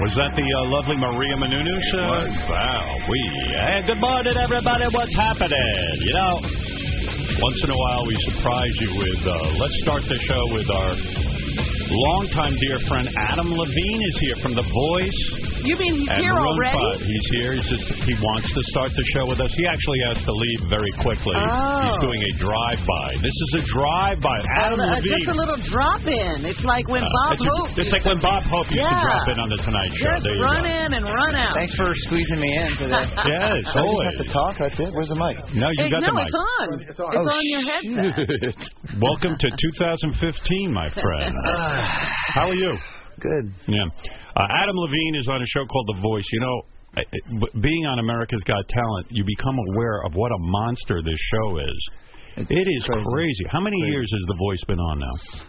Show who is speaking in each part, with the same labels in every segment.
Speaker 1: Was that the uh, lovely Maria Menounos? uh?
Speaker 2: It was.
Speaker 1: Wow. We. Hey, good morning, everybody. What's happening? You know, once in a while we surprise you with. Uh, let's start the show with our longtime dear friend Adam Levine is here from The Voice.
Speaker 3: You mean he's
Speaker 1: And
Speaker 3: here
Speaker 1: Maroon
Speaker 3: already?
Speaker 1: five, He's here. He's just, he wants to start the show with us. He actually has to leave very quickly.
Speaker 3: Oh.
Speaker 1: He's doing a drive-by. This is a drive-by. Adam
Speaker 3: Uh,
Speaker 1: Levine.
Speaker 3: just a little drop in. It's like when
Speaker 1: Uh,
Speaker 3: Bob
Speaker 1: it's,
Speaker 3: Hope.
Speaker 1: it's like when Bob Hope used to
Speaker 3: Yeah.
Speaker 1: drop in on the Tonight Show.
Speaker 3: Just
Speaker 1: there you
Speaker 3: run
Speaker 1: go.
Speaker 3: in and run out.
Speaker 4: Thanks for squeezing me in today.
Speaker 1: Yes,
Speaker 4: I just have to talk. That's it. Where's the mic?
Speaker 1: No, you
Speaker 3: Hey,
Speaker 1: got
Speaker 3: no,
Speaker 1: the mic.
Speaker 3: it's on. It's on,
Speaker 4: Oh,
Speaker 3: your headset.
Speaker 1: Welcome to 2015, my friend. How are you?
Speaker 4: Good.
Speaker 1: Yeah. Uh, Adam Levine is on a show called The Voice. You know, I- I- b- being on America's Got Talent, you become aware of what a monster this show is. It is crazy. How many years has The Voice been on now?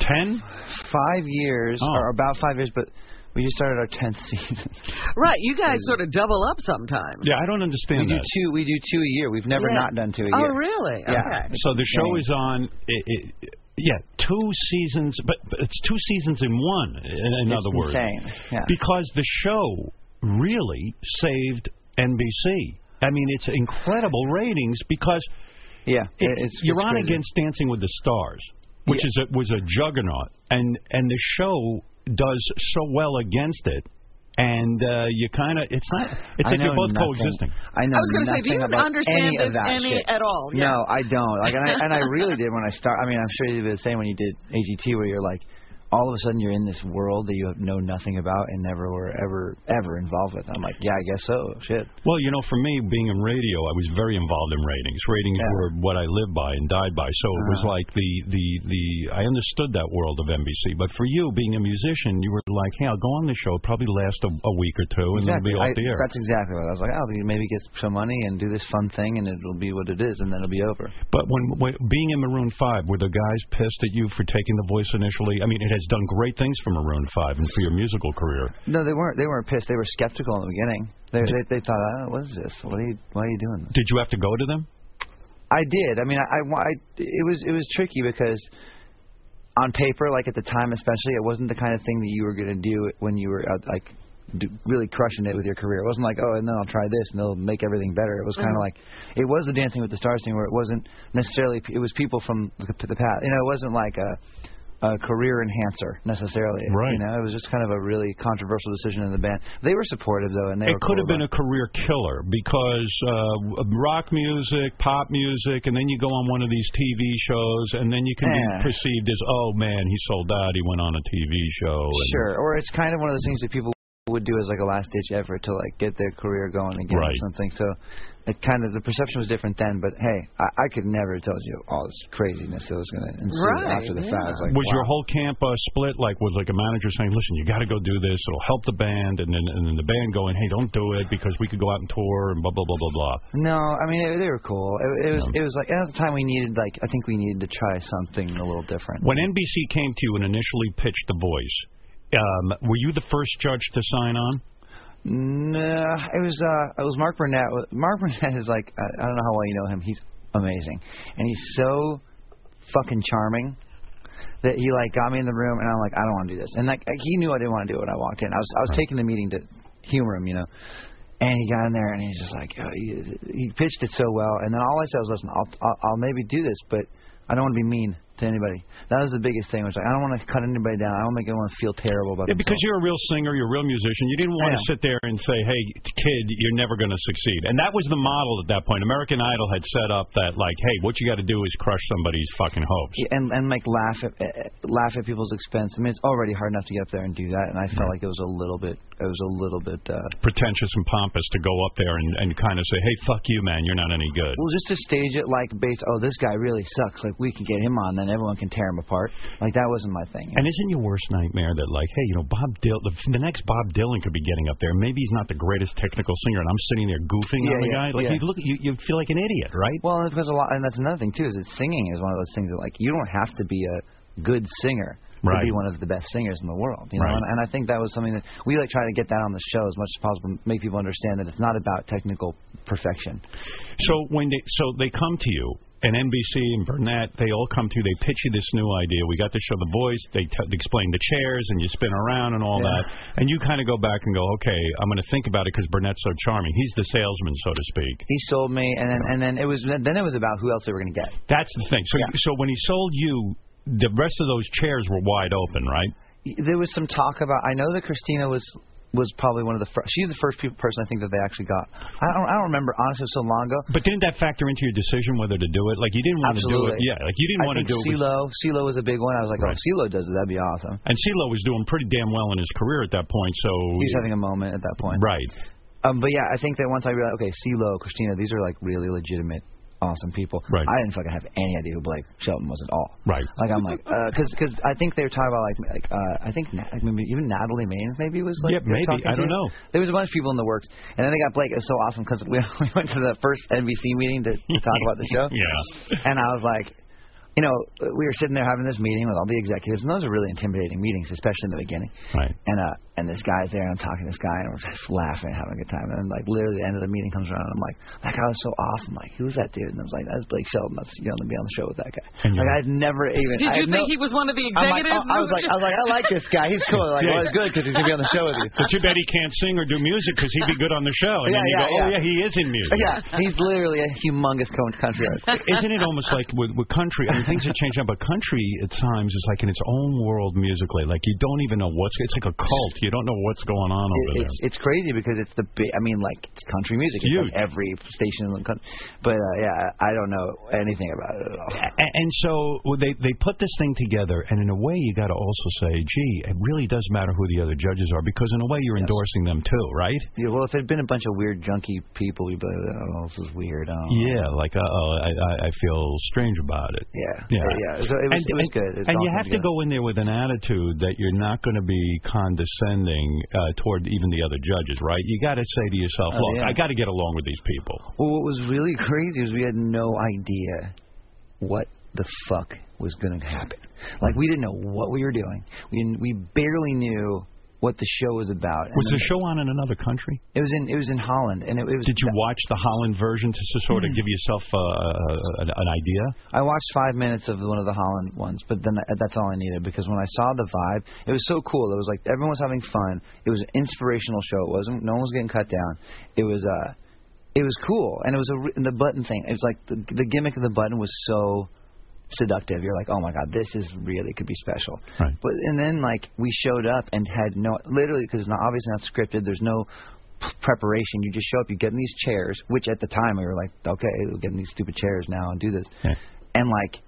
Speaker 1: Ten? Oh.
Speaker 4: Five years, or about five years, but we just started our tenth season.
Speaker 3: Right, you guys sort of double up sometimes.
Speaker 1: Yeah, I don't understand
Speaker 4: we do
Speaker 1: that.
Speaker 4: two. We do two a year. We've never
Speaker 3: Yeah.
Speaker 4: not done two a year.
Speaker 3: Oh, really?
Speaker 4: Yeah.
Speaker 3: Okay.
Speaker 1: So the show is on. It, it, yeah, two seasons, but, but it's two seasons in one. In, in
Speaker 4: It's
Speaker 1: other words,
Speaker 4: insane, yeah.
Speaker 1: because the show really saved NBC. I mean, it's incredible ratings because
Speaker 4: Yeah.
Speaker 1: it-
Speaker 4: it- it's,
Speaker 1: you're
Speaker 4: it's
Speaker 1: on
Speaker 4: crazy.
Speaker 1: against Dancing with the Stars, which is a, was a juggernaut, and and the show does so well against it, and uh, you kind of it's not it's
Speaker 4: I
Speaker 1: like you're
Speaker 4: know
Speaker 1: both
Speaker 4: nothing.
Speaker 1: coexisting.
Speaker 4: I know.
Speaker 3: I was gonna say, do
Speaker 4: nothing
Speaker 3: you
Speaker 4: about
Speaker 3: understand
Speaker 4: any of
Speaker 3: this
Speaker 4: that
Speaker 3: any
Speaker 4: shit.
Speaker 3: at all? Yeah.
Speaker 4: No, I don't. Like, and I and I really did when I start. I mean, I'm sure you did the same when you did AGT, where you're like, all of a sudden you're in this world that you have- know nothing about and never were ever ever involved with. I'm like, yeah, I guess so. Shit.
Speaker 1: Well, you know, for me, being in radio, I was very involved in ratings. Ratings
Speaker 4: Yeah. Uh-huh.
Speaker 1: were what I lived by and died by. So it was like the the the I understood that world of NBC. But for you, being a musician, you were like, "Hey, I'll go on the show. It'll probably last a, a week or two, and
Speaker 4: Exactly.
Speaker 1: then it'll be off
Speaker 4: I-
Speaker 1: the air."
Speaker 4: That's exactly what I was like. I'll maybe get some money and do this fun thing, and it'll be what it is, and then it'll be over.
Speaker 1: But when, when being in Maroon Five, were the guys pissed at you for taking the voice initially? I mean, it has done great things for Maroon Five and for your musical career.
Speaker 4: No, they weren't. They weren't pissed. They were skeptical in the beginning. They they, they thought, oh, what is this? What are you? Why are you doing this?
Speaker 1: Did you have to go to them?
Speaker 4: I did. I mean, I, I, wa- I- it was it was tricky because on paper, like at the time, especially, it wasn't the kind of thing that you were going to do when you were uh, like d really crushing it with your career. It wasn't like, oh, and then I'll try this and they'll make everything better. It was
Speaker 1: Mm-hmm.
Speaker 4: kind of like it was the Dancing with the Stars thing where it wasn't necessarily it was people from the, the past. You know, it wasn't like a a career enhancer necessarily.
Speaker 1: Right.
Speaker 4: You know, it was just kind of a really controversial decision in the band. They were supportive though, and they
Speaker 1: It
Speaker 4: were
Speaker 1: could
Speaker 4: cool
Speaker 1: have been
Speaker 4: about
Speaker 1: a career killer because uh, rock music, pop music, and then you go on one of these TV shows, and then you can
Speaker 4: Yeah.
Speaker 1: be perceived as, oh man, he sold out. He went on a TV show. And,
Speaker 4: Sure, or it's kind of one of those things that people would do as like a last ditch effort to like get their career going again
Speaker 1: Right.
Speaker 4: or something. So it kind of the perception was different then, but hey, I, I could never have told you all this craziness that was going to ensue
Speaker 3: Right,
Speaker 4: after the
Speaker 3: yeah.
Speaker 4: fact. I like,
Speaker 1: Was
Speaker 4: wow.
Speaker 1: your whole camp uh, split? Like, was like a manager saying, "Listen, you got to go do this. It'll help the band," and then and then the band going, "Hey, don't do it because we could go out and tour and blah blah blah blah blah."
Speaker 4: No, I mean it, they were cool. It, it was it was like at the time we needed like I think we needed to try something a little different.
Speaker 1: When NBC came to you and initially pitched The Voice, um, were you the first judge to sign on?
Speaker 4: No, it was uh, it was Mark Burnett. Mark Burnett is like I I don't know how well you know him. He's amazing, and he's so fucking charming that he like got me in the room, and I'm like, I don't want to do this, and like he knew I didn't want to do it when I walked in. I was I was taking the meeting to humor him, you know. And he got in there, and he's just like, uh he, he pitched it so well. And then all I said was, listen, I'll, I'll, I'll maybe do this, but I don't want to be mean to anybody. That was the biggest thing. Was like, I don't want to cut anybody down. I don't make anyone feel terrible about
Speaker 1: Yeah, because
Speaker 4: themselves.
Speaker 1: you're a real singer, you're a real musician. You didn't want to
Speaker 4: Yeah.
Speaker 1: sit there and say, "Hey, kid, you're never going to succeed." And that was the model at that point. American Idol had set up that, like, "Hey, what you got to do is crush somebody's fucking hopes."
Speaker 4: Yeah, and and like laugh at eh, eh, laugh at people's expense. I mean, it's already hard enough to get up there and do that, and I
Speaker 1: Mm-hmm.
Speaker 4: felt like it was a little bit, it was a little bit, uh,
Speaker 1: Pretentious and pompous to go up there and, and kind of say, "Hey, fuck you, man, you're not any good."
Speaker 4: well, just to stage it like based, oh, this guy really sucks. Like we can get him on, then everyone can tear him apart. Like that wasn't my thing.
Speaker 1: And isn't your worst nightmare that like, hey, you know, Bob Dylan, the, the next Bob Dylan could be getting up there. Maybe he's not the greatest technical singer, and I'm sitting there goofing on
Speaker 4: Yeah,
Speaker 1: the
Speaker 4: yeah,
Speaker 1: guy. Like
Speaker 4: yeah.
Speaker 1: you look, you, you feel like an idiot, right?
Speaker 4: Well, because a lot, and that's another thing too, is that singing is one of those things that like you don't have to be a good singer to
Speaker 1: Right.
Speaker 4: be one of the best singers in the world. You know,
Speaker 1: Right.
Speaker 4: and, and I think that was something that we like try to get that on the show as much as possible, make people understand that it's not about technical perfection.
Speaker 1: So when they so they come to you and NBC and Burnett, they all come through. They pitch you this new idea. We got to show The Voice. They, t they explain the chairs, and you spin around and all
Speaker 2: Yeah.
Speaker 1: that. And you kind of go back and go, okay, I'm going to think about it because Burnett's so charming. He's the salesman, so to speak.
Speaker 4: He sold me, and then and then it was then it was about who else they were going to get.
Speaker 1: That's the thing. So, so when he sold you, the rest of those chairs were wide open, right?
Speaker 4: There was some talk about. I know that Christina was was probably one of the first. She's the first people, person I think that they actually got. I don't I don't remember honestly it was so long ago.
Speaker 1: But didn't that factor into your decision whether to do it? Like you didn't want to do it.
Speaker 4: Absolutely.
Speaker 1: Yeah, like you didn't
Speaker 4: I
Speaker 1: want to
Speaker 4: think
Speaker 1: do it. with-
Speaker 4: CeeLo, CeeLo was a big one. I was like, oh, CeeLo does it. That'd be awesome.
Speaker 1: And CeeLo was doing pretty damn well in his career at that point. So
Speaker 4: He's having a moment at that point.
Speaker 1: Right.
Speaker 4: Um, but yeah, I think that once I realized, okay, CeeLo, Christina, these are like really legitimate, awesome people. Right. I didn't fucking have any idea who Blake Shelton was at all.
Speaker 1: Right.
Speaker 4: Like I'm like, because cause I think they were talking about like like uh, I think Na- like maybe even Natalie Maines maybe was like
Speaker 1: Yeah,
Speaker 4: they were
Speaker 1: maybe.
Speaker 4: talking
Speaker 1: I don't
Speaker 4: to.
Speaker 1: know.
Speaker 4: There was a bunch of people in the works, and then they got Blake. It was so awesome because we, we went to the first NBC meeting to, to talk about the show.
Speaker 1: Yeah.
Speaker 4: And I was like, you know, we were sitting there having this meeting with all the executives, and those are really intimidating meetings, especially in the beginning.
Speaker 1: Right.
Speaker 4: And uh, and this guy's there, and I'm talking to this guy, and we're just laughing, having a good time. And like literally, the end of the meeting comes around, and I'm like, that guy was so awesome. Like, who was that dude? And I was like, that's Blake Shelton. That's you know, to be on the show with that guy. Like, I'd never even.
Speaker 3: Did
Speaker 4: I
Speaker 3: you
Speaker 4: had
Speaker 3: think
Speaker 4: no-
Speaker 3: he was one of the
Speaker 4: I'm like,
Speaker 3: executives?
Speaker 4: oh, I was like, I was like, I like this guy. He's cool. Like, well, it's good because he's gonna be on the show with you.
Speaker 1: But you bet he can't sing or do music because he'd be good on the show. And
Speaker 4: Yeah,
Speaker 1: then you go,
Speaker 4: yeah,
Speaker 1: oh
Speaker 4: yeah.
Speaker 1: yeah, he is in music.
Speaker 4: Yeah, he's literally a humongous co- country artist.
Speaker 1: Isn't it almost like with, with country? I mean, things have changed now, but country at times is like in its own world musically. Like you don't even know what's. It's like a cult. You don't know what's going on over there.
Speaker 4: It, it's it's crazy because it's the big. I mean, like it's country music. It's
Speaker 1: Huge.
Speaker 4: like every station in the country. But uh, yeah, I don't know anything about it at all.
Speaker 1: A- And so well, they they put this thing together, and in a way, you got to also say, gee, it really does matter who the other judges are, because in a way, you're endorsing them too, right?
Speaker 4: Yeah, well, if there'd been a bunch of weird junkie people, we'd be like, oh, this is weird. Oh.
Speaker 1: Yeah, like uh oh, I I I feel strange about it.
Speaker 4: Yeah,
Speaker 1: yeah,
Speaker 4: yeah, so it was- it was good. It
Speaker 1: and
Speaker 4: all
Speaker 1: you
Speaker 4: came
Speaker 1: have to
Speaker 4: together.
Speaker 1: go in there with an attitude that you're not going to be condescending uh, toward even the other judges, right? You got to say to yourself,
Speaker 4: Oh,
Speaker 1: look,
Speaker 4: yeah.
Speaker 1: I got to get along with these people.
Speaker 4: Well, what was really crazy is we had no idea what the fuck was going to happen. Like, we didn't know what we were doing. We didn't, we barely knew what the show was about. And
Speaker 1: Was
Speaker 4: then
Speaker 1: the show on in another country?
Speaker 4: It was in it was in Holland, and it, it was. Mm-hmm.
Speaker 1: Did you watch the Holland version to s- sort of give yourself uh, an, an idea?
Speaker 4: I watched five minutes of one of the Holland ones, but then I, that's all I needed because when I saw the vibe, it was so cool. It was like everyone was having fun. It was an inspirational show. It wasn't. No one was getting cut down. It was. uh It was cool, and it was a re- and the button thing. It was like the, the gimmick of the button was so seductive. You're like, oh my god, this is really could be special.
Speaker 1: Right.
Speaker 4: But and then like we showed up and had no literally because it's not obviously not scripted. There's no p- preparation. You just show up. You get in these chairs, which at the time we were like, okay, we'll get in these stupid chairs now and do this. And like,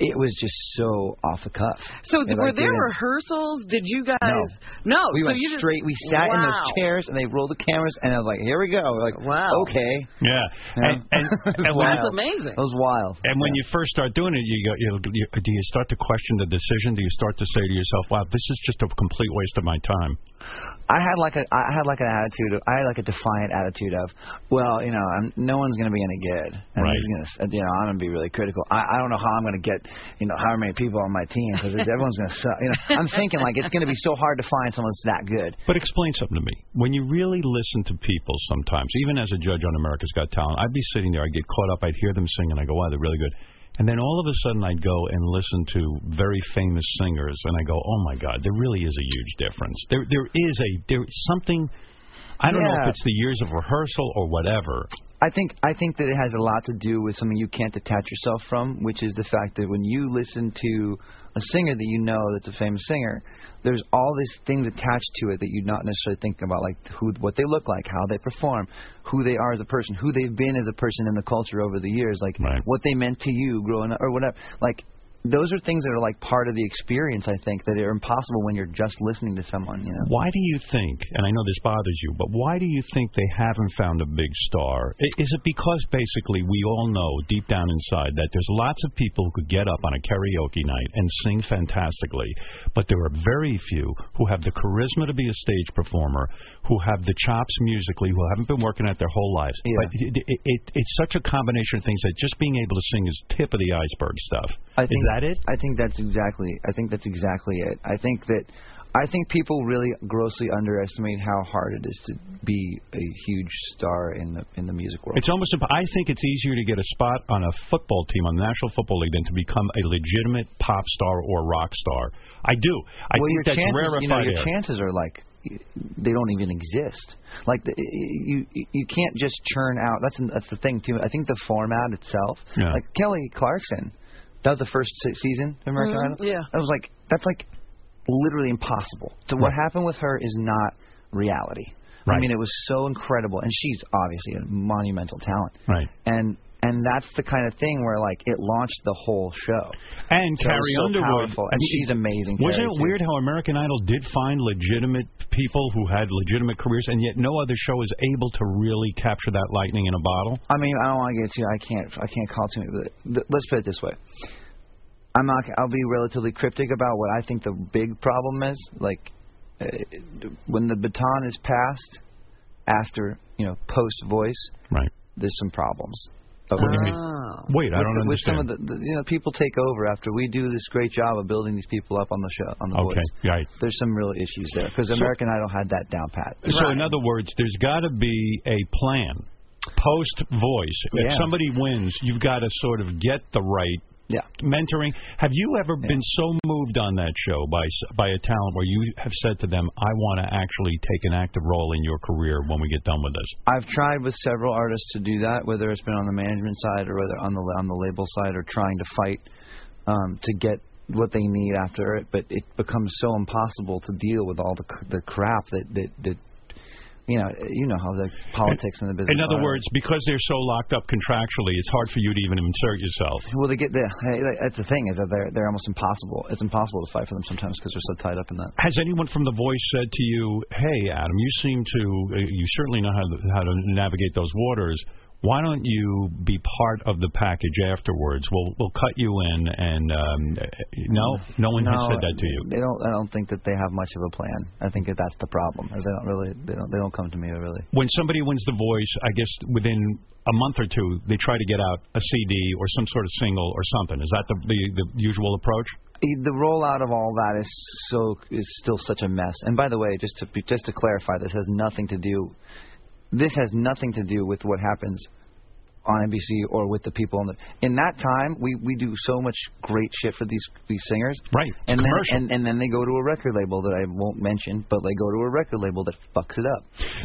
Speaker 4: it was just so off the cuff.
Speaker 3: So
Speaker 4: It, like,
Speaker 3: were there
Speaker 4: didn't-
Speaker 3: rehearsals? Did you guys?
Speaker 4: No.
Speaker 3: No,
Speaker 4: we
Speaker 3: so
Speaker 4: went
Speaker 3: you just-
Speaker 4: straight. We sat in
Speaker 3: Wow.
Speaker 4: those chairs and they rolled the cameras and I was like, here we go. We're like, wow. Okay.
Speaker 1: Yeah. And, and, and when-
Speaker 4: amazing. It was wild.
Speaker 1: And when you first start doing it, you go, you, you, do you start to question the decision? Do you start to say to yourself, "Wow, this is just a complete waste of my time"?
Speaker 4: I had like a I had like an attitude of I had like a defiant attitude of well you know I'm, no one's gonna be any good and this is gonna you know I'm gonna be really critical I, I don't know how I'm gonna get you know how many people on my team because everyone's gonna suck you know I'm thinking like it's gonna be so hard to find someone that's that good
Speaker 1: But explain something to me. When you really listen to people, sometimes, even as a judge on America's Got Talent, I'd be sitting there, I'd get caught up, I'd hear them sing, and I go, "Wow, they're really good." And then all of a sudden, I'd go and listen to very famous singers, and I go, "Oh my God, there really is a huge difference. There, there is a there something. I don't know
Speaker 4: Yeah.
Speaker 1: if it's the years of rehearsal or whatever."
Speaker 4: I think I think that it has a lot to do with something you can't detach yourself from, which is the fact that when you listen to a singer that you know that's a famous singer, there's all these things attached to it that you're not necessarily thinking about, like who, what they look like, how they perform, who they are as a person, who they've been as a person in the culture over the years, like what they meant to you growing up or whatever. Like those are things that are like part of the experience. I think that are impossible when you're just listening to someone. You know.
Speaker 1: Why do you think, and I know this bothers you, but why do you think they haven't found a big star? I- Is it because basically we all know deep down inside that there's lots of people who could get up on a karaoke night and sing fantastically, but there are very few who have the charisma to be a stage performer, who have the chops musically, who haven't been working at their whole lives. But it, it, it, it's such a combination of things that just being able to sing is tip of the iceberg stuff.
Speaker 4: I think,
Speaker 1: is that it?
Speaker 4: I think that's exactly. I think that's exactly it. I think that I think people really grossly underestimate how hard it is to be a huge star in the in the music world.
Speaker 1: It's almost. imp- I think it's easier to get a spot on a football team on the National Football League than to become a legitimate pop star or rock star. I do. I
Speaker 4: well,
Speaker 1: think
Speaker 4: your
Speaker 1: that's
Speaker 4: chances,
Speaker 1: rarefied
Speaker 4: you know, your
Speaker 1: air.
Speaker 4: chances are like they don't even exist. Like the, you you can't just churn out. That's that's the thing too. I think the format itself,
Speaker 1: Yeah.
Speaker 4: like Kelly Clarkson, that was the first se- season of American
Speaker 3: Mhm,
Speaker 4: Idol.
Speaker 3: yeah.
Speaker 4: that was like that's like literally impossible. So what happened with her is not reality.
Speaker 1: Right.
Speaker 4: I mean, it was so incredible, and she's obviously a monumental talent.
Speaker 1: Right.
Speaker 4: And and that's the kind of thing where like it launched the whole show.
Speaker 1: And
Speaker 4: So it was
Speaker 1: Carrie
Speaker 4: so
Speaker 1: Underwood.
Speaker 4: powerful, and she's amazing.
Speaker 1: Wasn't
Speaker 4: Carrie,
Speaker 1: it
Speaker 4: too.
Speaker 1: weird how American Idol did find legitimate people who had legitimate careers, and yet no other show is able to really capture that lightning in a bottle?
Speaker 4: I mean, I don't want to get too. I can't. I can't call too many. But th- let's put it this way. I'm not. I'll be relatively cryptic about what I think the big problem is. Like, uh, when the baton is passed after you know post voice,
Speaker 1: Right.
Speaker 4: there's some problems. Of
Speaker 1: What do
Speaker 4: it.
Speaker 1: you mean?
Speaker 5: Oh.
Speaker 1: Wait, I
Speaker 4: Ah. With-
Speaker 1: don't
Speaker 4: With some
Speaker 1: understand.
Speaker 4: of the, the, you know, people take over after we do this great job of building these people up on the show on the
Speaker 1: Okay,
Speaker 4: voice.
Speaker 1: right.
Speaker 4: There's some real issues there because American Idol had that down pat.
Speaker 1: So, in other words, there's got to be a plan post voice. If
Speaker 4: Yeah.
Speaker 1: somebody wins, you've got to sort of get the right
Speaker 4: Yeah.
Speaker 1: mentoring. Have you ever been so moved on that show by s- by a talent where you have said to them, "I want to actually take an active role in your career when we get done with this"?
Speaker 4: I've tried with several artists to do that, whether it's been on the management side or whether on the on the label side or trying to fight um, to get what they need after it. But it becomes so impossible to deal with all the cr- the crap that that, that you know you know how the politics and the business.
Speaker 1: In other
Speaker 4: are.
Speaker 1: words, because they're so locked up contractually, it's hard for you to even insert yourself.
Speaker 4: Well, they get the, that's the thing is that they're they're almost impossible. It's impossible to fight for them sometimes because they're so tied up in that.
Speaker 1: Has anyone from The Voice said to you, "Hey, Adam, you seem to, uh, you certainly know how to, how to navigate those waters. Why don't you be part of the package afterwards? We'll we'll cut you in." And um, uh, no, no one has said that to you.
Speaker 4: They don't. I don't think that they have much of a plan. I think that that's the problem. They don't really. They don't. They don't come to me really.
Speaker 1: When somebody wins The Voice, I guess within a month or two, they try to get out a CD or some sort of single or something. Is that the the, the usual approach?
Speaker 4: the rollout of all that is so is still such a mess. And by the way, just to be, just to clarify, this has nothing to do. This has nothing to do with what happens on NBC or with the people in the. In that time, we we do so much great shit for these these singers.
Speaker 1: Right. It's
Speaker 4: And then,
Speaker 1: commercial.
Speaker 4: and and then they go to a record label that I won't mention, but they go to a record label that fucks it up.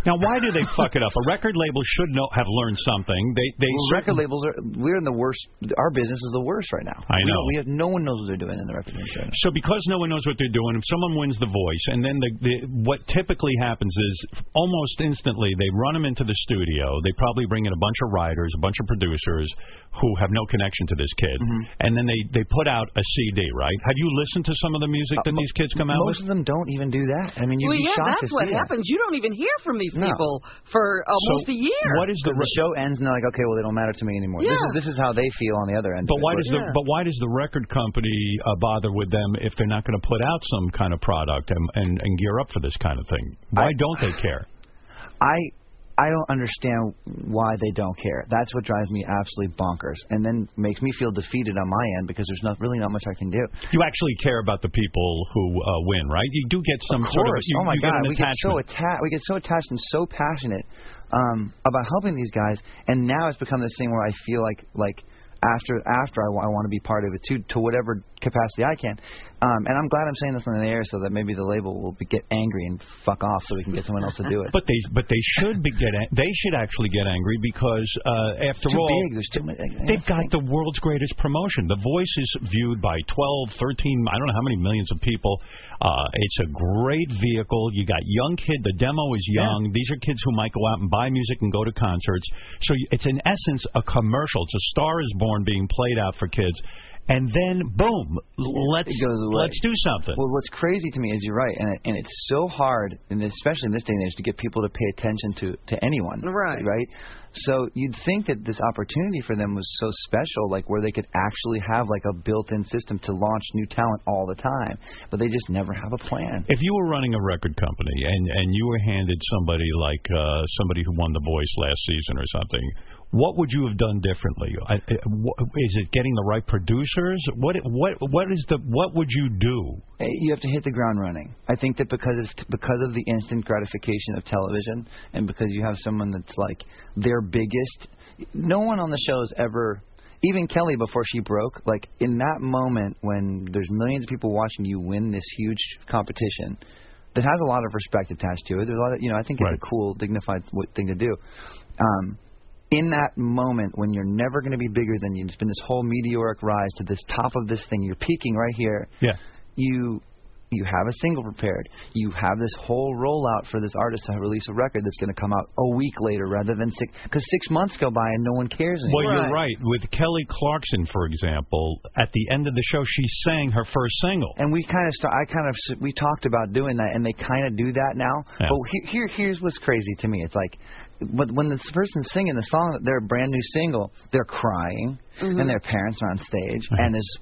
Speaker 1: Now, why do they fuck it up? A record label should know, have learned something. They they
Speaker 4: Well, record labels are we're in the worst. Our business is the worst right now.
Speaker 1: I
Speaker 4: We,
Speaker 1: know.
Speaker 4: don't- we have no one knows what they're doing in the record industry.
Speaker 1: So because no one knows what they're doing, if someone wins the voice, and then the, the what typically happens is almost instantly they run them into the studio. They probably bring in a bunch of writers, a bunch of producers who have no connection to this kid,
Speaker 4: Mm-hmm.
Speaker 1: and then they they put out a CD. Right? Have you listened to some of the music that these kids come out
Speaker 4: Uh, Most
Speaker 1: with?
Speaker 4: of them don't even do that. I mean, you'd
Speaker 3: well,
Speaker 4: be
Speaker 3: yeah,
Speaker 4: shocked
Speaker 3: that's
Speaker 4: to
Speaker 3: what
Speaker 4: see that.
Speaker 3: happens. You don't even hear from these
Speaker 4: No.
Speaker 3: people for almost
Speaker 1: So
Speaker 3: a year.
Speaker 1: What is the,
Speaker 4: Because the show ends and they're like, okay, well, they don't matter to me anymore. This,
Speaker 3: Yeah.
Speaker 4: is, this is how they feel on the other end.
Speaker 1: But
Speaker 4: of it,
Speaker 1: why does the
Speaker 3: Yeah.
Speaker 1: but why does the record company uh, bother with them if they're not going to put out some kind of product and, and and gear up for this kind of thing? Why don't they care?
Speaker 4: I I don't understand why they don't care. That's what drives me absolutely bonkers, and then makes me feel defeated on my end because there's not really not much I can do.
Speaker 1: You actually care about the people who uh, win, right? You do get some
Speaker 4: of
Speaker 1: sort
Speaker 4: course.
Speaker 1: of you,
Speaker 4: oh my
Speaker 1: you
Speaker 4: god,
Speaker 1: get an
Speaker 4: we get so
Speaker 1: attachment.
Speaker 4: attached, we get so attached and so passionate um, about helping these guys, and now it's become this thing where I feel like like after after I want to be part of it too, to whatever capacity I can. Um, and I'm glad I'm saying this on the air so that maybe the label will be, get angry and fuck off so we can get someone else to do it.
Speaker 1: but they but they should be get an- they should actually get angry because uh, after
Speaker 4: too
Speaker 1: all
Speaker 4: big. There's too much.
Speaker 1: They've got the world's greatest promotion. The Voice is viewed by 12, 13, I don't know how many millions of people. Uh, it's a great vehicle. You got young kid. The demo is young. These are kids who might go out and buy music and go to concerts. So you- it's in essence a commercial. It's a Star Is Born being played out for kids, and then boom, let's
Speaker 4: It goes away.
Speaker 1: let's do something.
Speaker 4: Well, what's crazy to me is you're right, and it, and it's so hard, and especially in this day and age, to get people to pay attention to to anyone.
Speaker 3: Right.
Speaker 4: Right. So you'd think that this opportunity for them was so special, like where they could actually have like a built-in system to launch new talent all the time, but they just never have a plan.
Speaker 1: If you were running a record company and and you were handed somebody like uh, somebody who won The Voice last season or something, What would you have done differently? I, I- wh- is it getting the right producers? What what what is the what would you do?
Speaker 4: Uh, You have to hit the ground running. I think that because it's because of the instant gratification of television, and because you have someone that's like their biggest. No one on the show has ever, even Kelly before she broke. Like in that moment when there's millions of people watching you win this huge competition, that has a lot of respect attached to it. There's a lot of you know. I think it's
Speaker 1: Right.
Speaker 4: a cool, dignified w- thing to do. Um, in that moment when you're never going to be bigger than you, it's been this whole meteoric rise to this top of this thing. You're peaking right here
Speaker 1: Yeah.
Speaker 4: you you have a single prepared. You have this whole rollout for this artist to release a record that's going to come out a week later rather than six. Because six months go by and no one cares anymore.
Speaker 1: Well, you're right. With Kelly Clarkson, for example, at the end of the show, she sang her first single.
Speaker 4: And we kind of, st- I kind of, s- we talked about doing that, and they kind of do that now.
Speaker 1: Yeah.
Speaker 4: But he- here, here's what's crazy to me. It's like, when when this person's singing the song, their brand new single, they're crying, and their parents are on stage, and there's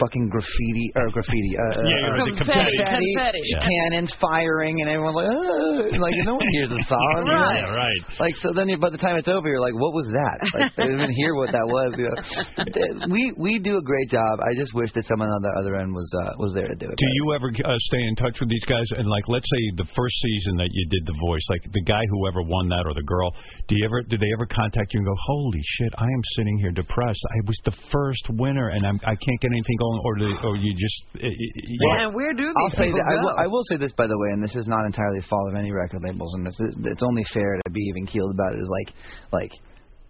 Speaker 4: fucking graffiti or graffiti, uh,
Speaker 1: Mm-hmm. Yeah, yeah,
Speaker 4: uh,
Speaker 1: the confetti.
Speaker 3: Confetti. Yeah.
Speaker 4: cannons firing, and everyone like, Ugh! like no one hears the song. you know?
Speaker 1: Yeah, right.
Speaker 4: Like so, then you- by the time it's over, you're like, "What was that?" Like, I didn't even hear what that was. You know? We we do a great job. I just wish that someone on the other end was uh, was there to do it.
Speaker 1: Do you ever uh, stay in touch with these guys? And like, let's say the first season that you did The Voice, like the guy whoever won that or the girl, do you ever do they ever contact you and go, "Holy shit, I am sitting here depressed. I was the first winner, and I'm I can't get anything going," or do, or you just uh, yeah.
Speaker 3: and where do these
Speaker 4: I'll say
Speaker 3: people
Speaker 4: that, I,
Speaker 3: go?
Speaker 4: will, I will say this by the way, and this is not entirely the fault of any record labels, and this is, it's only fair to be even keeled about it. Is like like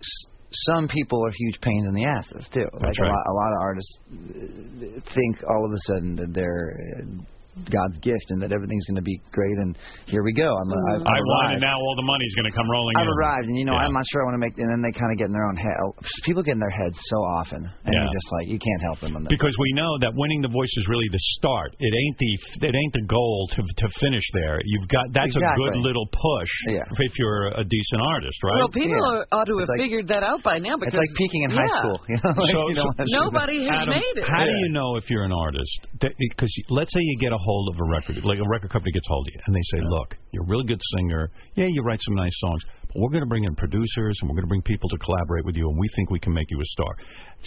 Speaker 4: s- some people are huge pains in the asses too. like
Speaker 1: right.
Speaker 4: a, lot, a lot of artists uh, think all of a sudden that they're uh, God's gift and that everything's going to be great, and here we go. I'm, I,
Speaker 1: I won,
Speaker 4: I've arrived.
Speaker 1: and now all the money's going to come rolling
Speaker 4: I've
Speaker 1: in.
Speaker 4: arrived, and you know
Speaker 1: Yeah.
Speaker 4: I'm not sure I want to make. And then they kind of get in their own head. People get in their heads so often, and
Speaker 1: Yeah.
Speaker 4: you're just like you can't help them on that.
Speaker 1: because we know that winning the voice is really the start. It ain't the it ain't the goal to to finish there. You've got that's a good
Speaker 4: Exactly.
Speaker 1: little push
Speaker 4: Yeah.
Speaker 1: if you're a decent artist, right?
Speaker 3: well, people
Speaker 4: Yeah.
Speaker 3: are, ought to have
Speaker 4: It's like-
Speaker 3: figured that out by now.
Speaker 4: It's
Speaker 3: Because
Speaker 4: like peaking in high
Speaker 3: yeah.
Speaker 4: school. You know, like,
Speaker 1: So-
Speaker 4: you don't wanna-
Speaker 3: Nobody has
Speaker 1: Adam,
Speaker 3: made it.
Speaker 1: How do you know if you're an artist? Because let's say you get a hold of a record, like a record company gets hold of you, and they say, "Look, you're a really good singer. Yeah, you write some nice songs, but we're going to bring in producers and we're going to bring people to collaborate with you, and we think we can make you a star."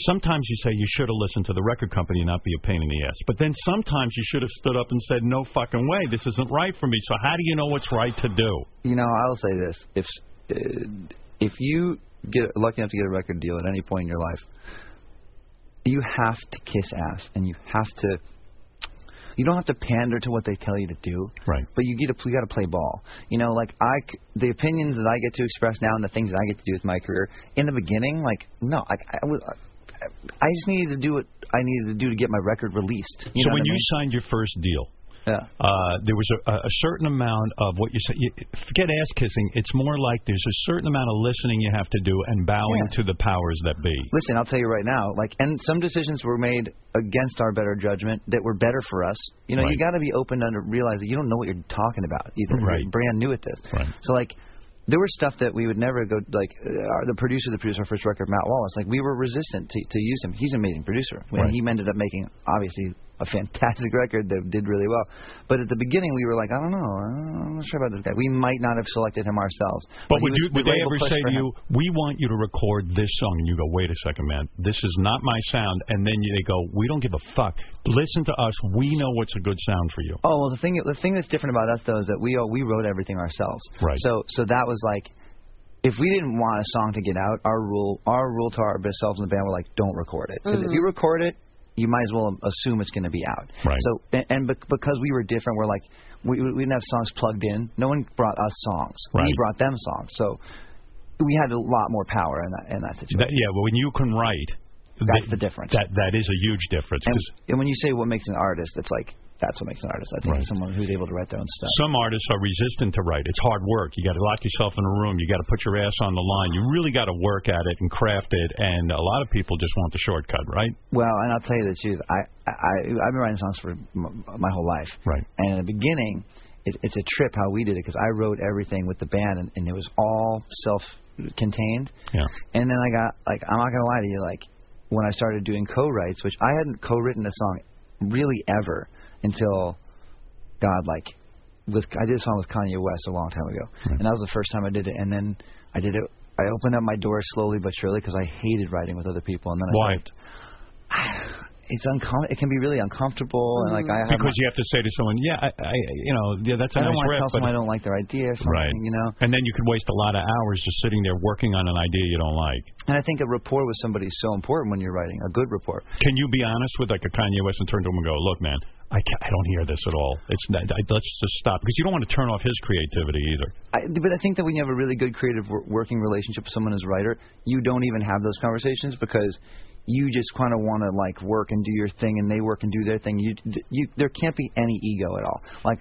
Speaker 1: Sometimes you say you should have listened to the record company and not be a pain in the ass, but then sometimes you should have stood up and said, "No fucking way, this isn't right for me." So how do you know what's right to do?
Speaker 4: You know, I'll say this: if uh, if you get lucky enough to get a record deal at any point in your life, you have to kiss ass, and you have to. You don't have to pander to what they tell you to do,
Speaker 1: Right.
Speaker 4: But you get to you got to play ball. You know, like I, c- the opinions that I get to express now and the things that I get to do with my career in the beginning, like no, like I was, I just needed to do what I needed to do to get my record released. You
Speaker 1: so
Speaker 4: know
Speaker 1: when
Speaker 4: what I
Speaker 1: you
Speaker 4: mean?
Speaker 1: signed your first deal,
Speaker 4: Yeah.
Speaker 1: uh, there was a, a certain amount of what you said. You, forget ass kissing. It's more like there's a certain amount of listening you have to do and bowing
Speaker 4: Yeah.
Speaker 1: to the powers that be.
Speaker 4: Listen, I'll tell you right now. Like, and some decisions were made against our better judgment that were better for us. You know,
Speaker 1: Right.
Speaker 4: you got to be open to realize that you don't know what you're talking about either.
Speaker 1: Right.
Speaker 4: You're brand new at this.
Speaker 1: Right.
Speaker 4: So like, there was stuff that we would never go like. Uh, our- the producer that produced our first record, Matt Wallace, like we were resistant to, to use him. He's an amazing producer,
Speaker 1: Right.
Speaker 4: and he ended up making obviously a fantastic record that did really well. But at the beginning, we were like, I don't know, I'm not sure about this guy. We might not have selected him ourselves.
Speaker 1: But
Speaker 4: he
Speaker 1: would,
Speaker 4: was-
Speaker 1: you,
Speaker 4: the
Speaker 1: would they
Speaker 4: label
Speaker 1: ever
Speaker 4: pushed
Speaker 1: say
Speaker 4: for
Speaker 1: to
Speaker 4: him.
Speaker 1: you, "We want you to record this song," and you go, "Wait a second, man, this is not my sound," and then you, they go, "We don't give a fuck. Listen to us. We know what's a good sound for you."
Speaker 4: Oh well, the thing the thing that's different about us though is that we all, we wrote everything ourselves.
Speaker 1: Right.
Speaker 4: So so that was like, if we didn't want a song to get out, our rule our rule to ourselves in the band were like, don't record it. 'Cause If you record it, you might as well assume it's going to be out.
Speaker 1: Right.
Speaker 4: So and, and bec- because we were different, we're like we we didn't have songs plugged in. No one brought us songs.
Speaker 1: Right.
Speaker 4: We brought them songs. So we had a lot more power in that in that situation.
Speaker 1: That, yeah, but when you can write,
Speaker 4: That's
Speaker 1: that-
Speaker 4: the difference.
Speaker 1: That that is a huge difference.
Speaker 4: and,
Speaker 1: 'cause-
Speaker 4: and when you say what makes an artist, it's like that's what makes an artist. I think
Speaker 1: Right.
Speaker 4: it's someone who's able to write their own stuff.
Speaker 1: Some artists are resistant to write. It's hard work. You got to lock yourself in a room. You got to put your ass on the line. You really got to work at it and craft it. And a lot of people just want the shortcut, right?
Speaker 4: Well, and I'll tell you the truth. I I I- I've been writing songs for m- my whole life.
Speaker 1: Right.
Speaker 4: And in the beginning, it, it's a trip how we did it because I wrote everything with the band and, and it was all self-contained.
Speaker 1: Yeah.
Speaker 4: And then I got like I'm not gonna lie to you like when I started doing co-writes, which I hadn't co-written a song really ever until God like with I did a song with Kanye West a long time ago, and that was the first time I did it. And then I did it I opened up my door slowly but surely because I hated writing with other people, and then I
Speaker 1: Why?
Speaker 4: typed. It's uncom- It can be really uncomfortable, and like I have.
Speaker 1: Mm-hmm. Because you have to say to someone, yeah, I, I you know, yeah, that's a
Speaker 4: I
Speaker 1: nice
Speaker 4: don't want to
Speaker 1: riff,
Speaker 4: tell
Speaker 1: but
Speaker 4: someone I don't like their idea or something,
Speaker 1: Right.
Speaker 4: you know.
Speaker 1: And then you could waste a lot of hours just sitting there working on an idea you don't like.
Speaker 4: And I think a rapport with somebody is so important when you're writing a good rapport.
Speaker 1: Can you be honest with like a Kanye West and turn to him and go, look, man, I, ca I don't hear this at all. It's not, I, let's just stop because you don't want to turn off his creativity either.
Speaker 4: I, but I think that when you have a really good creative wor- working relationship with someone as a writer, you don't even have those conversations because you just kind of want to like work and do your thing, and they work and do their thing. You, th- you, there can't be any ego at all. Like,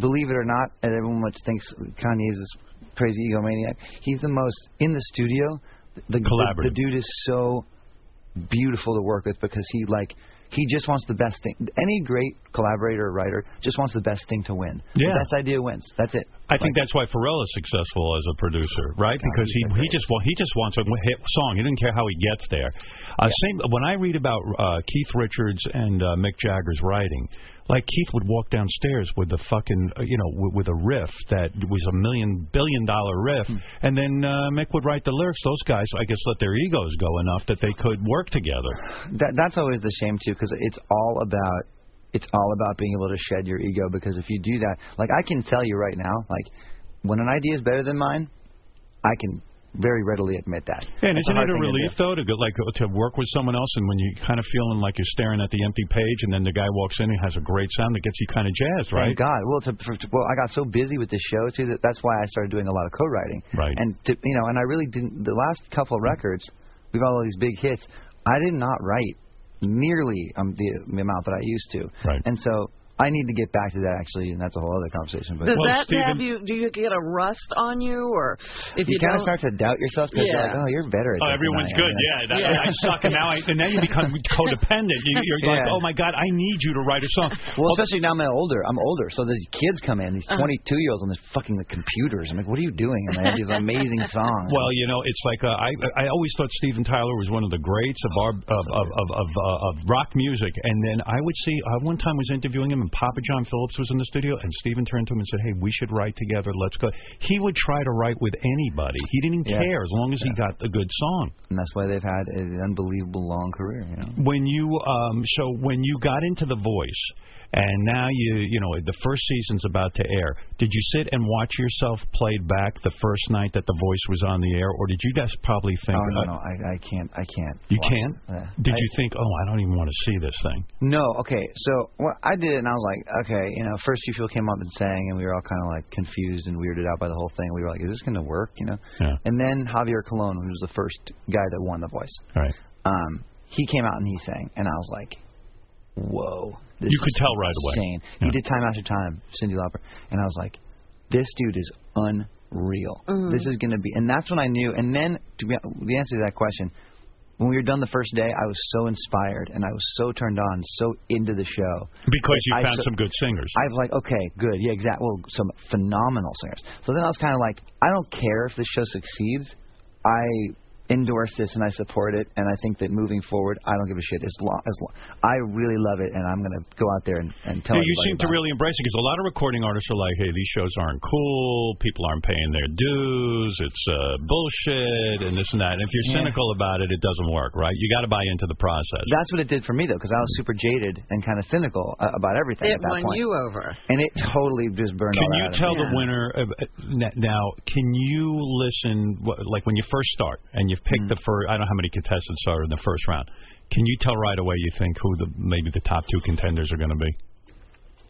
Speaker 4: believe it or not, and everyone much thinks Kanye is this crazy egomaniac. He's the most in the studio. The, the, the
Speaker 1: Collaborative.
Speaker 4: dude is so beautiful to work with because he like he just wants the best thing. Any great collaborator or writer just wants the best thing to win.
Speaker 1: Yeah.
Speaker 4: the best idea wins. That's it.
Speaker 1: I think that's why Pharrell is successful as a producer, right? Because he he just well, he just wants a hit song. He doesn't care how he gets there. Uh, Same when I read about uh, Keith Richards and uh, Mick Jagger's writing, like Keith would walk downstairs with the fucking uh, you know w- with a riff that was a million billion dollar riff, and then uh, Mick would write the lyrics. Those guys, I guess, let their egos go enough that they could work together.
Speaker 4: that that's always the shame too because it's all about it's all about being able to shed your ego because if you do that like i can tell you right now like when an idea is better than mine i can very readily admit that
Speaker 1: And
Speaker 4: It's
Speaker 1: isn't
Speaker 4: hard
Speaker 1: it a
Speaker 4: thing to do.
Speaker 1: relief though to go, like to work with someone else, and when you kind of feeling like you're staring at the empty page, and then the guy walks in and has a great sound that gets you kind of jazzed, right?
Speaker 4: Thank God. Well, to, for, well, I got so busy with the show too that that's why I started doing a lot of co-writing.
Speaker 1: Right.
Speaker 4: And to, you know, and I really didn't. The last couple records, we've had all these big hits. I did not write nearly um, the amount that I used to.
Speaker 1: Right.
Speaker 4: And so I need to get back to that actually, and that's a whole other conversation. But
Speaker 3: Does that have you? Do you get a rust on you, or if you,
Speaker 4: you kind of
Speaker 3: don't?
Speaker 4: start to doubt yourself because
Speaker 3: Yeah.
Speaker 4: you're like, oh, you're better at
Speaker 1: Oh,
Speaker 4: this than
Speaker 1: everyone's
Speaker 4: I am.
Speaker 1: good.
Speaker 4: You're
Speaker 1: Yeah,
Speaker 4: like,
Speaker 1: that,
Speaker 3: Yeah.
Speaker 1: I suck, and now I and now you become codependent. You, you're like,
Speaker 4: Yeah.
Speaker 1: oh my god, I need you to write a song.
Speaker 4: Well, especially now I'm older. I'm older, so these kids come in,
Speaker 3: Uh-huh.
Speaker 4: these 22 year olds on these fucking computers. I'm like, what are you doing? And they have these amazing songs.
Speaker 1: Well, you know, it's like uh, I I always thought Steven Tyler was one of the greats of our, of of of of, uh, of rock music, and then I would see I one time was interviewing him, and Papa John Phillips was in the studio, and Steven turned to him and said, "Hey, we should write together. Let's go." He would try to write with anybody. He didn't
Speaker 4: Yeah.
Speaker 1: care as long as he got a good song.
Speaker 4: and that's why they've had an unbelievable long career. You know.
Speaker 1: when you um so when you got into the voice and now you you know the first season's about to air did you sit and watch yourself played back the first night that the voice was on the air or did you just probably think
Speaker 4: Oh no,
Speaker 1: uh,
Speaker 4: no, I, I can't, I can't.
Speaker 1: you
Speaker 4: watch
Speaker 1: can't
Speaker 4: it. Yeah.
Speaker 1: did
Speaker 4: I-
Speaker 1: you think oh i don't even want to see this thing
Speaker 4: No, okay. So well, I did it, and I was like, okay, you know, first few people came up and sang, and we were all kind of like confused and weirded out by the whole thing. We were like, is this going to work? You know.
Speaker 1: Yeah.
Speaker 4: And then Javier Colon, who was the first guy that won the voice,
Speaker 1: all right
Speaker 4: um, he came out and he sang, and I was like, whoa. This
Speaker 1: You could
Speaker 4: is
Speaker 1: tell right away.
Speaker 4: insane.
Speaker 1: Yeah.
Speaker 4: He did time after time, Cindy Lauper, and I was like, this dude is unreal. This is going to be, and that's when I knew. And then to be the answer to that question, when we were done the first day, I was so inspired and I was so turned on, so into the show.
Speaker 1: because you
Speaker 4: I
Speaker 1: found
Speaker 4: so-
Speaker 1: some good singers
Speaker 4: I was like, okay, good, yeah, exact. Well, some phenomenal singers. So then I was kind of like, I don't care if this show succeeds. I endorse this and I support it, and I think that moving forward, I don't give a shit. As long as long, I really love it, and I'm gonna go out there and, and tell.
Speaker 1: Yeah, you
Speaker 4: everybody
Speaker 1: seem to
Speaker 4: about it.
Speaker 1: really embrace it because a lot of recording artists are like, "Hey, these shows aren't cool. People aren't paying their dues. It's uh, bullshit, and this and that." And if you're
Speaker 4: Yeah.
Speaker 1: cynical about it, it doesn't work, right? You got to buy into the process.
Speaker 4: That's what it did for me though, because I was super jaded and kind of cynical uh, about everything
Speaker 3: it
Speaker 4: at that
Speaker 3: won
Speaker 4: point,
Speaker 3: you over.
Speaker 4: and it totally just burned
Speaker 1: Can
Speaker 4: all
Speaker 1: you
Speaker 4: out of
Speaker 1: tell
Speaker 4: me.
Speaker 1: the winner uh, n- now? Can you listen wh- like when you first start and you've picked
Speaker 4: Mm.
Speaker 1: the first? I don't know how many contestants are in the first round. Can you tell right away you think who the maybe the top two contenders are going to be?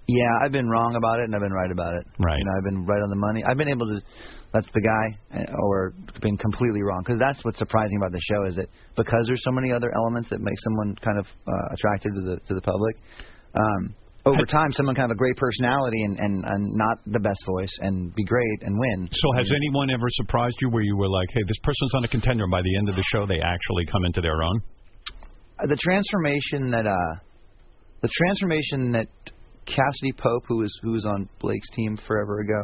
Speaker 4: Yeah, I've been wrong about it and I've been right about it.
Speaker 1: Right.
Speaker 4: You know, I've been right on the money. I've been able to, that's the guy, eh, or been completely wrong. Because that's what's surprising about the show is that because there's so many other elements that make someone kind of uh, attractive to the to the public. Um, over time, someone can have a great personality and, and, and not the best voice and be great and win.
Speaker 1: So has anyone ever surprised you where you were like, "Hey, this person's on a contender," and by the end of the show they actually come into their own?
Speaker 4: Uh, the transformation that uh the transformation that Cassidy Pope who was who was on Blake's team forever ago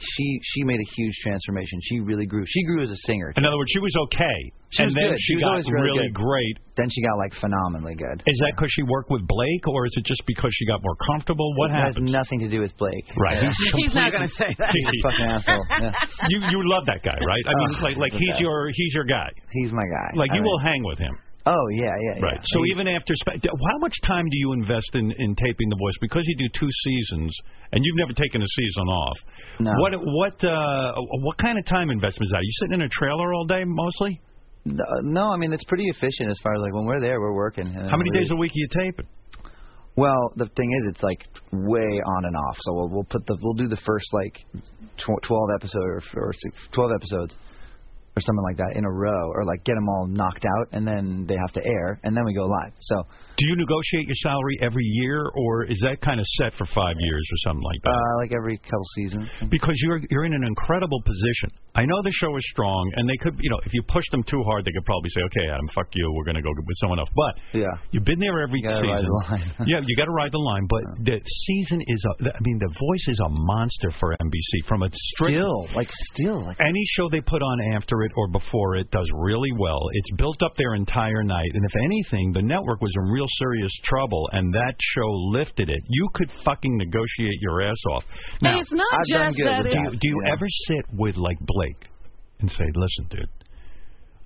Speaker 4: she she made a huge transformation. She really grew. She grew as a singer.
Speaker 1: In other words, she was okay,
Speaker 4: She
Speaker 1: and
Speaker 4: was
Speaker 1: then
Speaker 4: good.
Speaker 1: she
Speaker 4: She was
Speaker 1: got
Speaker 4: always really good.
Speaker 1: great.
Speaker 4: Then she got like phenomenally good.
Speaker 1: Is that because she worked with Blake, or is it just because she got more comfortable? What
Speaker 4: it has
Speaker 1: happened?
Speaker 4: nothing to do with Blake.
Speaker 1: Right.
Speaker 4: Yeah.
Speaker 3: He's not going to say that.
Speaker 4: He's a fucking asshole. Yeah.
Speaker 1: you you love that guy, right? I mean,
Speaker 4: Oh,
Speaker 1: like like
Speaker 4: the
Speaker 1: he's
Speaker 4: best.
Speaker 1: your he's your guy.
Speaker 4: He's my guy.
Speaker 1: Like
Speaker 4: I
Speaker 1: you
Speaker 4: mean-
Speaker 1: will hang with him.
Speaker 4: Oh yeah, yeah. yeah.
Speaker 1: Right. So
Speaker 4: He's-
Speaker 1: even after, spe- d- how much time do you invest in in taping The Voice? Because you do two seasons, and you've never taken a season off.
Speaker 4: No.
Speaker 1: What what uh, what kind of time investment is that? Are you sitting in a trailer all day mostly?
Speaker 4: No, no, I mean it's pretty efficient as far as like when we're there, we're working.
Speaker 1: How many days a week are you taping?
Speaker 4: Well, the thing is, it's like way on and off. So we'll, we'll put the we'll do the first like tw- twelve episode or, or six, twelve episodes or something like that in a row, or like get them all knocked out, and then they have to air, and then we go live. So uh,
Speaker 1: Do you negotiate your salary every year, or is that kind of set for five years or something like that?
Speaker 4: uh, like every couple seasons.
Speaker 1: because you're you're in an incredible position. I know the show is strong, and they could, you know, if you push them too hard, they could probably say, "Okay, Adam, fuck you. We're going to go with someone else." But
Speaker 4: Yeah.
Speaker 1: you've been there every
Speaker 4: You gotta
Speaker 1: season.
Speaker 4: ride the line.
Speaker 1: yeah, you got to ride the line. But the season is, a, I mean, the voice is a monster for NBC. From a strict
Speaker 4: Still, like still, like
Speaker 1: any show they put on after it or before it does really well. It's built up their entire night, and if anything, the network was in real serious trouble, and that show lifted it. You could fucking negotiate your ass off. Now,
Speaker 3: Hey, it's not
Speaker 4: I've done
Speaker 3: just
Speaker 4: good
Speaker 3: that.
Speaker 4: with
Speaker 1: do
Speaker 3: It's,
Speaker 1: you, do you
Speaker 4: Yeah.
Speaker 1: ever sit with like Blake and say, "Listen, dude,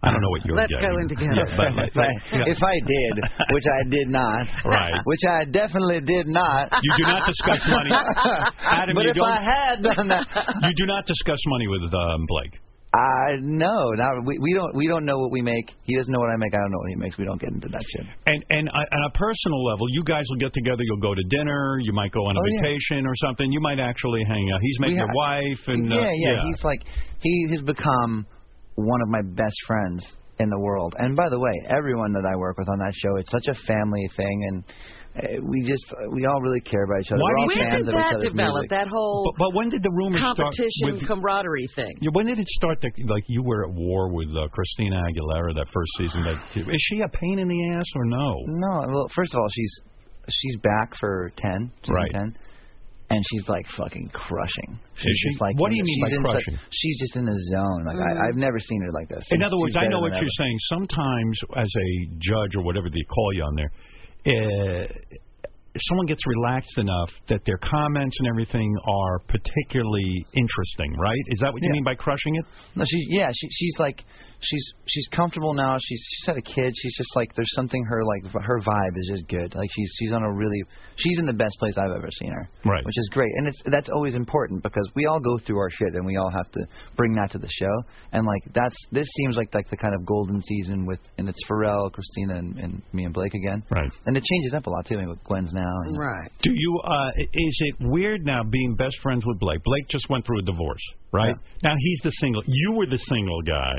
Speaker 1: I don't know what you're
Speaker 3: Let's
Speaker 1: getting."
Speaker 3: go in together.
Speaker 1: Yeah, but, like,
Speaker 4: if I,
Speaker 1: yeah.
Speaker 4: if I did, which I did not,
Speaker 1: Right.
Speaker 4: which I definitely did not.
Speaker 1: you do not discuss money, Adam.
Speaker 4: but
Speaker 1: you
Speaker 4: if
Speaker 1: don't.
Speaker 4: I had done that,
Speaker 1: you do not discuss money with um, Blake.
Speaker 4: I Uh, no, not we, we don't we don't know what we make. He doesn't know what I make. I don't know what he makes. We don't get into that shit.
Speaker 1: And and I- on a personal level, you guys will get together. You'll go to dinner. You might go on a
Speaker 4: Oh, yeah.
Speaker 1: vacation or something. You might actually hang out. He's met
Speaker 4: We
Speaker 1: your
Speaker 4: ha-
Speaker 1: wife, and
Speaker 4: yeah,
Speaker 1: uh,
Speaker 4: yeah, He's like he has become one of my best friends in the world. And by the way, everyone that I work with on that show, it's such a family thing, and uh, we just we all really care about each other.
Speaker 1: Why
Speaker 4: We're
Speaker 1: do
Speaker 4: all
Speaker 1: you-
Speaker 3: where
Speaker 4: fans of
Speaker 3: did
Speaker 4: each
Speaker 3: that
Speaker 4: other's
Speaker 3: develop?
Speaker 4: music.
Speaker 3: That whole
Speaker 1: But, but when did the rumors start?
Speaker 3: competition,
Speaker 1: With,
Speaker 3: camaraderie thing.
Speaker 1: Yeah, when did it start that like you were at war with uh, Christina Aguilera that first season? That is she a pain in the ass or no?
Speaker 4: No, well, first of all, she's she's back for ten, season
Speaker 1: Right.
Speaker 4: ten, and she's like fucking crushing. She's
Speaker 1: she?
Speaker 4: just like
Speaker 1: What do you mean
Speaker 4: she's
Speaker 1: by
Speaker 4: in such-
Speaker 1: crushing? Mm.
Speaker 4: she's just in the zone. Like I, I've never seen her like this.
Speaker 1: In
Speaker 4: She's-
Speaker 1: other words, I
Speaker 4: she's
Speaker 1: know what
Speaker 4: better than
Speaker 1: you're saying. Sometimes, as a judge or whatever they call you on there, uh, someone gets relaxed enough that their comments and everything are particularly interesting, right? Is that what you
Speaker 4: Yeah.
Speaker 1: mean by crushing it?
Speaker 4: ever. No, she yeah, she she's like she's she's comfortable now. She's she's had a kid. She's just like there's something her like v- her vibe is just good. Like she's she's on a really she's in the best place I've ever seen her.
Speaker 1: Right.
Speaker 4: Which is great, and it's that's always important because we all go through our shit and we all have to bring that to the show. And like that's this seems like like the kind of golden season with and it's Pharrell, Christina, and, and me and Blake again.
Speaker 1: Right.
Speaker 4: And it changes up a lot too. I mean, with Gwen's now. And,
Speaker 3: Right.
Speaker 1: Do you? Uh, is it weird now being best friends with Blake? Blake just went through a divorce, right? Now he's the single. You were the single guy.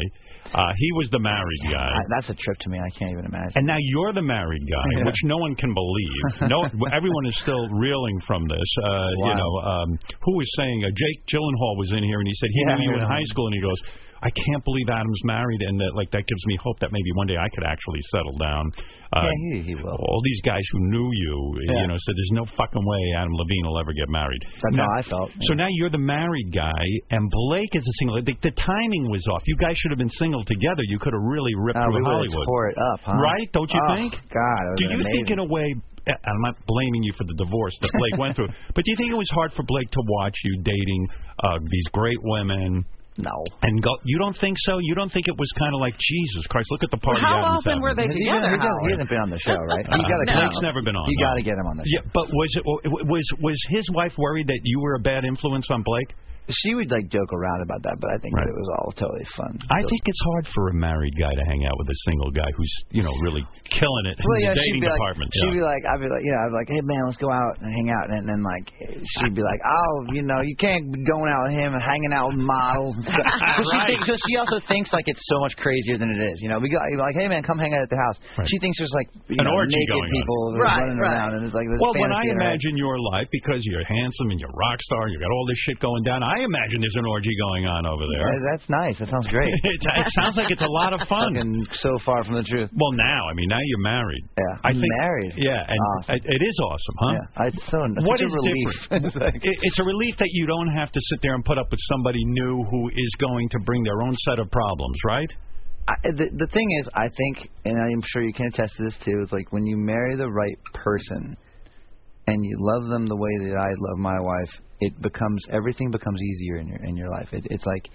Speaker 1: Uh, he was the married guy.
Speaker 4: I, that's a trip to me. I can't even imagine.
Speaker 1: And now you're the married guy,
Speaker 4: Yeah.
Speaker 1: which no one can believe. No, everyone is still reeling from this. Uh, You
Speaker 4: Wow.
Speaker 1: know, um, who was saying? Uh, Jake Gyllenhaal was in here, and he said he
Speaker 4: Yeah,
Speaker 1: knew you in
Speaker 4: yeah.
Speaker 1: high school, and he goes, "I can't believe Adam's married, and that like that gives me hope that maybe one day I could actually settle down." Uh,
Speaker 4: yeah, he, he will.
Speaker 1: All these guys who knew you,
Speaker 4: Yeah.
Speaker 1: you know, said there's no fucking way Adam Levine will ever get married.
Speaker 4: That's
Speaker 1: Now-
Speaker 4: how I felt.
Speaker 1: So now you're the married guy, and Blake is a single. The, the timing was off. You guys should have been single together. You could have really ripped
Speaker 4: Uh,
Speaker 1: through
Speaker 4: we would've
Speaker 1: Hollywood.
Speaker 4: tore it up, huh?
Speaker 1: Right? Don't you
Speaker 4: Oh,
Speaker 1: think?
Speaker 4: God, it
Speaker 1: Do
Speaker 4: would've
Speaker 1: you
Speaker 4: been
Speaker 1: think, in a way, eh, I'm not blaming you for the divorce that Blake went through, but do you think it was hard for Blake to watch you dating uh, these great women?
Speaker 4: No.
Speaker 1: And go, you don't think so? You don't think it was kind of like Jesus Christ? Look at the party.
Speaker 3: How
Speaker 1: Adam's having."
Speaker 3: often were they
Speaker 4: Has he, been, he,
Speaker 3: together? Howard?
Speaker 4: hasn't, he hasn't been on the show, right? You gotta
Speaker 1: no.
Speaker 4: get
Speaker 1: Blake's
Speaker 4: him.
Speaker 1: never been on,
Speaker 4: You
Speaker 1: no.
Speaker 4: gotta get him on the show.
Speaker 1: Yeah, but was it was was his wife worried that you were a bad influence on Blake?
Speaker 4: She would like joke around about that, but I think
Speaker 1: Right.
Speaker 4: it was all totally fun.
Speaker 1: I think it's hard for a married guy to hang out with a single guy who's you know really killing it
Speaker 4: Well,
Speaker 1: in
Speaker 4: yeah,
Speaker 1: the
Speaker 4: she'd
Speaker 1: dating
Speaker 4: be like,
Speaker 1: department.
Speaker 4: she'd be like, I'd be like, yeah, I'd be like, hey man, let's go out and hang out, and then like, she'd be like, oh, you know, you can't be going out with him and hanging out with models and stuff. Because she, thinks- 'cause she also thinks like it's so much crazier than it is. You know, we go like, hey man, come hang out at the house.
Speaker 1: Right.
Speaker 4: She thinks there's like you
Speaker 1: An
Speaker 4: know,
Speaker 1: orgy
Speaker 4: naked
Speaker 1: going on.
Speaker 4: people
Speaker 3: Right,
Speaker 4: running
Speaker 3: right.
Speaker 4: around, and it's like this
Speaker 1: Well, when I
Speaker 4: fantasy, right?
Speaker 1: imagine your life, because you're handsome and you're a rock star, you got all this shit going down, I I imagine there's an orgy going on over there.
Speaker 4: Yeah, That's nice. That sounds great.
Speaker 1: it, it sounds like it's a lot of fun.
Speaker 4: Fucking so far from the truth.
Speaker 1: Well, now, I mean, now you're married.
Speaker 4: Yeah.
Speaker 1: I
Speaker 4: I'm
Speaker 1: think,
Speaker 4: married.
Speaker 1: Yeah, and
Speaker 4: Awesome.
Speaker 1: it, it is awesome, huh?
Speaker 4: Yeah. I, it's so
Speaker 1: What
Speaker 4: such
Speaker 1: is
Speaker 4: a relief.
Speaker 1: different?
Speaker 4: It's like-
Speaker 1: It, it's a relief that you don't have to sit there and put up with somebody new who is going to bring their own set of problems, right?
Speaker 4: I, uh, the the thing is, I think, and I'm sure you can attest to this too. Is like when you marry the right person, and you love them the way that I love my wife, it becomes everything becomes easier in your in your life. It, it's like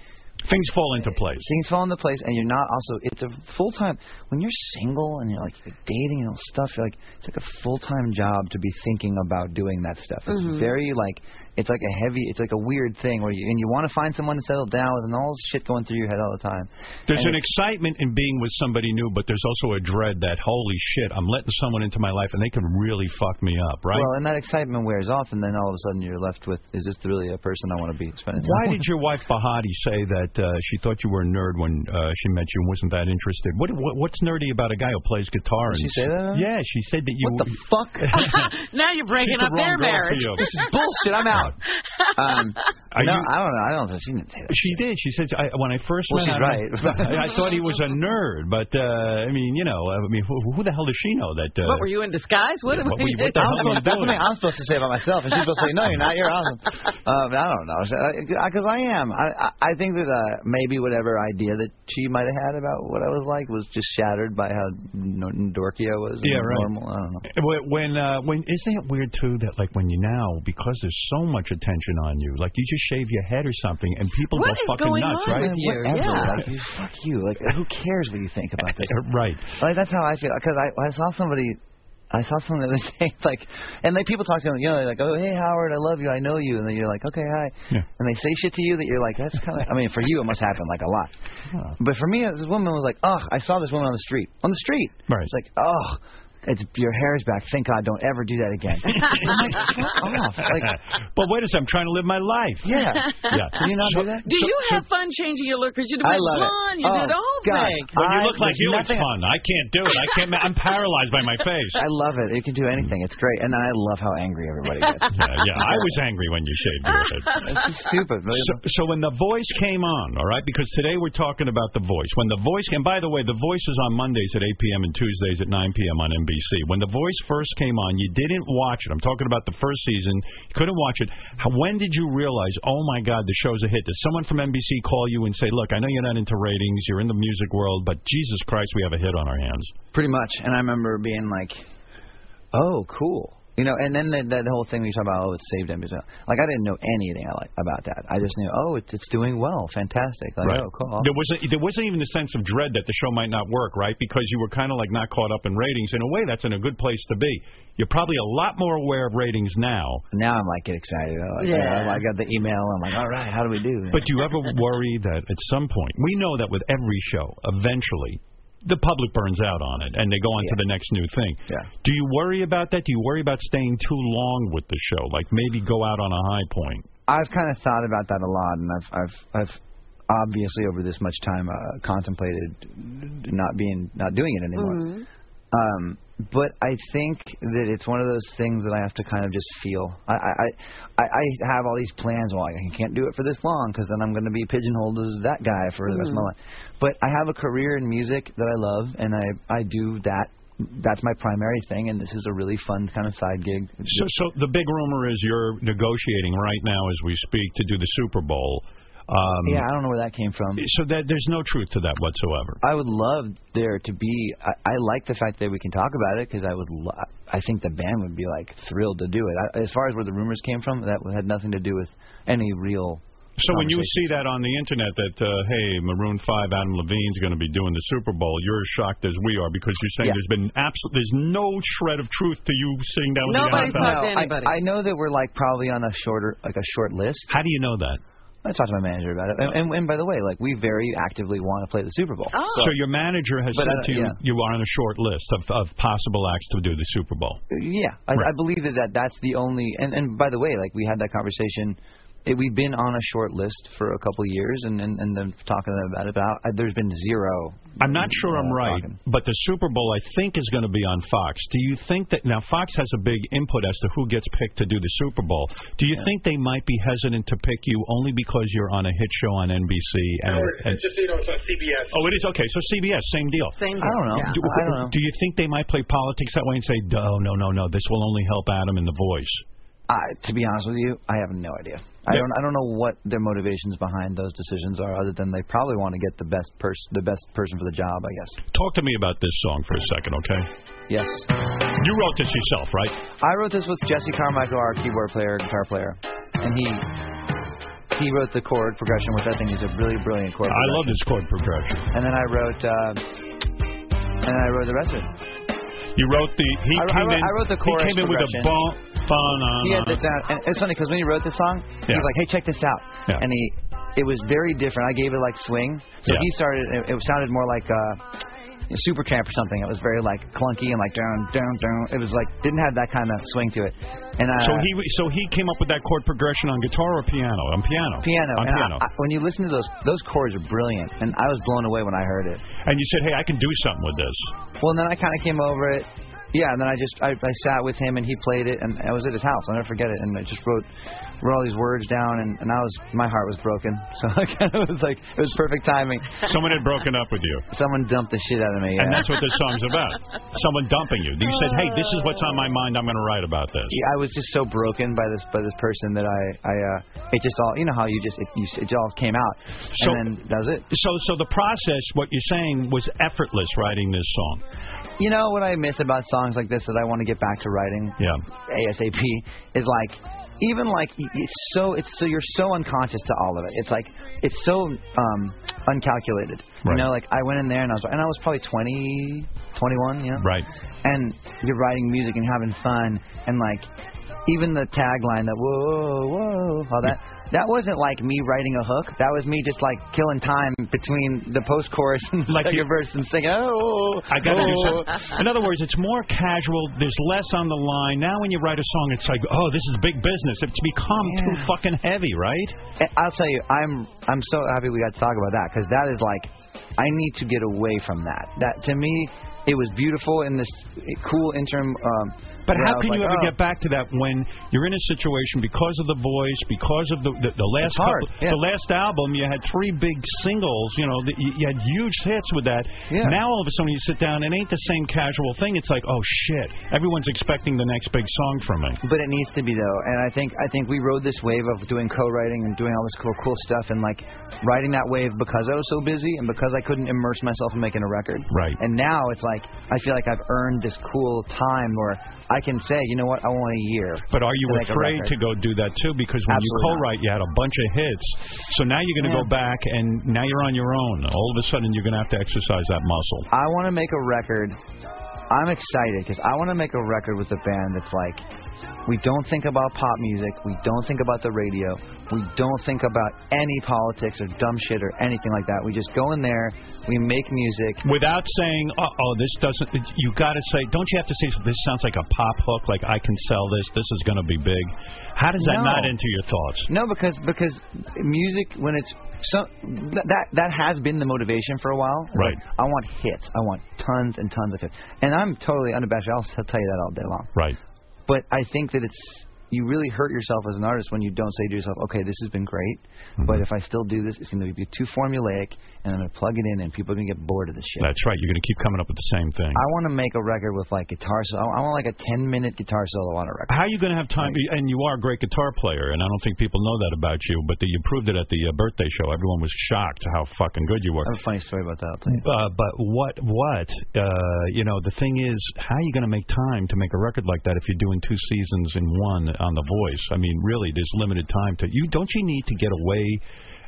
Speaker 1: Things fall into place.
Speaker 4: things fall into place, and you're not also. It's a full time when you're single and you're like you're dating and all stuff. You're like it's like a full time job to be thinking about doing that stuff. It's very like it's like a heavy. It's like a weird thing where you and you want to find someone to settle down with, and all this shit going through your head all the time.
Speaker 1: There's an
Speaker 4: And
Speaker 1: excitement in being with somebody new, but there's also a dread that holy shit, I'm letting someone into my life and they can really fuck me up, right?
Speaker 4: Well, and that excitement wears off, and then all of a sudden you're left with, is this really a person I want to be spending?
Speaker 1: Why did your wife Bahati say that uh, she thought you were a nerd when uh, she met you and wasn't that interested? What, what what's nerdy about a guy who plays guitar? And
Speaker 4: she say that?
Speaker 1: Yeah, she said that you.
Speaker 4: What the fuck?
Speaker 3: now you're breaking
Speaker 1: the
Speaker 3: up their
Speaker 1: wrong girl for
Speaker 3: marriage.
Speaker 1: you.
Speaker 4: this is bullshit. I'm out. Um,
Speaker 1: Are
Speaker 4: no,
Speaker 1: you-
Speaker 4: I don't know. I don't know. She didn't say that.
Speaker 1: She did. She said I, when I first
Speaker 4: Well,
Speaker 1: met
Speaker 4: she's
Speaker 1: him, I,
Speaker 4: right.
Speaker 1: I thought he was a nerd, but uh, I mean, you know, I mean, who, who the hell does she know that? Uh,
Speaker 3: What were you in disguise? What,
Speaker 1: Yeah, what were you- what the
Speaker 4: I'm,
Speaker 1: hell
Speaker 4: I
Speaker 1: am I
Speaker 4: mean, that's
Speaker 1: doing?
Speaker 4: something I'm supposed to say about myself, and she's supposed to say, "No, you're not. You're awesome." Um, I don't know, because I am. I, I I think that uh, maybe whatever idea that she might have had about what I was like was just shattered by how n- dorky I was. and
Speaker 1: Yeah, right.
Speaker 4: Normal. I don't know.
Speaker 1: When- When uh, when isn't it weird too that like when you now because there's so much attention on you, like you just shave your head or something and people
Speaker 3: What
Speaker 1: go
Speaker 3: is
Speaker 1: fucking
Speaker 3: going
Speaker 1: nuts,
Speaker 3: on
Speaker 1: right?
Speaker 3: with you?
Speaker 4: Whatever.
Speaker 3: Yeah.
Speaker 4: Like, you, fuck you. Like, who cares what you think about this?
Speaker 1: Right.
Speaker 4: Like that's how I feel. Because I I saw somebody. I saw someone the other day, like, and like people talk to them, you know, they're like, oh, hey, Howard, I love you, I know you, and then you're like, okay, hi,
Speaker 1: Yeah.
Speaker 4: and they say shit to you that you're like, that's kind of, I mean, for you it must happen like a lot, but for me, this woman was like, oh, I saw this woman on the street, on the street,
Speaker 1: Right.
Speaker 4: it's like, oh, it's your hair's back, thank God, don't ever do that again. I'm like, shut off, like,
Speaker 1: but wait a second, I'm trying to live my life.
Speaker 4: yeah,
Speaker 1: Yeah.
Speaker 4: can you not do that?
Speaker 3: Do you have fun changing your look? Because you
Speaker 4: I
Speaker 3: went
Speaker 4: love it.
Speaker 3: blonde. You
Speaker 4: Oh,
Speaker 3: did the whole
Speaker 4: God.
Speaker 3: thing.
Speaker 1: When you
Speaker 4: I-
Speaker 1: look like
Speaker 4: there's
Speaker 1: you,
Speaker 4: nothing-
Speaker 1: it's fun. I can't do it. I can't. ma- I'm paralyzed by my face.
Speaker 4: I love it. You can do anything. It's great. And I love how angry everybody gets.
Speaker 1: Yeah, yeah, I was angry when you shaved your head.
Speaker 4: it's just stupid. But
Speaker 1: So, so when the voice came on, all right, because today we're talking about the voice. When the voice, and by the way, the voice is on Mondays at 8 p.m. and Tuesdays at 9 p.m. on NBC. When the voice first came on, you didn't watch it. I'm talking about the first season. You couldn't watch it. How, when did you realize, oh my God, the show's a hit? Did someone from NBC call you and say, look, I know you're not into ratings, you're in the music world, but Jesus Christ, we have a hit on our hands?
Speaker 4: pretty much. And I remember being like, oh, cool. You know, and then the, that whole thing we talk about, oh, it's saved NBC. Like, I didn't know anything I like about that. I just knew, oh, it's, it's doing well. Fantastic. Like, oh, cool.
Speaker 1: There was a, there wasn't even the sense of dread that the show might not work, right? Because you were kind of like not caught up in ratings. In a way, that's in a good place to be. You're probably a lot more aware of ratings now.
Speaker 4: Now I'm like, get excited. I like,
Speaker 3: Yeah.
Speaker 4: I, I got the email. I'm like, all right, how do we do?
Speaker 1: But do you ever worry that at some point, we know that with every show, eventually, the public burns out on it and they go on to
Speaker 4: Yeah.
Speaker 1: the next new thing.
Speaker 4: Yeah.
Speaker 1: Do you worry about that? Do you worry about staying too long with the show? Like maybe go out on a high point?
Speaker 4: I've kind of thought about that a lot, and I've I've I've obviously over this much time uh, contemplated not being not doing it anymore.
Speaker 1: Mm-hmm.
Speaker 4: Um, but I think that it's one of those things that I have to kind of just feel. I I I, I I have all these plans. Well, I can't do it for this long because then I'm going to be pigeonholed as that guy for the rest of my life. But I have a career in music that I love, and I I do that. That's my primary thing, and this is a really fun kind of side gig.
Speaker 1: So, so the big rumor is you're negotiating right now as we speak to do the Super Bowl. Um,
Speaker 4: yeah, I don't know where that came from.
Speaker 1: So that there's no truth to that whatsoever.
Speaker 4: I would love there to be. I, I like the fact that we can talk about it because I would. Lo- I think the band would be like thrilled to do it. I, as far as where the rumors came from, that had nothing to do with any real.
Speaker 1: So when you see that on the internet that uh, hey, Maroon Five, Adam Levine's going to be doing the Super Bowl, you're as shocked as we are because you're saying
Speaker 4: Yeah.
Speaker 1: there's been absolute, there's no shred of truth to you sitting down with
Speaker 3: Nobody's
Speaker 1: the
Speaker 3: talking
Speaker 1: NFL.
Speaker 3: to anybody.
Speaker 4: I, I know that we're like probably on a shorter, like a short list.
Speaker 1: How do you know that?
Speaker 4: I talked to my manager about it, and, and, and by the way, like we very actively want to play the Super Bowl.
Speaker 3: Oh.
Speaker 1: So your manager has
Speaker 4: But,
Speaker 1: said
Speaker 4: uh,
Speaker 1: to you,
Speaker 4: yeah.
Speaker 1: you are on a short list of, of possible acts to do the Super Bowl.
Speaker 4: Yeah, I, I believe that, that that's the only. And, and by the way, like we had that conversation it, we've been on a short list for a couple of years, and and and then talking to them about it. But I, there's been zero.
Speaker 1: I'm not sure I'm
Speaker 4: uh,
Speaker 1: right,
Speaker 4: talking.
Speaker 1: but the Super Bowl I think is going to be on Fox. Do you think that now Fox has a big input as to who gets picked to do the Super Bowl? Do you think they might be hesitant to pick you only because you're on a hit show on NBC and, and
Speaker 2: It's just you know it's on CBS.
Speaker 1: Oh, it is okay. So CBS, same deal.
Speaker 3: Same
Speaker 4: I don't know.
Speaker 3: Yeah.
Speaker 1: Do,
Speaker 4: I don't know.
Speaker 1: do you think they might play politics that way and say, "No, no, no, no. This will only help Adam in the voice."
Speaker 4: I, to be honest with you, I have no idea. I
Speaker 1: Yeah.
Speaker 4: don't. I don't know what their motivations behind those decisions are, other than they probably want to get the best person, the best person for the job, I guess.
Speaker 1: Talk to me about this song for a second, okay?
Speaker 4: Yes.
Speaker 1: You wrote this yourself, right?
Speaker 4: I wrote this with Jesse Carmichael, our keyboard player, guitar player, and he he wrote the chord progression, which I think is a really brilliant chord.
Speaker 1: I love this chord progression.
Speaker 4: progression. And then I wrote. Uh, and I wrote the rest of it.
Speaker 1: You wrote the. He
Speaker 4: I wrote- I
Speaker 1: came
Speaker 4: wrote-
Speaker 1: in.
Speaker 4: I wrote the
Speaker 1: He
Speaker 4: chorus
Speaker 1: came in with a
Speaker 4: progression.
Speaker 1: bon, bon,
Speaker 4: He had this down, and it's funny because when he wrote this song, he
Speaker 1: Uh-huh. Yeah.
Speaker 4: was like, "Hey, check this out,"
Speaker 1: Yeah.
Speaker 4: and he it was very different. I gave it like swing, so
Speaker 1: Yeah.
Speaker 4: he started. It, it sounded more like uh, Super Camp or something. It was very like clunky and like down, down, down. It was like didn't have that kind of swing to it. And uh,
Speaker 1: So he so he came up with that chord progression on guitar or piano? On piano.
Speaker 4: piano.
Speaker 1: On
Speaker 4: and I-
Speaker 1: piano.
Speaker 4: I, when you listen to those, those chords are brilliant, and I was blown away when I heard it.
Speaker 1: and you said, "Hey, I can do something with this."
Speaker 4: Well, and then I kind of came over it. Yeah, and then I just I, I sat with him and he played it, and I was at his house. I'll never forget it. And I just wrote wrote all these words down, and, and I was my heart was broken. So I kind of was like it was perfect timing.
Speaker 1: Someone had broken up with you,
Speaker 4: Someone dumped the shit out of me.
Speaker 1: and
Speaker 4: Yeah.
Speaker 1: that's what this song's about. Someone dumping you. You said, "Hey, this is what's on my mind. I'm going to write about this."
Speaker 4: Yeah, I was just so broken by this by this person that I I uh, it just all you know how you just it, you, it all came out,
Speaker 1: So-
Speaker 4: and then that was it.
Speaker 1: So so the process, what you're saying, was effortless writing this song.
Speaker 4: You know what I miss about songs like this that I want to get back to writing.
Speaker 1: Yeah.
Speaker 4: ASAP is like even like y- it's so it's so you're so unconscious to all of it. It's like it's so um uncalculated.
Speaker 1: Right.
Speaker 4: You know, like I went in there and I was and I was probably 20, 21, you know.
Speaker 1: Right.
Speaker 4: And you're writing music and having fun and like even the tagline that whoa whoa all that that wasn't like me writing a hook. That was me just like killing time between the post chorus and
Speaker 1: Like
Speaker 4: like
Speaker 1: you-
Speaker 4: your verse and singing oh
Speaker 1: I got to do
Speaker 4: oh.
Speaker 1: something. In other words, it's more casual. There's less on the line. Now, when you write a song, it's like, oh, this is big business. It's become too
Speaker 4: Yeah.
Speaker 1: fucking heavy, right?
Speaker 4: And I'll tell you, I'm I'm so happy we got to talk about that because that is like, I need to get away from that. That to me, it was beautiful in this eh, cool interim. Um,
Speaker 1: But
Speaker 4: where
Speaker 1: how
Speaker 4: I was
Speaker 1: can
Speaker 4: like,
Speaker 1: you ever
Speaker 4: oh.
Speaker 1: get back to that when you're in a situation because of the voice, because of the the, the last
Speaker 4: It's hard,
Speaker 1: couple-
Speaker 4: yeah.
Speaker 1: the last album, you had three big singles, you know, that you, you had huge hits with that.
Speaker 4: Yeah.
Speaker 1: Now all of a sudden you sit down, it ain't the same casual thing. It's like, oh shit, everyone's expecting the next big song from me.
Speaker 4: But it needs to be though, and I think I think we rode this wave of doing co-writing and doing all this cool cool stuff, and like riding that wave because I was so busy and because I couldn't immerse myself in making a record.
Speaker 1: Right.
Speaker 4: And now it's like I feel like I've earned this cool time where I can say, you know what, I want a year.
Speaker 1: But are you
Speaker 4: to make a
Speaker 1: afraid
Speaker 4: record.
Speaker 1: to go do that too? Because when you
Speaker 4: Absolutely not.
Speaker 1: co-write, you had a bunch of hits. So now you're going to
Speaker 4: Yeah.
Speaker 1: go back, and now you're on your own. All of a sudden, you're going to have to exercise that muscle.
Speaker 4: I want to make a record. I'm excited because I want to make a record with a band that's like, we don't think about pop music, we don't think about the radio, we don't think about any politics or dumb shit or anything like that. We just go in there, we make music.
Speaker 1: Without saying, uh oh, this doesn't, you got to say, don't you have to say, this sounds like a pop hook, like I can sell this, this is going to be big. How does that
Speaker 4: No.
Speaker 1: not enter your thoughts?
Speaker 4: No, because because music when it's so th- that that has been the motivation for a while. It's
Speaker 1: Right.
Speaker 4: like, I want hits. I want tons and tons of hits. And I'm totally unabashed. I'll s- tell you that all day long.
Speaker 1: Right.
Speaker 4: but I think that it's you really hurt yourself as an artist when you don't say to yourself, "Okay, this has been great,
Speaker 1: Mm-hmm.
Speaker 4: but if I still do this, it's going to be too formulaic, and I'm going to plug it in, and people are going to get bored of this shit."
Speaker 1: That's right. You're going to keep coming up with the same thing.
Speaker 4: I want to make a record with like guitar solo. I want like a 10 minute guitar solo on a record.
Speaker 1: How are you going to have time? And you are a great guitar player, and I don't think people know that about you, but the, you proved it at the uh, birthday show. Everyone was shocked how fucking good you were.
Speaker 4: I have a funny story about that. I'll tell you.
Speaker 1: Uh, but what what uh, you know the thing is how are you going to make time to make a record like that if you're doing two seasons in one on the voice i mean really there's limited time to you don't you need to get away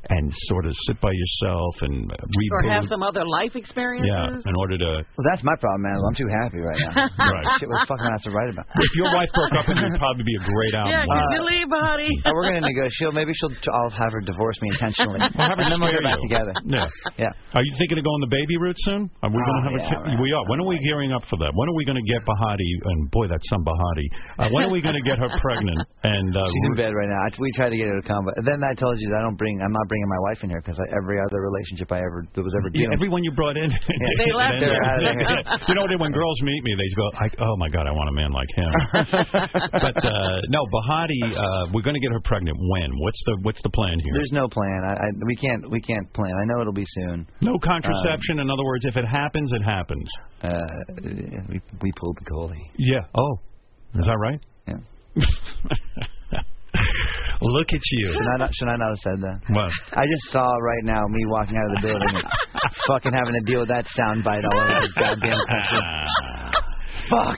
Speaker 1: and sort of sit by yourself and
Speaker 3: Or have
Speaker 1: reboot.
Speaker 3: some other life experiences.
Speaker 1: yeah, in order to.
Speaker 4: Well, that's my problem, man. I'm too happy right now.
Speaker 1: Right.
Speaker 4: Shit, we're fucking have to write about.
Speaker 1: If your wife broke up, it would probably be a great album.
Speaker 3: Yeah, 'cause you leave, honey.
Speaker 4: Oh, we're gonna negotiate. Maybe she'll. I'll have her divorce me intentionally,
Speaker 1: Well, have her
Speaker 4: and then we'll
Speaker 1: scare
Speaker 4: get back
Speaker 1: you.
Speaker 4: together.
Speaker 1: Yeah.
Speaker 4: Yeah.
Speaker 1: Are you thinking of going the baby route soon? Are we going to
Speaker 4: Oh,
Speaker 1: have a
Speaker 4: yeah,
Speaker 1: kid?
Speaker 4: right.
Speaker 1: We are. When are we gearing up for that? When are we going to get Bahati? And boy, that's some Bahati. Uh, when are we going to get her pregnant? And uh,
Speaker 4: She's in bed right now. I, we tried to get her to come, but then I told you that I don't bring. I'm not bringing my wife in here because every other relationship I ever that was ever
Speaker 1: Yeah,
Speaker 4: dealing.
Speaker 1: everyone you brought in,
Speaker 4: They
Speaker 3: left
Speaker 4: her.
Speaker 1: you know, what? when girls meet me, they go, I, "Oh my God, I want a man like him." but uh, no, Bahati, uh, we're going to get her pregnant. When? What's the What's the plan here?
Speaker 4: There's no plan. I, I we can't we can't plan. I know it'll be soon.
Speaker 1: no contraception. in other words, if it happens, it happens.
Speaker 4: Uh, we we pulled the goalie.
Speaker 1: Yeah. Oh, is that right?
Speaker 4: Yeah.
Speaker 1: Look at you.
Speaker 4: Should I not should I not have said that?
Speaker 1: What?
Speaker 4: I just saw right now me walking out of the building, and fucking having to deal with that soundbite all over this goddamn country. Fuck.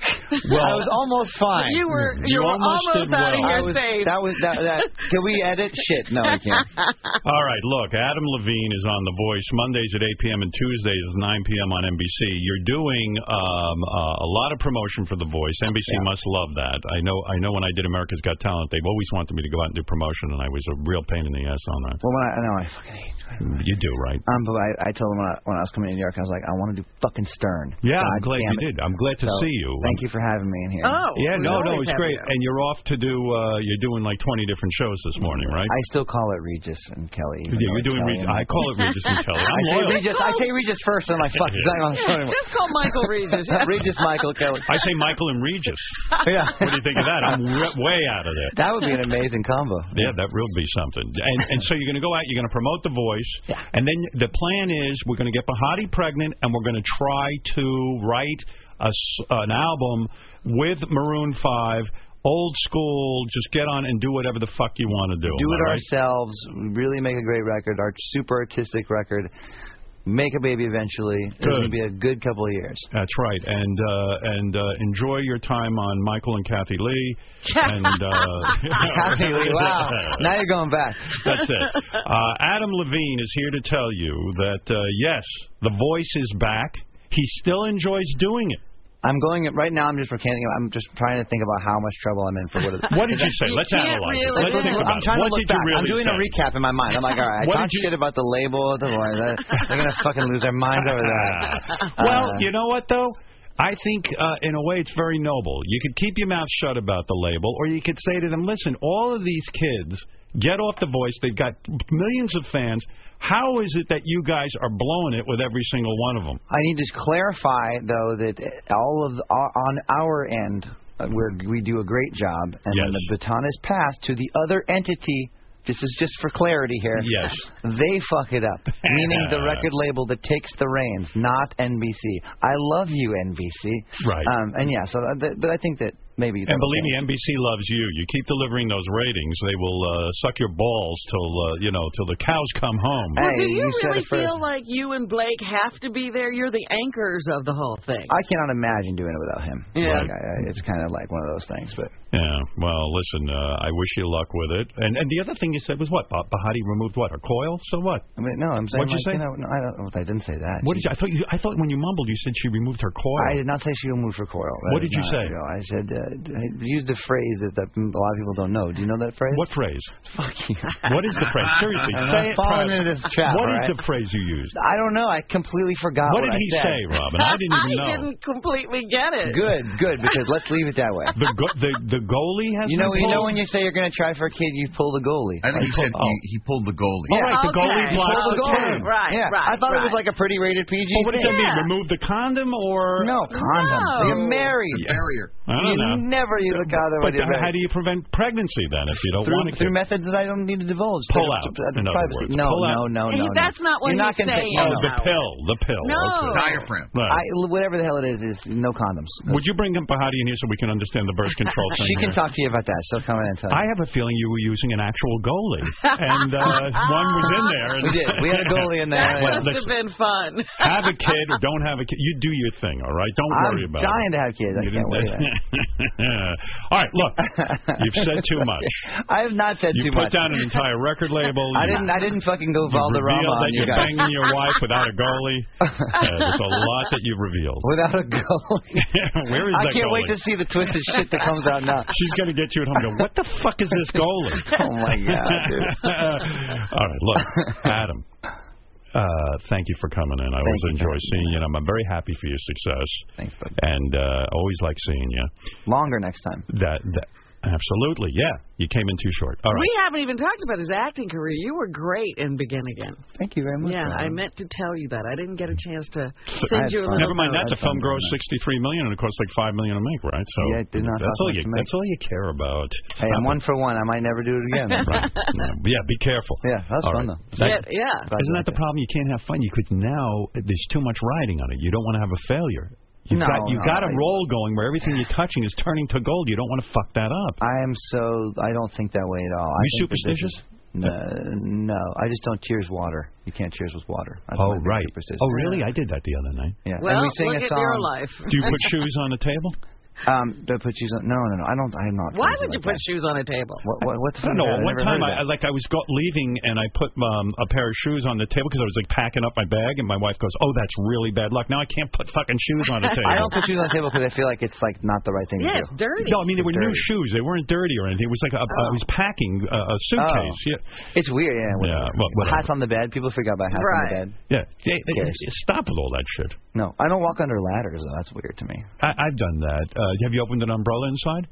Speaker 1: Well-
Speaker 4: I was almost fine.
Speaker 3: You were
Speaker 1: You
Speaker 3: you, were
Speaker 1: almost
Speaker 3: almost,
Speaker 1: did well.
Speaker 4: I
Speaker 3: out of your
Speaker 4: was,
Speaker 3: safe.
Speaker 4: that was that. that can we edit? Shit, no, we can't.
Speaker 1: All right, look, Adam Levine is on The Voice Mondays at 8 p.m. and Tuesdays at 9 p.m. on NBC. You're doing um, uh, a lot of promotion for The Voice. NBC must love that. I know. I know. When I did America's Got Talent, they've always wanted me to go out and do promotion, and I was a real pain in the ass on that.
Speaker 4: Well, when I, I know I fucking hate.
Speaker 1: You do, right?
Speaker 4: Um, but I, I told him when I, when I was coming to New York, I was like, I want to do fucking Stern.
Speaker 1: Yeah,
Speaker 4: God
Speaker 1: I'm glad
Speaker 4: damn
Speaker 1: you
Speaker 4: it.
Speaker 1: did. I'm glad to
Speaker 4: So,
Speaker 1: see you.
Speaker 4: Thank you for having me in here.
Speaker 3: oh,
Speaker 1: Yeah,
Speaker 3: we
Speaker 1: no,
Speaker 3: always
Speaker 1: no, it's
Speaker 3: have
Speaker 1: great.
Speaker 3: you.
Speaker 1: And you're off to do. Uh, you're doing like 20 different shows this morning, right?
Speaker 4: I still call it Regis and Kelly. even
Speaker 1: yeah,
Speaker 4: though
Speaker 1: you're
Speaker 4: it's
Speaker 1: doing.
Speaker 4: Kelly
Speaker 1: Re-
Speaker 4: and
Speaker 1: I
Speaker 4: Michael.
Speaker 1: call it Regis and Kelly.
Speaker 4: I
Speaker 1: I'm
Speaker 4: say
Speaker 1: loyal.
Speaker 4: Regis. I say Regis first, and I'm like, fuck, it's not on the show
Speaker 3: Yeah,
Speaker 4: anymore.
Speaker 3: just call Michael Regis. Yeah.
Speaker 4: Regis, Michael, Kelly.
Speaker 1: I say Michael and Regis.
Speaker 4: Yeah.
Speaker 1: What do you think of that? I'm re- way out of there.
Speaker 4: That would be an amazing combo.
Speaker 1: Yeah, that will be something. And, and so you're going to go out, you're going to promote The Voice,
Speaker 4: Yeah.
Speaker 1: and then the plan is we're going to get Bahati pregnant, and we're going to try to write a s an album with Maroon 5, old school, just get on and do whatever the fuck you want to do.
Speaker 4: do
Speaker 1: am
Speaker 4: it
Speaker 1: I right?
Speaker 4: ourselves. Really make a great record. Our super artistic record. Make a baby eventually. It's
Speaker 1: Good.
Speaker 4: going to be a good couple of years.
Speaker 1: That's right, and uh, and uh, enjoy your time on Michael and Kathy Lee. And uh,
Speaker 4: Happy Lee, wow. Now you're going back.
Speaker 1: That's it. Uh, Adam Levine is here to tell you that uh, yes, the voice is back. He still enjoys doing it.
Speaker 4: I'm going right now. I'm just recanting. I'm just trying to think about how much trouble I'm in for what. It,
Speaker 1: What did you say?
Speaker 3: You
Speaker 1: Let's
Speaker 3: can't
Speaker 1: analyze it.
Speaker 3: really-
Speaker 1: Let's think about
Speaker 4: I'm trying
Speaker 1: it. What
Speaker 4: to
Speaker 1: did
Speaker 4: look
Speaker 1: you
Speaker 4: back.
Speaker 1: really
Speaker 4: I'm doing
Speaker 1: say?
Speaker 4: a recap in my mind. I'm like, all right, I
Speaker 1: What did
Speaker 4: talk
Speaker 1: you-
Speaker 4: shit about the label. The lawyers. They're gonna fucking lose their minds over that. Uh-huh. Uh,
Speaker 1: Ah. well, you know what though. I think, uh, in a way, it's very noble. You could keep your mouth shut about the label, or you could say to them, "Listen, all of these kids get off the voice. They've got millions of fans. How is it that you guys are blowing it with every single one of them?"
Speaker 4: I need to clarify though that all of the, on our end, uh, we we do a great job, and when
Speaker 1: Yes.
Speaker 4: the baton is passed to the other entity. This is just for clarity here.
Speaker 1: Yes.
Speaker 4: They fuck it up. Meaning the record label that takes the reins, not NBC. I love you, NBC.
Speaker 1: Right.
Speaker 4: Um, and yeah, so that, but I think that maybe.
Speaker 1: And believe me, NBC loves you. You keep delivering those ratings; they will uh, suck your balls till uh, you know till the cows come home.
Speaker 4: Hey,
Speaker 3: Well, do you,
Speaker 4: you said
Speaker 3: really
Speaker 4: it first.
Speaker 3: feel like you and Blake have to be there? You're the anchors of the whole thing.
Speaker 4: I cannot imagine doing it without him.
Speaker 3: Yeah.
Speaker 4: Like, I, I- it's kind of like one of those things, but.
Speaker 1: Yeah. Well, listen, uh, I wish you luck with it. And and the other thing you said was what? Bah- Bahati removed what? Her coil? So what?
Speaker 4: I mean, no, I'm saying
Speaker 1: What'd you say?
Speaker 4: like, know, no, I don't. I didn't say that.
Speaker 1: What did you? I thought you. I thought when you mumbled, you said she removed her coil.
Speaker 4: I did not say she will move for coil. That
Speaker 1: What
Speaker 4: is
Speaker 1: did you
Speaker 4: not
Speaker 1: say?
Speaker 4: real. I said uh, I used a phrase that, that a lot of people don't know. Do you know that phrase?
Speaker 1: what phrase?
Speaker 4: Fuck you.
Speaker 1: What is the phrase? Seriously,
Speaker 4: I'm
Speaker 1: say it.
Speaker 4: falling
Speaker 1: proud.
Speaker 4: into this trap.
Speaker 1: What
Speaker 4: all
Speaker 1: is
Speaker 4: right?
Speaker 1: the phrase you used?
Speaker 4: I don't know. I completely forgot
Speaker 1: What
Speaker 4: what,
Speaker 1: did
Speaker 4: I
Speaker 1: he
Speaker 4: said.
Speaker 1: say, Robin? I didn't even know.
Speaker 3: didn't completely get it.
Speaker 4: Good, good, because let's leave it that way.
Speaker 1: The go the the goalie has.
Speaker 4: You know,
Speaker 1: been
Speaker 4: you know
Speaker 1: pulled?
Speaker 4: when you say you're going to try for a kid, you pull the goalie. Oh,
Speaker 2: I think he said
Speaker 1: oh.
Speaker 2: he, he pulled the goalie.
Speaker 1: All right, the
Speaker 3: Okay.
Speaker 1: goalie
Speaker 3: Pull
Speaker 1: blocks
Speaker 4: Pull the
Speaker 1: the
Speaker 4: goalie.
Speaker 1: turn.
Speaker 3: Right,
Speaker 4: Yeah.
Speaker 3: right,
Speaker 4: I thought it was
Speaker 3: right.
Speaker 4: like a pretty rated PG.
Speaker 1: Well, what does that
Speaker 4: thing.
Speaker 1: mean?
Speaker 3: Yeah.
Speaker 1: Remove the condom or
Speaker 4: No, condom.
Speaker 3: No.
Speaker 4: You're married.
Speaker 2: Barrier.
Speaker 1: I don't know.
Speaker 4: You never use a condom
Speaker 1: But
Speaker 4: when you're
Speaker 1: then how
Speaker 4: married.
Speaker 1: do you prevent pregnancy then if you don't want
Speaker 4: through,
Speaker 1: to?
Speaker 4: through methods that I don't need to divulge.
Speaker 1: Pull
Speaker 4: That's-
Speaker 1: out,
Speaker 4: that's
Speaker 1: in other
Speaker 4: privacy.
Speaker 1: words.
Speaker 4: No,
Speaker 1: Pull
Speaker 4: no,
Speaker 1: out.
Speaker 4: no,
Speaker 3: Hey,
Speaker 4: no.
Speaker 3: that's
Speaker 4: no.
Speaker 3: not what
Speaker 4: You're not
Speaker 3: he's
Speaker 4: gonna
Speaker 3: saying.
Speaker 4: Take, no,
Speaker 1: oh,
Speaker 4: no.
Speaker 1: the pill, the pill.
Speaker 3: No.
Speaker 1: Okay.
Speaker 2: Diaphragm.
Speaker 1: Right.
Speaker 4: Oh. I, whatever the hell it is, is no condoms.
Speaker 1: Would you bring Bahati in here so we can understand the birth control thing?
Speaker 4: She can
Speaker 1: here?
Speaker 4: talk to you about that. She'll come in and tell you.
Speaker 1: I have a feeling you were using an actual goalie, and uh, one was in there. And
Speaker 4: we did. We had a goalie in there.
Speaker 3: That
Speaker 4: yeah.
Speaker 3: must have been fun.
Speaker 1: have a kid or don't have a kid. You do your thing, all right? Don't
Speaker 4: I'm
Speaker 1: worry about
Speaker 4: dying
Speaker 1: it.
Speaker 4: to have kids. I
Speaker 1: You
Speaker 4: can't
Speaker 1: didn't-
Speaker 4: wait.
Speaker 1: All right, look, you've said too much.
Speaker 4: I have not said
Speaker 1: You
Speaker 4: too
Speaker 1: put
Speaker 4: much.
Speaker 1: down an entire record label.
Speaker 4: I
Speaker 1: You-
Speaker 4: didn't. I didn't fucking go
Speaker 1: You've
Speaker 4: Valderrama
Speaker 1: revealed
Speaker 4: on
Speaker 1: that
Speaker 4: you
Speaker 1: you're
Speaker 4: guys
Speaker 1: banging your wife without a goalie. Uh, there's a lot that you've revealed.
Speaker 4: without a goal.
Speaker 1: Where is
Speaker 4: I
Speaker 1: that
Speaker 4: can't wait
Speaker 1: goalie?
Speaker 4: to see the twisted shit that comes out now.
Speaker 1: She's going to get you at home. and Go, what the fuck is this goalie?
Speaker 4: Oh my god, dude.
Speaker 1: All right, look, Adam. Uh, thank you for coming in. I always
Speaker 4: you.
Speaker 1: enjoy seeing you, and I'm very happy for your success.
Speaker 4: Thanks, bud.
Speaker 1: And uh, always like seeing you.
Speaker 4: Longer next time.
Speaker 1: That, that absolutely, yeah. You came in too short. All right.
Speaker 3: We haven't even talked about his acting career. You were great in Begin Again.
Speaker 4: Thank you very much.
Speaker 3: Yeah,
Speaker 4: man.
Speaker 3: I meant to tell you that. I didn't get a chance to
Speaker 4: I
Speaker 3: send
Speaker 4: had
Speaker 3: you a
Speaker 4: fun.
Speaker 3: little.
Speaker 1: Never mind that.
Speaker 4: That's
Speaker 1: The film
Speaker 4: fine.
Speaker 1: grows 63 million, and it costs like five million to make, right? So
Speaker 4: Yeah, it did not
Speaker 1: That's
Speaker 4: cost
Speaker 1: all
Speaker 4: much
Speaker 1: you.
Speaker 4: to make.
Speaker 1: That's all you care about.
Speaker 4: Hey, I'm one for one. I might never do it again.
Speaker 1: Right. yeah, be careful.
Speaker 4: Yeah, that's
Speaker 1: All
Speaker 4: fun,
Speaker 1: right.
Speaker 4: though.
Speaker 1: That-
Speaker 3: Yeah, yeah.
Speaker 4: Glad you
Speaker 1: Isn't
Speaker 4: liked
Speaker 1: that the
Speaker 4: it.
Speaker 1: problem? You can't have fun. You could now. There's too much riding on it. You don't want to have a failure. You've
Speaker 4: No,
Speaker 1: got you've
Speaker 4: no,
Speaker 1: got a
Speaker 4: I-
Speaker 1: roll going where everything you're touching is turning to gold. You don't want to fuck that up.
Speaker 4: I am so. I don't think that way at all.
Speaker 1: you
Speaker 4: I think that this
Speaker 1: superstitious?
Speaker 4: is- No, no. I just don't cheers water. You can't cheers with water. That's
Speaker 1: oh
Speaker 4: my big
Speaker 1: right.
Speaker 4: Superstition.
Speaker 1: Oh really? I did that the other night.
Speaker 4: Yeah.
Speaker 3: Well,
Speaker 4: and we sing a
Speaker 3: look at
Speaker 4: song.
Speaker 3: your life.
Speaker 1: Do you put shoes on the table?
Speaker 4: Um, don't put shoes on. No, no, no. I don't. I'm not.
Speaker 3: Why
Speaker 4: crazy
Speaker 3: would you
Speaker 4: like
Speaker 3: put
Speaker 4: that.
Speaker 3: shoes on a table?
Speaker 4: What, what, what's
Speaker 1: I don't know. One time, I, I like I was go- leaving and I put um, a pair of shoes on the table because I was like packing up my bag, and my wife goes, "Oh, that's really bad luck. Now I can't put fucking shoes on the table."
Speaker 4: I don't put shoes on the table because I feel like it's like not the right thing to
Speaker 3: Yeah, it's
Speaker 4: do.
Speaker 3: dirty.
Speaker 1: No, I mean they were new
Speaker 4: Dirty. Oh.
Speaker 1: shoes. They weren't dirty or anything. It was like a, I was packing a, a suitcase. Yeah.
Speaker 4: It's weird. Yeah. Whatever.
Speaker 1: Yeah, well, whatever.
Speaker 4: Hats on the bed. People freak out about hats
Speaker 3: Right.
Speaker 4: on the
Speaker 1: Yeah.
Speaker 4: bed.
Speaker 1: Hey, hey,
Speaker 4: cares?
Speaker 1: stop with all that shit.
Speaker 4: No, I don't walk under ladders though. That's weird to me.
Speaker 1: I, I've done that. Uh, have you opened an umbrella inside?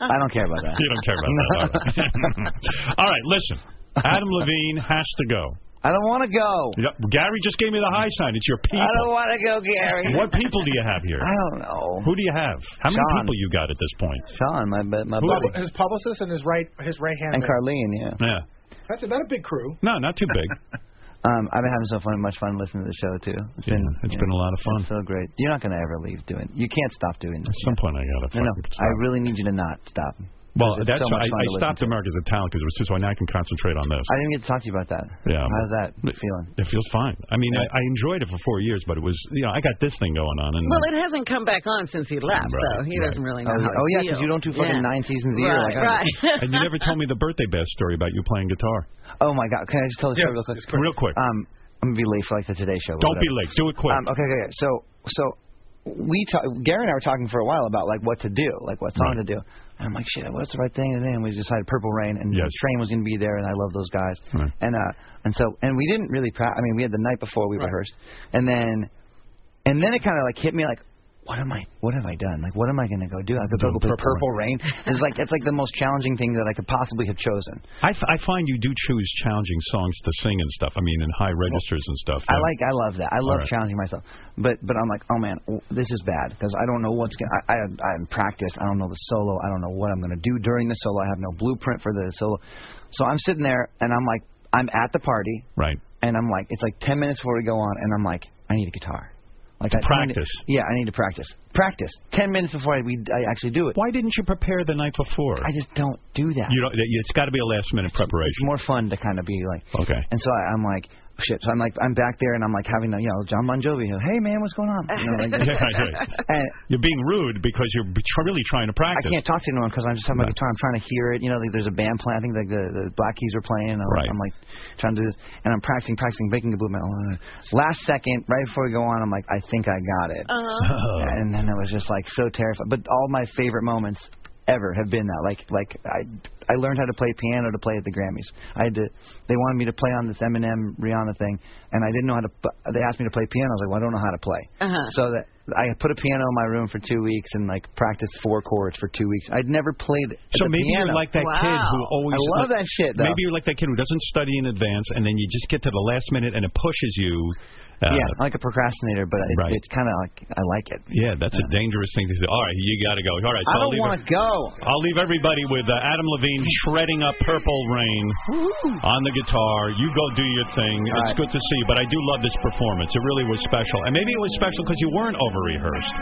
Speaker 4: I don't care about that.
Speaker 1: You don't care about that. All right. all right, listen. Adam Levine has to go.
Speaker 4: I don't want to go.
Speaker 1: Yep, Gary just gave me the high sign. It's your
Speaker 4: I don't
Speaker 1: people.
Speaker 4: want to go, Gary.
Speaker 1: What people do you have here?
Speaker 4: I don't know.
Speaker 1: Who do you have? How many
Speaker 4: Sean.
Speaker 1: people you got at this point?
Speaker 4: Sean, my bu- my
Speaker 1: Who-
Speaker 4: buddy,
Speaker 2: His publicist and his right his right hand.
Speaker 4: and
Speaker 2: man.
Speaker 4: Carlene. Yeah.
Speaker 1: Yeah.
Speaker 2: That's about a big crew.
Speaker 1: No, not too big.
Speaker 4: Um, I've been having so fun, much fun listening to the show too. It's
Speaker 1: Yeah,
Speaker 4: been
Speaker 1: it's
Speaker 4: yeah,
Speaker 1: been a lot of fun.
Speaker 4: It's so great. You're not gonna ever leave doing. You can't stop doing
Speaker 1: At
Speaker 4: this.
Speaker 1: some point, I got to
Speaker 4: No, no.
Speaker 1: fucking
Speaker 4: I
Speaker 1: stop.
Speaker 4: really need you to not stop.
Speaker 1: Well,
Speaker 4: Because
Speaker 1: that's
Speaker 4: it's so
Speaker 1: why
Speaker 4: much
Speaker 1: I, I
Speaker 4: fun to listen
Speaker 1: stopped
Speaker 4: to.
Speaker 1: America's Got Talent because it was too, so now I can concentrate on this.
Speaker 4: I didn't get to talk to you about that.
Speaker 1: Yeah.
Speaker 4: How's that
Speaker 1: But-
Speaker 4: feeling?
Speaker 1: It feels fine. I mean, I, I enjoyed it for four years, but it was, you know, I got this thing going on. And
Speaker 3: Well, it hasn't come back on since he left, so
Speaker 1: Right,
Speaker 3: he
Speaker 1: right.
Speaker 3: doesn't really know
Speaker 4: Oh, yeah.
Speaker 3: how to
Speaker 4: Oh, yeah,
Speaker 3: feel.
Speaker 4: 'cause you don't do fucking
Speaker 3: Yeah.
Speaker 4: nine seasons a year like
Speaker 3: Right,
Speaker 4: I do.
Speaker 3: right.
Speaker 1: and you never told me the birthday bash story about you playing guitar.
Speaker 4: Oh my God! Can I just tell the story real quick?
Speaker 1: Real quick.
Speaker 4: Um, I'm gonna be late for like the Today Show. but
Speaker 1: Don't be late.
Speaker 4: whatever.
Speaker 1: Do it quick.
Speaker 4: Um, okay, okay, okay. So, so we ta Gary and I were talking for a while about like what to do, like what song
Speaker 1: Right.
Speaker 4: to do. And I'm like, shit, what's the right thing? And then we decided Purple Rain, and
Speaker 1: Yes.
Speaker 4: Train was gonna be there, and I love those guys.
Speaker 1: Right.
Speaker 4: And uh, and so, and we didn't really pra I mean, we had the night before we rehearsed, and then, and then it kind of like hit me like. What am I? What have I done? Like, what am I going to go do? I could go
Speaker 1: Do
Speaker 4: play
Speaker 1: Purple
Speaker 4: Purple Rain. It's like that's like the most challenging thing that I could possibly have chosen.
Speaker 1: I, f- I find you do choose challenging songs to sing and stuff. I mean, in high registers and stuff.
Speaker 4: I
Speaker 1: yeah.
Speaker 4: like I love that. I love
Speaker 1: All right.
Speaker 4: challenging myself. But but I'm like, oh man, w- this is bad because I don't know what's gonna. I, I I'm practiced. I don't know the solo. I don't know what I'm gonna do during the solo. I have no blueprint for the solo. So I'm sitting there and I'm like, I'm at the party
Speaker 1: Right.
Speaker 4: and I'm like, it's like 10 minutes before we go on, and I'm like, I need a guitar. Like I I need-
Speaker 1: practice.
Speaker 4: yeah, I need to practice. Practice. 10 minutes before I, we I actually do it.
Speaker 1: Why didn't you prepare the night before?
Speaker 4: I just don't do that.
Speaker 1: you don't, it's got to be a last minute
Speaker 4: it's
Speaker 1: preparation.
Speaker 4: more fun to kind of be like.
Speaker 1: Okay.
Speaker 4: And so I, I'm like, shit. So I'm like, I'm back there and I'm like having the, you know, John Bon Jovi. You know, hey man, what's going on? You know, like,
Speaker 1: Yeah, right, right.
Speaker 4: and
Speaker 1: You're being rude because you're b- tr- really trying to
Speaker 4: I
Speaker 1: practice.
Speaker 4: can't talk to anyone because I'm just talking
Speaker 1: Right.
Speaker 4: about guitar. I'm trying to hear it. You know, like, there's a band playing. I think like the, the Black Keys are playing. And I'm,
Speaker 1: Right.
Speaker 4: I'm like trying to do this, and I'm practicing, practicing, making the blue metal. Uh, Last second, right before we go on, I'm like, I think I got it.
Speaker 3: Uh-huh.
Speaker 1: Oh,
Speaker 4: And then it was just like so terrifying. But all my favorite moments ever have been that. Like like I I learned how to play piano to play at the Grammys. I had to they wanted me to play on this Eminem Rihanna thing, and I didn't know how to. p- They asked me to play piano. I was like, well, I don't know how to play.
Speaker 3: Uh-huh.
Speaker 4: So that I put a piano in my room for two weeks and like practiced four chords for two weeks. I'd never played. at
Speaker 1: So
Speaker 4: the
Speaker 1: maybe
Speaker 4: piano.
Speaker 1: you're like that kid who
Speaker 3: Wow.
Speaker 1: always.
Speaker 4: I love that shit, though.
Speaker 1: Maybe you're like that kid who doesn't study in advance, and then you just get to the last minute, and it pushes you. Uh,
Speaker 4: yeah, I'm like a procrastinator, but it,
Speaker 1: Right.
Speaker 4: it's kind of like I like it.
Speaker 1: yeah, that's a dangerous thing to say. All right, you got to go. All right, so
Speaker 4: I
Speaker 1: will
Speaker 4: don't
Speaker 1: leave
Speaker 4: want
Speaker 1: it-
Speaker 4: to go.
Speaker 1: I'll leave everybody with uh, Adam Levine shredding up Purple Rain on the guitar. You go do your thing.
Speaker 4: All
Speaker 1: it's
Speaker 4: right.
Speaker 1: good to see you, but I do love this performance. It really was special. And maybe it was special because you weren't over rehearsed.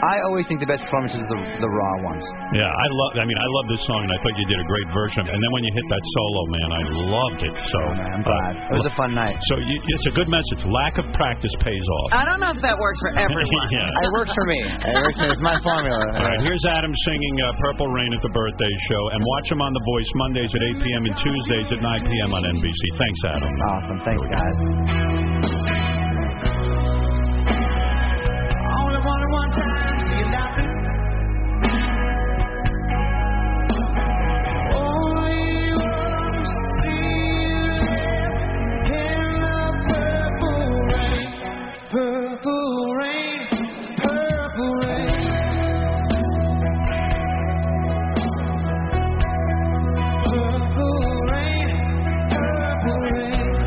Speaker 4: I always think the best performances are the, the raw ones.
Speaker 1: Yeah, I love. I mean, I love this song, and I thought you did a great version. And then when you hit that solo, man, I loved it. So
Speaker 4: man, I'm glad. It was a fun night.
Speaker 1: So you, it's a good message. Lack of practice pays off.
Speaker 3: I don't know if that works for everyone.
Speaker 1: Yeah.
Speaker 4: It works for me. It works for me. It's my formula.
Speaker 1: All right, here's Adam singing uh, Purple Rain at the birthday show, and watch him on The Voice Mondays at 8 p.m. and Tuesdays at 9 p.m. on NBC. Thanks, Adam.
Speaker 4: Awesome. Thanks, guys.
Speaker 6: Only one at one time, so you're laughing. Oh, Only one season in the purple rain, purple rain, purple rain. Purple rain, purple rain.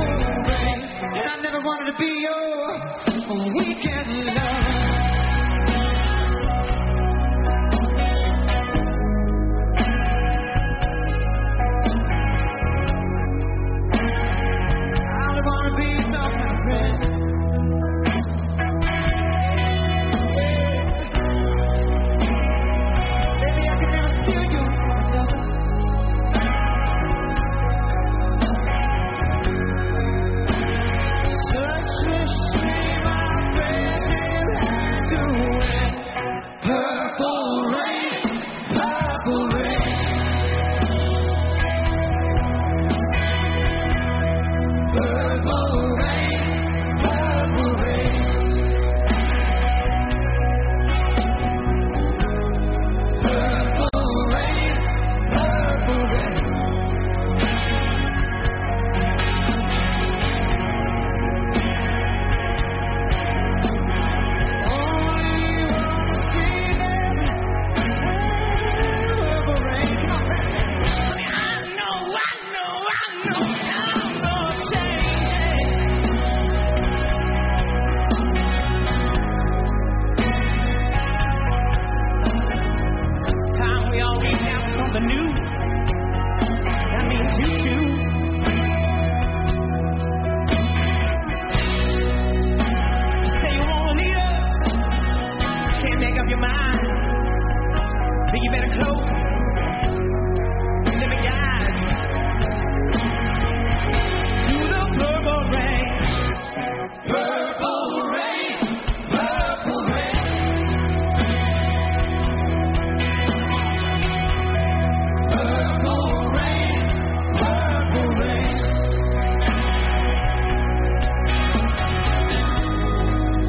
Speaker 6: And I never wanted to be your weekend love. I only wanna be something red. Baby, I can never steal you another. Such a shame I barely had to win. Purple rain, purple rain. Purple rain, purple rain. Purple rain, purple rain. Think you better close. Let me guide you. Through the purple rain. Purple rain. Purple rain. Purple rain. Purple rain.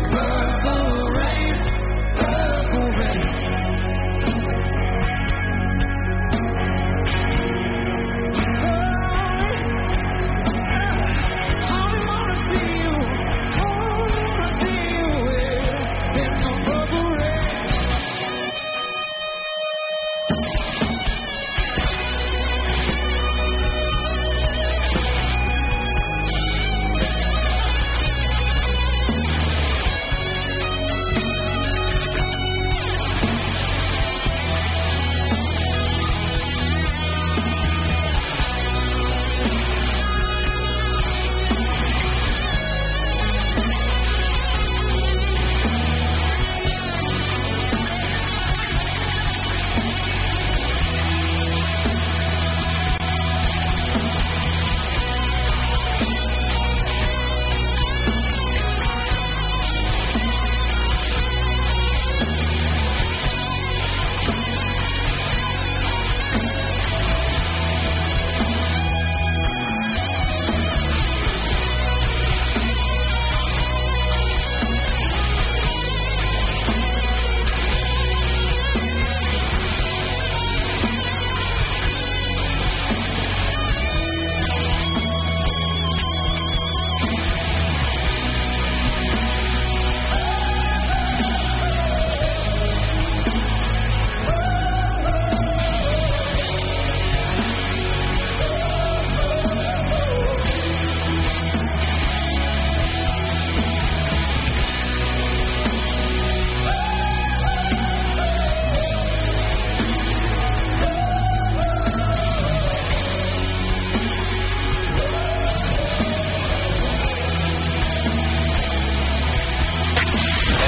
Speaker 6: Purple rain. Purple rain. Purple rain.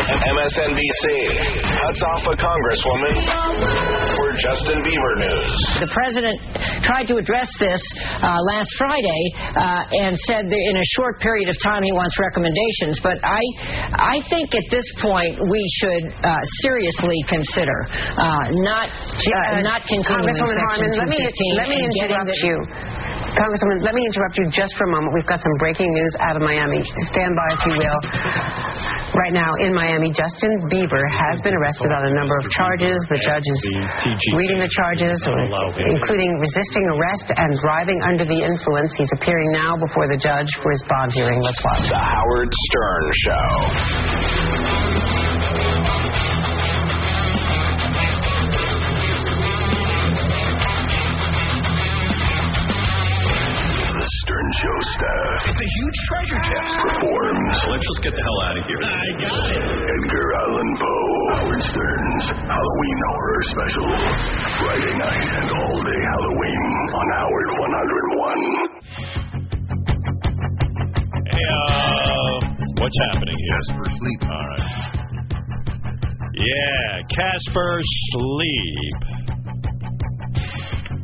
Speaker 7: MSNBC. Cuts off a congresswoman for Justin Bieber news.
Speaker 8: The president tried to address this uh, last Friday uh, and said that in a short period of time he wants recommendations. But I, I think at this point we should uh, seriously consider uh, not uh, not continuing
Speaker 9: Congresswoman
Speaker 8: section
Speaker 9: Harmon, let me,
Speaker 8: 215
Speaker 9: let me
Speaker 8: and getting
Speaker 9: interrupt
Speaker 8: the-
Speaker 9: you. Congresswoman, let me interrupt you just for a moment. We've got some breaking news out of Miami. Stand by, if you will. Right now in Miami, Justin Bieber has been arrested on a number of charges. The judge is reading the charges, including resisting arrest and driving under the influence. He's appearing now before the judge for his bond hearing. Let's watch.
Speaker 7: The Howard Stern Show. The Stern Show staff. It's a huge treasure chest. Performs. Let's just get the hell out of here. I got it. Edgar Allan Poe. Howard Stern's Halloween Horror Special. Friday night and all day Halloween on Howard 101.
Speaker 1: Hey, uh, what's happening here? Casper Sleep. All right. Yeah, Casper Sleep.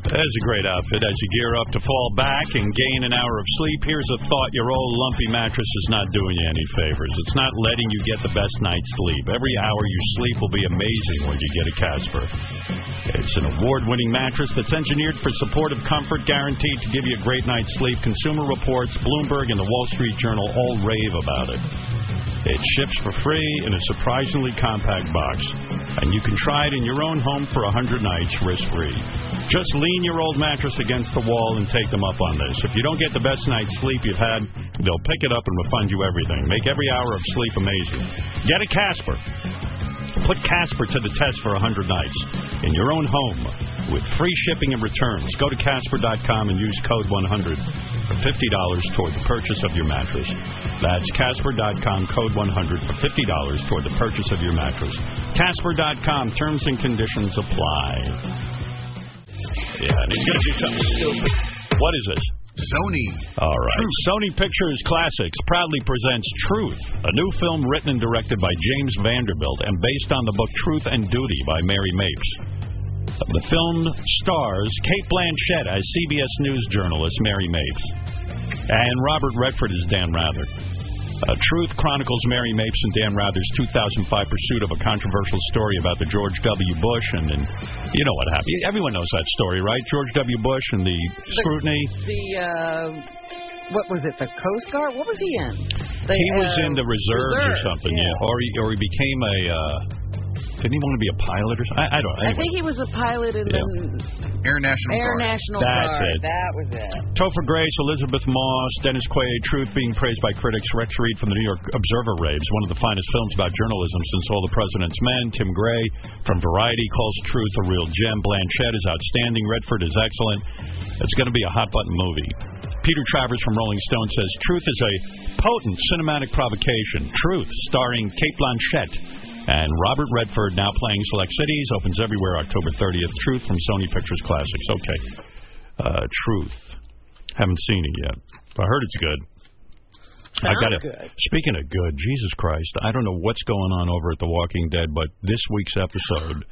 Speaker 1: That is a great outfit. As you gear up to fall back and gain an hour of sleep, here's a thought your old lumpy mattress is not doing you any favors. It's not letting you get the best night's sleep. Every hour you sleep will be amazing when you get a Casper. It's an award winning mattress that's engineered for supportive comfort, guaranteed to give you a great night's sleep. Consumer Reports, Bloomberg, and the Wall Street Journal all rave about it. It ships for free in a surprisingly compact box, and you can try it in your own home for 100 nights risk free. Just lean your old mattress against the wall and take them up on this. If you don't get the best night's sleep you've had, they'll pick it up and refund you everything. Make every hour of sleep amazing. Get a Casper. Put Casper to the test for 100 nights in your own home with free shipping and returns. Go to Casper.com and use code 100 for $50 toward the purchase of your mattress. That's Casper.com, code 100 for $50 toward the purchase of your mattress. Casper.com, terms and conditions apply. Yeah, and he's going to do something stupid. What is this?
Speaker 10: Sony.
Speaker 1: All right. Sony Pictures Classics proudly presents Truth, a new film written and directed by James Vanderbilt and based on the book Truth and Duty by Mary Mapes. The film stars Kate Blanchett as CBS News journalist Mary Mapes and Robert Redford as Dan Rather. Uh, Truth chronicles Mary Mapes and Dan Rather's 2005 pursuit of a controversial story about the George W. Bush and, and you know what happened. Everyone knows that story, right? George W. Bush and the scrutiny.
Speaker 3: The uh, what was it? The Coast Guard? What was he in? The,
Speaker 1: he was
Speaker 3: uh,
Speaker 1: in the reserves,
Speaker 3: reserves,
Speaker 1: or something, yeah. Or he or he became a. Uh, didn't he want to be a pilot or something? I, I don't. know.
Speaker 3: I think he was a pilot in the
Speaker 10: Air National
Speaker 3: Air
Speaker 10: Guard.
Speaker 3: National
Speaker 1: That's it.
Speaker 3: Guard. That was it.
Speaker 1: Topher Grace, Elizabeth Moss, Dennis Quaid, Truth being praised by critics. Rex Reed from the New York Observer raves one of the finest films about journalism since All the President's Men. Tim Gray from Variety calls Truth a real gem. Blanchett is outstanding. Redford is excellent. It's going to be a hot button movie. Peter Travers from Rolling Stone says Truth is a potent cinematic provocation. Truth, starring Kate Blanchett. And Robert Redford, now playing select cities, opens everywhere October 30th. Truth from Sony Pictures Classics. Okay. Uh, Truth. Haven't seen it yet. I heard it's good. I
Speaker 3: Sounds
Speaker 1: got to.
Speaker 3: good.
Speaker 1: Speaking of good, Jesus Christ, I don't know what's going on over at The Walking Dead, but this week's episode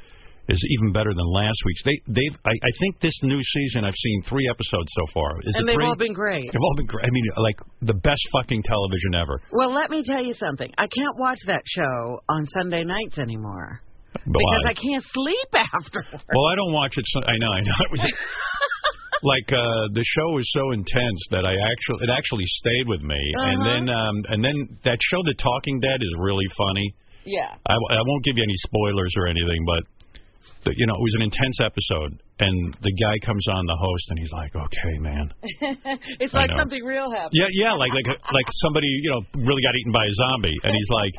Speaker 1: is even better than last week's. They, they, I, I think this new season I've seen three episodes so far. Is
Speaker 3: and
Speaker 1: it
Speaker 3: they've
Speaker 1: three?
Speaker 3: all been great.
Speaker 1: They've all been great. I mean, like the best fucking television ever.
Speaker 3: Well, let me tell you something. I can't watch that show on Sunday nights anymore because
Speaker 1: Why?
Speaker 3: I can't sleep afterwards.
Speaker 1: Well, I don't watch it. So, I know, I know. It was like uh, the show was so intense that I actually it actually stayed with me. And
Speaker 3: Uh-huh.
Speaker 1: then um, and then that show, The Talking Dead, is really funny.
Speaker 3: Yeah.
Speaker 1: I, I won't give you any spoilers or anything, but the, you know it was an intense episode. And the guy comes on, the host, and he's like, "Okay, man."
Speaker 3: it's
Speaker 1: I
Speaker 3: like
Speaker 1: know.
Speaker 3: something real happened.
Speaker 1: Yeah, yeah, like like like somebody you know really got eaten by a zombie, and he's like,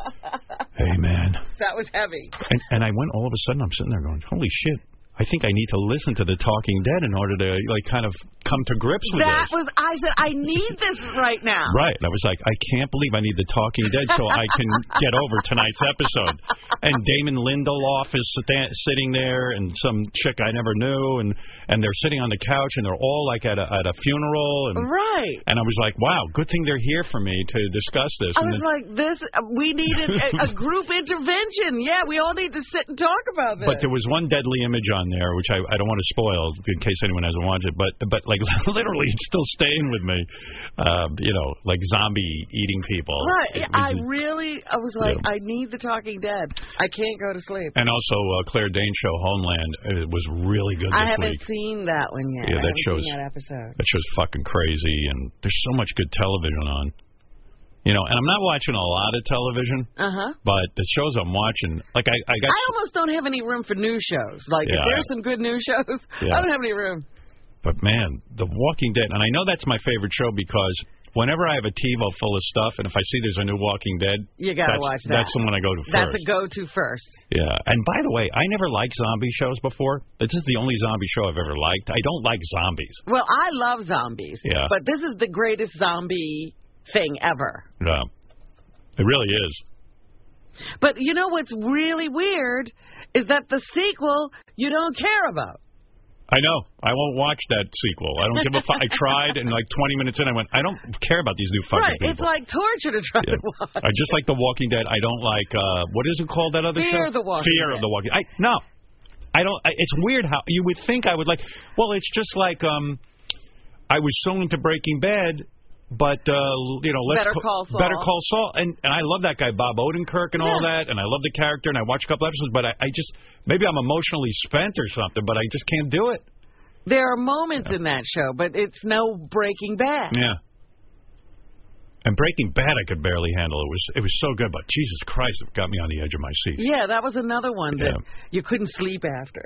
Speaker 1: "Hey, man."
Speaker 3: That was heavy.
Speaker 1: And, and I went all of a sudden, I'm sitting there going, holy shit. I think I need to listen to the Talking Dead in order to like kind of come to grips with this.
Speaker 3: That was I said I need this right now.
Speaker 1: Right. And I was like, I can't believe I need the Talking Dead so I can get over tonight's episode. And Damon Lindelof is sta- sitting there, and some chick I never knew, and and they're sitting on the couch, and they're all like at a at a funeral, and
Speaker 3: Right.
Speaker 1: and I was like, wow, good thing they're here for me to discuss this.
Speaker 3: I
Speaker 1: and
Speaker 3: was
Speaker 1: then-
Speaker 3: like, this. We needed a, a group intervention. Yeah, we all need to sit and talk about this.
Speaker 1: But there was one deadly image on there, which I, I don't want to spoil in case anyone hasn't watched it. But but like literally, it's still staying with me. Um, you know, like zombie eating people. It
Speaker 3: right.
Speaker 1: was
Speaker 3: I
Speaker 1: just-
Speaker 3: really. I was like,
Speaker 1: Yeah.
Speaker 3: I need the Talking Dead. I can't go to sleep.
Speaker 1: and also uh, Claire Danes show Homeland uh, was really good
Speaker 3: I
Speaker 1: this
Speaker 3: haven't
Speaker 1: week.
Speaker 3: seen that one yet.
Speaker 1: Yeah, that
Speaker 3: I haven't
Speaker 1: shows-
Speaker 3: seen that episode.
Speaker 1: That show's fucking crazy, and there's so much good television on. You know, and I'm not watching a lot of television,
Speaker 3: Uh huh.
Speaker 1: but the shows I'm watching, like I, I got
Speaker 3: I almost don't have any room for new shows. Like
Speaker 1: Yeah,
Speaker 3: if
Speaker 1: I-
Speaker 3: there's some good new shows,
Speaker 1: Yeah.
Speaker 3: I don't have any room.
Speaker 1: But man, The Walking Dead, and I know that's my favorite show because whenever I have a TiVo full of stuff, and if I see there's a new Walking Dead,
Speaker 3: You gotta
Speaker 1: that's,
Speaker 3: watch that.
Speaker 1: That's the one I go to
Speaker 3: That's
Speaker 1: first.
Speaker 3: a go-to first.
Speaker 1: yeah. And by the way, I never liked zombie shows before. This is the only zombie show I've ever liked. I don't like zombies.
Speaker 3: Well, I love zombies.
Speaker 1: Yeah.
Speaker 3: But this is the greatest zombie thing ever.
Speaker 1: No, it really is.
Speaker 3: But you know what's really weird is that the sequel you don't care about.
Speaker 1: I know. I won't watch that sequel. I don't give a fuck. I tried, and like 20 minutes in, I went, I don't care about these new fucking
Speaker 3: right.
Speaker 1: people.
Speaker 3: It's like torture to try to watch.
Speaker 1: I just like The Walking Dead. I don't like uh what is it called that other
Speaker 3: Fear
Speaker 1: show?
Speaker 3: the Walking
Speaker 1: Fear of
Speaker 3: Dead.
Speaker 1: the Walking. I no. I don't I, it's weird how you would think I would like well it's just like um I was so into Breaking Bad but uh you know let's
Speaker 3: Better
Speaker 1: ca-
Speaker 3: Call Saul.
Speaker 1: Better Call Saul and and I love that guy Bob Odenkirk and all that and I love the character and I watch a couple episodes but I, I just maybe I'm emotionally spent or something but I just can't do it.
Speaker 3: There are moments in that show, but it's no Breaking Bad.
Speaker 1: Yeah. And Breaking Bad, I could barely handle. It was it was so good, but Jesus Christ, it got me on the edge of my seat.
Speaker 3: Yeah, that was another one that
Speaker 1: Yeah.
Speaker 3: you couldn't sleep after.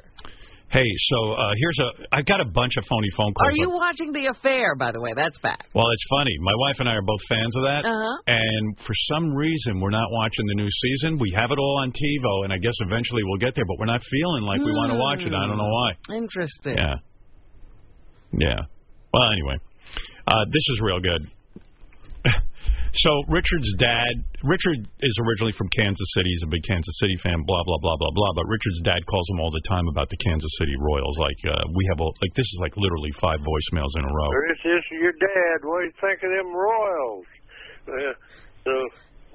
Speaker 1: Hey, so uh, here's a. I've got a bunch of phony phone calls.
Speaker 3: Are you watching The Affair, by the way? That's back.
Speaker 1: Well, it's funny. My wife and I are both fans of that,
Speaker 3: Uh-huh.
Speaker 1: and for some reason, we're not watching the new season. We have it all on TiVo, and I guess eventually we'll get there, but we're not feeling like we want to watch it. I don't know
Speaker 3: Hmm.
Speaker 1: why.
Speaker 3: Interesting.
Speaker 1: Yeah. Yeah. Well, anyway, uh, this is real good. so Richard's dad, Richard is originally from Kansas City. He's a big Kansas City fan. Blah blah blah blah blah. But Richard's dad calls him all the time about the Kansas City Royals. Like uh, we have, all, like this is like literally five voicemails in a row.
Speaker 10: This is your dad. What do you think of them Royals? Uh, so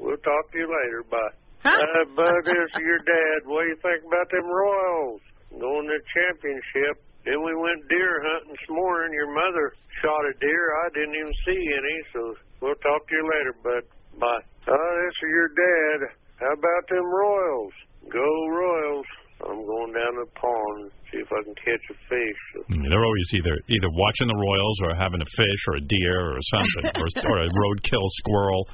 Speaker 10: we'll talk to you later. Bye. Uh, Bud, this is your dad. What do you think about them Royals going to the championship? Then we went deer hunting this morning. Your mother shot a deer. I didn't even see any. So we'll talk to you later, Bud. Bye. Uh, this is your dad. How about them Royals? Go Royals. I'm going down to the pond see if I can catch a fish.
Speaker 1: Mm, They're always either either watching the Royals or having a fish or a deer or something or or a roadkill squirrel.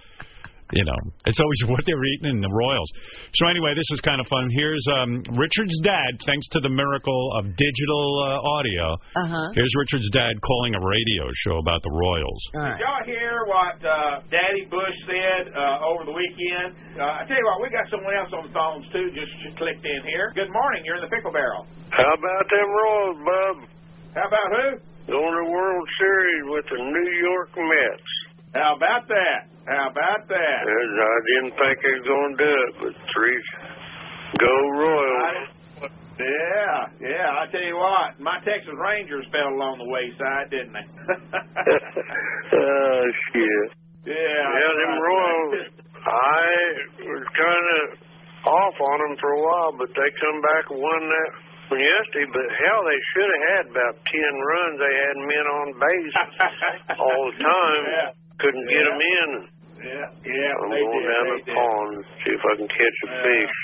Speaker 1: You know, it's always what they're eating in the Royals. So anyway, this is kind of fun. Here's um, Richard's dad, thanks to the miracle of digital uh, audio.
Speaker 3: Uh-huh.
Speaker 1: Here's Richard's dad calling a radio show about the Royals.
Speaker 3: All right.
Speaker 11: Did y'all hear what uh, Daddy Bush said uh, over the weekend? Uh, I tell you what, we got someone else on the phones too. Just clicked in here. Good morning. You're in the pickle barrel.
Speaker 10: How about them Royals, Bub?
Speaker 11: How about who?
Speaker 10: Going to World Series with the New York Mets.
Speaker 11: How about that? How about that?
Speaker 10: As I didn't think they was going to do it, but three go Royals.
Speaker 11: Yeah, yeah. I tell you what, my Texas Rangers fell along the wayside, didn't they?
Speaker 10: oh shit!
Speaker 11: yeah.
Speaker 10: Yeah, them Royals. I was kind of off on them for a while, but they come back and won that one yesterday. But hell, they should have had about ten runs. They had men on base all the time.
Speaker 11: Yeah.
Speaker 10: Couldn't get 'em in.
Speaker 11: Yeah, yeah.
Speaker 10: I'm
Speaker 11: they
Speaker 10: going
Speaker 11: did,
Speaker 10: down
Speaker 11: they
Speaker 10: to the
Speaker 11: did. Uh,
Speaker 10: pond and see if I can catch a
Speaker 11: Yeah.
Speaker 10: fish.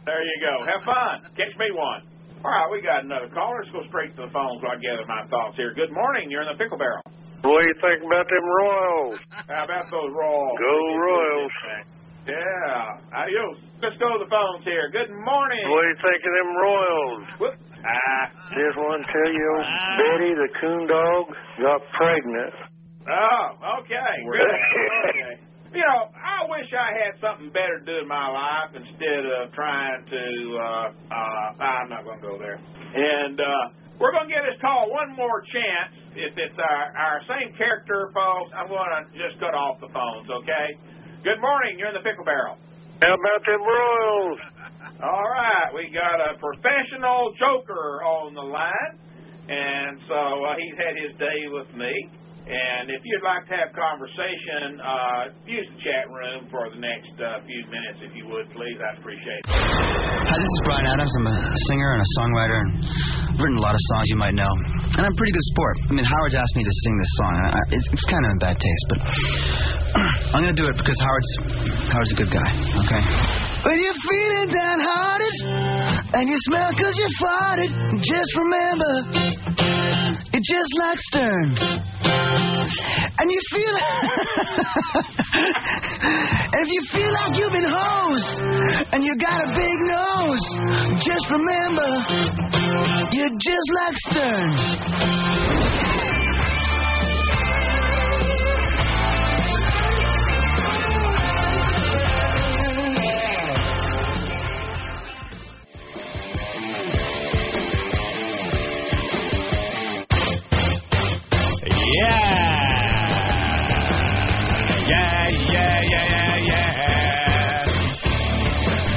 Speaker 11: There you go. Have fun. Catch me one. All right, we got another caller. Let's go straight to the phones while I gather my thoughts here. Good morning. You're in the pickle barrel.
Speaker 10: What do you think about them Royals?
Speaker 11: How about those Royals?
Speaker 10: Go Royals.
Speaker 11: Yeah. Adios. Let's go to the phones here. Good morning.
Speaker 10: What do you think of them Royals?
Speaker 11: Whoop. Ah.
Speaker 10: Just want to tell you, old Betty the coon dog got pregnant.
Speaker 11: Oh, okay. Good. okay. You know, I wish I had something better to do in my life instead of trying to. Uh, uh, I'm not going to go there. And uh, we're going to give this call one more chance. If it's our, our same character, folks, I'm going to just cut off the phones, okay? Good morning. You're in the pickle barrel.
Speaker 10: How about them Royals?
Speaker 11: All right. We got a professional joker on the line. And so uh, he's had his day with me. And if you'd like to have conversation, uh, use the chat room for the next uh, few minutes, if you would, please. I'd appreciate it.
Speaker 12: Hi, this is Brian Adams. I'm a singer and a songwriter, and I've written a lot of songs you might know. And I'm a pretty good sport. I mean, Howard's asked me to sing this song, and I, it's, it's kind of in bad taste, but I'm going to do it because Howard's Howard's a good guy. Okay.
Speaker 6: When you're feeling downhearted and you smell cause you farted, just remember you're just like Stern. And you feel if you feel like you've been hosed and you got a big nose, just remember you're just like Stern.
Speaker 1: Yeah. Yeah, yeah, yeah, yeah, yeah.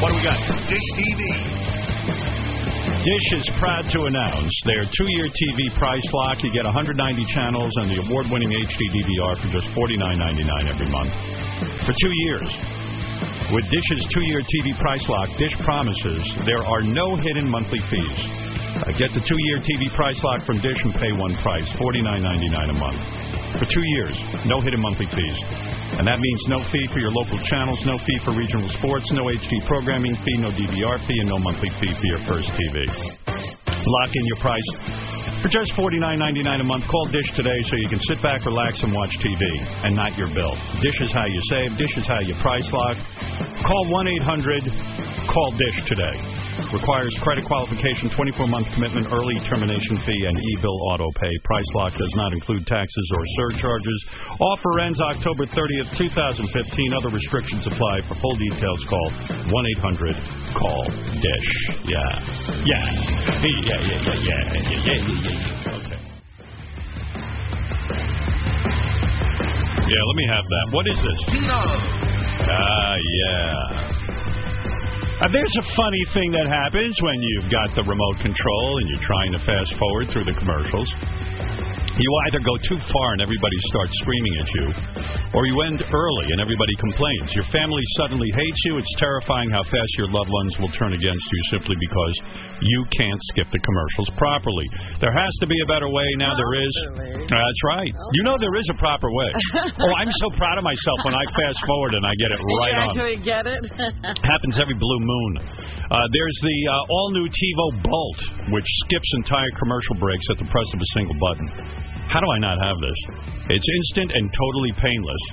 Speaker 1: What do we got? Dish TV. Dish is proud to announce their two-year TV price lock. You get 190 channels and the award-winning HD DVR for just $49.99 every month for two years. With Dish's two-year TV price lock, Dish promises there are no hidden monthly fees. Uh, get the two-year TV price lock from Dish and pay one price, $49.99 a month. For two years, no hidden monthly fees. And that means no fee for your local channels, no fee for regional sports, no HD programming fee, no DVR fee, and no monthly fee for your first TV. Lock in your price for just $49.99 a month. Call Dish today so you can sit back, relax, and watch TV and not your bill. Dish is how you save. Dish is how you price lock. Call 1 800 Call Dish today. Requires credit qualification, 24 month commitment, early termination fee, and e bill auto pay. Price lock does not include taxes or surcharges. Offer ends October 30th, 2015. Other restrictions apply. For full details, call 1 800 Call Dish. Yeah. Yeah. Yeah, yeah, yeah, yeah, yeah, yeah, yeah, yeah. Okay. Yeah, let me have that. What is this? Ah, yeah. Uh, there's a funny thing that happens when you've got the remote control and you're trying to fast forward through the commercials. You either go too far and everybody starts screaming at you, or you end early and everybody complains. Your family suddenly hates you. It's terrifying how fast your loved ones will turn against you simply because you can't skip the commercials properly. There has to be a better way. Now there is. That's right. You know there is a proper way. oh, I'm so proud of myself when I fast forward and I get it right
Speaker 3: you
Speaker 1: on.
Speaker 3: actually get it?
Speaker 1: happens every blue moon. Uh, there's the uh, all-new TiVo Bolt, which skips entire commercial breaks at the press of a single button. How do I not have this? It's instant and totally painless.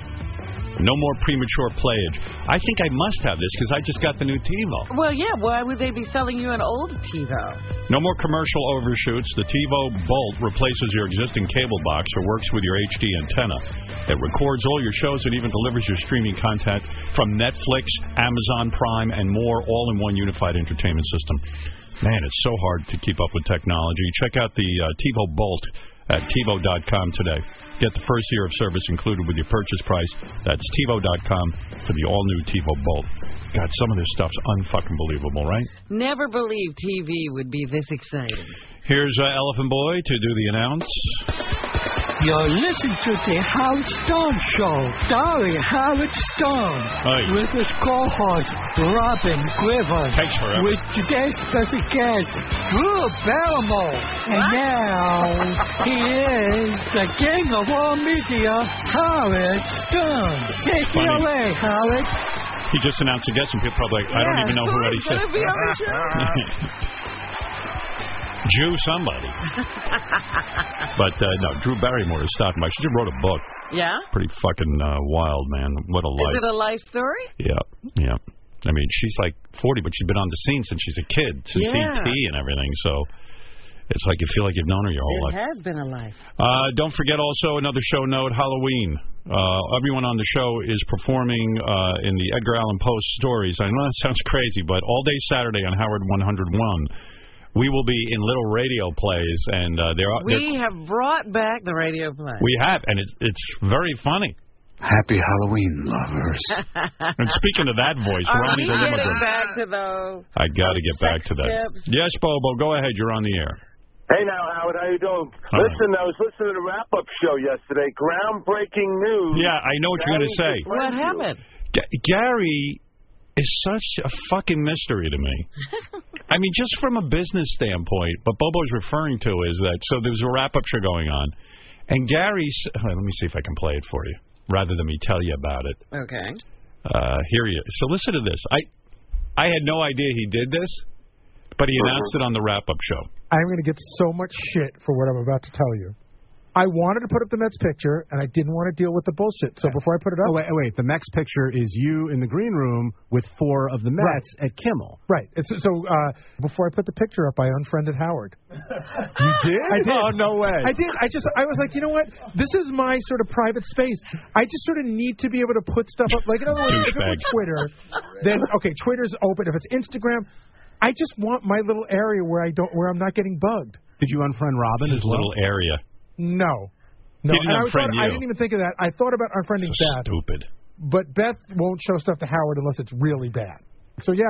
Speaker 1: No more premature playage. I think I must have this because I just got the new TiVo.
Speaker 3: well, yeah. Why would they be selling you an old TiVo?
Speaker 1: No more commercial overshoots. The TiVo Bolt replaces your existing cable box or works with your HD antenna. It records all your shows and even delivers your streaming content from Netflix, Amazon Prime, and more all in one unified entertainment system. Man, it's so hard to keep up with technology. Check out the uh, TiVo Bolt at TiVo.com today. Get the first year of service included with your purchase price. That's TiVo.com for the all new TiVo Bolt. God, some of this stuff's unfucking believable, right?
Speaker 3: Never believed TV would be this exciting.
Speaker 1: Here's uh, Elephant Boy to do the announce.
Speaker 13: You're listening to the Howard Stone Show, starring Howard Stone,
Speaker 1: Hi.
Speaker 13: with his co-host Robin Quivers,
Speaker 1: Thanks forever.
Speaker 13: with today's special guest Drew Barrymore, and now he is the king of all media, Howard Stone. Take it
Speaker 1: Funny.
Speaker 13: away, Howard.
Speaker 1: He just announced a guest, and people probably like, I don't
Speaker 13: Yeah,
Speaker 1: even know
Speaker 13: who
Speaker 1: who already
Speaker 13: is
Speaker 1: said.
Speaker 13: gonna be on the
Speaker 1: Jew somebody. But uh, no, Drew Barrymore is stopping by. She just wrote a book.
Speaker 3: Yeah?
Speaker 1: Pretty fucking uh, wild, man. What a
Speaker 3: Is
Speaker 1: life.
Speaker 3: it a life story?
Speaker 1: yeah, yeah. I mean, she's like 40, but she's been on the scene since she's a kid, since
Speaker 3: Yeah.
Speaker 1: ET and everything. So it's like you feel like you've known her your whole
Speaker 3: It
Speaker 1: life.
Speaker 3: has been a life.
Speaker 1: Uh, don't forget also another show note, Halloween. Uh, everyone on the show is performing uh, in the Edgar Allan Poe stories. I know that sounds crazy, but all day Saturday on Howard 101, we will be in little radio plays, and uh, there are there-
Speaker 3: We have brought back the radio play.
Speaker 1: we have, and it's it's very funny.
Speaker 14: Happy Halloween, lovers.
Speaker 1: And speaking of that voice,
Speaker 6: Oh,
Speaker 3: Are
Speaker 1: Ronnie
Speaker 3: we
Speaker 1: the
Speaker 3: getting
Speaker 1: Immigrant.
Speaker 3: back to those?
Speaker 1: I got to get back to that.
Speaker 3: tips.
Speaker 1: Yes, Bobo, go ahead. You're on the air.
Speaker 15: Hey now, Howard, how you doing?
Speaker 1: Hi.
Speaker 15: Listen, I was listening to the wrap-up show yesterday. Groundbreaking news.
Speaker 1: Yeah, I know what you're gonna
Speaker 15: Gary
Speaker 1: say.
Speaker 15: What
Speaker 1: What happened? G- Gary is such a fucking mystery to me. I mean, just from a business standpoint, what Bobo's referring to is that so there's a wrap up show going on, and Gary's. uh, Let me see if I can play it for you, rather than me tell you about it.
Speaker 3: Okay.
Speaker 1: Uh, here he is. So listen to this. I I had no idea he did this, but he announced it on the wrap up show.
Speaker 2: I'm going to get so much shit for what I'm about to tell you. I wanted to put up the Mets picture, and I didn't want to deal with the bullshit. So before I put it
Speaker 16: Oh,
Speaker 2: up,
Speaker 16: wait, wait. The Mets picture is you in the green room with four of the Mets at Kimmel.
Speaker 2: right. It's, so uh, before I put the picture up, I unfriended Howard.
Speaker 16: You did?
Speaker 2: I did.
Speaker 16: Oh, no way.
Speaker 2: I did. I just I was like, you know what? This is my sort of private space. I just sort of need to be able to put stuff up. Like in other words, if it were
Speaker 16: Douchebag.
Speaker 2: Twitter, then okay, Twitter's open. If it's Instagram, I just want my little area where I don't where I'm not getting bugged.
Speaker 16: Did you unfriend Robin as
Speaker 1: His
Speaker 16: well?
Speaker 1: little area.
Speaker 2: No. No,
Speaker 1: He didn't
Speaker 2: and I, was
Speaker 1: unfriend
Speaker 2: thought- I
Speaker 1: you.
Speaker 2: didn't even think of that. I thought about unfriending Beth,
Speaker 1: Stupid.
Speaker 2: but Beth won't show stuff to Howard unless it's really bad. So yeah,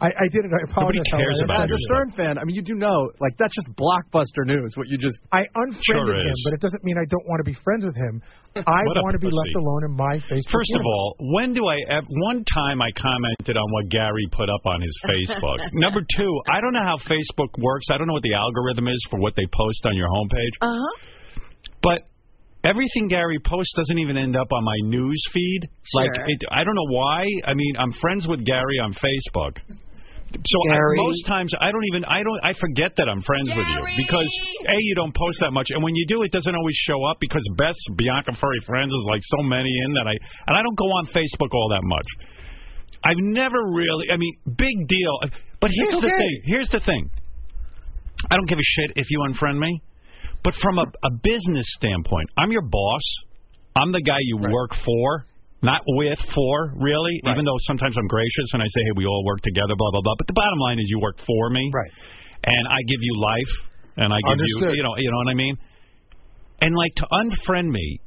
Speaker 2: I, I did it. I apologize. Howard. I-
Speaker 14: As a Stern fan, I mean, you do know, like, that's just blockbuster news, what you just.
Speaker 2: I unfriended him, but it doesn't mean I don't want to be friends with him. I
Speaker 1: What a
Speaker 2: want to be left
Speaker 1: pussy.
Speaker 2: alone in my Facebook.
Speaker 1: First of all, when do I? ev- One time I commented on what Gary put up on his Facebook. Number two, I don't know how Facebook works. I don't know what the algorithm is for what they post on your homepage.
Speaker 3: Uh huh.
Speaker 1: But everything Gary posts doesn't even end up on my news feed. Like
Speaker 3: Sure.
Speaker 1: it, I don't know why. I mean, I'm friends with Gary on Facebook. So I,
Speaker 16: Gary.
Speaker 1: most times I don't even I don't I forget that I'm friends with you because a you don't post that much and when you do it doesn't always show up because Beth's Bianca Furry friends is like so many in that I and I don't go on Facebook all that much. I've never really I mean big deal. But here's
Speaker 16: It's
Speaker 1: the
Speaker 16: okay.
Speaker 1: thing. Here's the thing. I don't give a shit if you unfriend me. But from a, a business standpoint, I'm your boss. I'm the guy you work for, not with, for, really. Even though sometimes I'm gracious and I say, hey, we all work together, blah, blah, blah. But the bottom line is you work for me. Right. And I give you life. And I give
Speaker 16: Understood.
Speaker 1: you, you know, you know what I mean? And like to unfriend me,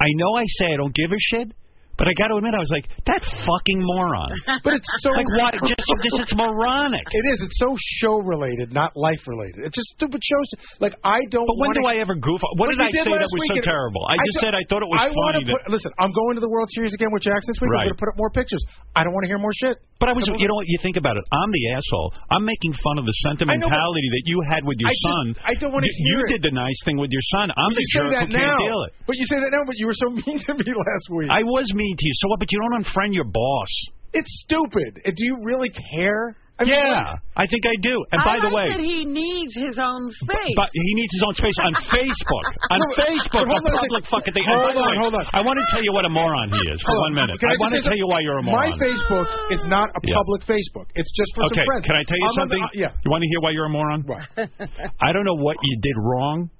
Speaker 1: I know I say I don't give a shit, but I got to admit, I was like, that fucking moron.
Speaker 2: But it's so
Speaker 1: like why? Just this, it's moronic.
Speaker 2: It is. It's so show related, not life related. It's just stupid shows. Like I don't.
Speaker 1: But when do
Speaker 2: wanna-
Speaker 1: I ever goof? What did I
Speaker 2: we
Speaker 1: say
Speaker 2: last
Speaker 1: that was so
Speaker 2: weekend-
Speaker 1: terrible? I just
Speaker 2: don't-
Speaker 1: said I thought it was
Speaker 2: I wanna
Speaker 1: funny that-
Speaker 2: put- listen, I'm going to the World Series again with Jackson this week.
Speaker 1: Right.
Speaker 2: I'm going to put up more pictures. I don't want to hear more shit.
Speaker 1: But I was, you know what? You think about it. I'm the asshole. I'm making fun of the
Speaker 2: know, but-
Speaker 1: sentimentality that you had with your
Speaker 2: I just-
Speaker 1: son.
Speaker 2: I don't wanna
Speaker 1: You- You
Speaker 2: hear
Speaker 1: did
Speaker 2: it.
Speaker 1: the nice thing with your son. I'm
Speaker 2: But
Speaker 1: the
Speaker 2: you
Speaker 1: jerk
Speaker 2: say that
Speaker 1: who
Speaker 2: now.
Speaker 1: can't deal it.
Speaker 2: But you say that now. But you were so mean to me last week.
Speaker 1: I was mean to you. So what? But you don't unfriend your boss.
Speaker 2: It's stupid. Uh, Do you really care? I mean,
Speaker 1: yeah, I think I do. And
Speaker 3: I
Speaker 1: by
Speaker 3: like
Speaker 1: the way,
Speaker 3: that he needs his own space.
Speaker 1: But he needs his own space on Facebook. On
Speaker 3: No, but-
Speaker 1: Facebook,
Speaker 3: but
Speaker 1: a
Speaker 3: hold on a
Speaker 1: public
Speaker 3: second.
Speaker 1: fucking thing.
Speaker 2: Hold
Speaker 1: and by the
Speaker 2: on,
Speaker 1: way,
Speaker 2: hold on.
Speaker 1: I want to tell you what a moron he is for
Speaker 2: Hold
Speaker 1: one
Speaker 2: on.
Speaker 1: minute.
Speaker 2: Can
Speaker 1: I
Speaker 2: just
Speaker 1: want to
Speaker 2: say
Speaker 1: tell
Speaker 2: something?
Speaker 1: you why you're a
Speaker 2: My
Speaker 1: moron.
Speaker 2: Facebook is not a
Speaker 1: Yeah.
Speaker 2: public Facebook. It's just for
Speaker 1: okay,
Speaker 2: some friends.
Speaker 1: can I tell you
Speaker 2: I'm on the-
Speaker 1: something?
Speaker 2: uh, yeah.
Speaker 1: You want to hear why you're a moron? I don't know what you did wrong,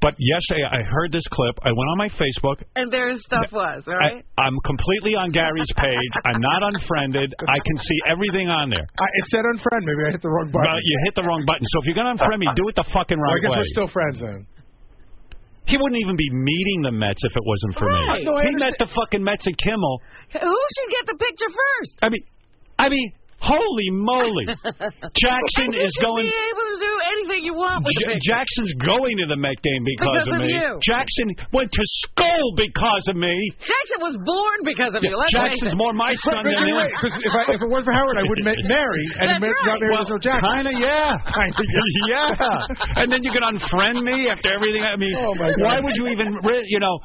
Speaker 1: but yesterday I heard this clip. I went on my Facebook.
Speaker 3: and there his stuff was, all right?
Speaker 1: I, I'm completely on Gary's page. I'm not unfriended. I can see everything on there.
Speaker 2: I, it said unfriend. Maybe I hit the wrong button.
Speaker 1: But you hit the wrong button. So if you're gonna unfriend me, do it the fucking
Speaker 2: Well,
Speaker 1: right
Speaker 2: I guess
Speaker 1: way.
Speaker 2: we're still friends then.
Speaker 1: He wouldn't even be meeting the Mets if it wasn't for me.
Speaker 3: Right. No, I
Speaker 1: he met the fucking Mets at Kimmel.
Speaker 3: Who should get the picture first?
Speaker 1: I mean, I mean, holy moly!
Speaker 3: And
Speaker 1: Jackson
Speaker 3: you
Speaker 1: is
Speaker 3: should
Speaker 1: going.
Speaker 3: Be able to do anything you want with the
Speaker 1: J-
Speaker 3: picture.
Speaker 1: Jackson's going to the Met game because,
Speaker 3: Because of
Speaker 1: me.
Speaker 3: you.
Speaker 1: Jackson went to school because of me.
Speaker 3: Jackson was born because of
Speaker 1: Yeah,
Speaker 3: you. Let's
Speaker 1: Jackson's
Speaker 3: face it.
Speaker 1: more my son than him.
Speaker 2: Because if, I- if it weren't for Howard, I would ma- marry
Speaker 1: That's
Speaker 2: and ma-
Speaker 1: right.
Speaker 2: not marry
Speaker 1: Well,
Speaker 2: Russell Jackson.
Speaker 1: kinda, yeah.
Speaker 2: Kinda,
Speaker 1: yeah. And then you can unfriend me after everything. I mean,
Speaker 2: Oh, my God.
Speaker 1: why would you even, re- you know,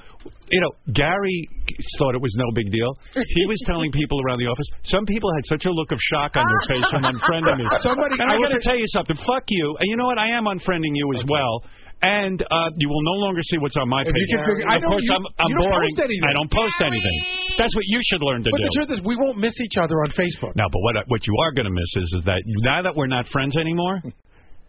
Speaker 1: you know, Gary thought it was no big deal. He was telling people around the office. Some people had such a look of shock on their face from unfriending me.
Speaker 16: Somebody-
Speaker 1: and I
Speaker 16: I will
Speaker 1: got to
Speaker 16: say-
Speaker 1: tell you something. Fuck you. And you know what? I am unfriending you as well. And uh, you will no longer see what's on my
Speaker 16: If you
Speaker 1: page.
Speaker 16: can figure- I
Speaker 1: of
Speaker 16: know
Speaker 1: course,
Speaker 16: you-
Speaker 1: I'm, I'm
Speaker 16: you don't
Speaker 1: boring.
Speaker 16: post anything.
Speaker 1: I don't post anything. That's what you should learn to
Speaker 2: But
Speaker 1: do.
Speaker 2: the truth is, we won't miss each other on Facebook.
Speaker 1: No, but what what you are going to miss is, is that now that we're not friends anymore,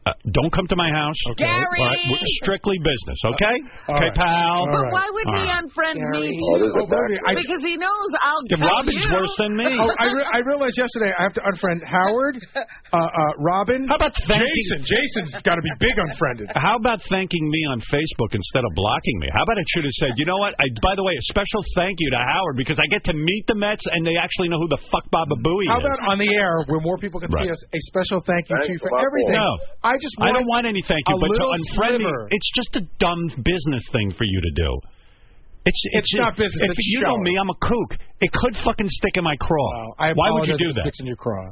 Speaker 1: Uh, don't come to my house.
Speaker 3: Okay. Gary!
Speaker 1: But we're strictly business, okay?
Speaker 2: Uh,
Speaker 1: okay, pal.
Speaker 3: But why would
Speaker 1: All
Speaker 3: he
Speaker 1: right.
Speaker 3: unfriend
Speaker 1: Gary.
Speaker 3: me too?
Speaker 1: Oh, there's a backstory. I-
Speaker 3: because he knows I'll.
Speaker 1: Yeah,
Speaker 3: tell
Speaker 1: Robin's
Speaker 3: you.
Speaker 1: worse than me.
Speaker 2: Oh, I, re- I realized yesterday I have to unfriend Howard, uh, uh, Robin. How
Speaker 1: about thanking-
Speaker 2: Jason? Jason's got to be big unfriended.
Speaker 1: How about thanking me on Facebook instead of blocking me? How about it should have said, you know what? I, by the way, a special thank you to Howard because I get to meet the Mets and they actually know who the fuck Baba Booey is.
Speaker 2: How about on the air where more people can see
Speaker 1: Right.
Speaker 2: us? A special thank you to you for everything.
Speaker 1: No,
Speaker 2: I just
Speaker 1: I
Speaker 2: want
Speaker 1: don't want any thank you,
Speaker 2: a
Speaker 1: but to
Speaker 2: little
Speaker 1: unfriend me,
Speaker 2: sliver.
Speaker 1: it's just a dumb business thing for you to do. It's it's,
Speaker 2: It's not business,
Speaker 1: If
Speaker 2: it's
Speaker 1: you know
Speaker 2: shallow.
Speaker 1: me, I'm a kook. It could fucking stick in my craw.
Speaker 2: I
Speaker 1: Why would you
Speaker 2: apologize
Speaker 1: do
Speaker 2: if it
Speaker 1: that?
Speaker 2: Sticks in your craw.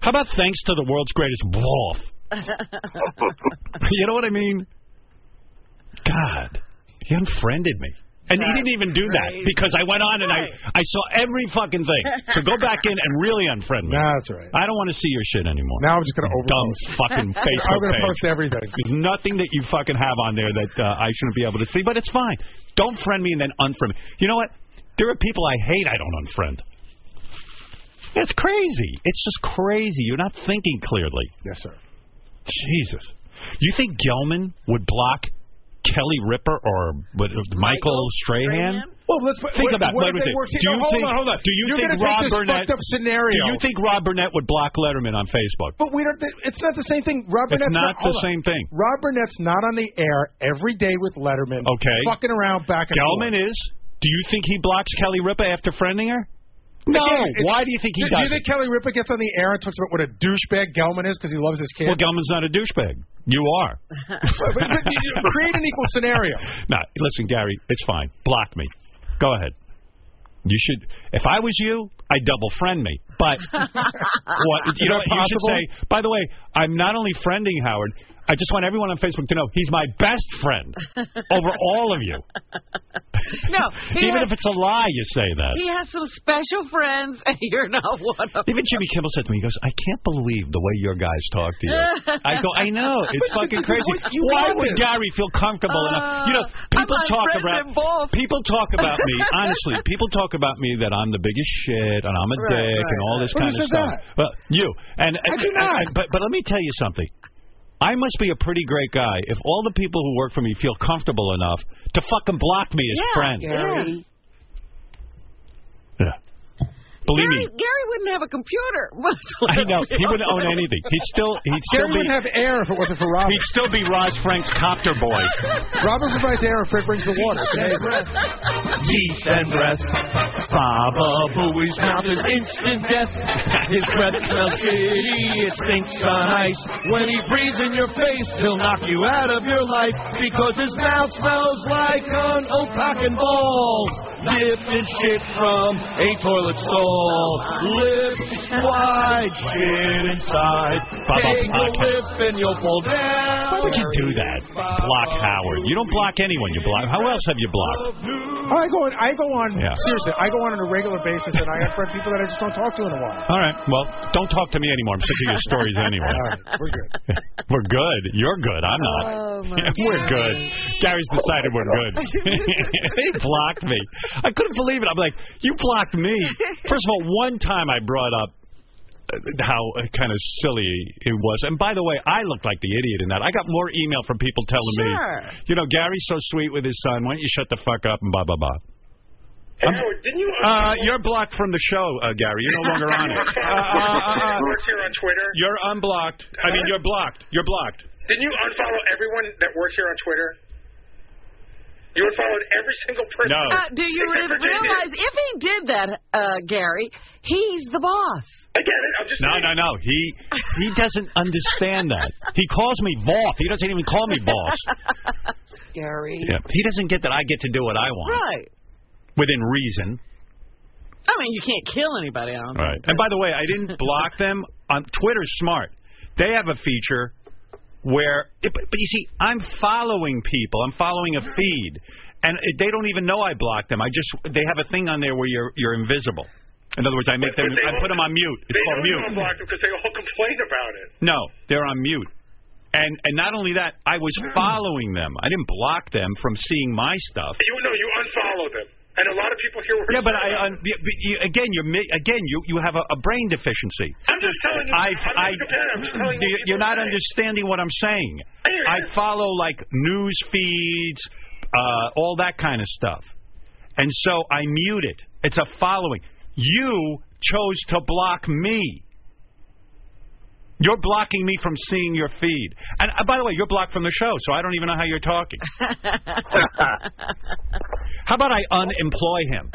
Speaker 1: How about thanks to the world's greatest wolf? you know what I mean? God, he unfriended me. And he didn't even do that because I went on and I, I saw every fucking thing. So go back in and really unfriend me.
Speaker 2: Nah, that's all right.
Speaker 1: I don't want to see your shit anymore.
Speaker 2: Now I'm just gonna
Speaker 1: Dumb
Speaker 2: overpost.
Speaker 1: fucking
Speaker 2: I'm
Speaker 1: Facebook
Speaker 2: gonna
Speaker 1: page.
Speaker 2: post everything.
Speaker 1: There's nothing that you fucking have on there that uh, I shouldn't be able to see, but it's fine. Don't friend me and then unfriend me. You know what? There are people I hate I don't unfriend. It's crazy. It's just crazy. You're not thinking clearly.
Speaker 2: Yes, sir.
Speaker 1: Jesus. You think Gelman would block Kelly Ripper or what, uh, Michael, Strahan?
Speaker 2: Well, let's put-
Speaker 1: think
Speaker 2: what-
Speaker 1: about
Speaker 2: what
Speaker 1: let me
Speaker 2: if they
Speaker 1: think.
Speaker 2: were-
Speaker 1: Do
Speaker 2: no,
Speaker 1: you
Speaker 2: hold
Speaker 1: think,
Speaker 2: on, hold on.
Speaker 1: Do you
Speaker 2: You're
Speaker 1: think
Speaker 2: gonna take
Speaker 1: Rob
Speaker 2: this
Speaker 1: Burnett?
Speaker 2: fucked up scenario.
Speaker 1: Do you think Rob Burnett would block Letterman on Facebook?
Speaker 2: But we don't. It's not the same thing. Rob
Speaker 1: It's
Speaker 2: Burnett's
Speaker 1: not the
Speaker 2: hold on.
Speaker 1: same thing.
Speaker 2: Rob Burnett's not on the air every day with Letterman.
Speaker 1: Okay.
Speaker 2: Fucking around back and
Speaker 1: Gelman is. Do you think he blocks Kelly Ripa after friending her? No.
Speaker 2: Again, it's-
Speaker 1: Why do you think he
Speaker 2: do,
Speaker 1: does?
Speaker 2: Do you think
Speaker 1: it?
Speaker 2: Kelly Ripa gets on the air and talks about what a douchebag Gelman is because he loves his kid?
Speaker 1: Well, Gelman's not a douchebag. You are.
Speaker 2: But- but- but you- create an equal scenario.
Speaker 1: No, listen, Gary, it's fine. Block me. Go ahead. You should. If I was you, I'd double friend me. But what
Speaker 6: Is
Speaker 1: you know,
Speaker 6: that
Speaker 1: what you should
Speaker 6: possible?
Speaker 1: say. By the way, I'm not only friending Howard. I just want everyone on Facebook to know he's my best friend over all of you.
Speaker 3: No, he
Speaker 1: Even
Speaker 3: has,
Speaker 1: if it's a lie, you say that.
Speaker 3: he has some special friends, and you're not one of them.
Speaker 1: Even Jimmy Kimmel said to me, he goes, I can't believe the way your guys talk to you. I go, I know. It's
Speaker 6: But-
Speaker 1: fucking
Speaker 6: but
Speaker 1: crazy.
Speaker 6: you- you
Speaker 1: Why
Speaker 6: love it.
Speaker 1: would Gary feel comfortable enough? You know, people
Speaker 6: I'm
Speaker 1: talk
Speaker 6: unfriended
Speaker 1: about people talk about me. Honestly, people talk about me that I'm the biggest shit and I'm a
Speaker 6: Right,
Speaker 1: dick and
Speaker 6: right,
Speaker 1: all this
Speaker 6: right.
Speaker 1: kind
Speaker 6: Who
Speaker 1: of
Speaker 6: says
Speaker 1: stuff.
Speaker 6: that?
Speaker 1: Well, you and, and-
Speaker 6: do not.
Speaker 1: and- but but let me tell you something. I must be a pretty great guy if all the people who work for me feel comfortable enough to fucking block me as friends. Believe
Speaker 3: Gary,
Speaker 1: me,
Speaker 3: Gary wouldn't have a computer.
Speaker 1: I know he wouldn't own anything. He'd still he'd still be
Speaker 2: Gary wouldn't have air if it wasn't for Robert.
Speaker 1: he'd still be Raj Frank's copter boy.
Speaker 2: Robert provides air and Frank brings the water.
Speaker 6: Teeth and breath. Baba Booey's mouth is instant death. His breath smells shitty, it stinks on ice. When he breathes in your face, he'll knock you out of your life because his mouth smells like an old cock and balls. Lifted shit from a toilet stall. Lips wide, shit inside.
Speaker 1: Baba
Speaker 6: Take a
Speaker 1: Podcast.
Speaker 6: whiff and you'll fall down.
Speaker 1: Why would you do that? Block Howard. You don't block anyone. You block. How else have you blocked?
Speaker 2: I go on. I go on.
Speaker 1: Yeah.
Speaker 2: Seriously, I go on on a regular basis, and I unfriend people that I just don't talk to in a while.
Speaker 1: All right. Well, don't talk to me anymore. I'm sick of your stories anyway.
Speaker 2: All right, we're good.
Speaker 1: We're good. You're good. I'm not. we're good. Gary's decided we're good. he blocked me. I couldn't believe it. I'm like, you blocked me. First of all, one time I brought up uh, how uh, kind of silly it was. And by the way, I looked like the idiot in that. I got more email from people telling
Speaker 6: Sure.
Speaker 1: me, you know, Gary's so sweet with his son. Why don't you shut the fuck up and blah blah blah.
Speaker 6: Howard, didn't you?
Speaker 1: Uh, you're blocked from the show, uh, Gary. You're no longer on it. Uh, uh, uh, uh,
Speaker 17: works here on Twitter.
Speaker 1: you're unblocked. I mean, you're blocked. You're blocked.
Speaker 17: Didn't you unfollow everyone that works here on Twitter? You unfollowed every single person.
Speaker 1: No.
Speaker 3: Uh, do you
Speaker 17: except
Speaker 3: re-
Speaker 17: for JJ.
Speaker 3: realize if he did that, uh, Gary, he's the boss.
Speaker 17: I get it. I'm just
Speaker 1: No,
Speaker 17: saying.
Speaker 1: no, no. He he doesn't understand that. He calls me Voth. He doesn't even call me boss.
Speaker 8: Gary.
Speaker 1: Yeah. He doesn't get that I get to do what I want
Speaker 3: Right.
Speaker 1: within reason.
Speaker 3: I mean, you can't kill anybody on.
Speaker 1: All right. And by the way, I didn't block them. On Twitter's smart. They have a feature where, but, but you see, I'm following people. I'm following a feed, and it- they don't even know I blocked them. I just they have a thing on there where you're you're invisible. In other words, I make them.
Speaker 17: But they
Speaker 1: I put them on mute. It's
Speaker 17: They
Speaker 1: called
Speaker 17: don't
Speaker 1: mute.
Speaker 17: know blocked because they all complained about it.
Speaker 1: No, they're on mute. And and not only that, Hmm. I was following them. I didn't block them from seeing my stuff.
Speaker 17: You know, you unfollowed them. And a lot of people here were.
Speaker 1: Yeah, but I, um, un- but you, again, you're mi- again, you you have a, a brain deficiency.
Speaker 17: I'm just telling you.
Speaker 1: I,
Speaker 17: I'm
Speaker 1: I,
Speaker 17: not comparing, I'm just telling you
Speaker 1: you
Speaker 17: what
Speaker 1: you're
Speaker 17: people
Speaker 1: not
Speaker 17: say.
Speaker 1: understanding what I'm saying. I follow like news feeds, uh, all that kind of stuff, and so I mute it. It's a following. You chose to block me. You're blocking me from seeing your feed. And uh, by the way, you're blocked from the show, so I don't even know how you're talking. how about I unemploy him?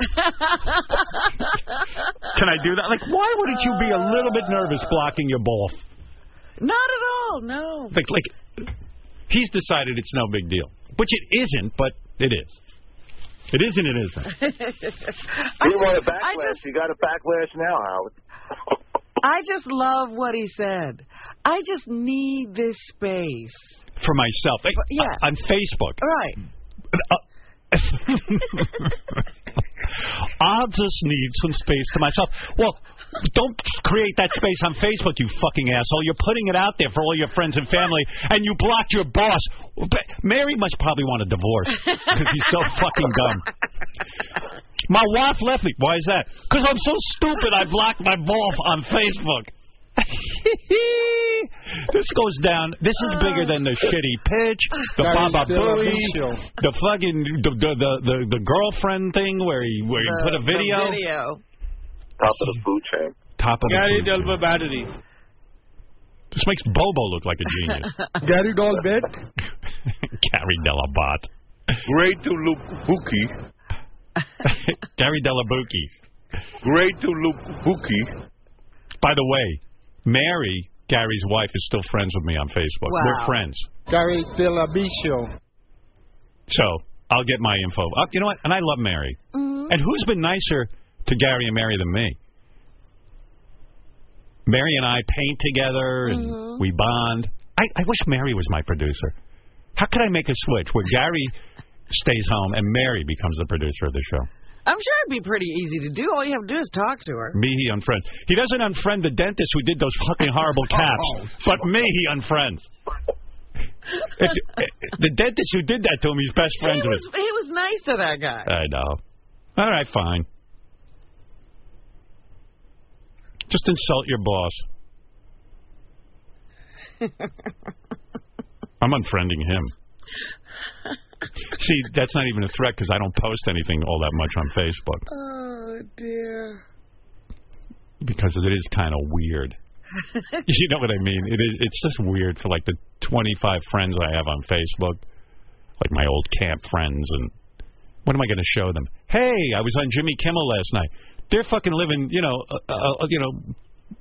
Speaker 1: Can I do that? Like, why wouldn't you be a little bit nervous blocking your ball?
Speaker 3: Not at all. No.
Speaker 1: Like, like he's decided it's no big deal, which it isn't, but it is. It isn't. It isn't.
Speaker 3: I,
Speaker 15: you want a
Speaker 3: just, I
Speaker 15: backlash?
Speaker 3: just
Speaker 15: You got a backlash now, Howard.
Speaker 3: I just love what he said. I just need this space.
Speaker 1: For myself, Like,
Speaker 3: yeah.
Speaker 1: uh, on Facebook,
Speaker 3: Right.
Speaker 1: I just need some space to myself. Well, don't create that space on Facebook, you fucking asshole. You're putting it out there for all your friends and family, and you blocked your boss. But Mary must probably want a divorce because he's so fucking dumb. My wife left me. Why is that? Because I'm so stupid. I blocked my boss on Facebook. this goes down. This is bigger than the shitty pitch, the
Speaker 6: That is
Speaker 1: Baba
Speaker 6: still a
Speaker 1: Booey,
Speaker 6: big show.
Speaker 1: the fucking the the, the the the girlfriend thing where he where he put a video. Top of the food chain. Top of
Speaker 6: Gary
Speaker 1: the food chain. This makes Bobo look like a genius.
Speaker 6: Gary Dolbet.
Speaker 1: Gary Delabot.
Speaker 6: Great to look hooky.
Speaker 1: Gary Delabuki.
Speaker 6: Great to look hooky.
Speaker 1: By the way, Mary, Gary's wife, is still friends with me on Facebook. We're friends.
Speaker 6: Gary Delabicio.
Speaker 1: So I'll get my info. Uh, you know what? And I love Mary. And who's been nicer to Gary and Mary than me? Mary and I paint together and we bond. I, I wish Mary was my producer. How could I make a switch where Gary stays home and Mary becomes the producer of the show?
Speaker 3: I'm sure it'd be pretty easy to do. All you have to do is talk to her.
Speaker 1: Me, he unfriends. He doesn't unfriend the dentist who did those fucking horrible caps, but me, he unfriends. If you- the dentist who did that to him, he's best
Speaker 3: He
Speaker 1: friends with.
Speaker 3: was, he was nice to that guy.
Speaker 1: I know. All right, fine. Just insult your boss. I'm unfriending him. See, that's not even a threat because I don't post anything all that much on Facebook
Speaker 3: Oh dear.
Speaker 1: because it is kind of weird. you know what I mean? It is. It's just weird for like the 25 friends I have on Facebook, like my old camp friends, and what am I going to show them? Hey, I was on Jimmy Kimmel last night. They're fucking living. You know, uh, uh, you know,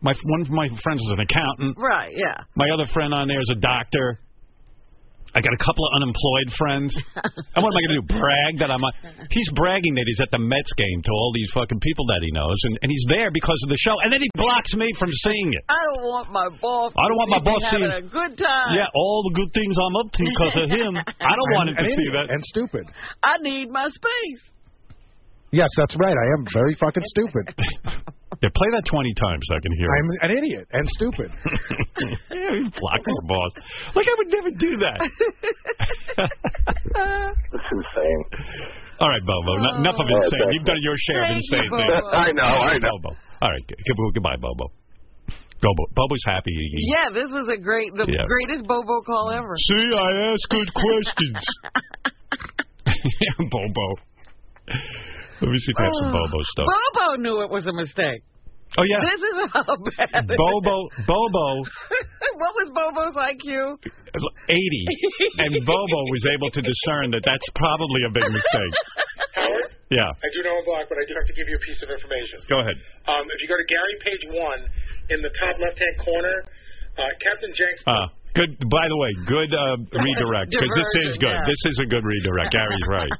Speaker 1: my one of my friends is an accountant.
Speaker 3: Right. Yeah.
Speaker 1: My other friend on there is a doctor. I got a couple of unemployed friends. and what am I going to do? Brag that I'm on? He's bragging that he's at the Mets game to all these fucking people that he knows, and, and he's there because of the show. And then he blocks me from seeing it.
Speaker 3: I don't want my boss.
Speaker 1: I don't want my
Speaker 3: to be
Speaker 1: boss
Speaker 3: having
Speaker 1: seeing-
Speaker 3: a good time.
Speaker 1: Yeah, all the good things I'm up to because of him. I don't want him to
Speaker 2: And
Speaker 1: see
Speaker 2: idiot
Speaker 1: that.
Speaker 2: And stupid.
Speaker 3: I need my space.
Speaker 1: Mm.
Speaker 2: Yes, that's right. I am very fucking stupid.
Speaker 1: Yeah, play that 20 times so I can hear it.
Speaker 2: I'm an idiot and stupid.
Speaker 1: yeah, he blocked your boss. Like, I would never do that.
Speaker 7: That's insane.
Speaker 1: All right, Bobo. no- enough of
Speaker 7: Oh,
Speaker 1: insane.
Speaker 7: thank
Speaker 1: You've done your share of
Speaker 7: Thank you,
Speaker 1: insane
Speaker 7: Bobo.
Speaker 1: things.
Speaker 7: I know, I
Speaker 1: Thanks,
Speaker 7: know.
Speaker 1: Bobo. All right. good- good- Goodbye, Bobo. Bobo. Bobo's happy. He-
Speaker 3: Yeah, this was a great, the
Speaker 1: Yeah.
Speaker 3: greatest Bobo call ever.
Speaker 1: See, I ask good questions. Bobo. Let me see if I have some
Speaker 7: Oh.
Speaker 1: Bobo stuff.
Speaker 3: Bobo knew it was a mistake.
Speaker 1: Oh, yeah.
Speaker 3: This is how bad. it
Speaker 1: Bobo,
Speaker 3: is.
Speaker 1: Bobo,
Speaker 3: what was Bobo's IQ?
Speaker 1: 80, and Bobo was able to discern that that's probably a big mistake.
Speaker 17: Howard,
Speaker 1: Yeah,
Speaker 17: I do know a block, but I do have to give you a piece of information.
Speaker 1: go ahead.
Speaker 17: Um, if you go to Gary page one in the top left-hand corner, uh, Captain Jenks.
Speaker 1: Uh, good. By the way, good uh, redirect because this is
Speaker 17: Diversion,
Speaker 1: good.
Speaker 17: yeah.
Speaker 1: This is a good redirect. Gary's right.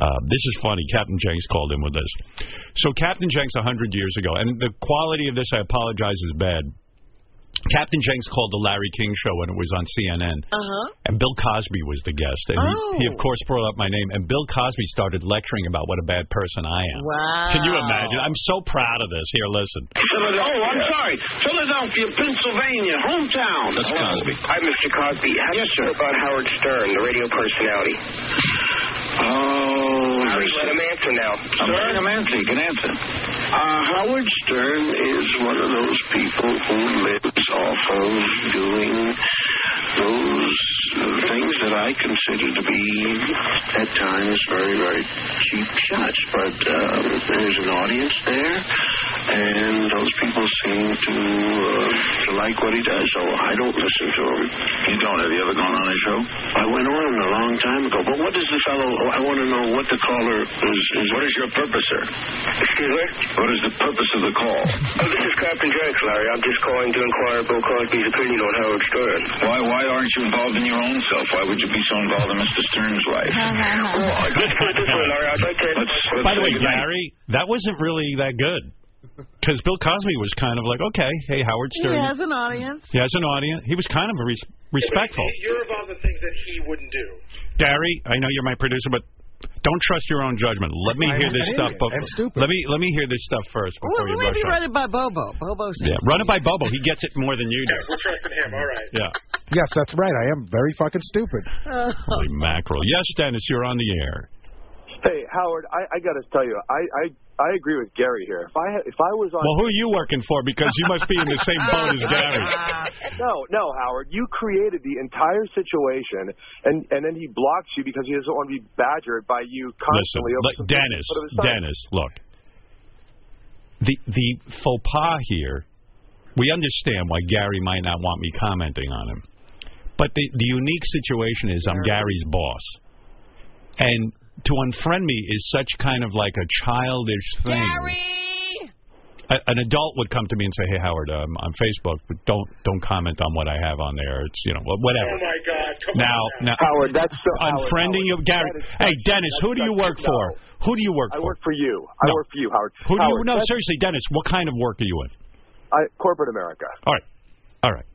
Speaker 1: Uh, this is funny. Captain Jenks called in with this. So Captain Jenks, 100 years ago, and the quality of this, I apologize, is bad. Captain Jenks called the Larry King show when it was on CNN.
Speaker 17: Uh-huh.
Speaker 3: huh.
Speaker 1: And Bill Cosby was the guest. And he, he,
Speaker 3: Oh.
Speaker 1: of course, brought up my name. And Bill Cosby started lecturing about what a bad person I am.
Speaker 3: Wow.
Speaker 1: Can you imagine? I'm so proud of this. Here, listen.
Speaker 18: Oh, I'm sorry. Philadelphia, Pennsylvania, hometown.
Speaker 7: That's Cosby.
Speaker 18: Hi, Mr. Cosby. How yes, sir. About Howard Stern, the radio personality. Oh,
Speaker 10: Please let him answer now. I'm letting him answer. He can answer.
Speaker 6: Uh, Howard Stern is one of those people who lives off of doing those uh, things that I consider to be at times very, very cheap shots. But uh, there's an audience there, and those people seem to, uh, to like what he does, so I don't listen to him. You don't? Have you ever gone on his show? I went on a long time ago. But what does the fellow, I want to know what the caller is. is what is your purpose, sir? Excuse me? What is the purpose of the call?
Speaker 10: Oh, this is Captain Jack, Larry. I'm just calling to inquire about Cosby's opinion on Howard Stern.
Speaker 6: Why, why aren't you involved in your own self? Why would you be so involved in Mr. Stern's life?
Speaker 10: Let's put it this way, Larry. I'd like to.
Speaker 1: By the way, Gary, that wasn't really that good. Because Bill Cosby was kind of like, okay, hey, Howard
Speaker 3: He
Speaker 1: Stern.
Speaker 3: has an audience.
Speaker 1: He has an audience. He was kind of res- respectful.
Speaker 2: You're involved in things that he wouldn't do.
Speaker 1: Gary, I know you're my producer, but don't trust your own judgment. Let me
Speaker 3: I'm
Speaker 1: hear this
Speaker 3: an
Speaker 1: stuff.
Speaker 3: idiot.
Speaker 1: bef-
Speaker 3: I'm stupid.
Speaker 1: Let me let me hear this stuff first before
Speaker 3: Well,
Speaker 1: you
Speaker 3: maybe
Speaker 1: rush.
Speaker 3: run it by Bobo.
Speaker 1: on.
Speaker 3: Bobo says.
Speaker 1: Yeah, run it by Bobo. He gets it more than you do.
Speaker 2: We're trusting him. All right.
Speaker 1: Yeah.
Speaker 19: Yes, that's right. I am very fucking stupid.
Speaker 1: Holy mackerel. Yes, Dennis, you're on the air.
Speaker 20: Hey Howard, I, I got to tell you, I, I I agree with Gary here. If I had, if I was on,
Speaker 1: Well, who are you working for? Because you must be in the same boat as Gary.
Speaker 20: no, no, Howard, you created the entire situation, and and then he blocks you because he doesn't want to be badgered by you
Speaker 1: Listen,
Speaker 20: constantly. over
Speaker 1: look,
Speaker 20: something
Speaker 1: Dennis,
Speaker 20: out of his sight.
Speaker 1: Dennis, look. The the faux pas here. We understand why Gary might not want me commenting on him, but the the unique situation is I'm Gary's boss, and to unfriend me is such kind of like a childish thing. A, an adult would come to me and say, "Hey Howard, um, on Facebook, but don't don't comment on what I have on there. It's you know wh- whatever."
Speaker 2: Oh my God! Come
Speaker 1: Now,
Speaker 2: on
Speaker 1: now,
Speaker 20: Howard, that's so, Howard,
Speaker 1: unfriending you,
Speaker 20: Howard,
Speaker 1: Gary.
Speaker 20: that is-
Speaker 1: Hey, Dennis, who do
Speaker 20: that's-
Speaker 1: you
Speaker 20: that's-
Speaker 1: work for? Who do you work
Speaker 20: I
Speaker 1: for?
Speaker 20: work for you. I
Speaker 1: No.
Speaker 20: work for you, Howard.
Speaker 1: Who do you?
Speaker 20: Howard,
Speaker 1: No,
Speaker 20: that's-
Speaker 1: seriously, Dennis. What kind of work are you in?
Speaker 20: I, corporate America.
Speaker 1: All right, all right.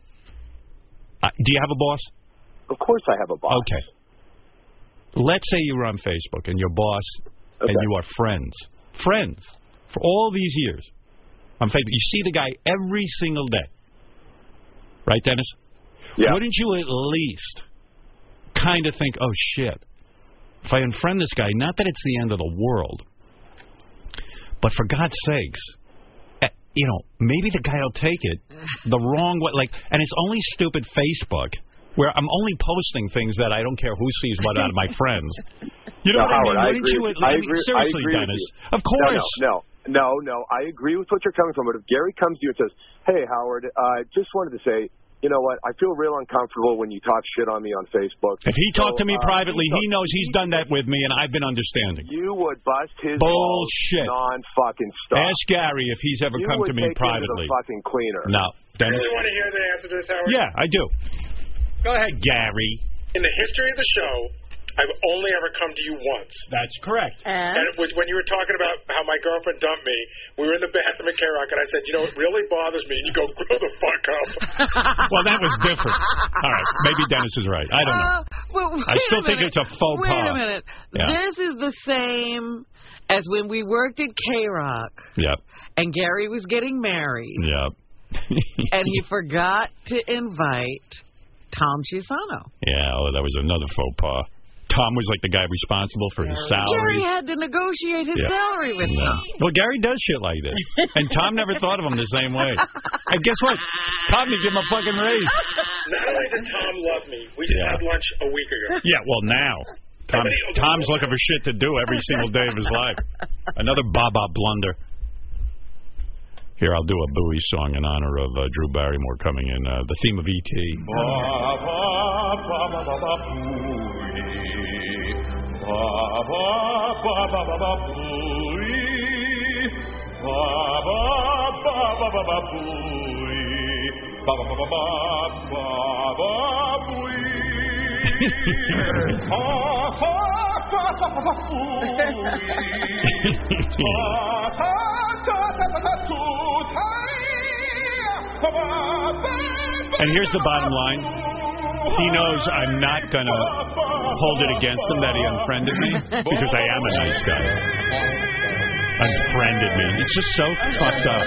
Speaker 1: Uh, do you have a boss?
Speaker 20: Of course, I have a boss.
Speaker 1: Okay. Let's say you were on Facebook and your boss and you are friends, friends for all these years on Facebook. You see the guy every single day, right, Dennis? Yeah. Wouldn't you at least kind of think, oh shit, if I unfriend this guy, not that it's the end of the world, but for God's sakes, eh, you know, maybe the guy will take it the wrong way. Like, and it's only stupid Facebook where I'm only posting things that I don't care who sees what out of my friends. You know
Speaker 20: No,
Speaker 1: what
Speaker 20: Howard,
Speaker 1: I mean?
Speaker 20: I
Speaker 1: Wouldn't
Speaker 20: agree
Speaker 1: you
Speaker 20: with
Speaker 1: at
Speaker 20: you. I
Speaker 1: least-
Speaker 20: agree- I
Speaker 1: seriously,
Speaker 20: agree with
Speaker 1: Dennis?
Speaker 20: you.
Speaker 1: Of course.
Speaker 20: No, no, no, no, no. I agree with what you're coming from. But if Gary comes to you and says, "Hey, Howard, I just wanted to say, you know what? I feel real uncomfortable when you talk shit on me on Facebook."
Speaker 1: If he
Speaker 20: So,
Speaker 1: talked to me
Speaker 20: uh,
Speaker 1: privately,
Speaker 20: you
Speaker 1: he knows he's done that with me, and I've been understanding.
Speaker 20: You would bust his
Speaker 1: Bullshit.
Speaker 20: non fucking stop.
Speaker 1: Ask Gary if he's ever
Speaker 20: you
Speaker 1: come
Speaker 20: would
Speaker 1: to me
Speaker 20: take him
Speaker 1: privately.
Speaker 20: To the fucking cleaner.
Speaker 1: No,
Speaker 2: I
Speaker 1: Dennis.
Speaker 2: really want to hear the answer to this, Howard.
Speaker 1: Yeah, I do. Go ahead, Gary.
Speaker 2: In the history of the show, I've only ever come to you once.
Speaker 1: That's correct.
Speaker 2: And it was when you were talking about how my girlfriend dumped me, we were in the bathroom at K Rock, and I said, You know, it really bothers me. And you go, Grow the fuck up.
Speaker 1: Well, that was different. All right, maybe Dennis is right. I don't
Speaker 20: Oh.
Speaker 1: know.
Speaker 3: Uh, well, wait
Speaker 1: I still
Speaker 3: a
Speaker 1: think
Speaker 3: minute.
Speaker 1: it's a faux
Speaker 3: Wait
Speaker 1: pas.
Speaker 3: a minute.
Speaker 1: Yeah.
Speaker 3: This is the same as when we worked at K Rock
Speaker 1: Yep.
Speaker 3: and Gary was getting married
Speaker 1: Yep.
Speaker 3: and he forgot to invite Tom Chisano.
Speaker 1: Yeah, oh, that was another faux pas. Tom was like the guy responsible for his salary.
Speaker 3: Gary had to negotiate his
Speaker 1: Yeah.
Speaker 3: salary with
Speaker 1: No.
Speaker 3: him.
Speaker 1: Well, Gary does shit like this, and Tom never thought of him the same way. And guess what? Tom didn't give him a fucking raise.
Speaker 2: Not only did Tom love me, we just
Speaker 1: Yeah.
Speaker 2: had lunch a week ago.
Speaker 1: Yeah, well now. Tom, Tom's looking for shit to do every single day of his life. Another Baba blunder. Here, I'll do a Bowie song in honor of uh, Drew Barrymore coming in. Uh, the theme of E.T.
Speaker 6: Oh.
Speaker 1: And here's the bottom line. He knows I'm not going to hold it against him that he unfriended me because I am a nice guy. Unfriended me. It's just so fucked up.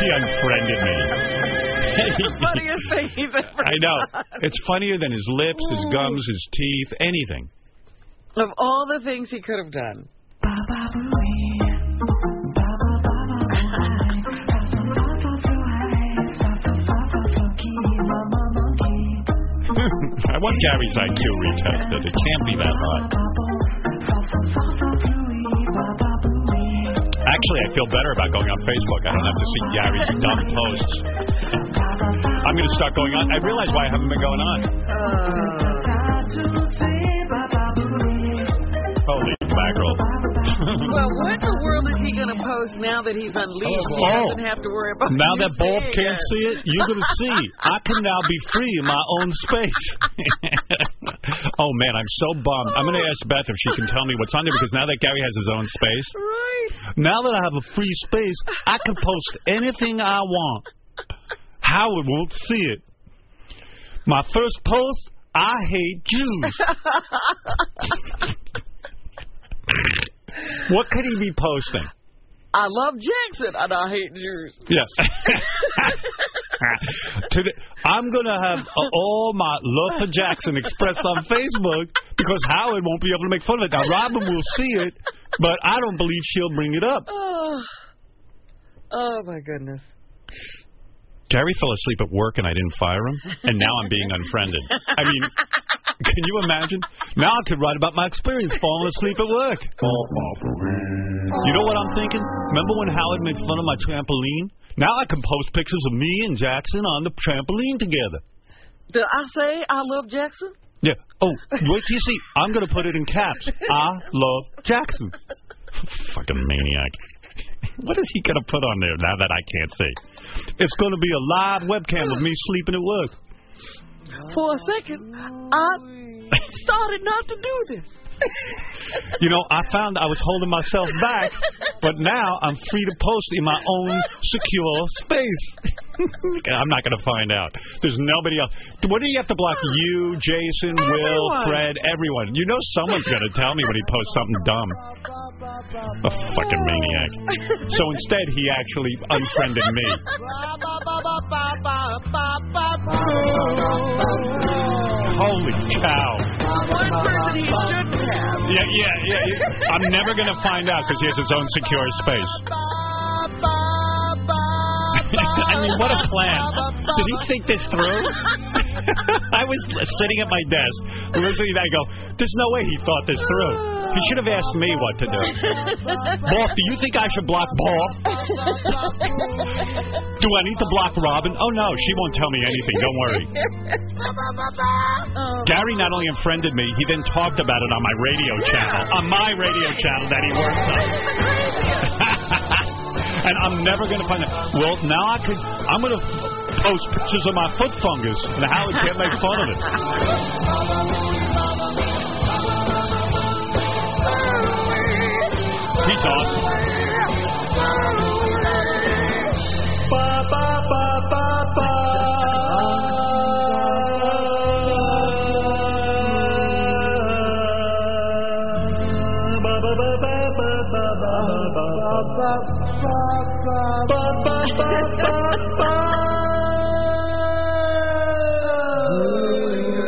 Speaker 1: He unfriended me.
Speaker 3: It's the funniest thing he's ever
Speaker 1: I know. It's funnier than his lips, his gums, his teeth, anything.
Speaker 3: Of all the things he could have done.
Speaker 1: I want Gary's IQ retested. It can't be that high. Actually, I feel better about going on Facebook. I don't have to see Gary's dumb posts. I'm going to start going on. I realize why I haven't been going on. Holy mackerel.
Speaker 3: well, what in the world is he going to post now that he's unleashed? He
Speaker 1: Oh.
Speaker 3: doesn't have to worry about.
Speaker 1: Now
Speaker 3: you
Speaker 1: that both
Speaker 3: saying
Speaker 1: can't
Speaker 3: it.
Speaker 1: see it, you're going to see. I can now be free in my own space. oh, man, I'm so bummed. I'm going to ask Beth if she can tell me what's on there because now that Gary has his own space, now that I have a free space, I can post anything I want. Howard won't see it. My first post, I hate Jews. what could he be posting?
Speaker 3: I love Jackson and I hate Jews.
Speaker 1: Yes. Today, I'm going to have uh, all my love for Jackson expressed on Facebook because Howard won't be able to make fun of it. Now, Robin will see it, but I don't believe she'll bring it up.
Speaker 3: Oh, oh my goodness.
Speaker 1: Gary fell asleep at work and I didn't fire him, and now I'm being unfriended. I mean, can you imagine? Now I could write about my experience falling asleep at work. You know what I'm thinking? Remember when Howard made fun of my trampoline? Now I can post pictures of me and Jackson on the trampoline together.
Speaker 3: Did I say I love Jackson?
Speaker 1: Yeah. Oh, wait till you see. I'm going to put it in caps. I love Jackson. Fucking maniac. What is he going to put on there now that I can't see? It's going to be a live webcam of me sleeping at work.
Speaker 3: For a second, I started not to do this.
Speaker 1: You know, I found I was holding myself back, but now I'm free to post in my own secure space. I'm not going to find out. There's nobody else. What do you have to block? You, Jason, Will,
Speaker 6: Everyone.
Speaker 1: Fred, everyone. You know someone's going to tell me when he posts something dumb. A fucking maniac. So instead, he actually unfriended me. Holy cow. Yeah, yeah, yeah. yeah. I'm never going to find out because he has his own secure space. I mean, what a plan. Did he think this through? I was sitting at my desk listening to that. I go, there's no way he thought this through. He should have asked me what to do. Boff, do you think I should block Boff? Do I need to block Robin? Oh, no, she won't tell me anything. Don't worry. Gary not only unfriended me, he then talked about it on my radio channel, on my radio channel that he works on. and I'm never going to find out. Well, now I could. I'm going to post pictures of my foot fungus and how it can't make fun of it. He's awesome.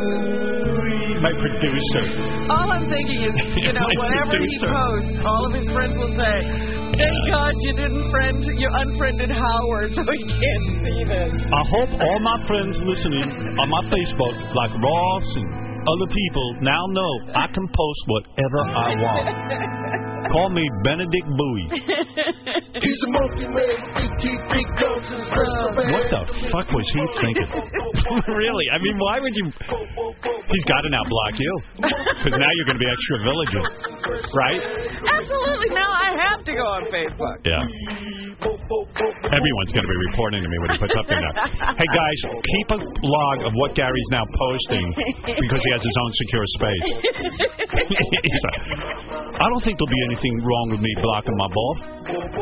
Speaker 1: My producer.
Speaker 3: All I'm thinking is, you know, whatever he posts, all of his friends will say, "Thank God you didn't friend, you unfriended Howard, so he can't see this."
Speaker 1: I hope all my friends listening on my Facebook, like Ross and other people, now know I can post whatever I want. Call me Benedict Bowie.
Speaker 6: He's a monkey man, 18 big guns in his
Speaker 1: What the fuck was he thinking? really? I mean, why would you? He's got to now block you because now you're going to be extra vigilant, right?
Speaker 3: Absolutely, now I have to go on Facebook.
Speaker 1: Yeah. Everyone's going to be reporting to me when he puts up there now. Hey guys, keep a log of what Gary's now posting because he has his own secure space. He's like, I don't think there'll be anything wrong with me blocking my ball.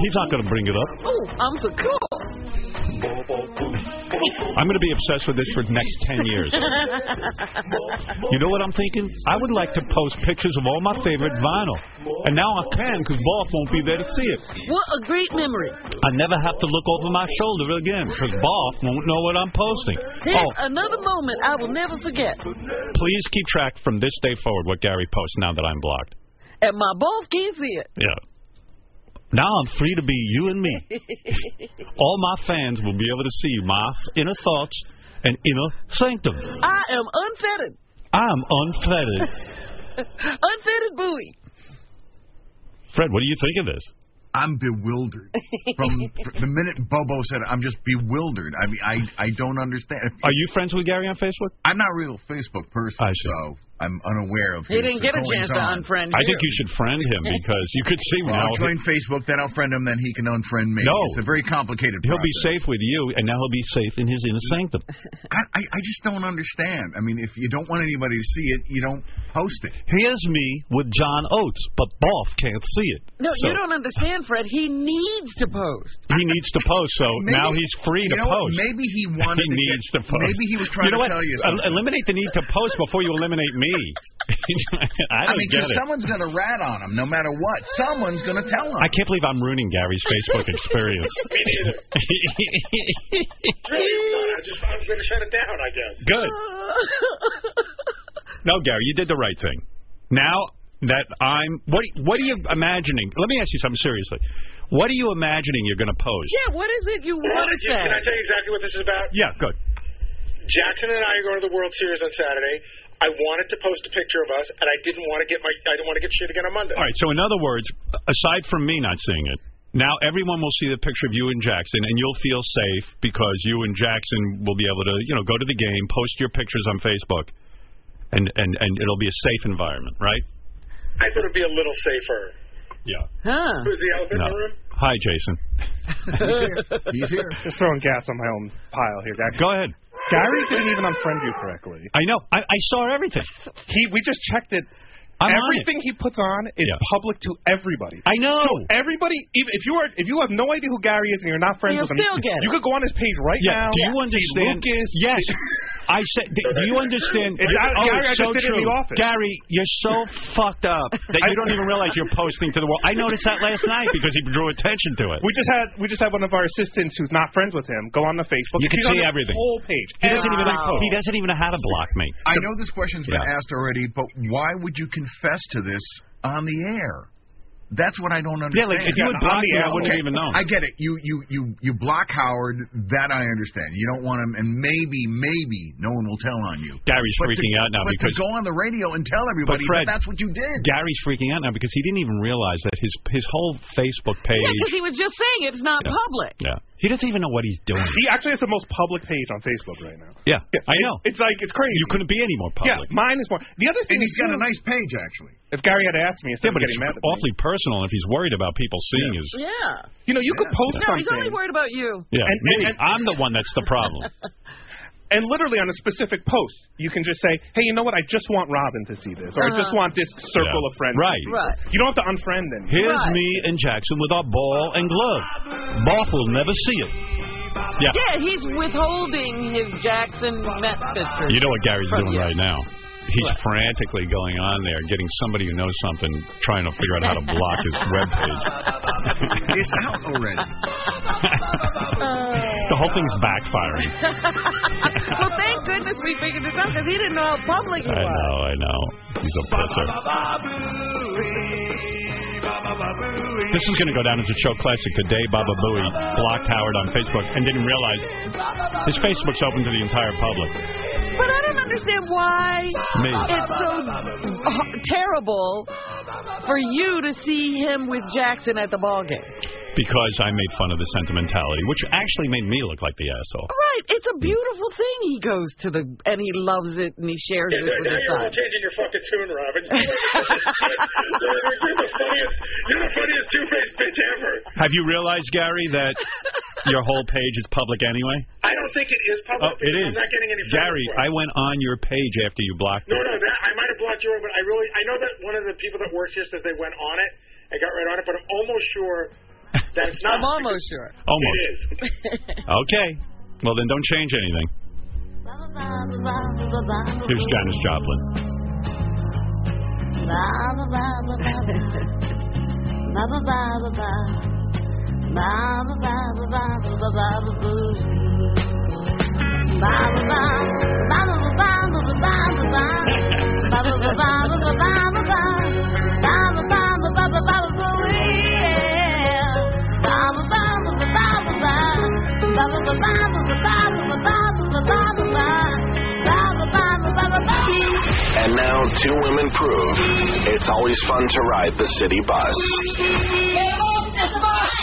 Speaker 1: He's not going to bring it up.
Speaker 3: Oh, I'm so cool.
Speaker 1: I'm going to be obsessed with this for the next 10 years. You know what I'm thinking? I would like to post pictures of all my favorite vinyl. And now I can because Boff won't be there to see it.
Speaker 3: what a great memory.
Speaker 1: I never have to look over my shoulder again because Boff won't know what I'm posting.
Speaker 3: Here's
Speaker 1: Oh,
Speaker 3: another moment I will never forget.
Speaker 1: please keep track from this day forward what Gary posts now that I'm blocked.
Speaker 3: and my boss can see it.
Speaker 1: Yeah. Now I'm free to be you and me. All my fans will be able to see my inner thoughts and inner sanctum.
Speaker 3: I am unfettered,
Speaker 1: I'm unfettered.
Speaker 3: unfettered buoy.
Speaker 1: Fred, what do you think of this?
Speaker 6: I'm bewildered. From the minute Bobo said, it, I'm just bewildered. I mean, I I don't understand.
Speaker 1: Are you friends with Gary on Facebook?
Speaker 6: I'm not a real Facebook person, so I'm unaware of.
Speaker 3: He
Speaker 6: his
Speaker 3: didn't get a chance to
Speaker 6: goings-on.
Speaker 3: unfriend
Speaker 1: I think you should friend him because you could see
Speaker 6: Well,
Speaker 1: now.
Speaker 6: I'll join Facebook, then I'll friend him, then he can unfriend me.
Speaker 1: No.
Speaker 6: it's a very complicated.
Speaker 1: He'll
Speaker 6: process.
Speaker 1: be safe with you, and now he'll be safe in his inner sanctum.
Speaker 6: I, I I just don't understand. I mean, if you don't want anybody to see it, you don't post it.
Speaker 1: Here's me with John Oates, but Boff can't see it.
Speaker 3: No,
Speaker 1: So
Speaker 3: you don't understand, Fred. He needs to post.
Speaker 1: He needs to post, so
Speaker 3: Maybe-
Speaker 1: now he's free
Speaker 3: you
Speaker 1: to
Speaker 3: know what?
Speaker 1: post.
Speaker 6: Maybe he
Speaker 1: wanted. He
Speaker 6: to get-
Speaker 1: needs to post.
Speaker 6: maybe he was trying
Speaker 1: you know
Speaker 6: to
Speaker 1: what?
Speaker 6: tell you
Speaker 1: El-
Speaker 6: something.
Speaker 1: eliminate the need to post before you eliminate me. I don't
Speaker 6: mean,
Speaker 1: get
Speaker 6: 'cause
Speaker 1: it.
Speaker 6: someone's going to rat on him, no matter what. Someone's going to tell him.
Speaker 1: I can't believe I'm ruining Gary's Facebook experience.
Speaker 2: Me neither. really, I'm not. I just, I'm going to shut it down, I guess.
Speaker 1: Good. No, Gary, you did the right thing. Now that I'm, what what are you imagining? Let me ask you something seriously. What are you imagining you're going to post?
Speaker 3: Yeah, what is it you want to say?
Speaker 2: Can I tell you exactly what this is about?
Speaker 1: Yeah, good.
Speaker 2: Jackson and I are going to the World Series on Saturday. I wanted to post a picture of us, and I didn't want to get my I didn't want to get shit again on Monday.
Speaker 1: All right. So in other words, aside from me not seeing it, now everyone will see the picture of you and Jackson, and you'll feel safe because you and Jackson will be able to, you know, go to the game, post your pictures on Facebook, and and and it'll be a safe environment, right?
Speaker 2: I thought it'd be a little safer.
Speaker 1: Yeah.
Speaker 3: Huh.
Speaker 2: Who's the elephant in the room?
Speaker 1: Hi, Jason.
Speaker 2: He's here.
Speaker 21: Just throwing gas on my own pile here, guys.
Speaker 1: Go ahead.
Speaker 21: Gary didn't even unfriend you correctly.
Speaker 1: I know. I, I saw everything.
Speaker 21: He, we just checked it.
Speaker 1: I'm on it.
Speaker 21: Everything he puts on is public to everybody.
Speaker 1: I know.
Speaker 21: So everybody, even if you are, if you have no idea who Gary is and you're not friends
Speaker 1: You'll
Speaker 21: with him,
Speaker 1: still get it.
Speaker 21: you could go on his page right
Speaker 1: Yeah,
Speaker 21: now.
Speaker 1: do you
Speaker 21: see
Speaker 1: understand-
Speaker 21: Lucas.
Speaker 1: Yes. I said. Do you understand?
Speaker 21: It's out-
Speaker 1: oh,
Speaker 21: Gary,
Speaker 1: it's
Speaker 21: I
Speaker 1: so
Speaker 21: just did it
Speaker 1: true.
Speaker 21: in the office.
Speaker 1: Gary, you're so fucked up that you don't even realize you're posting to the world. I noticed that last night because he drew attention to it.
Speaker 21: We just had we just had one of our assistants who's not friends with him go on the Facebook.
Speaker 1: You can
Speaker 21: She's on
Speaker 1: see
Speaker 21: his
Speaker 1: everything.
Speaker 21: Whole page.
Speaker 1: He doesn't even.
Speaker 21: Every post.
Speaker 1: He doesn't even know how to block me.
Speaker 6: I know this question's been
Speaker 1: Yeah.
Speaker 6: asked already, but why would you confess to this on the air? That's what I don't
Speaker 1: Yeah,
Speaker 6: understand.
Speaker 1: like, if you had blocked me, I wouldn't have even known.
Speaker 6: I get it. You you you you block Howard. That I understand. You don't want him, and maybe maybe no one will tell on you.
Speaker 1: Gary's
Speaker 6: But
Speaker 1: freaking
Speaker 6: to,
Speaker 1: out now
Speaker 6: but
Speaker 1: because
Speaker 6: to go on the radio and tell everybody
Speaker 1: Fred-
Speaker 6: that that's what you did.
Speaker 1: Gary's freaking out now because he didn't even realize that his his whole Facebook page.
Speaker 3: Yeah, because he was just saying it's not
Speaker 1: Yeah.
Speaker 3: public.
Speaker 1: yeah. He doesn't even know what he's doing.
Speaker 21: He actually has the most public page on Facebook right now.
Speaker 1: Yeah, I know.
Speaker 21: It's like it's crazy.
Speaker 1: You couldn't be any more public.
Speaker 21: Yeah, mine is more. The other thing
Speaker 6: And
Speaker 21: is
Speaker 6: he's got a
Speaker 21: too-
Speaker 6: nice page actually.
Speaker 21: If Gary had asked me
Speaker 1: Yeah,
Speaker 21: instead
Speaker 1: but
Speaker 21: of
Speaker 1: it's
Speaker 21: getting mad at me,
Speaker 1: awfully personal. If he's worried about people seeing his,
Speaker 3: Yeah.
Speaker 21: you know, you could post
Speaker 3: No,
Speaker 21: something.
Speaker 3: he's only worried about you.
Speaker 1: yeah, me, I'm the one that's the problem.
Speaker 21: and literally on a specific post, you can just say, "Hey, you know what? I just want Robin to see this, or I just
Speaker 1: Uh-huh.
Speaker 21: want this circle
Speaker 1: Yeah.
Speaker 21: of friends."
Speaker 1: Right.
Speaker 21: To see
Speaker 1: Right.
Speaker 21: this. You don't have to unfriend them.
Speaker 1: Here's me and Jackson with our ball and glove. Boff will never see it. Yeah.
Speaker 3: he's withholding his Jackson Met picture.
Speaker 1: You know what Gary's
Speaker 3: from
Speaker 1: doing
Speaker 3: you.
Speaker 1: right now? He's frantically going on there, getting somebody who knows something, trying to figure out how to block his webpage.
Speaker 6: It's out already.
Speaker 1: The whole thing's backfiring.
Speaker 3: well, thank goodness we figured this out because he didn't know how public he
Speaker 1: I
Speaker 3: was.
Speaker 1: know, I know. He's a pisser. This is going to go down as a show classic today. Baba Booey blocked Howard on Facebook and didn't realize his Facebook's open to the entire public.
Speaker 3: But I don't understand why
Speaker 1: Me.
Speaker 3: it's so h- terrible for you to see him with Jackson at the ball game.
Speaker 1: because I made fun of the sentimentality, which actually made me look like the asshole.
Speaker 3: Right, it's a beautiful thing. He goes to the and he loves it and he shares it
Speaker 2: Yeah,
Speaker 3: with
Speaker 2: now
Speaker 3: his
Speaker 2: you're all
Speaker 3: son.
Speaker 2: changing your fucking tune, Robin. you're the funniest. You're the funniest two-faced bitch ever.
Speaker 1: Have you realized, Gary, that your whole page is public anyway?
Speaker 2: I don't think it is public.
Speaker 1: Oh, it is.
Speaker 2: because I'm not getting any. further
Speaker 1: Gary,
Speaker 2: for it.
Speaker 1: I went on your page after you blocked
Speaker 2: No,
Speaker 1: it.
Speaker 2: no, that, I might have blocked your one, but I really, I know that one of the people that works here says they went on it and got right on it, but I'm almost sure that it's not.
Speaker 3: I'm almost sure.
Speaker 1: Almost.
Speaker 2: It is.
Speaker 1: Oh, Okay. Well, then don't change anything. Here's Janis Joplin.
Speaker 22: Bye.
Speaker 7: Two women prove it's always fun to ride the city bus.
Speaker 4: Get off this bus!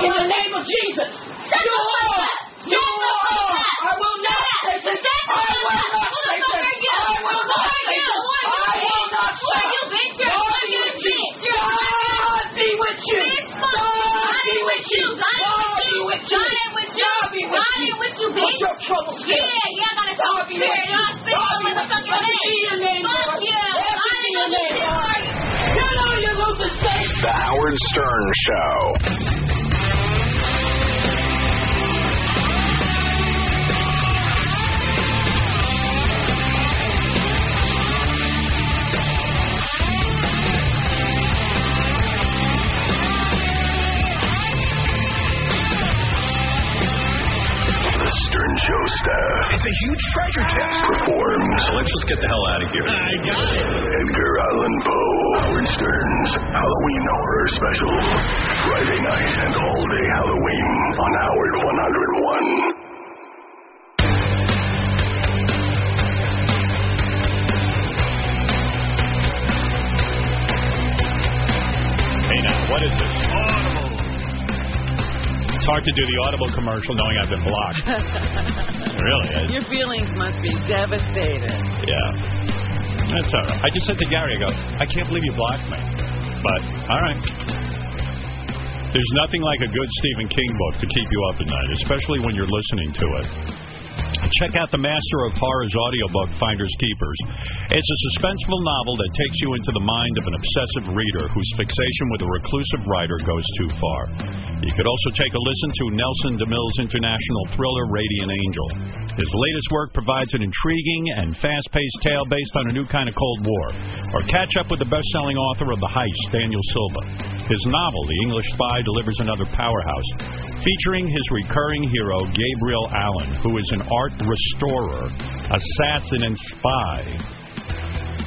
Speaker 4: In the name of Jesus! Shut you alone! You alone! I will not take this! I will not take this! I will not take this! I will not take this! God be with you! God be with you! God be with you! God be with you! God be with you! What's your trouble, Skip? God be with you! God be with you! Let me see your name, Lord! Let me see your name, Lord! You know you losing faith!
Speaker 7: The Howard Stern Show. The Stern Show staff. It's a huge treasure chest. Performs. So let's just get the hell out of here. I got it. Edgar Allan Poe, Howard Stern's Halloween Horror Special. Friday night and all day Halloween on Howard 101.
Speaker 1: Hey, now, what is this? Audible. It's hard to do the Audible commercial knowing I've been blocked. really? I,
Speaker 3: Your feelings must be devastated.
Speaker 1: yeah. That's all right. I just said to Gary, I go, I can't believe you blocked me. But, all right. There's nothing like a good Stephen King book to keep you up at night, especially when you're listening to it. Check out the Master of Horror's audiobook, Finders Keepers. It's a suspenseful novel that takes you into the mind of an obsessive reader whose fixation with a reclusive writer goes too far. You could also take a listen to Nelson DeMille's international thriller, Radiant Angel. His latest work provides an intriguing and fast paced tale based on a new kind of Cold War. Or catch up with the best selling author of The Heist, Daniel Silva. His novel, The English Spy, delivers another powerhouse featuring his recurring hero, Gabriel Allen, who is an art restorer, assassin, and spy.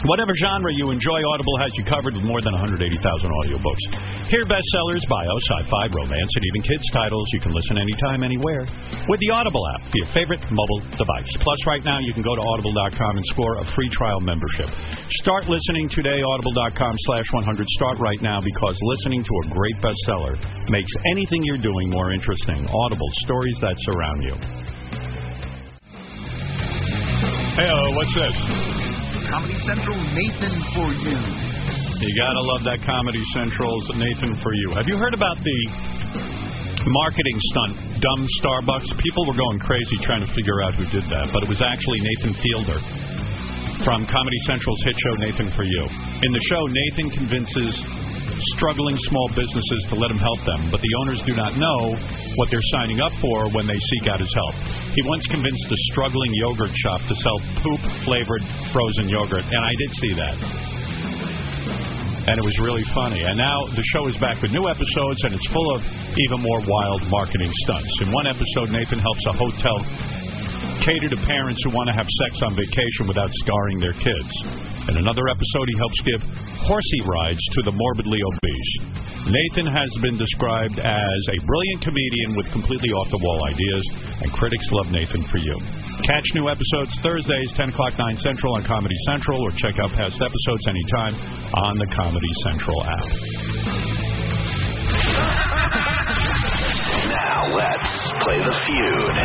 Speaker 1: Whatever genre you enjoy, Audible has you covered with more than 180,000 audiobooks. Hear bestsellers, bio, sci-fi, romance, and even kids' titles. You can listen anytime, anywhere with the Audible app for your favorite mobile device. Plus, right now, you can go to audible.com and score a free trial membership. Start listening today, audible.com slash 100. Start right now because listening to a great bestseller makes anything you're doing more interesting. Audible, stories that surround you. Hey, uh, what's this?
Speaker 6: Comedy Central Nathan for you.
Speaker 1: You gotta love that Comedy Central's Nathan for you. Have you heard about the marketing stunt, dumb Starbucks? People were going crazy trying to figure out who did that, but it was actually Nathan Fielder from Comedy Central's hit show Nathan for You. In the show, Nathan convinces struggling small businesses to let him help them, but the owners do not know what they're signing up for when they seek out his help. He once convinced a struggling yogurt shop to sell poop flavored frozen yogurt, and I did see that. And it was really funny. And now the show is back with new episodes, and it's full of even more wild marketing stunts. In one episode, Nathan helps a hotel cater to parents who want to have sex on vacation without scarring their kids. In another episode, he helps give horsey rides to the morbidly obese. Nathan has been described as a brilliant comedian with completely off the wall ideas, and critics love Nathan for you. Catch new episodes Thursdays, 10 o'clock, 9 Central on Comedy Central, or check out past episodes anytime on the Comedy Central app.
Speaker 7: Now let's play the feud.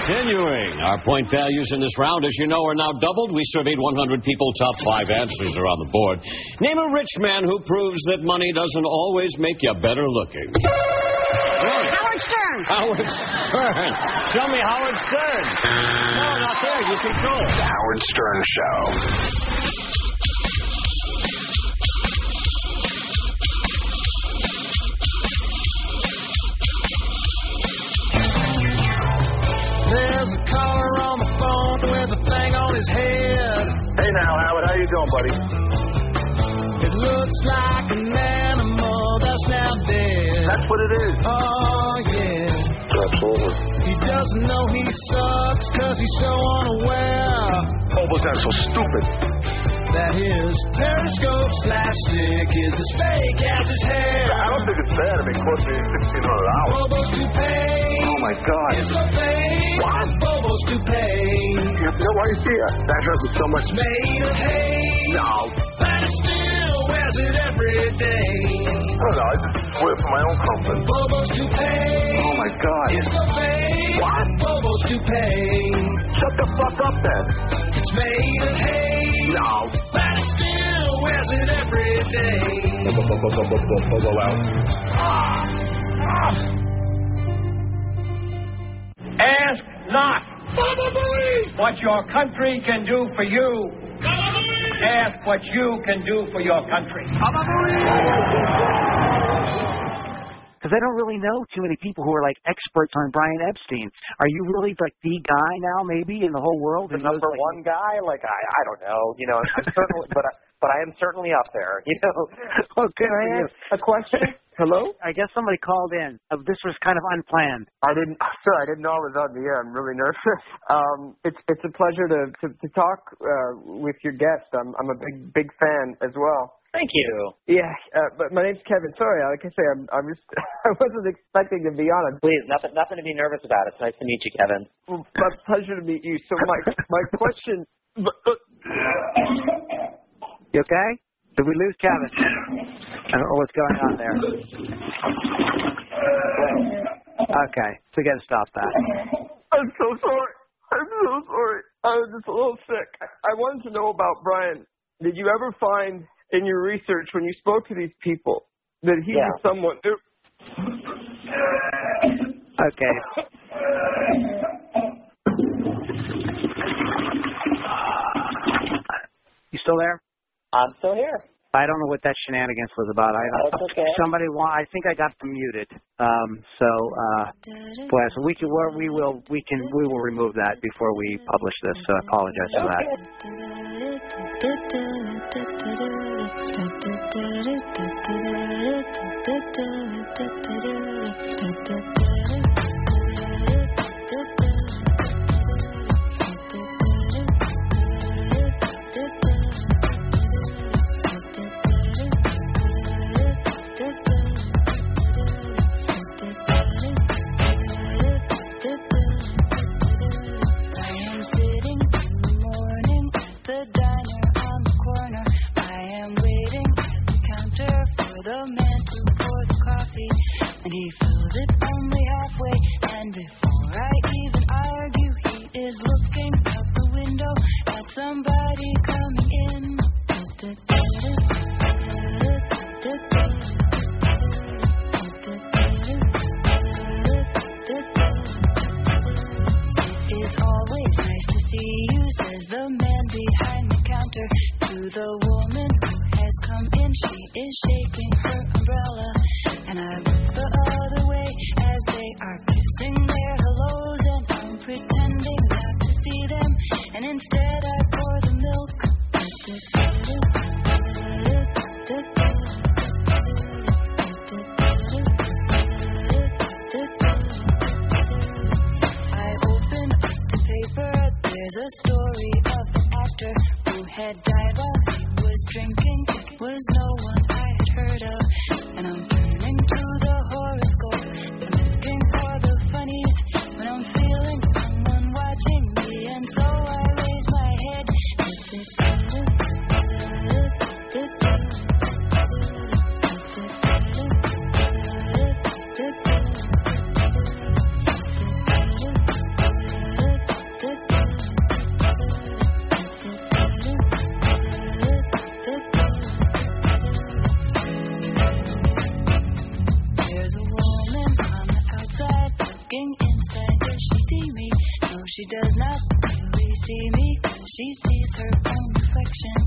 Speaker 23: Continuing, our point values in this round, as you know, are now doubled. We surveyed 100 people. Top five answers are on the board. Name a rich man who proves that money doesn't always make you better looking.
Speaker 4: Howard Stern!
Speaker 23: Howard Stern. Show me Howard Stern. No, not there. You control it.
Speaker 7: Howard Stern Show.
Speaker 6: There's a caller on the phone with a thing on his head. Hey now, Howard, how you doing, buddy? It looks like an animal that's now dead. That's what it is. Oh yeah.
Speaker 7: Absolutely.
Speaker 6: He doesn't know he sucks 'cause he's so unaware.
Speaker 7: Hobos are so stupid.
Speaker 24: that his periscope slash stick is as fake as his hair.
Speaker 7: I don't think it's bad. I mean, close to 1600 an hour.
Speaker 24: Bobo's toupee
Speaker 7: Oh my God.
Speaker 24: is so fake. What? Bobo's toupee
Speaker 7: You have no idea. That hurts me so much.
Speaker 24: is made of hay.
Speaker 7: No.
Speaker 24: But he still wears it every day.
Speaker 7: I don't know. I just wear it for my own comfort.
Speaker 24: Bobo's toupee
Speaker 7: Oh my God.
Speaker 24: is so fake. What? Bobo's toupee
Speaker 7: Shut the fuck up then.
Speaker 24: It's made of hay.
Speaker 7: No.
Speaker 24: But he still wears it every day.
Speaker 7: Bobo out.
Speaker 25: Ask not what your country can do for you. Ask what you can do for your country.
Speaker 5: Because I don't really know too many people who are like experts on Brian Epstein. Are you really like the guy now, maybe in the whole world?
Speaker 20: the number one guy. Like I, I don't know. You know, I'm certainly, but I, but I am certainly up there. You know.
Speaker 5: Okay,
Speaker 20: Can I ask a question?
Speaker 5: Hello. I guess somebody called in. Uh, this was kind of unplanned.
Speaker 20: I didn't, sir. I didn't know I was on the air. I'm really nervous. Um, it's it's a pleasure to to, to talk uh, with your guest. I'm I'm a big big fan as well.
Speaker 5: Thank you.
Speaker 20: Yeah, uh, but my name's Kevin. Sorry, like I say, I'm I'm just I wasn't expecting to be on.
Speaker 5: Please, nothing, nothing to be nervous about. It's nice to meet you, Kevin.
Speaker 20: Well, my pleasure to meet you. So my my question.
Speaker 5: You okay? Did we lose Kevin? I don't know what's going on there. Okay, so we got to stop that.
Speaker 20: I'm so sorry. I'm so sorry. I was just a little sick. I wanted to know about Brian. Did you ever find in your research when you spoke to these people that he was someone?
Speaker 5: Okay. You still there? I'm still here. I don't know what that shenanigans was about. I That's okay. somebody wa- I think I got them muted. Um, so uh, boy, so we can we're- we will we can we will remove that before we publish this. So I apologize for that.
Speaker 6: I am sitting in the morning at the diner on the corner. I am waiting at the counter for the man to pour the coffee, and he fills it only halfway. And before I even argue, he is looking out the window at somebody coming in. It's always nice to see you, says the man behind the counter to the woman who has come in. She is shaking her umbrella, and I look the other way as they are kissing their hellos, and I'm pretending not to see them, and instead I pour the milk. I open up the paper. There's a story of an actor who had died while he was drinking. It was no one I had heard of. And I'm turning to the horoscope. I'm looking for the funnies when I'm feeling someone watching me. And so I raise my head. There's a woman on the outside looking inside. Does she see me? No, she does not really see me. 'cause She sees her own reflection.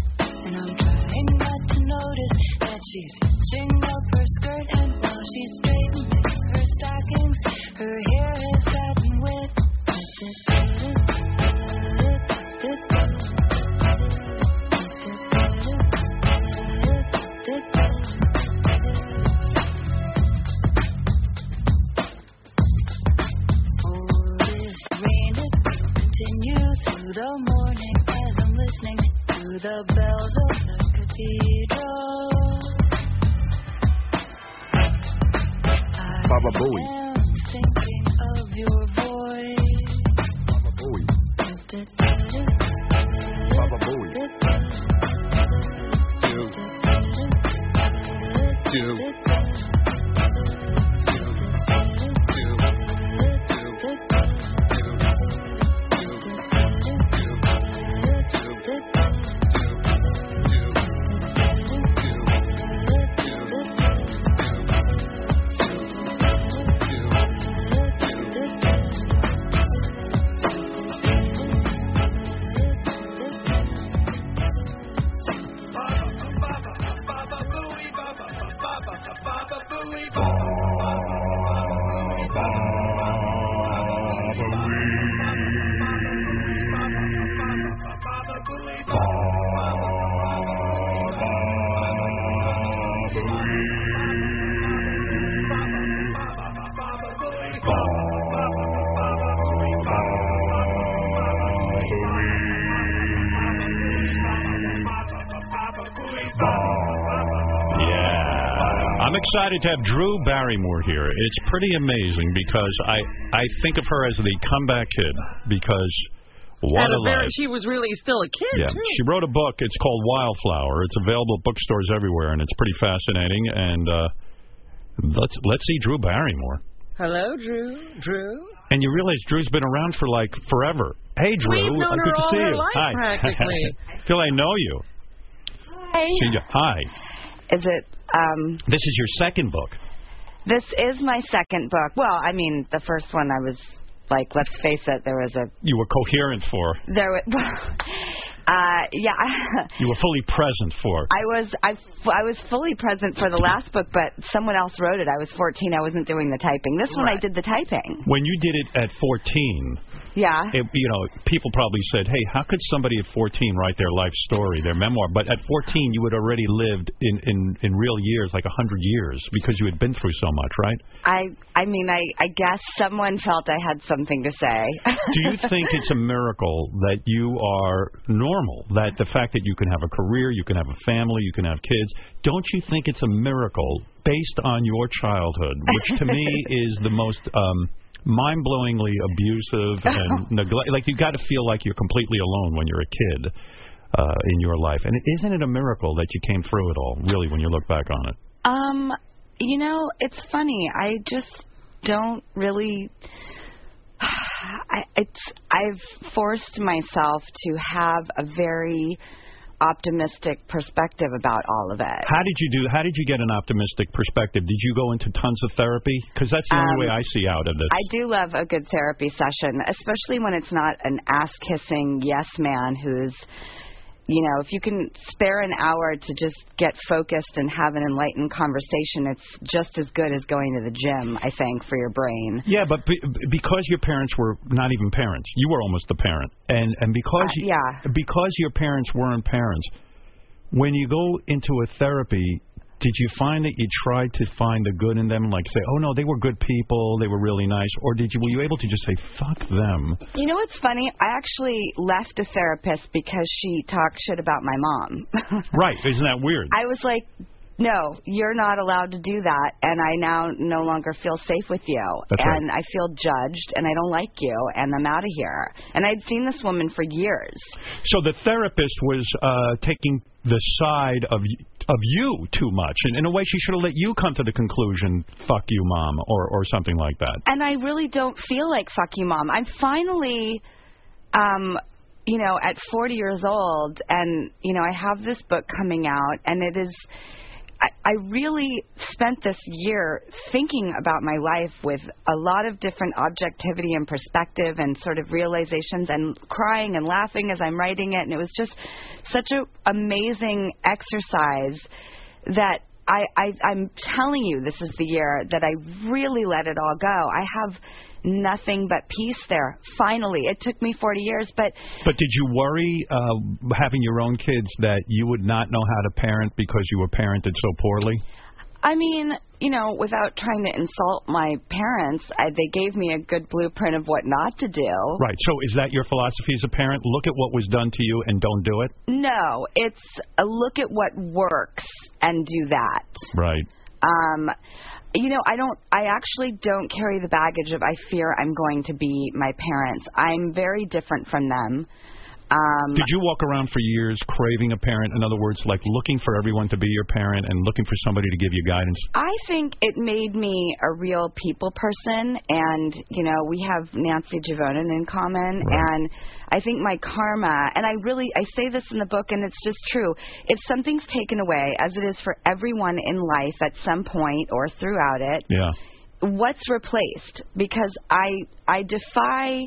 Speaker 6: And I'm trying not to notice that she's hitching up her skirt. And while she's straightening her stockings, her hair has gotten wet. This rain it will continue through the morning as I'm listening to the bells
Speaker 11: Bowie.
Speaker 26: Thinking of your voice.
Speaker 11: Bowie.
Speaker 26: Baba Bowie.
Speaker 11: Do. Do.
Speaker 1: I'm excited to have Drew Barrymore here. It's pretty amazing because I I think of her as the comeback kid because what
Speaker 3: At
Speaker 1: a
Speaker 3: a very,
Speaker 1: life.
Speaker 3: she was really still a kid,
Speaker 1: Yeah,
Speaker 3: too.
Speaker 1: she wrote a book. It's called Wildflower. It's available at bookstores everywhere, and it's pretty fascinating. And uh, let's let's see Drew Barrymore.
Speaker 3: Hello, Drew. Drew.
Speaker 1: And you realize Drew's been around for like forever. Hey, Drew,
Speaker 3: We've known
Speaker 1: uh,
Speaker 3: her
Speaker 1: good to
Speaker 3: all
Speaker 1: see
Speaker 3: her
Speaker 1: you.
Speaker 3: life,
Speaker 1: Hi,
Speaker 3: practically.
Speaker 1: Phil, I know you.
Speaker 12: Hi.
Speaker 1: Hi.
Speaker 12: Is it? Um,
Speaker 1: This is your second book.
Speaker 12: this is my second book. Well, I mean, the first one I was like, let's face it, there was a
Speaker 1: You were coherent for.
Speaker 12: there was, uh, yeah. I-
Speaker 1: You were fully present for.
Speaker 12: I was I, f- I was fully present for the last book, but someone else wrote it. I was 14. I wasn't doing the typing. This one I did the typing.
Speaker 1: When you did it at 14,
Speaker 12: Yeah.
Speaker 1: it, you know, people probably said, "Hey, how could somebody at 14 write their life story, their memoir?" But at 14, you had already lived in in in real years, like 100 years, because you had been through so much, right?
Speaker 12: I I mean I I guess someone felt I had something to say.
Speaker 1: Do you think it's a miracle that you are normal? That the fact that you can have a career, you can have a family, you can have kids. Don't you think it's a miracle based on your childhood, which to me is the most um, mind-blowingly abusive and neglect? Like you got to feel like you're completely alone when you're a kid uh, in your life. And isn't it a miracle that you came through it all? Really, when you look back on it.
Speaker 12: Um, you know, it's funny. I just don't really. I, it's I've forced myself to have a very optimistic perspective about all of it.
Speaker 1: How did you do? How did you get an optimistic perspective? Did you go into tons of therapy? Because that's the only way I see out of this.
Speaker 12: I do love a good therapy session, especially when it's not an ass kissing yes man who's, you know, if you can spare an hour to just get focused and have an enlightened conversation, it's just as good as going to the gym, I think, for your brain.
Speaker 1: Yeah, but be, because your parents were not even parents, you were almost the parent, and and because you, yeah, because your parents weren't parents, when you go into a therapy, did you find that you tried to find the good in them, like say, oh no, they were good people, they were really nice, or did you were you able to just say fuck them?
Speaker 12: You know what's funny? I actually left a therapist because she talked shit about my mom.
Speaker 1: right? Isn't that weird?
Speaker 12: I was like, no, you're not allowed to do that, and I now no longer feel safe with you,
Speaker 1: That's right.
Speaker 12: and I feel judged, and I don't like you, and I'm out of here. And I'd seen this woman for years.
Speaker 1: So the therapist was uh, taking the side of y- of you too much, and in a way, she should have let you come to the conclusion, fuck you, mom, or or something like that.
Speaker 12: and I really don't feel like fuck you, mom. I'm finally, um, you know, at 40 years old, and you know, I have this book coming out, and it is. I, I really spent this year thinking about my life with a lot of different objectivity and perspective and sort of realizations and crying and laughing as I'm writing it and it was just such an amazing exercise that I, I I'm telling you, this is the year that I really let it all go. I have nothing but peace there. Finally, it took me 40 years, but
Speaker 1: But did you worry uh, having your own kids that you would not know how to parent because you were parented so poorly?
Speaker 12: I mean, you know, without trying to insult my parents, I, they gave me a good blueprint of what not to do.
Speaker 1: Right. So is that your philosophy as a parent? Look at what was done to you and don't do it.
Speaker 12: No, it's uh, a look at what works and do that.
Speaker 1: Right.
Speaker 12: Um, you know, I don't. I actually don't carry the baggage of I fear I'm going to be my parents. I'm very different from them. Um,
Speaker 1: Did you walk around for years craving a parent? In other words, like looking for everyone to be your parent and looking for somebody to give you guidance?
Speaker 12: I think it made me a real people person, and you know we have Nancy Javonin in common, and I think my karma, and I really I say this in the book, and it's just true. If something's taken away, as it is for everyone in life at some point or throughout it,
Speaker 1: Yeah.
Speaker 12: what's replaced? Because I I defy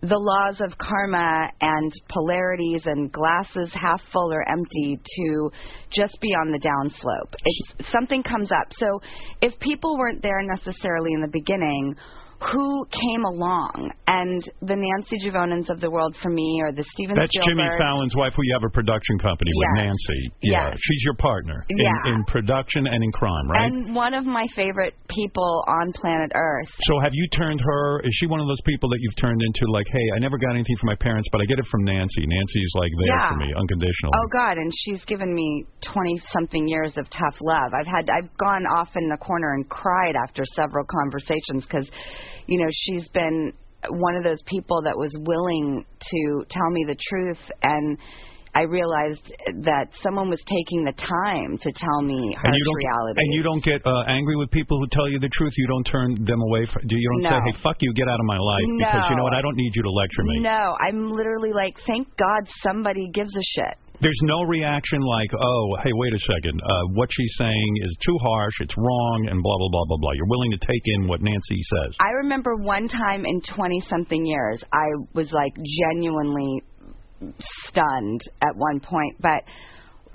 Speaker 12: the laws of karma and polarities and glasses half full or empty to just be on the downslope. It's something comes up. So if people weren't there necessarily in the beginning, who came along? And the Nancy Javonins of the world for me, or the Steven
Speaker 1: That's
Speaker 12: Spielberg.
Speaker 1: Jimmy Fallon's wife, who you have a production company with,
Speaker 12: Yes.
Speaker 1: Nancy. Yeah.
Speaker 12: Yes.
Speaker 1: She's your partner
Speaker 12: Yeah.
Speaker 1: in, in production and in crime, right?
Speaker 12: And one of my favorite people on planet Earth.
Speaker 1: so have you turned her? Is she one of those people that you've turned into like, hey, I never got anything from my parents, but I get it from Nancy. Nancy's like there
Speaker 12: Yeah.
Speaker 1: for me, unconditional.
Speaker 12: Oh God! And she's given me twenty-something years of tough love. I've had I've gone off in the corner and cried after several conversations because, you know, she's been one of those people that was willing to tell me the truth, and I realized that someone was taking the time to tell me Oh, harsh
Speaker 1: and you don't
Speaker 12: reality.
Speaker 1: and you don't get uh, angry with people who tell you the truth. You don't turn them away. From, you don't say,
Speaker 12: No.
Speaker 1: "Hey, fuck you, get out of my life," because you know
Speaker 12: No.
Speaker 1: what? I don't need you to lecture me.
Speaker 12: no, I'm literally like, thank God somebody gives a shit.
Speaker 1: There's no reaction like, oh, hey, wait a second. Uh, what she's saying is too harsh. It's wrong, and blah blah blah blah blah. You're willing to take in what Nancy says.
Speaker 12: I remember one time in 20 something years, I was like genuinely stunned at one point, but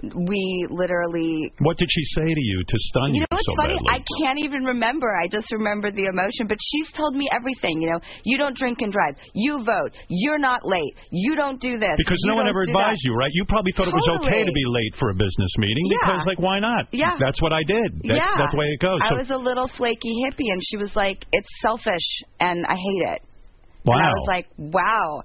Speaker 12: we literally.
Speaker 1: What did she say to you to stun you,
Speaker 12: You know what's
Speaker 1: so
Speaker 12: funny?
Speaker 1: badly?
Speaker 12: I can't even remember. I just remember the emotion. But she's told me everything. You know, you don't drink and drive. You vote. You're not late. You don't do this.
Speaker 1: because
Speaker 12: You
Speaker 1: no one
Speaker 12: don't
Speaker 1: ever
Speaker 12: do that."
Speaker 1: advised you, right? You probably thought it was okay
Speaker 12: Totally.
Speaker 1: to be late for a business meeting
Speaker 12: Yeah.
Speaker 1: because, like, why not?
Speaker 12: Yeah.
Speaker 1: That's what I did. That's,
Speaker 12: yeah.
Speaker 1: that's the way it goes.
Speaker 12: I
Speaker 1: So-
Speaker 12: was a little flaky hippie, and she was like, "It's selfish, and I hate it."
Speaker 1: wow.
Speaker 12: And I was like, "Wow."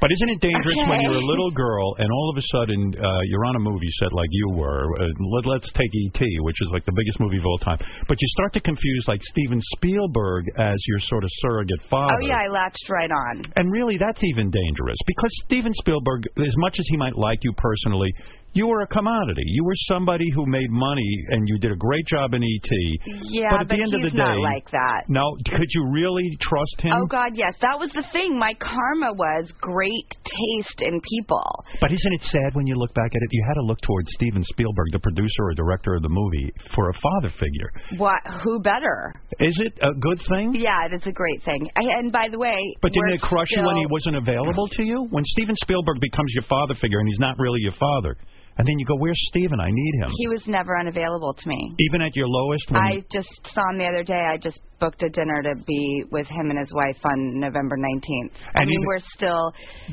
Speaker 1: But isn't it dangerous when
Speaker 12: Okay.
Speaker 1: you're a little girl and all of a sudden uh, you're on a movie set like you were? Uh, let, let's take E.T., which is like the biggest movie of all time. But you start to confuse like Steven Spielberg as your sort of surrogate father.
Speaker 12: Oh yeah, I latched right on.
Speaker 1: And really, that's even dangerous because Steven Spielberg, as much as he might like you personally, you were a commodity. You were somebody who made money and you did a great job in E.T.
Speaker 12: Yeah,
Speaker 1: but at the
Speaker 12: but
Speaker 1: end of
Speaker 12: he's
Speaker 1: the day,
Speaker 12: not like that.
Speaker 1: Now, could you really trust him?
Speaker 12: Oh God, yes, that was the thing. My karma was great taste in people.
Speaker 1: But isn't it sad when you look back at it? You had to look towards Steven Spielberg, the producer or director of the movie, for a father figure.
Speaker 12: What? Who better?
Speaker 1: Is it a good thing?
Speaker 12: Yeah, it is a great thing. I, and by the way,
Speaker 1: But didn't
Speaker 12: we're
Speaker 1: it crush you when he
Speaker 12: still-
Speaker 1: wasn't available to you? When Steven Spielberg becomes your father figure and he's not really your father, and then you go, "Where's Steven? I need him."
Speaker 12: He was never unavailable to me.
Speaker 1: Even at your lowest, when
Speaker 12: I just saw him the other day. I just booked a dinner to be with him and his wife on November 19th. I
Speaker 1: And
Speaker 12: mean,
Speaker 1: even-
Speaker 12: we're still.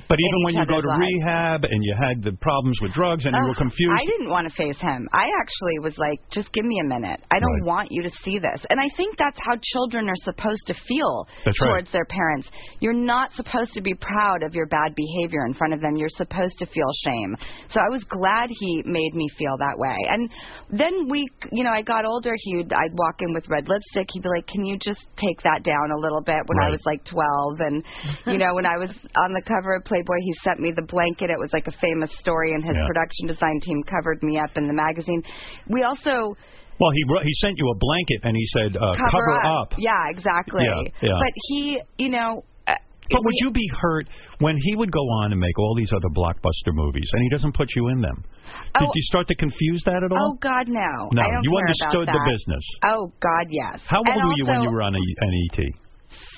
Speaker 1: But
Speaker 12: in
Speaker 1: even when
Speaker 12: each
Speaker 1: you go
Speaker 12: other's
Speaker 1: to
Speaker 12: lives.
Speaker 1: rehab and you had the problems with drugs and you were
Speaker 12: Ugh,
Speaker 1: confused.
Speaker 12: I didn't want to face him. I actually was like, just give me a minute. I don't want you to see this. And I think that's how children are supposed to feel
Speaker 4: That's right.
Speaker 12: towards their parents. You're not supposed to be proud of your bad behavior in front of them. You're supposed to feel shame. So I was glad he made me feel that way. And then we, you know, I got older. He'd, I'd walk in with red lipstick. He'd be like, can you just take that down a little bit when I
Speaker 4: Right.
Speaker 12: was like 12? And, you know, when I was on the cover of Playboy, he sent me the blanket. It was like a famous story in his
Speaker 1: Yeah.
Speaker 12: production design team covered me up in the magazine. We also
Speaker 1: Well, he wrote- he sent you a blanket and he said, uh,
Speaker 12: cover,
Speaker 1: up."
Speaker 12: Yeah, exactly.
Speaker 1: Yeah, yeah.
Speaker 12: But he, you know, uh,
Speaker 1: But would you be hurt when he would go on and make all these other blockbuster movies and he doesn't put you in them? Did
Speaker 12: Oh.
Speaker 1: you start to confuse that at
Speaker 12: oh
Speaker 1: all?
Speaker 12: God, no.
Speaker 1: No,
Speaker 12: I don't
Speaker 1: you
Speaker 12: care
Speaker 1: understood
Speaker 12: about
Speaker 1: the
Speaker 12: that.
Speaker 1: business.
Speaker 12: Oh God, yes.
Speaker 1: How old
Speaker 12: and
Speaker 1: were you when
Speaker 12: also
Speaker 1: you were on a, an ET?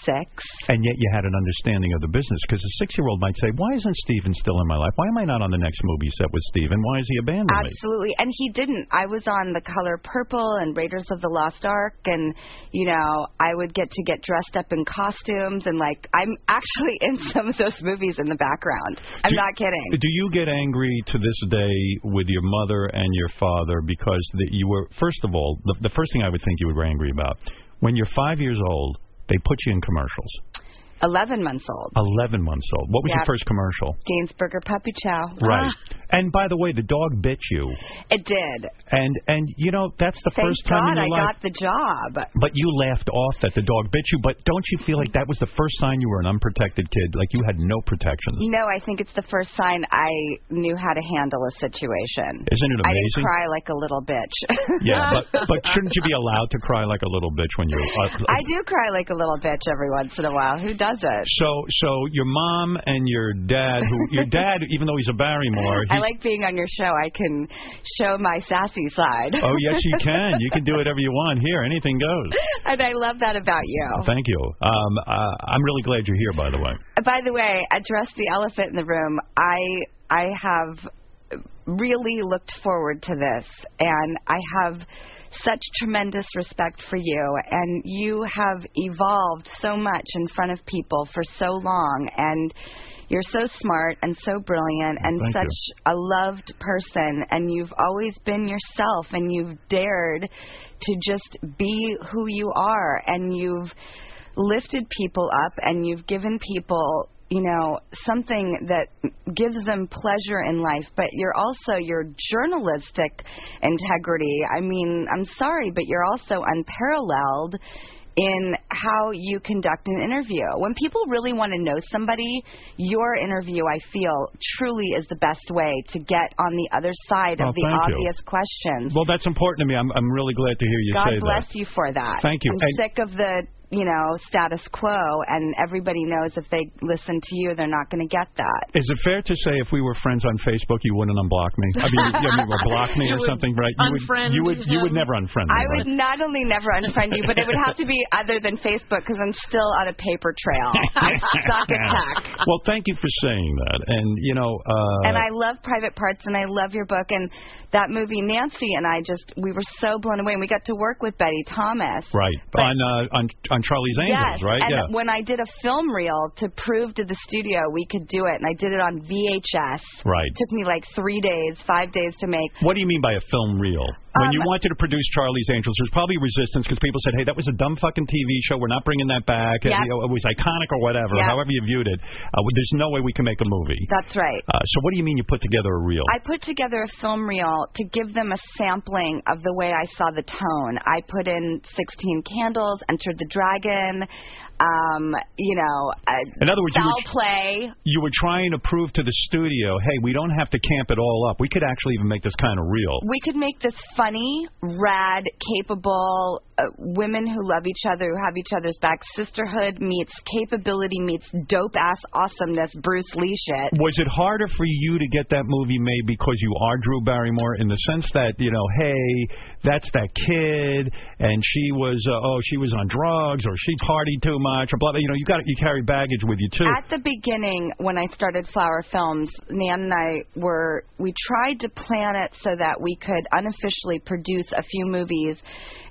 Speaker 12: Six.
Speaker 1: And yet you had an understanding of the business because a six-year-old might say, "Why isn't Steven still in my life? Why am I not on the next movie set with Steven? Why is he abandoned me?"
Speaker 12: Absolutely, and he didn't. I was on The Color Purple and Raiders of the Lost Ark, and you know, I would get to get dressed up in costumes, and like I'm actually in some of those movies in the background. I'm
Speaker 1: Do-
Speaker 12: not kidding.
Speaker 1: Do you get angry to this day with your mother and your father because the, you were, first of all, the, the first thing I would think you were angry about, when you're five years old, they put you in commercials.
Speaker 12: Eleven months old.
Speaker 1: 11 months old. What was your
Speaker 12: Yeah.
Speaker 1: first commercial?
Speaker 12: Gainsburger Puppy Chow. Ah,
Speaker 1: Right. And by the way, the dog bit you,
Speaker 12: It did.
Speaker 1: and and you know that's the
Speaker 12: Thank
Speaker 1: first time
Speaker 12: God
Speaker 1: in your
Speaker 12: I
Speaker 1: life.
Speaker 12: got the job.
Speaker 1: But you laughed off that the dog bit you. But don't you feel like that was the first sign you were an unprotected kid? Like you had no protection.
Speaker 12: No, I think it's the first sign I knew how to handle a situation.
Speaker 1: Isn't it
Speaker 12: I didn't
Speaker 1: amazing?
Speaker 12: cry like a little bitch.
Speaker 1: Yeah, but but shouldn't you be allowed to cry like a little bitch when you're? Uh,
Speaker 12: I do cry like a little bitch every once in a while. Who doesn't?
Speaker 1: so so your mom and your dad, who your dad, even though he's a Barrymore, he,
Speaker 12: I like being on your show. I can show my sassy side.
Speaker 1: Oh yes, you can. You can do whatever you want here. Anything goes.
Speaker 12: and I love that about you.
Speaker 1: Thank you. Um, uh, I'm really glad you're here, by the way.
Speaker 12: By the way, address the elephant in the room. I I have really looked forward to this, and I have such tremendous respect for you. And you have evolved so much in front of people for so long, and you're so smart and so brilliant and
Speaker 4: Thank you.
Speaker 12: such a loved person and you've always been yourself and you've dared to just be who you are and you've lifted people up and you've given people you know something that gives them pleasure in life but you're also your journalistic integrity i mean i'm sorry but you're also unparalleled in how you conduct an interview. When people really want to know somebody, your interview, I feel, truly is the best way to get on the other side
Speaker 1: Oh,
Speaker 12: of the
Speaker 1: thank you.
Speaker 12: obvious questions.
Speaker 1: Well, that's important to me. I'm I'm really glad to hear you
Speaker 12: God
Speaker 1: say
Speaker 12: bless
Speaker 1: that.
Speaker 12: you for that.
Speaker 1: Thank you.
Speaker 12: I'm
Speaker 1: And-
Speaker 12: sick of the you know status quo, and everybody knows if they listen to you, they're not going to get that.
Speaker 1: Is it fair to say if we were friends on Facebook, you wouldn't unblock me? I mean, you, I mean, or block me
Speaker 12: You
Speaker 1: or
Speaker 12: would
Speaker 1: something, right? You would,
Speaker 12: unfriend
Speaker 1: you would, you would never unfriend me.
Speaker 12: I would
Speaker 1: right?
Speaker 12: not only never unfriend you, but it would have to be other than Facebook because I'm still on a paper trail. Suck attack.
Speaker 1: well, thank you for saying that, and you know, uh,
Speaker 12: and I love Private Parts, and I love your book, and that movie Nancy, and I just we were so blown away, and we got to work with Betty Thomas.
Speaker 1: right on uh, on on Charlie's Angels,
Speaker 12: yes,
Speaker 1: right?
Speaker 12: and
Speaker 1: yeah.
Speaker 12: when I did a film reel to prove to the studio we could do it, and I did it on VHS.
Speaker 1: Right.
Speaker 12: took me like three days, five days to make.
Speaker 1: What do you mean by a film reel? When
Speaker 12: Um,
Speaker 1: you wanted to produce Charlie's Angels, there's probably resistance because people said, "Hey, that was a dumb fucking TV show. We're not bringing that back.
Speaker 12: Yep.
Speaker 1: It, it was iconic or whatever.
Speaker 12: Yep.
Speaker 1: However you viewed it, uh, there's no way we can make a movie."
Speaker 12: That's right.
Speaker 1: Uh, so what do you mean you put together a reel?
Speaker 12: I put together a film reel to give them a sampling of the way I saw the tone. I put in 16 candles, entered the dragon, um, you know, uh,
Speaker 1: In other words, you
Speaker 12: foul
Speaker 1: would-
Speaker 12: play.
Speaker 1: you were trying to prove to the studio, "Hey, we don't have to camp it all up. We could actually even make this kind of real."
Speaker 12: We could make this funny, rad, capable uh, women who love each other, who have each other's back. Sisterhood meets capability meets dope ass awesomeness. Bruce Lee shit.
Speaker 1: Was it harder for you to get that movie made because you are Drew Barrymore in the sense that you know, hey, that's that kid, and she was, uh, oh, she was on drugs, or she partied too much, or blah, blah. You know, you got you carry baggage with you too.
Speaker 12: At the beginning, when I started Flower Films, Nan and I were we tried to plan it so that we could unofficially produce a few movies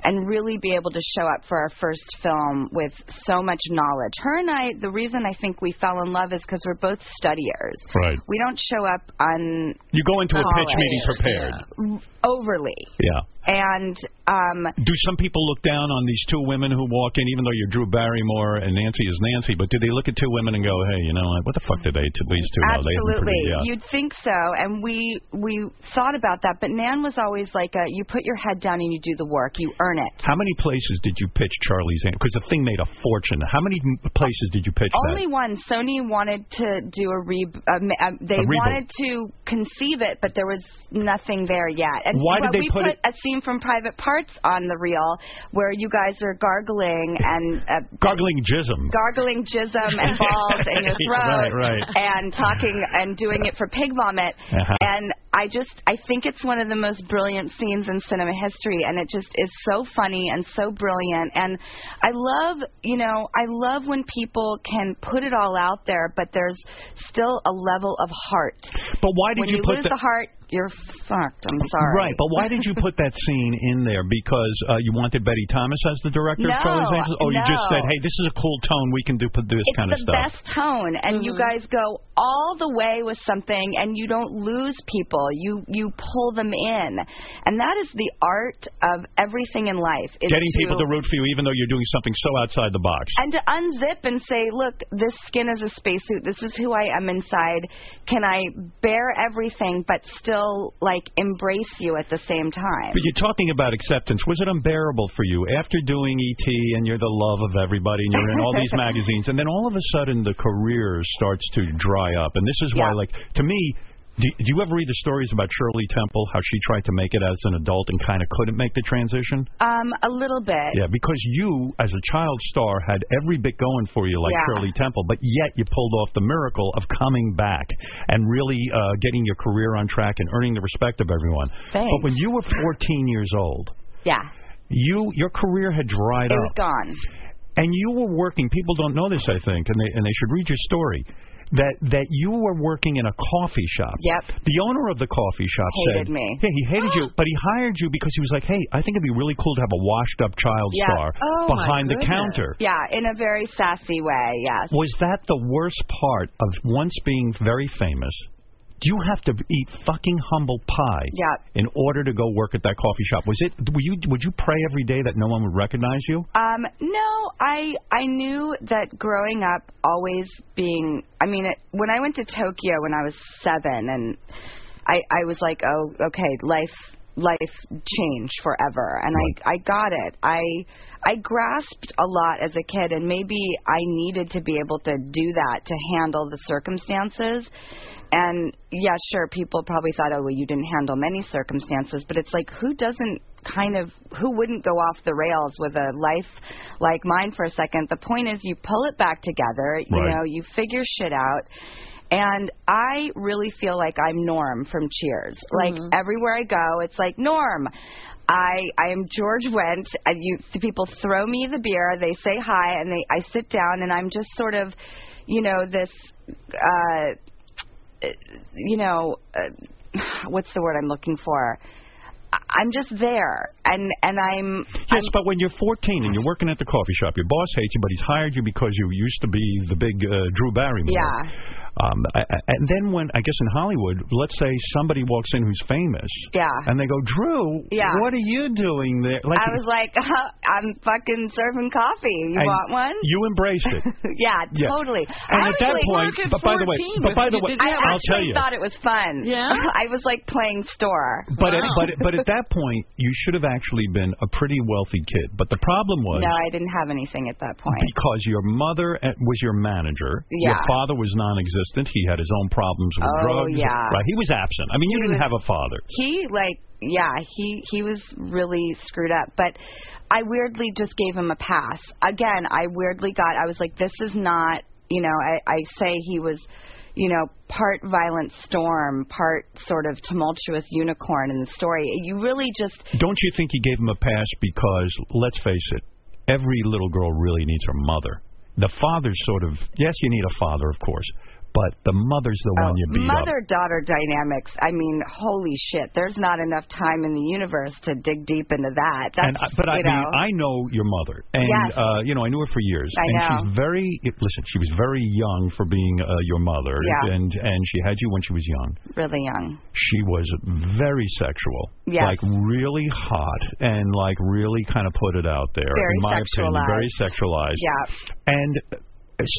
Speaker 12: and really be able to show up for our first film with so much knowledge. Her and I, the reason I think we fell in love is because we're both studiers.
Speaker 1: Right.
Speaker 12: We don't show up on
Speaker 1: You go into a pitch
Speaker 12: college
Speaker 1: meeting prepared.
Speaker 12: overly,
Speaker 1: Yeah.
Speaker 12: and um,
Speaker 1: Do some people look down on these two women who walk in, even though you're Drew Barrymore and Nancy is Nancy? But do they look at two women and go, "Hey, you know what? What the fuck did they? T- these two? know? They haven't
Speaker 12: Absolutely.
Speaker 1: produced- yeah.
Speaker 12: You'd think so, and we we thought about that, but Nan was always like, a, "You put your head down and you do the work. You earn it."
Speaker 1: How many places did you pitch Charlie's Angels? Because the thing made a fortune. How many m- places did you pitch
Speaker 12: Only one. Sony wanted to do a re. Um, um, they
Speaker 1: A reboot.
Speaker 12: wanted to conceive it, but there was nothing there yet. And
Speaker 1: Why did
Speaker 12: but
Speaker 1: they
Speaker 12: we
Speaker 1: put
Speaker 12: put
Speaker 1: it-
Speaker 12: a scene from Private Parts on the reel where you guys are gargling and uh,
Speaker 1: that? Gargling jism.
Speaker 12: gargling jism and balls in your
Speaker 1: Right,
Speaker 12: throat
Speaker 1: right.
Speaker 12: and talking and doing it for pig vomit
Speaker 1: Uh-huh.
Speaker 12: and i just i think it's one of the most brilliant scenes in cinema history and it just is so funny and so brilliant and i love you know i love when people can put it all out there but there's still a level of heart
Speaker 1: but why did
Speaker 12: when
Speaker 1: you
Speaker 12: you,
Speaker 1: put
Speaker 12: lose
Speaker 1: the-
Speaker 12: the heart you're fucked i'm sorry
Speaker 1: Right, but why did you put that scene in there? Because uh, you wanted Betty Thomas as the director of
Speaker 12: No,
Speaker 1: Charlie's Angels? Oh, you just
Speaker 12: no.
Speaker 1: said, hey, this is a cool tone. We can do put this
Speaker 12: it's
Speaker 1: kind of
Speaker 12: the
Speaker 1: stuff.
Speaker 12: Mm-hmm. best tone and you guys go all the way with something and you don't lose people. You you pull them in, and that is the art of everything in life. is
Speaker 1: Getting people to
Speaker 12: to
Speaker 1: root for you, even though you're doing something so outside the box.
Speaker 12: and to unzip and say, look, this skin is a spacesuit. This is who I am inside. Can I bear everything but still like embrace you at the same time?
Speaker 1: But you're talking about acceptance. Was it unbearable for you after doing ET and you're the love of everybody and you're in all these magazines and then all of a sudden the career starts to dry up? And this is why, like, to me, do, do you ever read the stories about Shirley Temple, how she tried to make it as an adult and kind of couldn't make the transition?
Speaker 12: Um, a little bit.
Speaker 1: Yeah, because you, as a child star, had every bit going for you, like
Speaker 12: Yeah.
Speaker 1: Shirley Temple, but yet you pulled off the miracle of coming back and really uh, getting your career on track and earning the respect of everyone.
Speaker 12: Thanks.
Speaker 1: But when you were 14 years old,
Speaker 12: Yeah.
Speaker 1: you your career had dried
Speaker 12: It
Speaker 1: up.
Speaker 12: was gone.
Speaker 1: And you were working. People don't know this, I think, and they and they should read your story. That that you were working in a coffee shop.
Speaker 12: Yep.
Speaker 1: The owner of the coffee shop
Speaker 12: Hated
Speaker 1: said,
Speaker 12: me.
Speaker 1: "Yeah, he hated you, but he hired you because he was like, hey, I think it'd be really cool to have a washed-up child
Speaker 12: Yeah.
Speaker 1: star
Speaker 12: Oh, my
Speaker 1: behind the
Speaker 12: goodness.
Speaker 1: counter."
Speaker 12: Yeah, in a very sassy way. Yes.
Speaker 1: Was that the worst part of once being very famous? Do you have to eat fucking humble pie
Speaker 12: Yeah.
Speaker 1: in order to go work at that coffee shop? Was it? Were you? Would you pray every day that no one would recognize you?
Speaker 12: Um, no, I I knew that growing up, always being. I mean, it, when I went to Tokyo when I was seven, and I I was like, oh, okay, life life changed forever, and I I got it. I I grasped a lot as a kid, and maybe I needed to be able to do that to handle the circumstances. And yeah, sure, people probably thought, oh, well, you didn't handle many circumstances, but it's like, who doesn't kind of, who wouldn't go off the rails with a life like mine for a second? The point is, you pull it back together, you
Speaker 4: Right.
Speaker 12: know, you figure shit out. And I really feel like I'm Norm from Cheers. Like everywhere I go, it's like Norm. I I am George Wendt. And you the people throw me the beer, they say hi, and they I sit down, and I'm just sort of, you know, this. uh you know, uh, what's the word I'm looking for? I- I'm just there, and and I'm
Speaker 1: Yes, but when you're 14 and you're working at the coffee shop, your boss hates you, but he's hired you because you used to be the big uh, Drew Barrymore.
Speaker 12: yeah,
Speaker 1: Um, I- I- and then when I guess in Hollywood, let's say somebody walks in who's famous,
Speaker 12: yeah.
Speaker 1: and they go, Drew,
Speaker 12: Yeah.
Speaker 1: what are you doing there?
Speaker 12: I was like, "Uh, I'm fucking serving coffee. You
Speaker 1: and
Speaker 12: want one?
Speaker 1: You embraced it.
Speaker 12: yeah,
Speaker 1: Yeah.
Speaker 12: totally.
Speaker 1: And
Speaker 12: I
Speaker 1: at that
Speaker 12: actually-
Speaker 1: point- but by the way- but by the way,
Speaker 12: I
Speaker 1: I'll
Speaker 12: actually
Speaker 1: tell you.
Speaker 12: thought it was fun. Yeah, I was like playing store.
Speaker 1: But at, but at- but at that point, you should have actually been a pretty wealthy kid. But the problem was
Speaker 12: no, I didn't have anything at that point.
Speaker 1: because your mother uh, was your manager. Your
Speaker 12: Yeah.
Speaker 1: father was non-existent. He had his own problems with
Speaker 12: Oh,
Speaker 1: drugs.
Speaker 12: yeah.
Speaker 1: Right. He was absent. I mean, you
Speaker 12: He
Speaker 1: didn't
Speaker 12: was-
Speaker 1: have a father.
Speaker 12: he like yeah he he was really screwed up but i weirdly just gave him a pass again i weirdly got i was like this is not you know i i say he was you know part violent storm part sort of tumultuous unicorn in the story you really just
Speaker 1: Don't you think he gave him a pass because let's face it, every little girl really needs her mother. The father's sort of yes, you need a father, of course, but the mother's the one you beat up.
Speaker 12: Oh, mother daughter dynamics i mean holy shit there's not enough time in the universe to dig deep into that that's
Speaker 1: and I, but I
Speaker 12: you
Speaker 1: mean,
Speaker 12: know
Speaker 1: I know your mother, and
Speaker 12: Yes.
Speaker 1: uh, you know I knew her for years,
Speaker 12: I
Speaker 1: and
Speaker 12: know.
Speaker 1: she's very listen. She was very young for being uh, your mother,
Speaker 12: Yeah.
Speaker 1: and and she had you when she was young.
Speaker 12: really young
Speaker 1: She was very sexual,
Speaker 12: Yes.
Speaker 1: like really hot, and like really kind of put it out there.
Speaker 12: Very
Speaker 1: in my opinion,
Speaker 12: sexualized.
Speaker 1: very sexualized.
Speaker 12: yeah
Speaker 1: and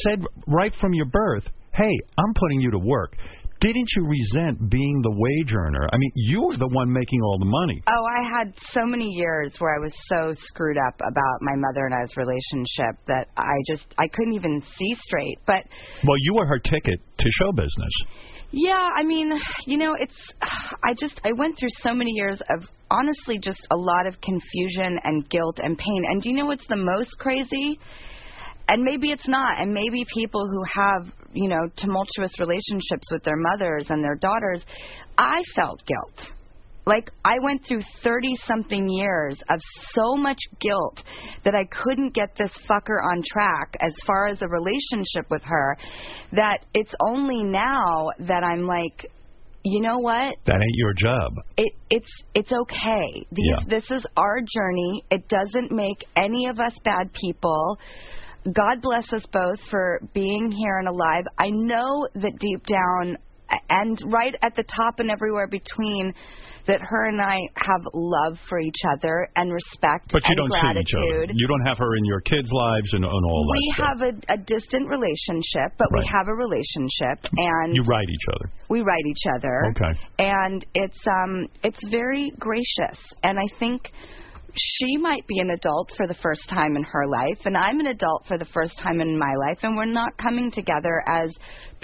Speaker 1: said right from your birth, "Hey, I'm putting you to work." Didn't you resent being the wage earner? I mean, you were the one making all the money.
Speaker 12: Oh, I had so many years where I was so screwed up about my mother and I's relationship that I just I couldn't even see straight. But
Speaker 1: Well, you were her ticket to show business.
Speaker 12: yeah, I mean, you know, it's I just I went through so many years of honestly just a lot of confusion and guilt and pain. And do you know what's the most crazy? And maybe it's not. And maybe people who have, you know, tumultuous relationships with their mothers and their daughters, I felt guilt. Like I went through 30 something years of so much guilt that I couldn't get this fucker on track as far as a relationship with her that it's only now that I'm like you know what
Speaker 1: That ain't your job.
Speaker 12: it it's it's okay. These,
Speaker 1: Yeah.
Speaker 12: This is our journey. It doesn't make any of us bad people. God bless us both for being here and alive. I know that deep down a- and right at the top and everywhere between that her and I have love for each other and respect
Speaker 1: But you
Speaker 12: and
Speaker 1: don't see each
Speaker 12: gratitude.
Speaker 1: other. You don't have her in your kids' lives and, and all
Speaker 12: we
Speaker 1: that.
Speaker 12: have a, a distant relationship, but we
Speaker 1: Right.
Speaker 12: have a relationship and
Speaker 1: you write each other.
Speaker 12: we write each other
Speaker 1: Okay.
Speaker 12: and it's um it's very gracious and i think she might be an adult for the first time in her life and i'm an adult for the first time in my life and we're not coming together as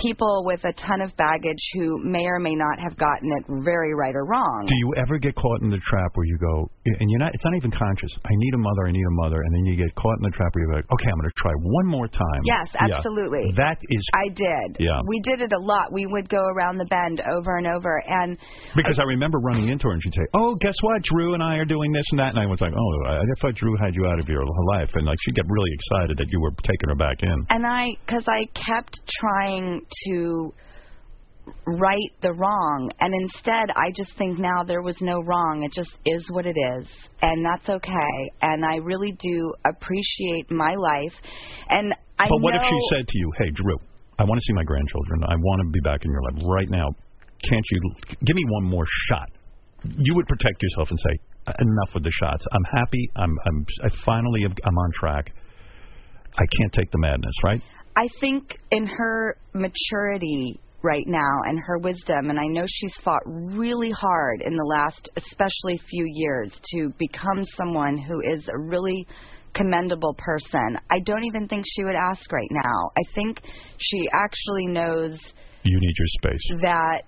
Speaker 12: people with a ton of baggage who may or may not have gotten it very right or wrong
Speaker 1: Do you ever get caught in the trap where you go, and you're not, it's not even conscious, I need a mother, I need a mother, and then you get caught in the trap where you're like, okay, I'm going to try one more time.
Speaker 12: Yes,
Speaker 1: Yeah.
Speaker 12: absolutely.
Speaker 1: That is
Speaker 12: I did.
Speaker 1: Yeah.
Speaker 12: We did it a lot. We would go around the bend over and over and
Speaker 1: Because I remember running into her and she'd say, "Oh, guess what? Drew and I are doing this and that." And I was like, "Oh, I I thought Drew had you out of your life," and like she'd get really excited that you were taking her back in.
Speaker 12: And I, because I kept trying to right the wrong, and instead I just think now there was no wrong. It just is what it is, and that's okay. And I really do appreciate my life. And I
Speaker 1: but what if she
Speaker 12: know-
Speaker 1: said to you, "Hey, Drew, I want to see my grandchildren. I want to be back in your life right now. Can't you give me one more shot?" You would protect yourself and say, "Enough with the shots. I'm happy. I'm. I'm. I finally. am- I'm on track. I can't take the madness. Right."
Speaker 12: I think in her maturity right now and her wisdom, and I know she's fought really hard in the last, especially few years, to become someone who is a really commendable person. I don't even think she would ask right now. I think she actually knows
Speaker 1: You need your space.
Speaker 12: that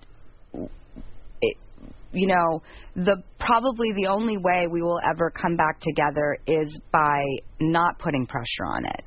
Speaker 12: it, you know the probably the only way we will ever come back together is by not putting pressure on it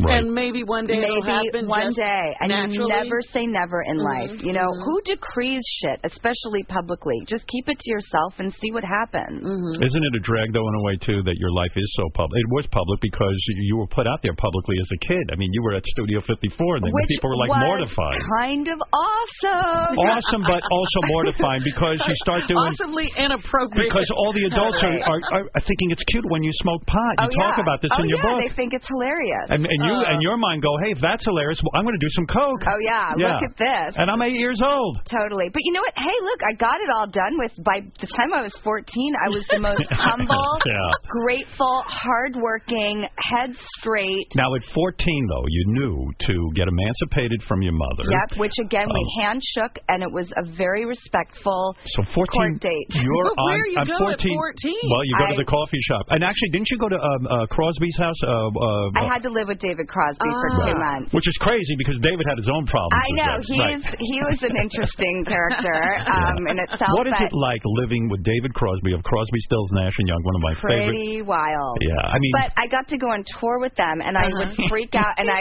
Speaker 3: And maybe one day it'll
Speaker 12: maybe
Speaker 3: happen
Speaker 12: one
Speaker 3: just
Speaker 12: day and you
Speaker 3: naturally. Mm-hmm,
Speaker 12: never say never in life you know who decrees shit especially publicly just keep it to yourself and see what happens
Speaker 3: Mm-hmm.
Speaker 1: Isn't it a drag, though, in a way, too, that your life is so public? It was public because you were put out there publicly as a kid. I mean, you were at Studio 54, and then
Speaker 12: which
Speaker 1: people were like
Speaker 12: was
Speaker 1: mortified.
Speaker 12: kind of awesome
Speaker 1: Awesome, but also mortifying because you start doing.
Speaker 3: awesomely inappropriate.
Speaker 1: Because all the adults are, are, are thinking it's cute when you smoke pot. You
Speaker 12: oh,
Speaker 1: talk
Speaker 12: yeah.
Speaker 1: about this
Speaker 12: oh,
Speaker 1: in your
Speaker 12: yeah,
Speaker 1: book.
Speaker 12: they think it's hilarious
Speaker 1: And, and
Speaker 3: Uh,
Speaker 1: you and your mind go, hey, that's hilarious. Well, I'm going to do some coke.
Speaker 12: Oh yeah, look at this.
Speaker 1: And I'm eight years old.
Speaker 12: Totally. But you know what? Hey, look, I got it all done with by the time I was 14, I was the most humble,
Speaker 1: Yeah.
Speaker 12: grateful, hardworking, head straight.
Speaker 1: Now at 14, though, you knew to get emancipated from your mother. Oh.
Speaker 12: Yep, which again we handshook and it was a very respectful
Speaker 1: So 14.
Speaker 12: court date.
Speaker 1: You're on. I'm 14. Well, you go to the coffee shop. And actually, didn't you go to um, uh, Crosby's house? Uh, uh,
Speaker 12: I had to live with David Crosby for two months.
Speaker 1: Which is crazy because David had his own problems.
Speaker 12: I
Speaker 1: with
Speaker 12: know
Speaker 1: that.
Speaker 12: he
Speaker 1: Oh, Right.
Speaker 12: is he was an interesting character um, in itself.
Speaker 1: What is
Speaker 12: but
Speaker 1: it like living with David Crosby of Crosby, Stills, Nash and Young? One of my favorite.
Speaker 12: pretty wild.
Speaker 1: Yeah, I mean- Uh-huh.
Speaker 12: but I got to go on tour with them, and I would freak out, and I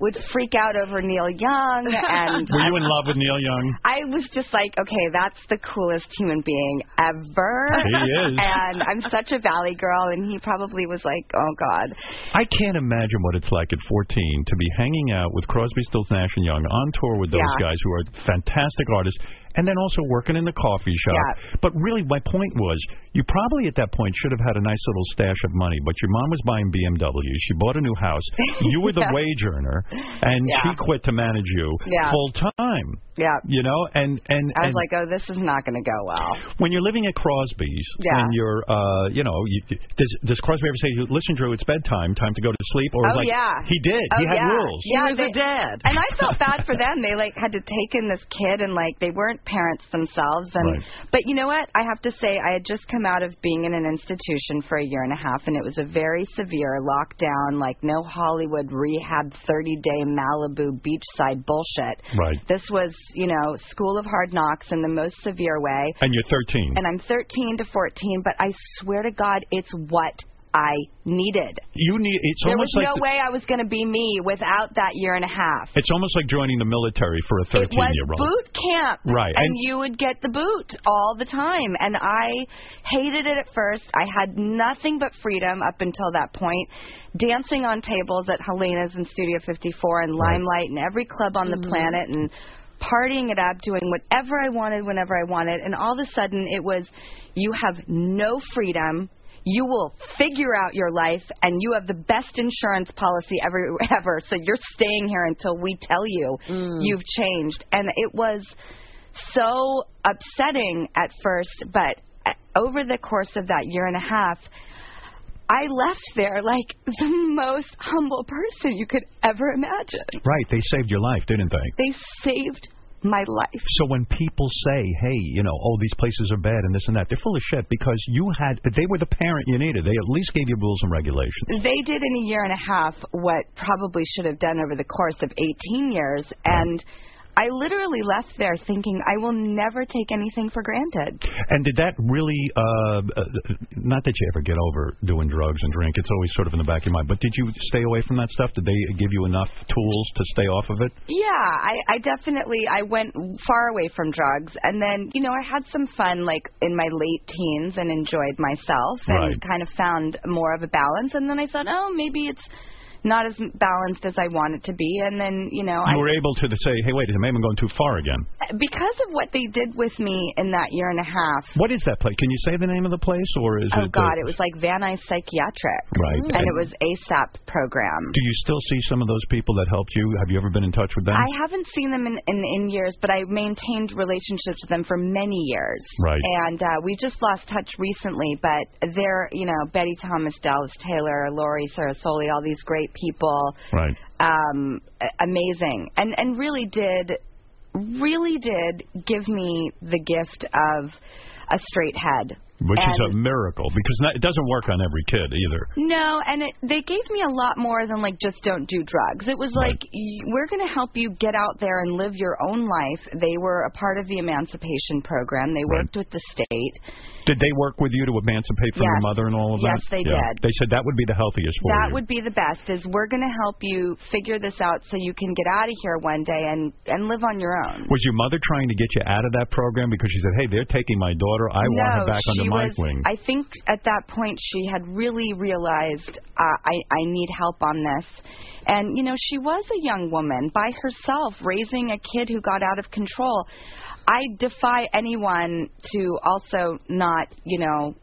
Speaker 12: would freak out over Neil Young, and
Speaker 1: Were you in love with Neil Young?
Speaker 12: I was just like, okay, that's the coolest human being ever.
Speaker 1: He is.
Speaker 12: And I'm such a valley girl, and he probably was like, oh god.
Speaker 1: I can't imagine what it's like at 14 to be hanging out with Crosby, Stills, Nash and Young on tour with those
Speaker 12: Yeah.
Speaker 1: guys who are fantastic artists, and then also working in the coffee shop. But really, my point was, you probably at that point should have had a nice little stash of money. But your mom was buying BMWs. She bought a new house. You were the
Speaker 12: Yeah.
Speaker 1: wage earner, and she quit to manage you
Speaker 12: Yeah.
Speaker 1: full time.
Speaker 12: Yeah.
Speaker 1: You know, and and
Speaker 12: I was
Speaker 1: and
Speaker 12: like, oh, this is not going to go well.
Speaker 1: when you're living at Crosby's
Speaker 12: Yeah.
Speaker 1: and you're, uh, you know, you, does does Crosby ever say, to you, "Listen, Drew, it's bedtime, time to go to sleep"? Or
Speaker 12: oh
Speaker 1: like
Speaker 12: yeah,
Speaker 1: he did,
Speaker 12: Oh,
Speaker 1: he had
Speaker 12: yeah.
Speaker 1: rules.
Speaker 12: Yeah, they, dad. And I felt bad for them. They like had to take in this kid, and like they weren't parents themselves. And
Speaker 1: Right.
Speaker 12: but you know what? I have to say, I had just come out of being in an institution for a year and a half, and it was a very severe lockdown, like no Hollywood rehab, 30-day Malibu beachside bullshit.
Speaker 1: Right.
Speaker 12: This was, you know, school of hard knocks in the most severe way.
Speaker 1: And you're 13.
Speaker 12: And I'm 13 to 14, but I swear to God, it's what I needed
Speaker 1: you need. It's
Speaker 12: there was
Speaker 1: almost
Speaker 12: no
Speaker 1: like
Speaker 12: way I was going to be me without that year and a half.
Speaker 1: it's almost like joining the military for a
Speaker 12: It
Speaker 1: 13
Speaker 12: was
Speaker 1: year old.
Speaker 12: boot camp,
Speaker 1: Right,
Speaker 12: And,
Speaker 1: and-
Speaker 12: you would get the boot all the time, and I hated it at first. I had nothing but freedom up until that point, dancing on tables at Helena's and Studio 54 and Limelight and every club on the planet and partying it up, doing whatever I wanted whenever I wanted, and all of a sudden it was, you have no freedom. You will figure out your life, and you have the best insurance policy ever. ever. So you're staying here until we tell you you've changed. And it was so upsetting at first, but uh, over the course of that year and a half, I left there like the most humble person you could ever imagine.
Speaker 1: Right. They saved your life, didn't they?
Speaker 12: They saved my life.
Speaker 1: So when people say, "Hey, you know, oh, these places are bad and this and that," they're full of shit because you had they were the parent you needed. They at least gave you rules and regulations.
Speaker 12: They did in a year and a half what probably should have done over the course of 18 years. And I literally left there thinking, I will never take anything for granted.
Speaker 1: And did that really, uh, uh, not that you ever get over doing drugs and drink, it's always sort of in the back of your mind, but did you stay away from that stuff? Did they give you enough tools to stay off of it?
Speaker 12: Yeah, I, I definitely I went far away from drugs, and then you know I had some fun like in my late teens and enjoyed myself and
Speaker 27: Right.
Speaker 12: kind of found more of a balance. And then I thought, oh, maybe it's not as balanced as I want it to be. And then you know
Speaker 1: You
Speaker 12: I
Speaker 1: were able to say, "Hey, wait a minute, maybe I'm going too far again."
Speaker 12: because of what they did with me in that year and a half.
Speaker 1: What is that place? Can you say the name of the place, or is
Speaker 12: Oh
Speaker 1: it?
Speaker 12: God!
Speaker 1: uh,
Speaker 12: It was like Van Nuys Psychiatric,
Speaker 1: Right.
Speaker 12: And it was ASAP program.
Speaker 1: Do you still see some of those people that helped you? Have you ever been in touch with them?
Speaker 12: I haven't seen them in, in, in years, but I maintained relationships with them for many years.
Speaker 1: Right.
Speaker 12: And uh, we just lost touch recently, but they're, you know, Betty Thomas, Dallas Taylor, Lori Sarasoli, all these great people.
Speaker 1: Right.
Speaker 12: Um, a- amazing. And, and really did, really did give me the gift of a straight head.
Speaker 1: Which
Speaker 12: and
Speaker 1: is a miracle because not, it doesn't work on every kid either.
Speaker 12: no, and it, they gave me a lot more than like just don't do drugs. It was like y- we're going to help you get out there and live your own life. They were a part of the emancipation program. They worked with the state.
Speaker 1: Did they work with you to emancipate from your
Speaker 12: Yes.
Speaker 1: mother and all of that?
Speaker 12: Yes, they did.
Speaker 1: They said that would be the healthiest for
Speaker 12: that
Speaker 1: you.
Speaker 12: would be the best. Is we're going to help you figure this out so you can get out of here one day and and live on your own.
Speaker 1: Was your mother trying to get you out of that program because she said, "Hey, they're taking my daughter. I want her
Speaker 12: No,
Speaker 1: back under
Speaker 12: she
Speaker 1: my
Speaker 12: was-
Speaker 1: wing."
Speaker 12: I think at that point she had really realized uh, I I need help on this, and you know she was a young woman by herself raising a kid who got out of control. I defy anyone to also not you know.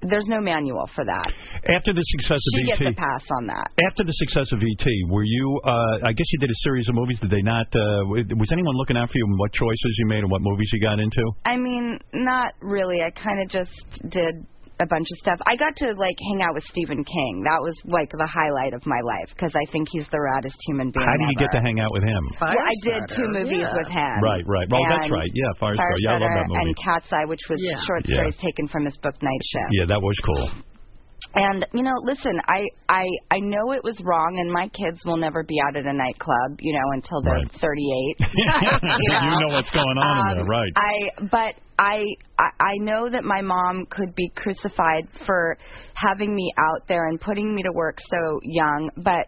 Speaker 12: There's no manual for that.
Speaker 1: After the success of
Speaker 12: She
Speaker 1: ET,
Speaker 12: gets a pass on that.
Speaker 1: after the success of ET, were you? Uh, I guess you did a series of movies. Did they not? Uh, was anyone looking out for you and what choices you made and what movies you got into?
Speaker 12: I mean, not really. I kind of just did a bunch of stuff. I got to like hang out with Stephen King. That was like the highlight of my life because I think he's the raddest human being.
Speaker 1: How did you
Speaker 12: ever.
Speaker 1: get to hang out with him?
Speaker 12: Well, I did two movies with him.
Speaker 1: Right, right. Well, that's
Speaker 12: And
Speaker 1: right. Yeah, Firestarter. Yeah, I love that
Speaker 12: Firestarter
Speaker 1: movie.
Speaker 12: And Cat's Eye, which was short
Speaker 1: Yeah.
Speaker 12: stories taken from his book Night Shift.
Speaker 1: Yeah, that was cool.
Speaker 12: And you know, listen, I I I know it was wrong, and my kids will never be out at a nightclub, you know, until they're 38.
Speaker 1: you, know? what's going on in there, right?
Speaker 12: Um, I but I, I I know that my mom could be crucified for having me out there and putting me to work so young, but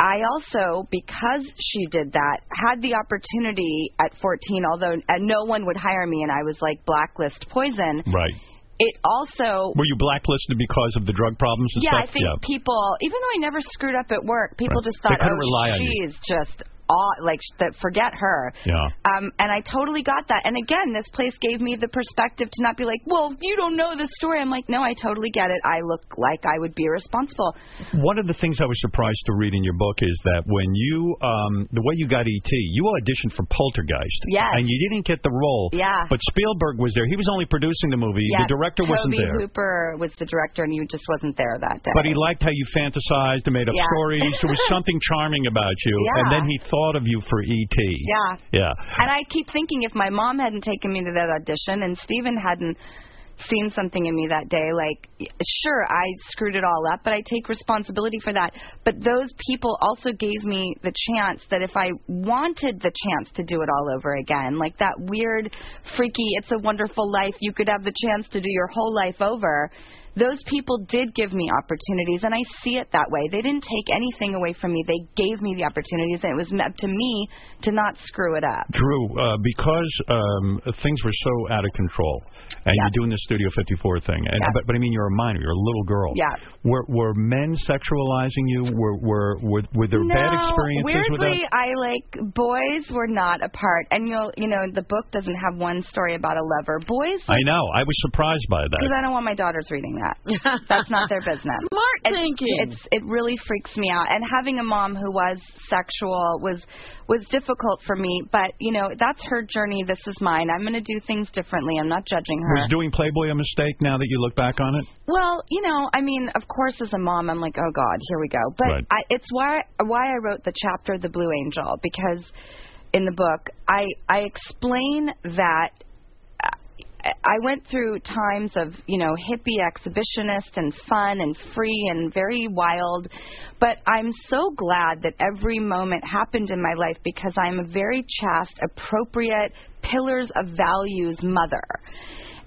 Speaker 12: I also, because she did that, had the opportunity at 14, although uh, no one would hire me, and I was like blacklist poison.
Speaker 1: right.
Speaker 12: It also
Speaker 1: Were you blacklisted because of the drug problems and
Speaker 12: yeah,
Speaker 1: stuff?
Speaker 12: I think
Speaker 1: yeah.
Speaker 12: people, even though I never screwed up at work, people
Speaker 1: Right.
Speaker 12: just
Speaker 1: They
Speaker 12: thought,
Speaker 1: couldn't
Speaker 12: oh,
Speaker 1: rely on you."
Speaker 12: she's just aw like sh- that. Forget her.
Speaker 1: Yeah.
Speaker 12: Um, and I totally got that. And again, this place gave me the perspective to not be like, well, you don't know the story. I'm like, no, I totally get it. I look like I would be responsible.
Speaker 1: One of the things I was surprised to read in your book is that when you, um, the way you got ET, you auditioned for Poltergeist.
Speaker 12: Yes.
Speaker 1: And you didn't get the role.
Speaker 12: Yeah.
Speaker 1: But Spielberg was there. He was only producing the movie.
Speaker 12: yeah,
Speaker 1: the director
Speaker 12: Toby
Speaker 1: wasn't there.
Speaker 12: Hooper was the director, and you just wasn't there that day.
Speaker 1: But he liked how you fantasized and made up
Speaker 12: Yeah.
Speaker 1: stories. There was something charming about you. And
Speaker 12: Yeah.
Speaker 1: then he thought of you for ET.
Speaker 12: yeah.
Speaker 1: Yeah.
Speaker 12: And I keep thinking if my mom hadn't taken me to that audition and Steven hadn't seen something in me that day, like, y- sure, I screwed it all up, but I take responsibility for that. But those people also gave me the chance that if I wanted the chance to do it all over again, like that weird, freaky, it's a wonderful life, you could have the chance to do your whole life over. Those people did give me opportunities, and I see it that way. They didn't take anything away from me. They gave me the opportunities, and it was up to me to not screw it up.
Speaker 1: Drew, uh, because um, things were so out of control, and you're doing this Studio 54 thing. And,
Speaker 12: Yeah.
Speaker 1: but, but I mean, you're a minor. You're a little girl.
Speaker 12: Yeah.
Speaker 1: Were were men sexualizing you? Were were were, were there
Speaker 12: no,
Speaker 1: bad experiences with that?
Speaker 12: weirdly, I like boys were not a part, and you'll you know the book doesn't have one story about a lover. Boys,
Speaker 1: I know. I was surprised by that.
Speaker 12: because I don't want my daughters reading that. That's not their business. Smart
Speaker 6: thinking.
Speaker 12: It's it really freaks me out. And having a mom who was sexual was was difficult for me. But you know that's her journey. This is mine. I'm going to do things differently. I'm not judging her.
Speaker 1: Was doing Playboy a mistake? Now that you look back on it,
Speaker 12: Well, you know, I mean, of course, as a mom, I'm like, oh God, here we go. But
Speaker 1: Right.
Speaker 12: I, it's why why I wrote the chapter "The Blue Angel" because in the book, I I explain that I- I went through times of, you know, hippie exhibitionist and fun and free and very wild, but I'm so glad that every moment happened in my life because I'm a very chaste, appropriate, pillars of values mother.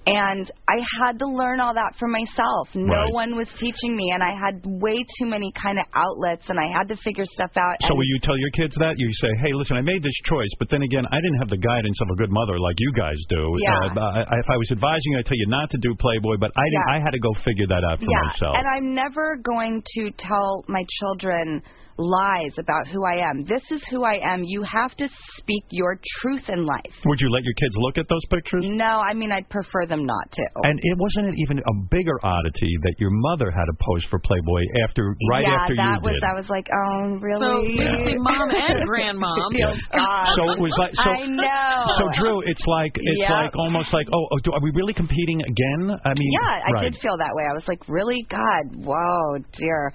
Speaker 12: And I had to learn all that for myself. No
Speaker 1: Right.
Speaker 12: one was teaching me, and I had way too many kind of outlets, and I had to figure stuff out.
Speaker 1: so
Speaker 12: and
Speaker 1: will you tell your kids that? You say, "Hey, listen, I made this choice, but then again, I didn't have the guidance of a good mother like you guys do.
Speaker 12: Yeah.
Speaker 1: Uh, I, I- if I was advising you, I tell you not to do Playboy, but I didn't.
Speaker 12: Yeah.
Speaker 1: I had to go figure that out for
Speaker 12: yeah,
Speaker 1: myself."
Speaker 12: And I'm never going to tell my children lies about who I am. This is who I am. You have to speak your truth in life.
Speaker 1: Would you let your kids look at those pictures?
Speaker 12: No, I mean, I'd prefer them not to.
Speaker 1: And it wasn't it even a bigger oddity that your mother had a pose for Playboy after right
Speaker 12: yeah,
Speaker 1: after
Speaker 12: that
Speaker 1: you
Speaker 12: was
Speaker 1: did.
Speaker 12: I was like, oh, really? Oh,
Speaker 6: So you see mom and grandmom.
Speaker 1: Yeah.
Speaker 12: God.
Speaker 1: So it was like so.
Speaker 12: I know.
Speaker 1: So Drew, it's like it's
Speaker 12: oh. Yeah.
Speaker 1: like almost like oh, oh do, are we really competing again? I mean,
Speaker 12: yeah, I
Speaker 1: right.
Speaker 12: did feel that way. I was like, really, God, whoa, dear.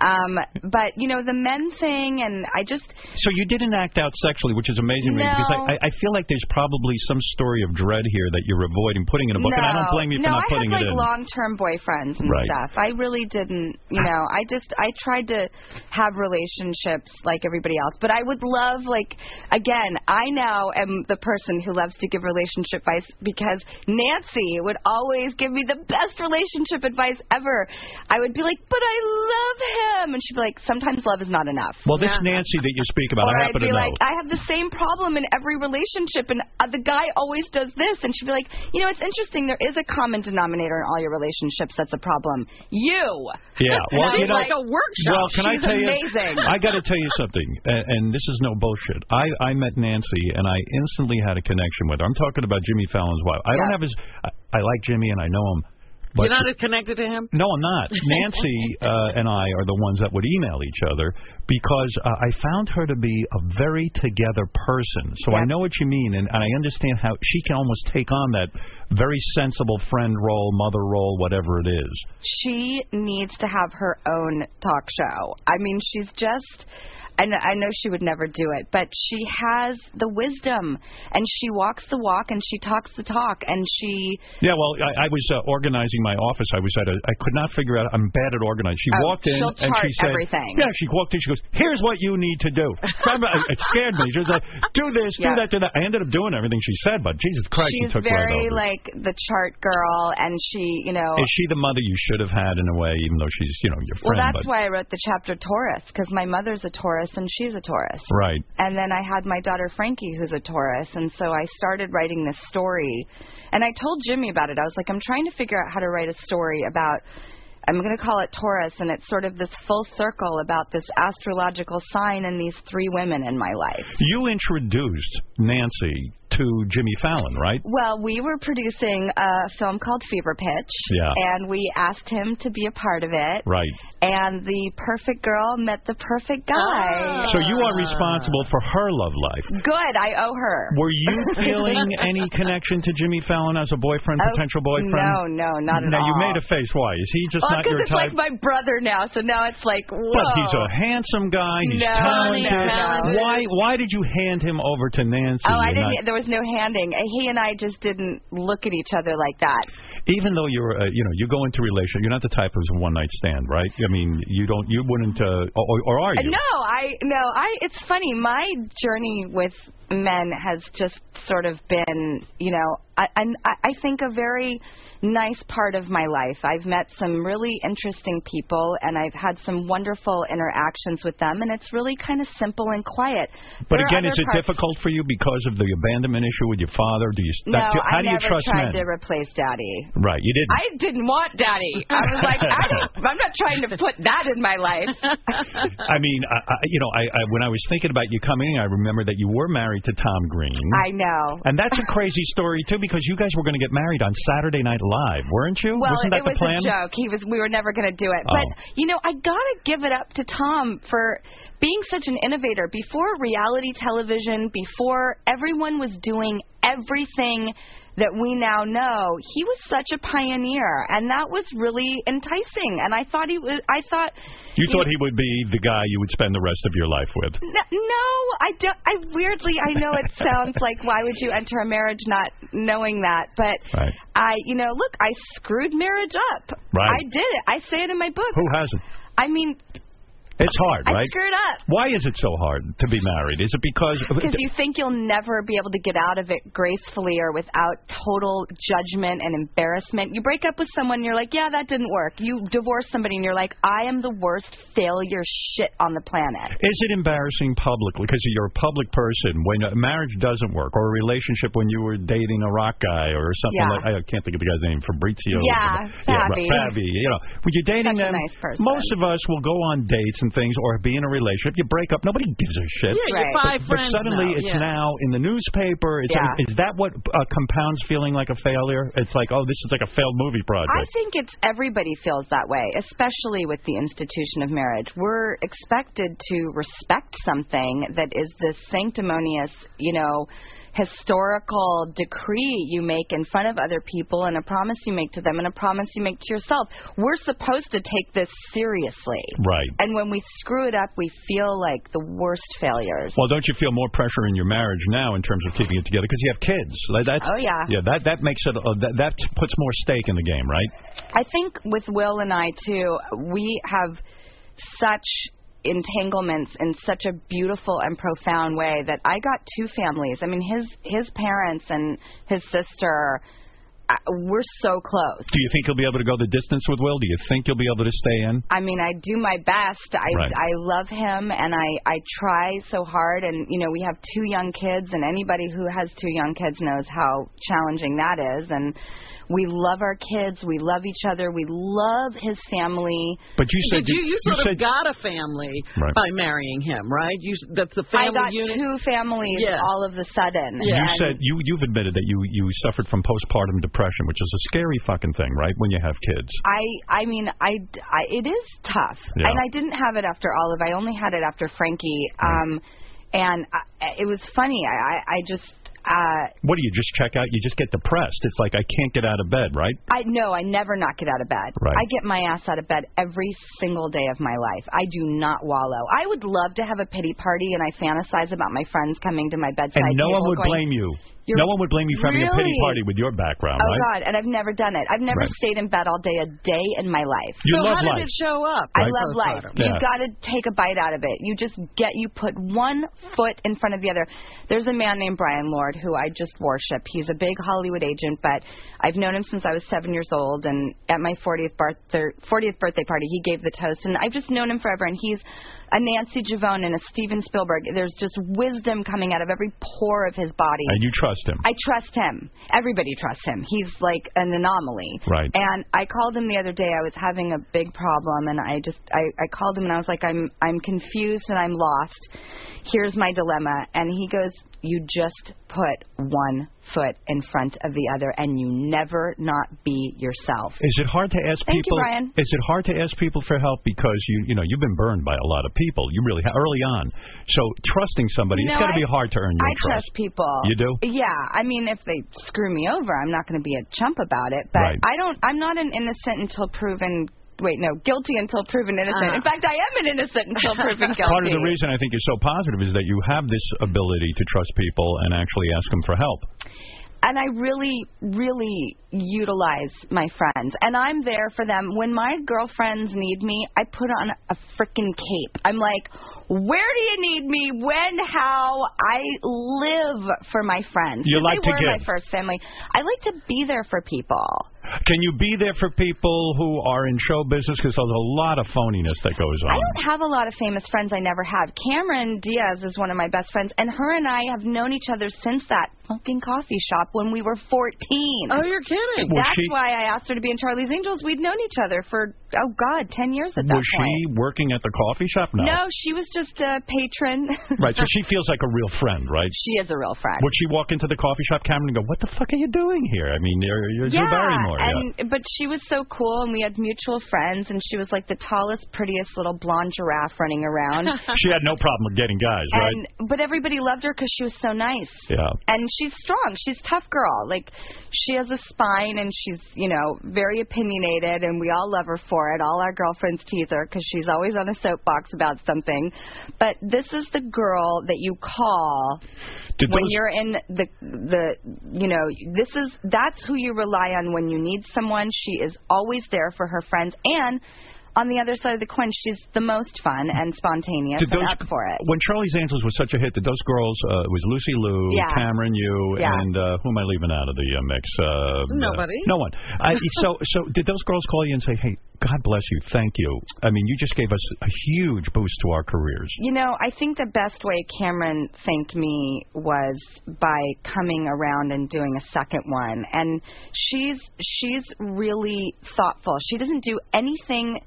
Speaker 12: Um, but you know, the men thing, and I just
Speaker 1: So you didn't act out sexually, which is amazing to me because I,
Speaker 12: No.
Speaker 1: I- I feel like there's probably some story of dread here that you're avoiding putting in a book, and I don't blame you for
Speaker 12: no,
Speaker 1: not putting
Speaker 12: I had,
Speaker 1: it in.
Speaker 12: like, long-term boyfriends and
Speaker 1: Right.
Speaker 12: stuff. I really didn't, you know. I just I tried to have relationships like everybody else, but I would love like again. I now am the person who loves to give relationship advice because Nancy would always give me the best relationship advice ever. I would be like, "But I love him," and she'd be like, "Sometimes love is not enough."
Speaker 1: well, this Nancy that you speak about,
Speaker 12: Or
Speaker 1: I
Speaker 12: I'd
Speaker 1: happen
Speaker 12: be
Speaker 1: to know.
Speaker 12: like, I have the same problem in every relationship, and uh, the guy always does this. And she'd be like, you know, it's interesting. There is a common denominator in all your relationships. That's a problem. You.
Speaker 1: Yeah,
Speaker 12: And
Speaker 1: well,
Speaker 12: I
Speaker 1: you
Speaker 12: was
Speaker 1: know,
Speaker 12: like a workshop.
Speaker 1: Well, can
Speaker 12: She's
Speaker 1: I tell
Speaker 12: amazing.
Speaker 1: you? I got to tell you something, and, and this is no bullshit. I I met Nancy, and I instantly had a connection with her. I'm talking about Jimmy Fallon's wife. I don't have his. I, I like Jimmy, and I know him. But
Speaker 6: You're not as connected to him?
Speaker 1: no, I'm not. Nancy uh, and I are the ones that would email each other because uh, I found her to be a very together person. So I know what you mean, and, and I understand how she can almost take on that very sensible friend role, mother role, whatever it is.
Speaker 12: she needs to have her own talk show. I mean, she's just. I know, I know she would never do it, but she has the wisdom, and she walks the walk, and she talks the talk, and she
Speaker 1: Yeah, well, I, I was uh, organizing my office. I was at a. I could not figure out. I'm bad at organizing. She
Speaker 12: Oh,
Speaker 1: walked in
Speaker 12: she'll
Speaker 1: and she said,
Speaker 12: chart everything.
Speaker 1: "Yeah." She walked in. She goes, "Here's what you need to do." Remember, it it scared me. She was like, "Do this, do
Speaker 12: Yeah.
Speaker 1: that, do that." I ended up doing everything she said, but Jesus Christ, she
Speaker 12: she's
Speaker 1: took right
Speaker 12: very
Speaker 1: over.
Speaker 12: like the chart girl, and she, you know,
Speaker 1: Is she the mother you should have had in a way, even though she's you know your friend?
Speaker 12: Well, that's
Speaker 1: but,
Speaker 12: why I wrote the chapter Taurus because my mother's a Taurus and she's a Taurus.
Speaker 1: Right.
Speaker 12: And then I had my daughter Frankie who's a Taurus, and so I started writing this story. And I told Jimmy about it. I was like, I'm trying to figure out how to write a story about. I'm going to call it Taurus, and it's sort of this full circle about this astrological sign and these three women in my life.
Speaker 1: You introduced Nancy to Jimmy Fallon, right?
Speaker 12: Well, we were producing a film called Fever Pitch,
Speaker 1: Yeah.
Speaker 12: and we asked him to be a part of it.
Speaker 1: Right.
Speaker 12: And the perfect girl met the perfect guy.
Speaker 1: So you are responsible for her love life.
Speaker 12: Good, I owe her.
Speaker 1: Were you feeling any connection to Jimmy Fallon as a boyfriend,
Speaker 12: Oh,
Speaker 1: potential boyfriend?
Speaker 12: No, no, not at
Speaker 1: now
Speaker 12: all.
Speaker 1: you made a face. Why is he just
Speaker 12: well,
Speaker 1: not
Speaker 12: because
Speaker 1: your
Speaker 12: it's
Speaker 1: type?
Speaker 12: like my brother now, so now it's like whoa.
Speaker 1: but he's a handsome guy. He's
Speaker 12: No,
Speaker 1: talented.
Speaker 12: no, no.
Speaker 1: Why? Why did you hand him over to Nancy?
Speaker 12: Oh, I
Speaker 1: and
Speaker 12: didn't.
Speaker 1: not-
Speaker 12: There was no handing. Uh, He and I just didn't look at each other like that.
Speaker 1: even though you're, uh, you know, you go into relation. You're not the type who's a one night stand, right? I mean, you don't. You wouldn't. Uh, or, or are
Speaker 12: Uh,
Speaker 1: you?
Speaker 12: No, I no, I. It's funny. My journey with men has just sort of been, you know, I, I, I think a very nice part of my life. I've met some really interesting people, and I've had some wonderful interactions with them, and it's really kind of simple and quiet.
Speaker 1: But
Speaker 12: There are
Speaker 1: again,
Speaker 12: other
Speaker 1: is it
Speaker 12: parts-
Speaker 1: difficult for you because of the abandonment issue with your father? Do you
Speaker 12: No,
Speaker 1: that- how
Speaker 12: I
Speaker 1: do you
Speaker 12: never
Speaker 1: trust men?
Speaker 12: tried to replace daddy.
Speaker 1: Right, you didn't.
Speaker 12: I didn't want daddy. I was like, I don't, I'm not trying to put that in my life.
Speaker 1: I mean, I, I, you know, I, I when I was thinking about you coming, in, I remember that you were married to Tom Green.
Speaker 12: I know.
Speaker 1: and that's a crazy story too, because you guys were going to get married on Saturday Night Live, weren't you?
Speaker 12: Well,
Speaker 1: Wasn't that
Speaker 12: it was
Speaker 1: the plan?
Speaker 12: a joke. He was. We were never going to do it. But
Speaker 1: Oh.
Speaker 12: you know, I gotta give it up to Tom for being such an innovator. Before reality television, before everyone was doing everything that we now know, he was such a pioneer, and that was really enticing. And I thought he was. I thought.
Speaker 1: You thought he would be the guy you would spend the rest of your life with.
Speaker 12: No, no, I don't. I weirdly, I know it sounds like why would you enter a marriage not knowing that, but
Speaker 1: Right.
Speaker 12: I, you know, look, I screwed marriage up.
Speaker 1: Right.
Speaker 12: I did it. I say it in my book.
Speaker 1: Who hasn't?
Speaker 12: I mean,
Speaker 1: It's hard,
Speaker 12: I
Speaker 1: right?
Speaker 12: screwed up.
Speaker 1: Why is it so hard to be married? Is it because
Speaker 12: because you think you'll never be able to get out of it gracefully or without total judgment and embarrassment. You break up with someone, you're like, yeah, that didn't work. You divorce somebody, and you're like, I am the worst failure shit on the planet.
Speaker 1: Is it embarrassing publicly because you're a public person when a marriage doesn't work or a relationship when you were dating a rock guy or something
Speaker 12: Yeah.
Speaker 1: like I can't think of the guy's name Fabrizio
Speaker 12: Yeah,
Speaker 1: yeah
Speaker 12: Fabi.
Speaker 1: right, Fabi you know when you're dating
Speaker 12: Such
Speaker 1: them
Speaker 12: a nice person.
Speaker 1: most of us will go on dates and things or be in a relationship you break up nobody gives a shit
Speaker 6: Yeah, you're Right. five
Speaker 1: but, but
Speaker 6: friends
Speaker 1: suddenly
Speaker 6: now,
Speaker 1: it's
Speaker 6: yeah.
Speaker 1: now in the newspaper it's
Speaker 12: Yeah.
Speaker 1: is that what uh, compounds feeling like a failure it's like oh this is like a failed movie
Speaker 12: I
Speaker 1: project
Speaker 12: think it's everybody feels that way, especially with the institution of marriage. We're expected to respect something that is this sanctimonious, you know, historical decree you make in front of other people and a promise you make to them and a promise you make to yourself. We're supposed to take this seriously.
Speaker 1: right
Speaker 12: And when we screw it up, we feel like the worst failures.
Speaker 1: Well, don't you feel more pressure in your marriage now in terms of keeping it together because you have kids? Like, That's,
Speaker 12: Oh, yeah.
Speaker 1: Yeah, that that makes it uh, that, that puts more stake in the game, right?
Speaker 12: I think with Will and I too, we have such entanglements in such a beautiful and profound way that I got two families. I mean, his his parents and his sister uh, we're so close.
Speaker 1: Do you think you'll be able to go the distance with Will? Do you think you'll be able to stay in?
Speaker 12: I mean, I do my best. I
Speaker 1: Right.
Speaker 12: I love him and I I try so hard and you know, we have two young kids and anybody who has two young kids knows how challenging that is and we love our kids, we love each other, we love his family.
Speaker 1: But you
Speaker 12: said
Speaker 3: Did you,
Speaker 12: you-
Speaker 3: you sort
Speaker 12: you
Speaker 3: of
Speaker 12: said-
Speaker 3: got a family
Speaker 1: Right.
Speaker 3: by marrying him, right? You s- that's the
Speaker 12: I
Speaker 3: family
Speaker 12: got
Speaker 3: unit.
Speaker 12: two families
Speaker 3: Yeah.
Speaker 12: all of a sudden.
Speaker 1: You
Speaker 12: and-
Speaker 1: said you you've admitted that you you suffered from postpartum depression, which is a scary fucking thing, right? When you have kids.
Speaker 12: I I mean I, I it is tough,
Speaker 1: Yeah.
Speaker 12: and I didn't have it after Olive. I only had it after Frankie, um, and I, it was funny. I I, I just uh,
Speaker 1: What do you just check out? You just get depressed. It's like I can't get out of bed, right?
Speaker 12: I no, I never not get out of bed.
Speaker 1: Right.
Speaker 12: I get my ass out of bed every single day of my life. I do not wallow. I would love to have a pity party, and I fantasize about my friends coming to my bedside.
Speaker 1: And no one
Speaker 12: table
Speaker 1: would
Speaker 12: going,
Speaker 1: blame you.
Speaker 12: You're-
Speaker 1: No one would blame you for having a pity
Speaker 12: Really?
Speaker 1: party with your background,
Speaker 12: Oh
Speaker 1: right?
Speaker 12: God! And I've never done it. I've never
Speaker 1: Right.
Speaker 12: stayed in bed all day a day in my life.
Speaker 1: You So love how did life. it
Speaker 12: show up? I
Speaker 1: Right?
Speaker 12: love life.
Speaker 1: Postpartum.
Speaker 12: You
Speaker 1: Yeah.
Speaker 12: got to take a bite out of it. You just get. You put one foot in front of the other. There's a man named Brian Lord who I just worship. He's a big Hollywood agent, but I've known him since I was seven years old. And at my 40th bar- thir- 40th birthday party, he gave the toast, and I've just known him forever. And he's a Nancy Javone and a Steven Spielberg. There's just wisdom coming out of every pore of his body.
Speaker 1: And you trust him.
Speaker 12: I trust him. Everybody trusts him. He's like an anomaly.
Speaker 1: Right.
Speaker 12: And I called him the other day. I was having a big problem, and I just I, I called him and I was like, I'm I'm confused and I'm lost. Here's my dilemma. And he goes, You just put one foot in front of the other, and you never not be yourself.
Speaker 1: Is it hard to ask
Speaker 12: Thank you,
Speaker 1: people?
Speaker 12: Brian.
Speaker 1: Is it hard to ask people for help because you you know you've been burned by a lot of people. You really ha early on. So trusting somebody, it's
Speaker 12: No,
Speaker 1: got to
Speaker 12: I-
Speaker 1: be hard to earn your
Speaker 12: I trust people.
Speaker 1: You do?
Speaker 12: Yeah, I mean, if they screw me over, I'm not going to be a chump about it. But
Speaker 1: Right.
Speaker 12: I don't. I'm not an innocent until proven. Wait, no, guilty until proven innocent.
Speaker 3: Uh-huh.
Speaker 12: In fact, I am an innocent until proven guilty.
Speaker 1: Part of the reason I think you're so positive is that you have this ability to trust people and actually ask them for help.
Speaker 12: and I really, really utilize my friends. And I'm there for them. When my girlfriends need me, I put on a freaking cape. I'm like, Where do you need me? When? How? I live for my friends.
Speaker 1: You
Speaker 12: They
Speaker 1: like to
Speaker 12: were my
Speaker 1: give.
Speaker 12: first family. I like to be there for people.
Speaker 1: Can you be there for people who are in show business? Because there's a lot of phoniness that goes on.
Speaker 12: I don't have a lot of famous friends. I never have. Cameron Diaz is one of my best friends, and her and I have known each other since that fucking coffee shop when we were 14.
Speaker 3: Oh, you're kidding.
Speaker 1: Was
Speaker 12: That's
Speaker 1: she-
Speaker 12: why I asked her to be in Charlie's Angels. We'd known each other for, oh, God, 10 years at that
Speaker 1: Was
Speaker 12: point.
Speaker 1: she working at the coffee shop? No.
Speaker 12: she was just a patron.
Speaker 1: Right, so she feels like a real friend, right?
Speaker 12: She is a real friend.
Speaker 1: Would she walk into the coffee shop, Cameron, and go, "What the fuck are you doing here? I mean, you're you're Drew Barrymore."
Speaker 12: and but she was so cool, and we had mutual friends, and she was like the tallest, prettiest little blonde giraffe running around.
Speaker 1: yeah. She had no problem with getting guys, right?
Speaker 12: and but everybody loved her because she was so nice.
Speaker 1: yeah.
Speaker 12: and she's strong. She's a tough girl. Like she has a spine, and she's you know very opinionated, and we all love her for it. All our girlfriends tease her because she's always on a soapbox about something. But this is the girl that you call
Speaker 6: Did
Speaker 12: when
Speaker 6: those-
Speaker 12: you're in the the you know this is that's who you rely on when you need someone. She is always there for her friends and. On the other side of the coin, she's the most fun and spontaneous
Speaker 1: Did
Speaker 12: and
Speaker 1: those-
Speaker 12: up for it.
Speaker 1: When Charlie's Angels was such a hit, did those girls? Uh, it was Lucy Liu,
Speaker 12: Yeah.
Speaker 1: Cameron, you,
Speaker 12: Yeah.
Speaker 1: and uh, who am I leaving out of the uh, mix? Uh,
Speaker 6: Nobody.
Speaker 1: uh, no one. I, so, so did those girls call you and say, "Hey, God bless you, thank you. I mean, you just gave us a huge boost to our careers."
Speaker 12: You know, I think the best way Cameron thanked me was by coming around and doing a second one. And she's she's really thoughtful. She doesn't do anything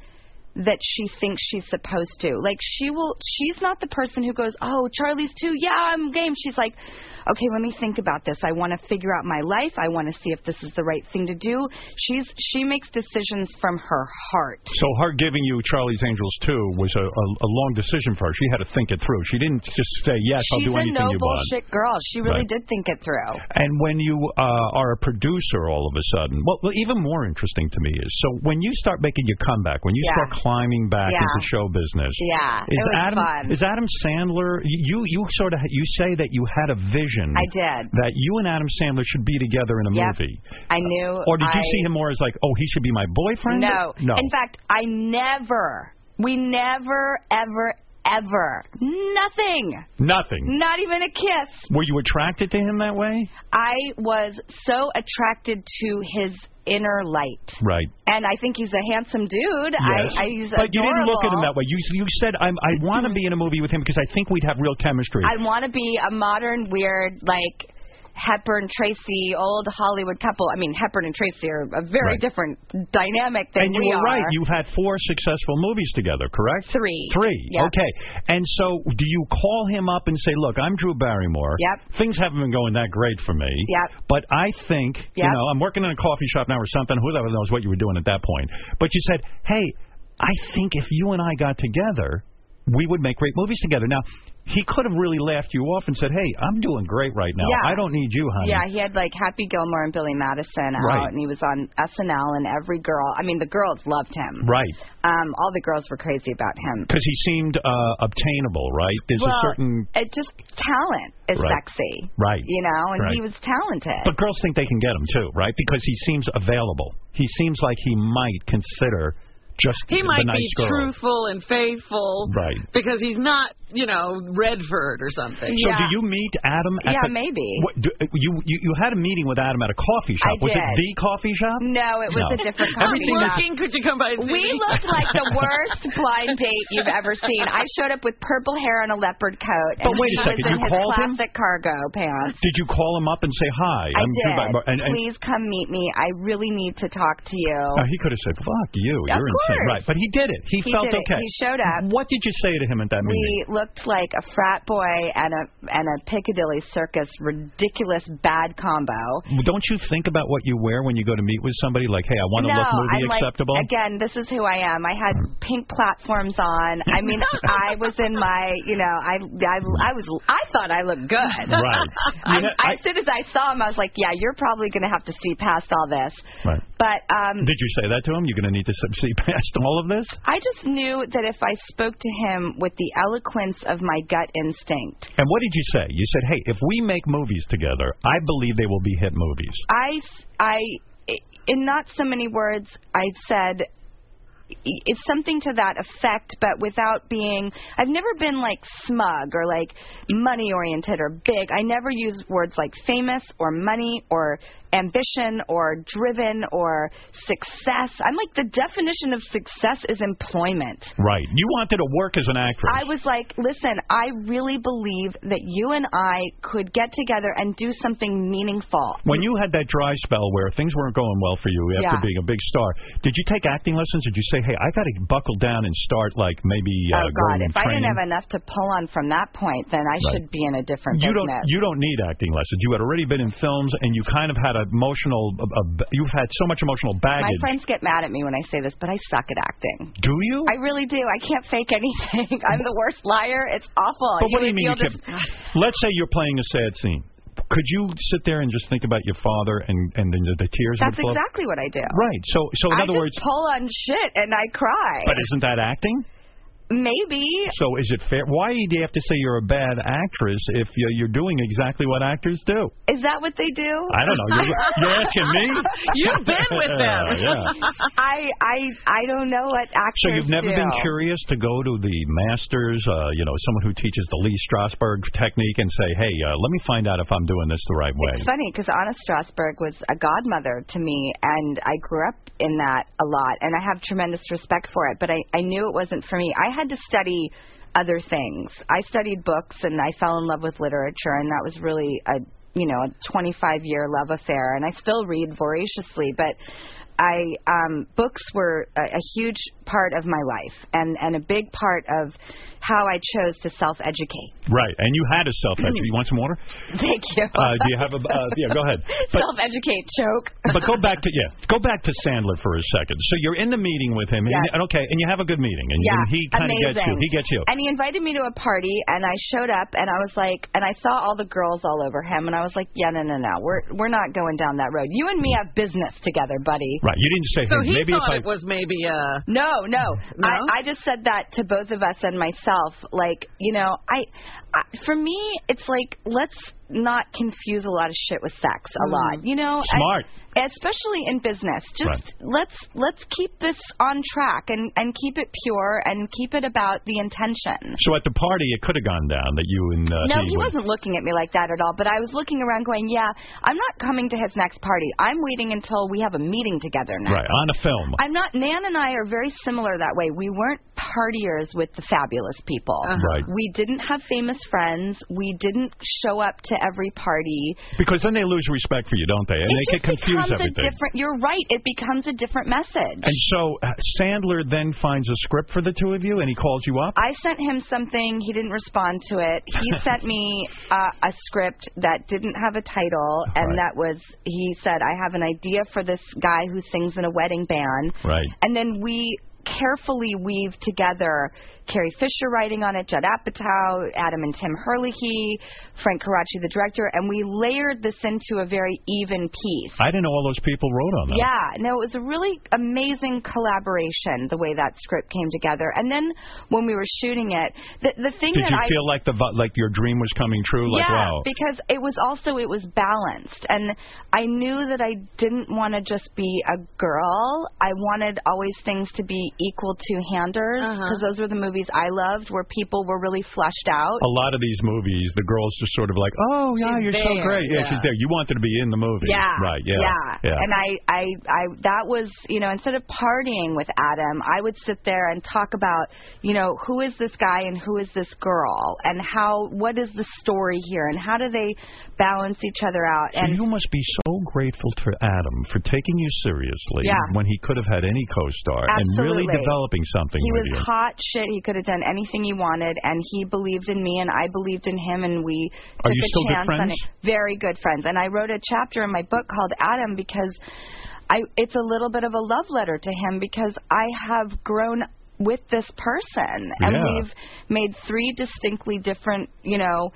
Speaker 12: that she thinks she's supposed to. Like she will she's not the person who goes, "Oh, Charlie's too. Yeah, I'm game." She's like, "Okay, let me think about this. I want to figure out my life. I want to see if this is the right thing to do." She's she makes decisions from her heart.
Speaker 1: So her giving you Charlie's Angels too was a, a, a long decision for her. She had to think it through. She didn't just say, "Yes,
Speaker 12: she's
Speaker 1: I'll do
Speaker 12: a
Speaker 1: anything
Speaker 12: no
Speaker 1: you want."
Speaker 12: bullshit girl. She really
Speaker 1: Right.
Speaker 12: did think it through.
Speaker 1: And when you uh, are a producer, all of a sudden, well, well, even more interesting to me is so when you start making your comeback, when you
Speaker 12: Yeah.
Speaker 1: start climbing back
Speaker 12: Yeah.
Speaker 1: into show business.
Speaker 12: Yeah,
Speaker 1: Is
Speaker 12: it was
Speaker 1: Adam
Speaker 12: fun.
Speaker 1: is Adam Sandler? You you sort of you say that you had a vision.
Speaker 12: I did.
Speaker 1: That you and Adam Sandler should be together in a
Speaker 12: Yep.
Speaker 1: movie.
Speaker 12: I knew.
Speaker 1: Or did you
Speaker 12: I-
Speaker 1: see him more as like, oh, he should be my boyfriend?
Speaker 12: No.
Speaker 1: no.
Speaker 12: In fact, I never. We never, ever, ever. Nothing.
Speaker 1: nothing.
Speaker 12: Not even a kiss.
Speaker 1: Were you attracted to him that way?
Speaker 12: I was so attracted to his inner light.
Speaker 1: Right.
Speaker 12: And I think he's a handsome dude.
Speaker 1: Yes.
Speaker 12: I, I, he's
Speaker 1: but you didn't look at him
Speaker 12: adorable. Mm-hmm.
Speaker 1: that way. You you said I'm, I want to be in a movie with him because I think we'd have real chemistry.
Speaker 12: I want to be a modern, weird, like Hepburn Tracy, old Hollywood couple. I mean, Hepburn and Tracy are a
Speaker 1: Right.
Speaker 12: very different dynamic than
Speaker 1: and you
Speaker 12: we
Speaker 1: were
Speaker 12: are.
Speaker 1: right. You've had four successful movies together, correct?
Speaker 12: Three.
Speaker 1: Three.
Speaker 12: Yeah.
Speaker 1: Okay. And so, do you call him up and say, "Look, I'm Drew Barrymore.
Speaker 12: Yep.
Speaker 1: Things haven't been going that great for me.
Speaker 12: Yep.
Speaker 1: But I think, you
Speaker 12: Yep.
Speaker 1: know, I'm working in a coffee shop now or something. Who the hell knows what you were doing at that point? But you said, "Hey, I think if you and I got together, we would make great movies together." Now. He could have really laughed you off and said, "Hey, I'm doing great right now.
Speaker 12: Yeah.
Speaker 1: I don't need you, honey."
Speaker 12: Yeah, he had like Happy Gilmore and Billy Madison out,
Speaker 1: Right.
Speaker 12: and he was on SNL, and every girl, I mean, the girls loved him.
Speaker 1: Right.
Speaker 12: Um, all the girls were crazy about him.
Speaker 1: Because he seemed uh, obtainable, right? There's
Speaker 12: well,
Speaker 1: a certain
Speaker 12: It just talent is
Speaker 1: Right.
Speaker 12: sexy,
Speaker 1: right.
Speaker 12: you know, and
Speaker 1: right.
Speaker 12: he was talented.
Speaker 1: But girls think they can get him too, right? Because he seems available. He seems like he might consider just
Speaker 3: He
Speaker 1: the
Speaker 3: might
Speaker 1: nice
Speaker 3: be
Speaker 1: girl.
Speaker 3: truthful and faithful.
Speaker 1: Right.
Speaker 3: Because he's not, you know, Redford or something.
Speaker 1: So do you meet Adam? At
Speaker 3: Yeah,
Speaker 1: the,
Speaker 3: maybe.
Speaker 1: What, do, you, you you had a meeting with Adam at a coffee shop.
Speaker 12: I
Speaker 1: Was it
Speaker 12: did.
Speaker 1: the coffee shop?
Speaker 12: No, it was
Speaker 1: No.
Speaker 12: a different
Speaker 1: I'm
Speaker 12: coffee shop.
Speaker 1: working.
Speaker 3: Could you come by and see
Speaker 12: We
Speaker 3: me?
Speaker 12: looked like the worst blind date you've ever seen. I showed up with purple hair and a leopard coat,
Speaker 1: But
Speaker 12: and
Speaker 1: wait
Speaker 12: he
Speaker 1: a second,
Speaker 12: was in
Speaker 1: you
Speaker 12: his
Speaker 1: called him?
Speaker 12: classic cargo pants.
Speaker 1: Did you call him up and say hi? I'm
Speaker 12: I
Speaker 1: Drew
Speaker 12: did.
Speaker 1: Barrymore," and, and,
Speaker 12: Please come meet me. I really need to talk to you.
Speaker 1: Now, he could have said, "Fuck you,
Speaker 12: Of
Speaker 1: you're insane,"
Speaker 12: course.
Speaker 1: right? But he did it. He,
Speaker 12: He
Speaker 1: felt
Speaker 12: did it.
Speaker 1: okay.
Speaker 12: He showed up.
Speaker 1: What did you say to him at that meeting?
Speaker 12: we looked like a frat boy and a and a Piccadilly Circus ridiculous bad combo.
Speaker 1: Don't you think about what you wear when you go to meet with somebody? Like, hey, I want
Speaker 12: no,
Speaker 1: to look movie
Speaker 12: I'm like,
Speaker 1: acceptable.
Speaker 12: again, this is who I am. I had pink platforms on. I mean, I was in my, you know, I, I, I was, I thought I looked good.
Speaker 6: Right.
Speaker 12: I,
Speaker 6: You know,
Speaker 12: I- as soon as I saw him, I was like, yeah, you're probably going to have to see past all this.
Speaker 1: Right.
Speaker 12: But um,
Speaker 1: Did you say that to him? You're going to need to sub- see past all of this.
Speaker 12: I just knew that if I spoke to him with the eloquence of my gut instinct,
Speaker 1: And what did you say? You said, "Hey, if we make movies together, I believe they will be hit movies."
Speaker 12: I, I, in not so many words, I said, it's something to that effect, but without being. I've never been like smug or like money oriented or big. I never use words like famous or money or ambition or driven or success. I'm like the definition of success is employment.
Speaker 1: Right. You wanted to work as an actress.
Speaker 12: I was like, listen, I really believe that you and I could get together and do something meaningful.
Speaker 1: When you had that dry spell where things weren't going well for you after
Speaker 12: Yeah.
Speaker 1: being a big star, did you take acting lessons? Did you say, "Hey, I got to buckle down and start like maybe uh,
Speaker 12: oh God!
Speaker 1: going and
Speaker 12: If I didn't
Speaker 1: training"?
Speaker 12: have enough to pull on from that point, then I
Speaker 1: Right.
Speaker 12: should be in a different
Speaker 1: you don't
Speaker 12: business.
Speaker 1: you don't need acting lessons. You had already been in films, and you kind of had emotional. Uh, uh, you've had so much emotional
Speaker 12: My
Speaker 1: baggage.
Speaker 12: friends get mad at me when I say this, but I suck at acting.
Speaker 1: Do you?
Speaker 12: I really do. I can't fake anything. I'm the worst liar. It's awful.
Speaker 1: But what do you mean
Speaker 12: feel
Speaker 1: you
Speaker 12: this-
Speaker 1: can't? Let's say you're playing a sad scene. Could you sit there and just think about your father and and then the tears
Speaker 12: That's
Speaker 1: would flow?
Speaker 12: exactly what I do.
Speaker 1: Right. So so in
Speaker 12: I
Speaker 1: other
Speaker 12: just
Speaker 1: words,
Speaker 12: pull on shit and I cry.
Speaker 1: but isn't that acting?
Speaker 12: Maybe.
Speaker 1: So is it fair? Why do you have to say you're a bad actress if you're, you're doing exactly what actors do?
Speaker 12: Is that what they do?
Speaker 1: I don't know. You're, you're asking me.
Speaker 28: You've been with them.
Speaker 1: yeah.
Speaker 12: I I I don't know what actors
Speaker 1: So you've never
Speaker 12: do.
Speaker 1: been curious to go to the masters, uh, you know, someone who teaches the Lee Strasberg technique, and say, "Hey, uh, let me find out if I'm doing this the right way."
Speaker 12: It's funny because Anna Strasberg was a godmother to me, and I grew up in that a lot, and I have tremendous respect for it. But I, I knew it wasn't for me. I had to study other things. I studied books, and I fell in love with literature, and that was really a you know a 25 year love affair, and I still read voraciously, but. I um, books were a, a huge part of my life and and a big part of how I chose to self educate.
Speaker 1: Right, and you had a self educate. You want some water?
Speaker 12: Thank you.
Speaker 1: Uh, do you have a? Uh, yeah, go ahead. But,
Speaker 12: self educate joke.
Speaker 1: but go back to yeah, go back to Sandler for a second. So you're in the meeting with him, and,
Speaker 12: Yes.
Speaker 1: and okay, and you have a good meeting, and,
Speaker 12: yeah,
Speaker 1: and he kind of gets you.
Speaker 12: amazing.
Speaker 1: He gets you.
Speaker 12: And he invited me to a party, and I showed up, and I was like, and I saw all the girls all over him, and I was like, yeah, no, no, no, we're we're not going down that road. You and me have business together, buddy.
Speaker 1: Right, you didn't say.
Speaker 29: So
Speaker 1: hey,
Speaker 29: he
Speaker 1: maybe
Speaker 29: thought
Speaker 1: if I
Speaker 29: it was maybe uh
Speaker 12: No, no. I, I just said that to both of us and myself. Like, you know, I, I for me, it's like let's not confuse a lot of shit with sex a
Speaker 29: Mm.
Speaker 12: lot. You know, And-
Speaker 29: Smart.
Speaker 12: especially in business. Just
Speaker 29: Right.
Speaker 12: let's let's keep this on track and and keep it pure and keep it about the intention.
Speaker 1: So at the party, it could have gone down that you and uh,
Speaker 12: No, he
Speaker 1: went-
Speaker 12: wasn't looking at me like that at all, but I was looking around going, yeah, I'm not coming to his next party. I'm waiting until we have a meeting together now.
Speaker 1: right on a film.
Speaker 12: I'm not. Nan and I are very similar that way. We weren't partiers with the fabulous people.
Speaker 1: Right.
Speaker 12: We didn't have famous friends. We didn't show up to every party.
Speaker 1: Because then they lose respect for you, don't they? And they
Speaker 12: it just
Speaker 1: can confuse
Speaker 12: becomes
Speaker 1: everything.
Speaker 12: a different. You're right. It becomes a different message.
Speaker 1: And so uh, Sandler then finds a script for the two of you, and he calls you up.
Speaker 12: I sent him something. He didn't respond to it. He sent me uh, a script that didn't have a title, and
Speaker 1: Right.
Speaker 12: that was he said, "I have an idea for this guy who sings in a wedding band."
Speaker 1: Right.
Speaker 12: And then we carefully weave together Carrie Fisher writing on it, Judd Apatow, Adam and Tim Herlihy, Frank Karachi, the director, and we layered this into a very even piece.
Speaker 1: I didn't know all those people wrote on that.
Speaker 12: Yeah, no, it was a really amazing collaboration the way that script came together. And then when we were shooting it, the the thing
Speaker 1: Did
Speaker 12: that
Speaker 1: you
Speaker 12: I
Speaker 1: feel like the vi- like your dream was coming true? Like
Speaker 12: yeah,
Speaker 1: wow.
Speaker 12: because it was also it was balanced, and I knew that I didn't want to just be a girl. I wanted always things to be equal to handers because those were the movies I loved where people were really fleshed out.
Speaker 1: A lot of these movies, the girls just sort of like, oh yeah,
Speaker 12: She's
Speaker 1: you're so
Speaker 12: there,
Speaker 1: great. Yeah,
Speaker 12: yeah.
Speaker 1: she's there. You wanted to be in the movie.
Speaker 12: Yeah.
Speaker 1: Right. Yeah.
Speaker 12: Yeah. And I, I, I, that was, you know, instead of partying with Adam, I would sit there and talk about, you know, who is this guy and who is this girl and how, what is the story here and how do they balance each other out?
Speaker 1: So
Speaker 12: And
Speaker 1: you must be so grateful to Adam for taking you seriously
Speaker 12: Yeah.
Speaker 1: when he could have had any co-star and really
Speaker 12: Absolutely.
Speaker 1: developing something
Speaker 12: he
Speaker 1: with
Speaker 12: was
Speaker 1: you.
Speaker 12: hot shit. He could have done anything he wanted, and he believed in me, and I believed in him, and we
Speaker 1: Are
Speaker 12: took
Speaker 1: you
Speaker 12: a
Speaker 1: still good
Speaker 12: chance on
Speaker 1: friends?
Speaker 12: it. Very good friends. And I wrote a chapter in my book called Adam because I it's a little bit of a love letter to him because I have grown with this person, and
Speaker 6: Yeah.
Speaker 12: we've made three distinctly different, you know.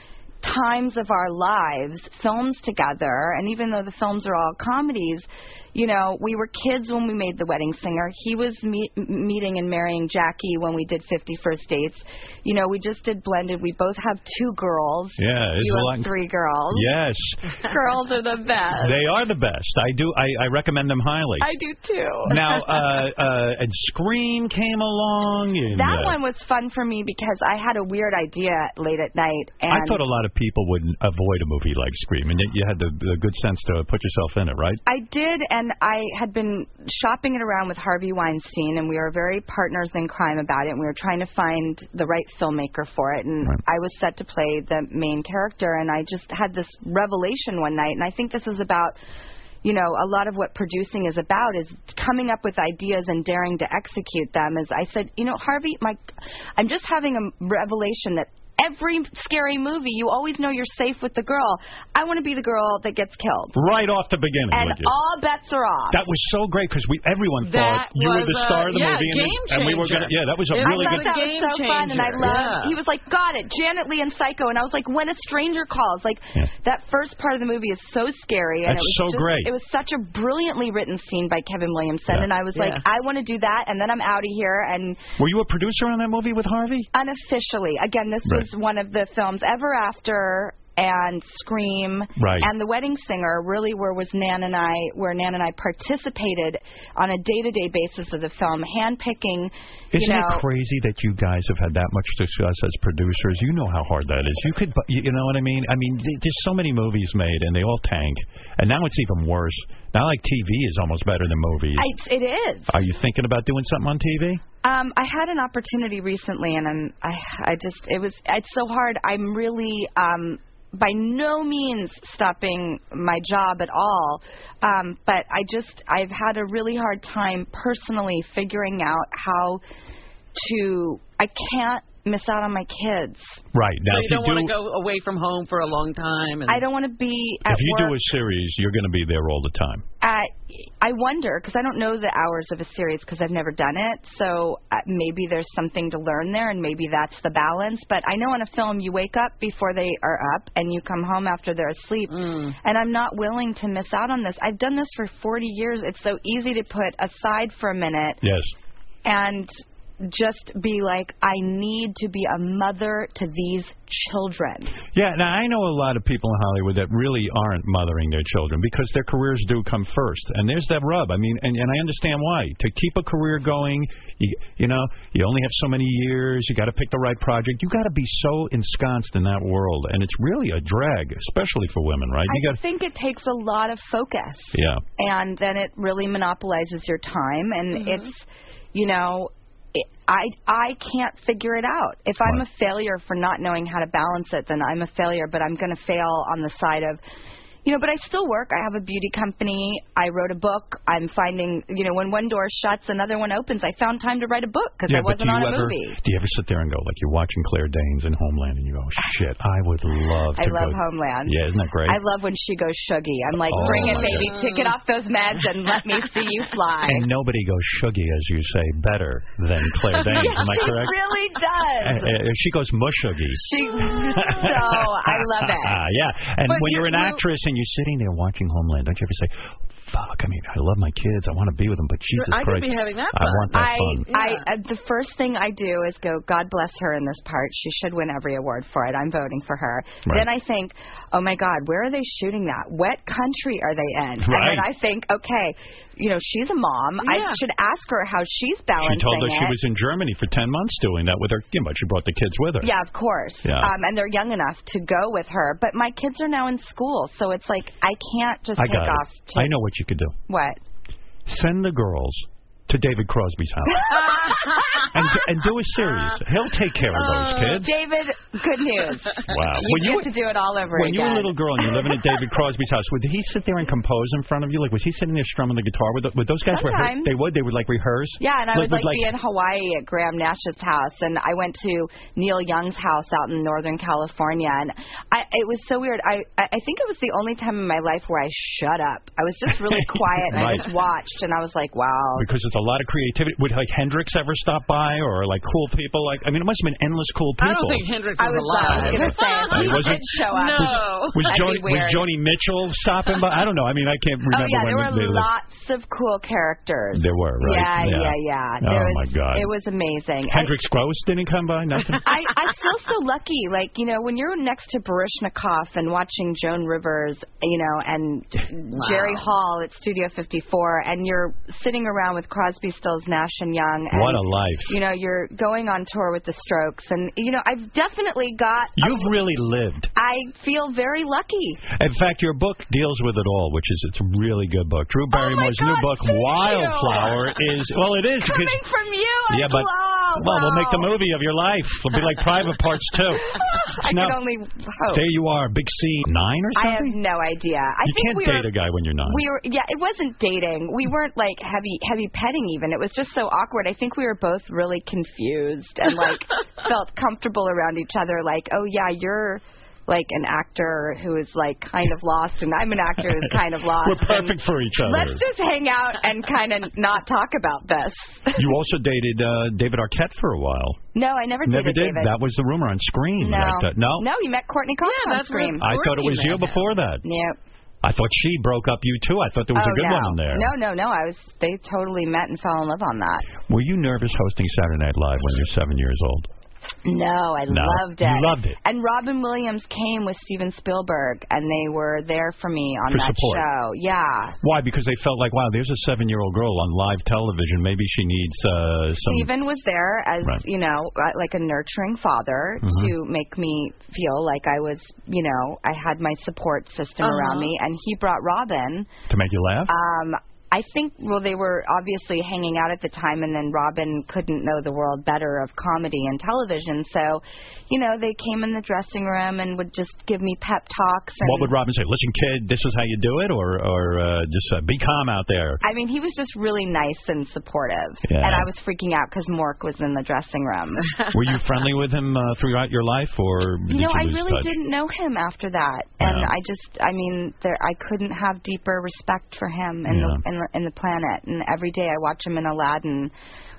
Speaker 12: Times of our lives, films together, and even though the films are all comedies, you know, we were kids when we made The Wedding Singer. He was meet, m- meeting and marrying Jackie when we did 50 First Dates. You know, we just did blended. We both have two girls.
Speaker 1: Yeah, it's
Speaker 12: you
Speaker 1: a
Speaker 12: have
Speaker 1: lot-
Speaker 12: three girls.
Speaker 1: Yes,
Speaker 12: girls are the best.
Speaker 1: they are the best. I do. I, I recommend them highly.
Speaker 12: I do too.
Speaker 1: now, uh, uh, and Scream came along. And,
Speaker 12: That
Speaker 1: uh,
Speaker 12: one was fun for me because I had a weird idea late at night, and
Speaker 1: I thought a lot of people would avoid a movie like Scream, and yet you had the, the good sense to put yourself in it, right?
Speaker 12: I did, and I had been shopping it around with Harvey Weinstein, and we were very partners in crime about it. And we were trying to find the right filmmaker for it, and I was set to play the main character. And I just had this revelation one night, and I think this is about, you know, a lot of what producing is about is coming up with ideas and daring to execute them. As I said, you know, Harvey, my, I'm just having a revelation that. Every scary movie, you always know you're safe with the girl. I want to be the girl that gets killed.
Speaker 1: Right off the beginning.
Speaker 12: And
Speaker 1: would you?
Speaker 12: all bets are off.
Speaker 1: That was so great because we everyone
Speaker 12: That
Speaker 1: thought you were
Speaker 12: was
Speaker 1: the
Speaker 12: a-
Speaker 1: star of the
Speaker 12: yeah,
Speaker 1: movie, and,
Speaker 12: game
Speaker 1: and we were
Speaker 12: changer.
Speaker 1: gonna, yeah, that was a
Speaker 12: I
Speaker 1: really
Speaker 12: thought
Speaker 1: good.
Speaker 12: that
Speaker 6: game
Speaker 12: was so fun, and I
Speaker 6: changer.
Speaker 12: loved.
Speaker 6: Yeah.
Speaker 12: He was like, "Got it, Janet Lee and Psycho," and I was like, "When a stranger calls." Like that first part of the movie is so scary, and
Speaker 1: That's
Speaker 12: it was
Speaker 1: so
Speaker 12: just,
Speaker 1: great.
Speaker 12: It was such a brilliantly written scene by Kevin Williamson,
Speaker 1: Yeah.
Speaker 12: and I was like,
Speaker 1: Yeah.
Speaker 12: "I want to do that," and then I'm out of here, and
Speaker 1: Were you a producer on that movie with Harvey?
Speaker 12: unofficially. Again, this
Speaker 1: Right.
Speaker 12: was one of the films Ever After and Scream
Speaker 1: Right.
Speaker 12: and The Wedding Singer really where was Nan and I where Nan and I participated on a day to day basis of the film, handpicking you
Speaker 1: Isn't
Speaker 12: know
Speaker 1: it crazy that you guys have had that much success as producers? You know how hard that is. You could, bu- you you know what I mean? I mean, th- there's so many movies made, and they all tank. And now it's even worse. Now, like TV is almost better than movies.
Speaker 12: I, it is.
Speaker 1: Are you thinking about doing something on TV?
Speaker 12: Um, I had an opportunity recently, and I'm, I, I just, it was, it's so hard. I'm really, um, by no means stopping my job at all, um, but I just, I've had a really hard time personally figuring out how to, I can't miss out on my kids.
Speaker 1: Right now,
Speaker 30: so
Speaker 1: if
Speaker 30: you don't
Speaker 1: you
Speaker 30: want
Speaker 1: do,
Speaker 30: to go away from home for a long time. And
Speaker 12: I don't want to be at
Speaker 1: if you
Speaker 12: work.
Speaker 1: do a series, you're going to be there all the time.
Speaker 12: Uh, I wonder because I don't know the hours of a series because I've never done it. So uh, maybe there's something to learn there, and maybe that's the balance. But I know on a film you wake up before they are up, and you come home after they're asleep. And I'm not willing to miss out on this. I've done this for 40 years. It's so easy to put aside for a minute
Speaker 1: Yes.
Speaker 12: and just be like, I need to be a mother to these children.
Speaker 1: Yeah, now I know a lot of people in Hollywood that really aren't mothering their children because their careers do come first, and there's that rub. I mean, and, and I understand why. To keep a career going, you, you know, you only have so many years. You got to pick the right project. You got to be so ensconced in that world, and it's really a drag, especially for women, right? Uh, You
Speaker 12: I
Speaker 1: got,
Speaker 12: think it takes a lot of focus.
Speaker 1: yeah.
Speaker 12: and then it really monopolizes your time and
Speaker 1: Mm-hmm.
Speaker 12: it's you know it, i i can't figure it out if i'm a failure for not knowing how to balance it then i'm a failure but i'm going to fail on the side of you know but i still work i have a beauty company i wrote a book i'm finding you know when one door shuts another one opens i found time to write a book because
Speaker 1: yeah,
Speaker 12: i
Speaker 1: but do you
Speaker 12: wasn't on a
Speaker 1: ever
Speaker 12: movie
Speaker 1: do you ever sit there and go like you're watching Claire Danes in Homeland and you go "Oh, shit I would love
Speaker 12: I
Speaker 1: to go
Speaker 12: love Homeland.
Speaker 1: yeah isn't that great
Speaker 12: I love when she goes shuggy. I'm like,
Speaker 1: Oh,
Speaker 12: bring it,
Speaker 1: my
Speaker 12: baby.
Speaker 1: God.
Speaker 12: Tick it off those meds and let me see you fly.
Speaker 1: And nobody goes shuggy, as you say, better than Claire Danes.
Speaker 12: Yeah,
Speaker 1: Am I
Speaker 12: she
Speaker 1: correct?
Speaker 12: really
Speaker 1: Uh,
Speaker 12: does.
Speaker 1: uh, she goes mushuggy.
Speaker 12: She so I love it.
Speaker 1: yeah, and
Speaker 12: But
Speaker 1: when
Speaker 12: you-
Speaker 1: you're an
Speaker 12: you-
Speaker 1: actress and you're sitting there watching Homeland, don't you ever say, "Fuck"? I mean, I love my kids. I want to be with them, but Jesus
Speaker 30: I could
Speaker 1: Christ,
Speaker 30: be having that
Speaker 1: I
Speaker 30: fun.
Speaker 1: want that
Speaker 12: I,
Speaker 1: fun.
Speaker 12: I, uh, the first thing I do is go, God bless her in this part. She should win every award for it. I'm voting for her.
Speaker 31: Right.
Speaker 12: Then I think, oh my God, where are they shooting that? What country are they in? And then
Speaker 1: Right.
Speaker 12: I think, okay, you know, she's a mom.
Speaker 31: Yeah.
Speaker 12: I should ask her how she's
Speaker 1: She
Speaker 12: balancing
Speaker 1: told us
Speaker 12: it.
Speaker 1: she was in Germany for ten months doing that with her. You know, she brought the kids with her.
Speaker 12: Yeah, of course.
Speaker 1: Yeah.
Speaker 12: Um, and they're young enough to go with her. But my kids are now in school, so it's like I can't just
Speaker 1: I
Speaker 12: take
Speaker 1: got
Speaker 12: off.
Speaker 1: it.
Speaker 12: To,
Speaker 1: I know what you could do.
Speaker 12: What?
Speaker 1: Send the girls to David Crosby's house and and do a series. He'll take care of
Speaker 12: Uh,
Speaker 1: those kids.
Speaker 12: Oh, David, good news.
Speaker 1: Wow.
Speaker 12: You
Speaker 1: When
Speaker 12: get
Speaker 1: you
Speaker 12: to do it all over
Speaker 1: when you
Speaker 12: again.
Speaker 1: were a little girl and you're living at David Crosby's house, would he sit there and compose in front of you? Like, was he sitting there strumming the guitar? Would, th- would those guys rehearse?
Speaker 12: Sometimes.
Speaker 1: They would. They would like rehearse.
Speaker 12: Yeah, and I would like, be in
Speaker 1: like-
Speaker 12: Hawaii at Graham Nash's house, and I went to Neil Young's house out in Northern California, and I it was so weird. I I I think it was the only time in my life where I shut up. I was just really quiet and I
Speaker 1: Right.
Speaker 12: just watched, and I was like, wow.
Speaker 1: because it's a a lot of creativity. Would like Hendrix ever stop by, or like cool people? Like I mean, it must have been endless cool people.
Speaker 32: I don't think Hendrix
Speaker 1: I
Speaker 32: was,
Speaker 12: Oh,
Speaker 1: was-
Speaker 32: alive.
Speaker 1: I was gonna say, if he
Speaker 32: was
Speaker 1: did show up-
Speaker 32: No.
Speaker 1: Was, was, Joni, was Joni Mitchell stopping by? I don't know. I mean, I can't
Speaker 12: Oh
Speaker 1: remember.
Speaker 12: yeah, there
Speaker 1: when
Speaker 12: were
Speaker 1: they left.
Speaker 12: lots of cool characters.
Speaker 1: There were, right?
Speaker 12: Yeah, yeah,
Speaker 1: Yeah.
Speaker 12: yeah.
Speaker 1: Oh,
Speaker 12: There
Speaker 1: my
Speaker 12: was,
Speaker 1: God.
Speaker 12: it was amazing. I-
Speaker 1: Hendrix Gross didn't come by. Nothing.
Speaker 12: I, I feel so lucky. Like, you know, when you're next to Barishnikov and watching Joan Rivers, you know, and Jerry Hall at Studio 54, and you're sitting around with Crosby, Stills, Nash, and Young. And,
Speaker 1: What a life.
Speaker 12: You know, you're going on tour with the Strokes. And, you know, I've definitely got.
Speaker 1: You've really lived.
Speaker 12: I feel very lucky.
Speaker 1: In fact, your book deals with it all, which is it's a really good book.
Speaker 12: Oh
Speaker 1: Drew Barrymore's new book, Wildflower, is well, it is
Speaker 12: Coming
Speaker 1: 'cause-
Speaker 12: from you, I
Speaker 1: yeah, but
Speaker 12: love-
Speaker 1: well, we'll make the
Speaker 12: wow. Oh.
Speaker 1: movie of your life. It'll be like Private Parts too.
Speaker 12: I
Speaker 1: Now-
Speaker 12: can only hope.
Speaker 1: There you are, big C nine or
Speaker 12: I
Speaker 1: something.
Speaker 12: have no idea. I
Speaker 1: you
Speaker 12: think
Speaker 1: can't
Speaker 12: we
Speaker 1: date
Speaker 12: were,
Speaker 1: a guy when you're nine. Mm-hmm.
Speaker 12: We were, yeah, it wasn't dating. We weren't like heavy, heavy petting even. It was just so awkward. I think we were both really confused and like felt comfortable around each other. Like, oh yeah, you're like an actor who is like kind of lost, and I'm an actor who's kind of lost.
Speaker 1: We're perfect for each
Speaker 12: and
Speaker 1: other.
Speaker 12: Let's just hang out and kind of not talk about this.
Speaker 1: You also dated uh, David Arquette for a while.
Speaker 12: No, I never,
Speaker 1: Never
Speaker 12: dated
Speaker 1: did.
Speaker 12: David.
Speaker 1: That was the rumor on Scream.
Speaker 12: no.
Speaker 1: That, uh, no,
Speaker 12: No, you met Courtney Cox on Scream.
Speaker 1: I thought it was you before that.
Speaker 12: Yep.
Speaker 1: I thought she broke up you too. I thought there was
Speaker 12: oh,
Speaker 1: a good
Speaker 12: no.
Speaker 1: one on there.
Speaker 12: No, no, no. I was. They totally met and fell in love on that.
Speaker 1: Were you nervous hosting Saturday Night Live when you're seven years old?
Speaker 12: No, I
Speaker 1: No,
Speaker 12: loved it.
Speaker 1: you loved it.
Speaker 12: And Robin Williams came with Steven Spielberg, and they were there for me on
Speaker 1: For
Speaker 12: that
Speaker 1: support.
Speaker 12: show. Yeah.
Speaker 1: Why? Because they felt like, wow, there's a seven-year-old girl on live television. Maybe she needs uh, some.
Speaker 12: Steven was there as
Speaker 1: Right.
Speaker 12: you know, uh, like a nurturing father
Speaker 1: Mhm.
Speaker 12: to make me feel like I was, you know, I had my support system around
Speaker 1: Uh-huh.
Speaker 12: me, and he brought Robin.
Speaker 1: to make you laugh.
Speaker 12: Um, I think well they were obviously hanging out at the time, and then Robin couldn't know the world better of comedy and television, so you know they came in the dressing room and would just give me pep talks. And
Speaker 1: what would Robin say? Listen, kid, this is how you do it, or or uh, just uh, be calm out there.
Speaker 12: I mean, he was just really nice and supportive,
Speaker 1: Yeah.
Speaker 12: and I was freaking out because Mork was in the dressing room.
Speaker 1: Were you friendly with him uh, throughout your life, or
Speaker 12: You
Speaker 1: did
Speaker 12: know,
Speaker 1: you
Speaker 12: I
Speaker 1: lose
Speaker 12: really
Speaker 1: touch?
Speaker 12: didn't know him after that, and I just, I mean, there, I couldn't have deeper respect for him in the in the, in the planet. And every day I watch him in Aladdin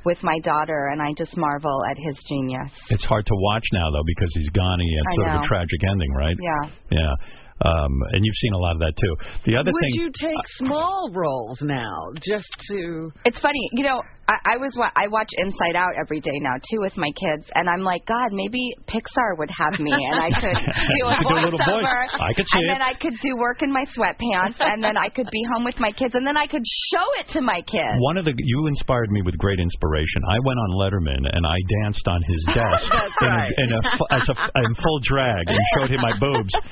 Speaker 12: with my daughter, and I just marvel at his genius.
Speaker 1: It's hard to watch now though because he's gone. He had
Speaker 12: I
Speaker 1: sort of
Speaker 12: know.
Speaker 1: a tragic ending, right?
Speaker 12: Yeah.
Speaker 1: Yeah. Um, and you've seen a lot of that too. The other
Speaker 3: Would
Speaker 1: thing.
Speaker 3: you take small roles now just to?
Speaker 12: It's funny, you know. I, I was wa- I watch Inside Out every day now too with my kids, and I'm like, God, maybe Pixar would have me, and I could do a
Speaker 6: You could do a little voice.
Speaker 12: voiceover,
Speaker 6: I could see
Speaker 12: and
Speaker 6: it.
Speaker 12: then I could do work in my sweatpants, and then I could be home with my kids, and then I could show it to my kids.
Speaker 1: One of the you inspired me with great inspiration. I went on Letterman and I danced on his desk
Speaker 6: That's
Speaker 1: in,
Speaker 6: right.
Speaker 1: a, in a fu- as a, in full drag and showed him my boobs.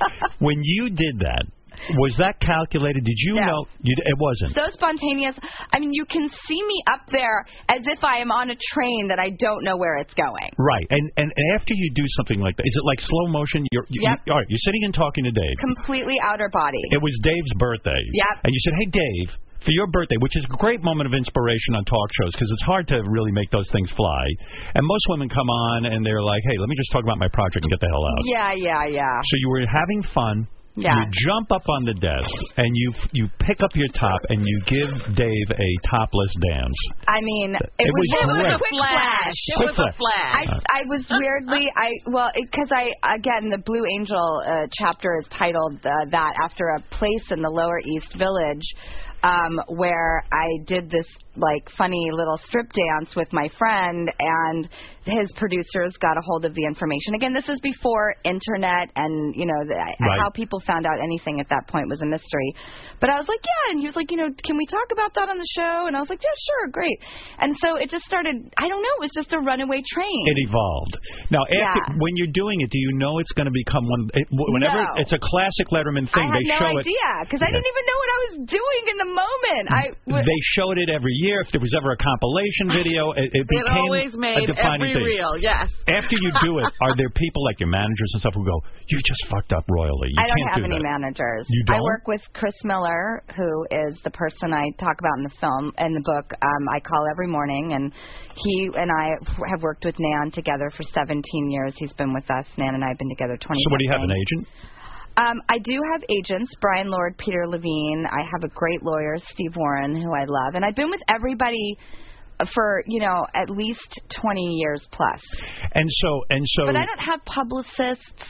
Speaker 1: When you did that, was that calculated? Did you know you, it wasn't?
Speaker 12: so spontaneous. I mean, you can see me up there as if I am on a train that I don't know where it's going.
Speaker 1: Right, and, and and after you do something like that, is it like slow motion? You're you,
Speaker 12: Yep.
Speaker 1: you, all right. You're sitting and talking to Dave.
Speaker 12: Completely outer body.
Speaker 1: It was Dave's birthday.
Speaker 12: Yep.
Speaker 1: And you said, hey, Dave, for your birthday, which is a great moment of inspiration on talk shows because it's hard to really make those things fly. And most women come on and they're like, hey, let me just talk about my project and get the hell out.
Speaker 12: Yeah, yeah, yeah.
Speaker 1: So you were having fun.
Speaker 12: Yeah.
Speaker 1: You jump up on the desk and you you pick up your top and you give Dave a topless dance.
Speaker 12: I mean, it,
Speaker 1: It
Speaker 12: was,
Speaker 1: was
Speaker 12: a
Speaker 1: great.
Speaker 12: quick flash.
Speaker 1: It Quick was a flash. flash.
Speaker 12: I, I was weirdly, I well, because I again the Blue Angel uh, chapter is titled uh, that after a place in the Lower East Village, um, where I did this like funny little strip dance with my friend, and his producers got a hold of the information. Again, this is before internet, and you know the,
Speaker 6: Right.
Speaker 12: how people found out anything at that point was a mystery. But I was like, yeah, and he was like, you know, can we talk about that on the show? And I was like, yeah, sure, great. And so it just started. I don't know. It was just a runaway train.
Speaker 1: It evolved. Now, after,
Speaker 12: Yeah.
Speaker 1: when you're doing it, do you know it's going to become one? It, whenever
Speaker 12: No.
Speaker 1: it's a classic Letterman
Speaker 12: I
Speaker 1: thing,
Speaker 12: had
Speaker 1: they
Speaker 12: no
Speaker 1: show it.
Speaker 12: idea because I didn't even know what I was doing in the moment. I w-
Speaker 1: They showed it every year. If there was ever a compilation video, it, it
Speaker 3: It
Speaker 1: became
Speaker 3: always
Speaker 1: a
Speaker 3: made
Speaker 1: defining
Speaker 3: every
Speaker 1: thing.
Speaker 3: reel. Yes.
Speaker 1: After you do it, are there people like your managers and stuff who go, "You just fucked up royally. You
Speaker 12: I don't
Speaker 1: can't
Speaker 12: have
Speaker 1: do
Speaker 12: any
Speaker 1: that."
Speaker 12: managers.
Speaker 1: You
Speaker 12: I
Speaker 1: don't?
Speaker 12: work with Chris Miller, who is the person I talk about in the film in the book. Um, I call every morning, and he and I have worked with Nan together for 17 years. He's been with us. Nan and I have been together 20.
Speaker 1: So what do you have an agent?
Speaker 12: Um, I do have agents, Brian Lord, Peter Levine. I have a great lawyer, Steve Warren, who I love, and I've been with everybody for you know at least 20 years plus.
Speaker 1: And so and so.
Speaker 12: but I don't have publicists.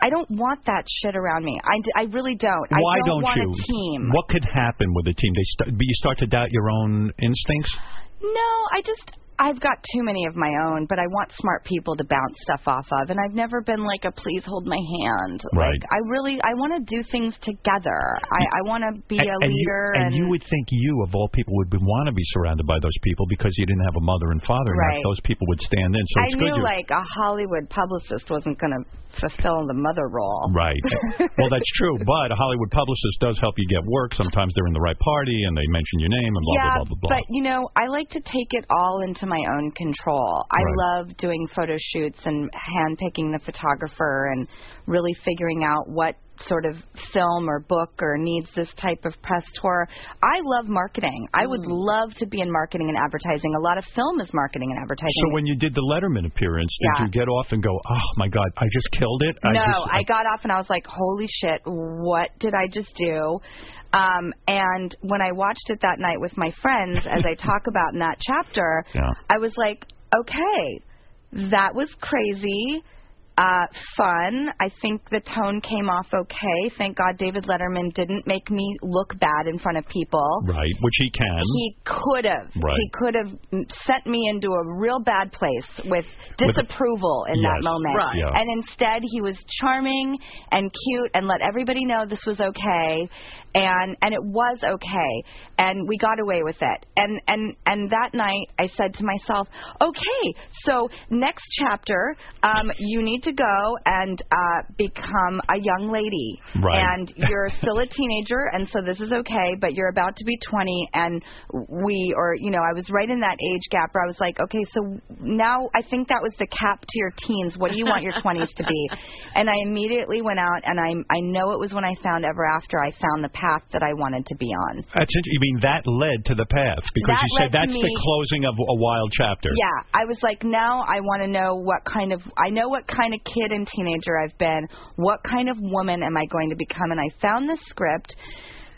Speaker 12: I don't want that shit around me. I, d- I really don't.
Speaker 1: Why
Speaker 12: I don't, want
Speaker 1: you?
Speaker 12: a team.
Speaker 1: What could happen with a team? They st- you start to doubt your own instincts.
Speaker 12: No, I just I've got too many of my own, but I want smart people to bounce stuff off of, and I've never been like a please hold my hand.
Speaker 1: Right.
Speaker 12: Like I really I want to do things together. I I want to be
Speaker 1: and,
Speaker 12: a
Speaker 1: and
Speaker 12: leader
Speaker 1: you,
Speaker 12: and,
Speaker 1: and you would think you of all people would be, want to be surrounded by those people because you didn't have a mother and father, and
Speaker 12: Right.
Speaker 1: that those people would stand in. So
Speaker 12: I
Speaker 1: it's good.
Speaker 12: knew
Speaker 1: you-
Speaker 12: like a Hollywood publicist wasn't going to fulfill the mother role.
Speaker 1: Right. well, that's true. But a Hollywood publicist does help you get work. Sometimes they're in the right party and they mention your name and blah
Speaker 12: yeah,
Speaker 1: blah blah blah blah.
Speaker 12: but you know, I like to take it all into my own control. I love doing photo shoots and handpicking the photographer and really figuring out what sort of film or book or needs this type of press tour. I love marketing. I would love to be in marketing and advertising. A lot of film is marketing and advertising.
Speaker 1: so when you did the Letterman appearance, did
Speaker 12: Yeah.
Speaker 1: you get off and go, "Oh my God, I just killed it"? I
Speaker 12: no,
Speaker 1: just,
Speaker 12: I got off and I was like, "Holy shit, what did I just do?" Um, and when I watched it that night with my friends, as I talk about in that chapter,
Speaker 1: Yeah.
Speaker 12: I was like, "Okay, that was crazy." Uh, fun. I think the tone came off okay. Thank God David Letterman didn't make me look bad in front of people.
Speaker 1: right, which he can.
Speaker 12: He could have.
Speaker 1: Right.
Speaker 12: He could have sent me into a real bad place
Speaker 1: With
Speaker 12: with
Speaker 1: a-
Speaker 12: disapproval in that
Speaker 1: Yes.
Speaker 12: moment.
Speaker 1: Right. Yeah.
Speaker 12: And instead, he was charming and cute and let everybody know this was okay, and and it was okay, and we got away with it. And and and that night, I said to myself, okay, so next chapter, um, you need to go and uh, become a young lady,
Speaker 6: Right.
Speaker 12: and you're still a teenager, and so this is okay, but you're about to be 20, and we, or, you know, I was right in that age gap where I was like, okay, so now I think that was the cap to your teens. What do you want your 20s to be? And I immediately went out, and I, I know it was when I found Ever After, I found the path that I wanted to be on.
Speaker 1: That's int- you mean that led to the path because
Speaker 12: That
Speaker 1: you said
Speaker 12: led to
Speaker 1: that's the
Speaker 12: me-
Speaker 1: closing of a wild chapter.
Speaker 12: Yeah, I was like, now I want to know what kind of I know what kind of kid and teenager I've been. What kind of woman am I going to become? And I found this script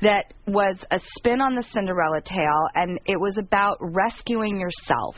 Speaker 12: that was a spin on the Cinderella tale, and it was about rescuing yourself.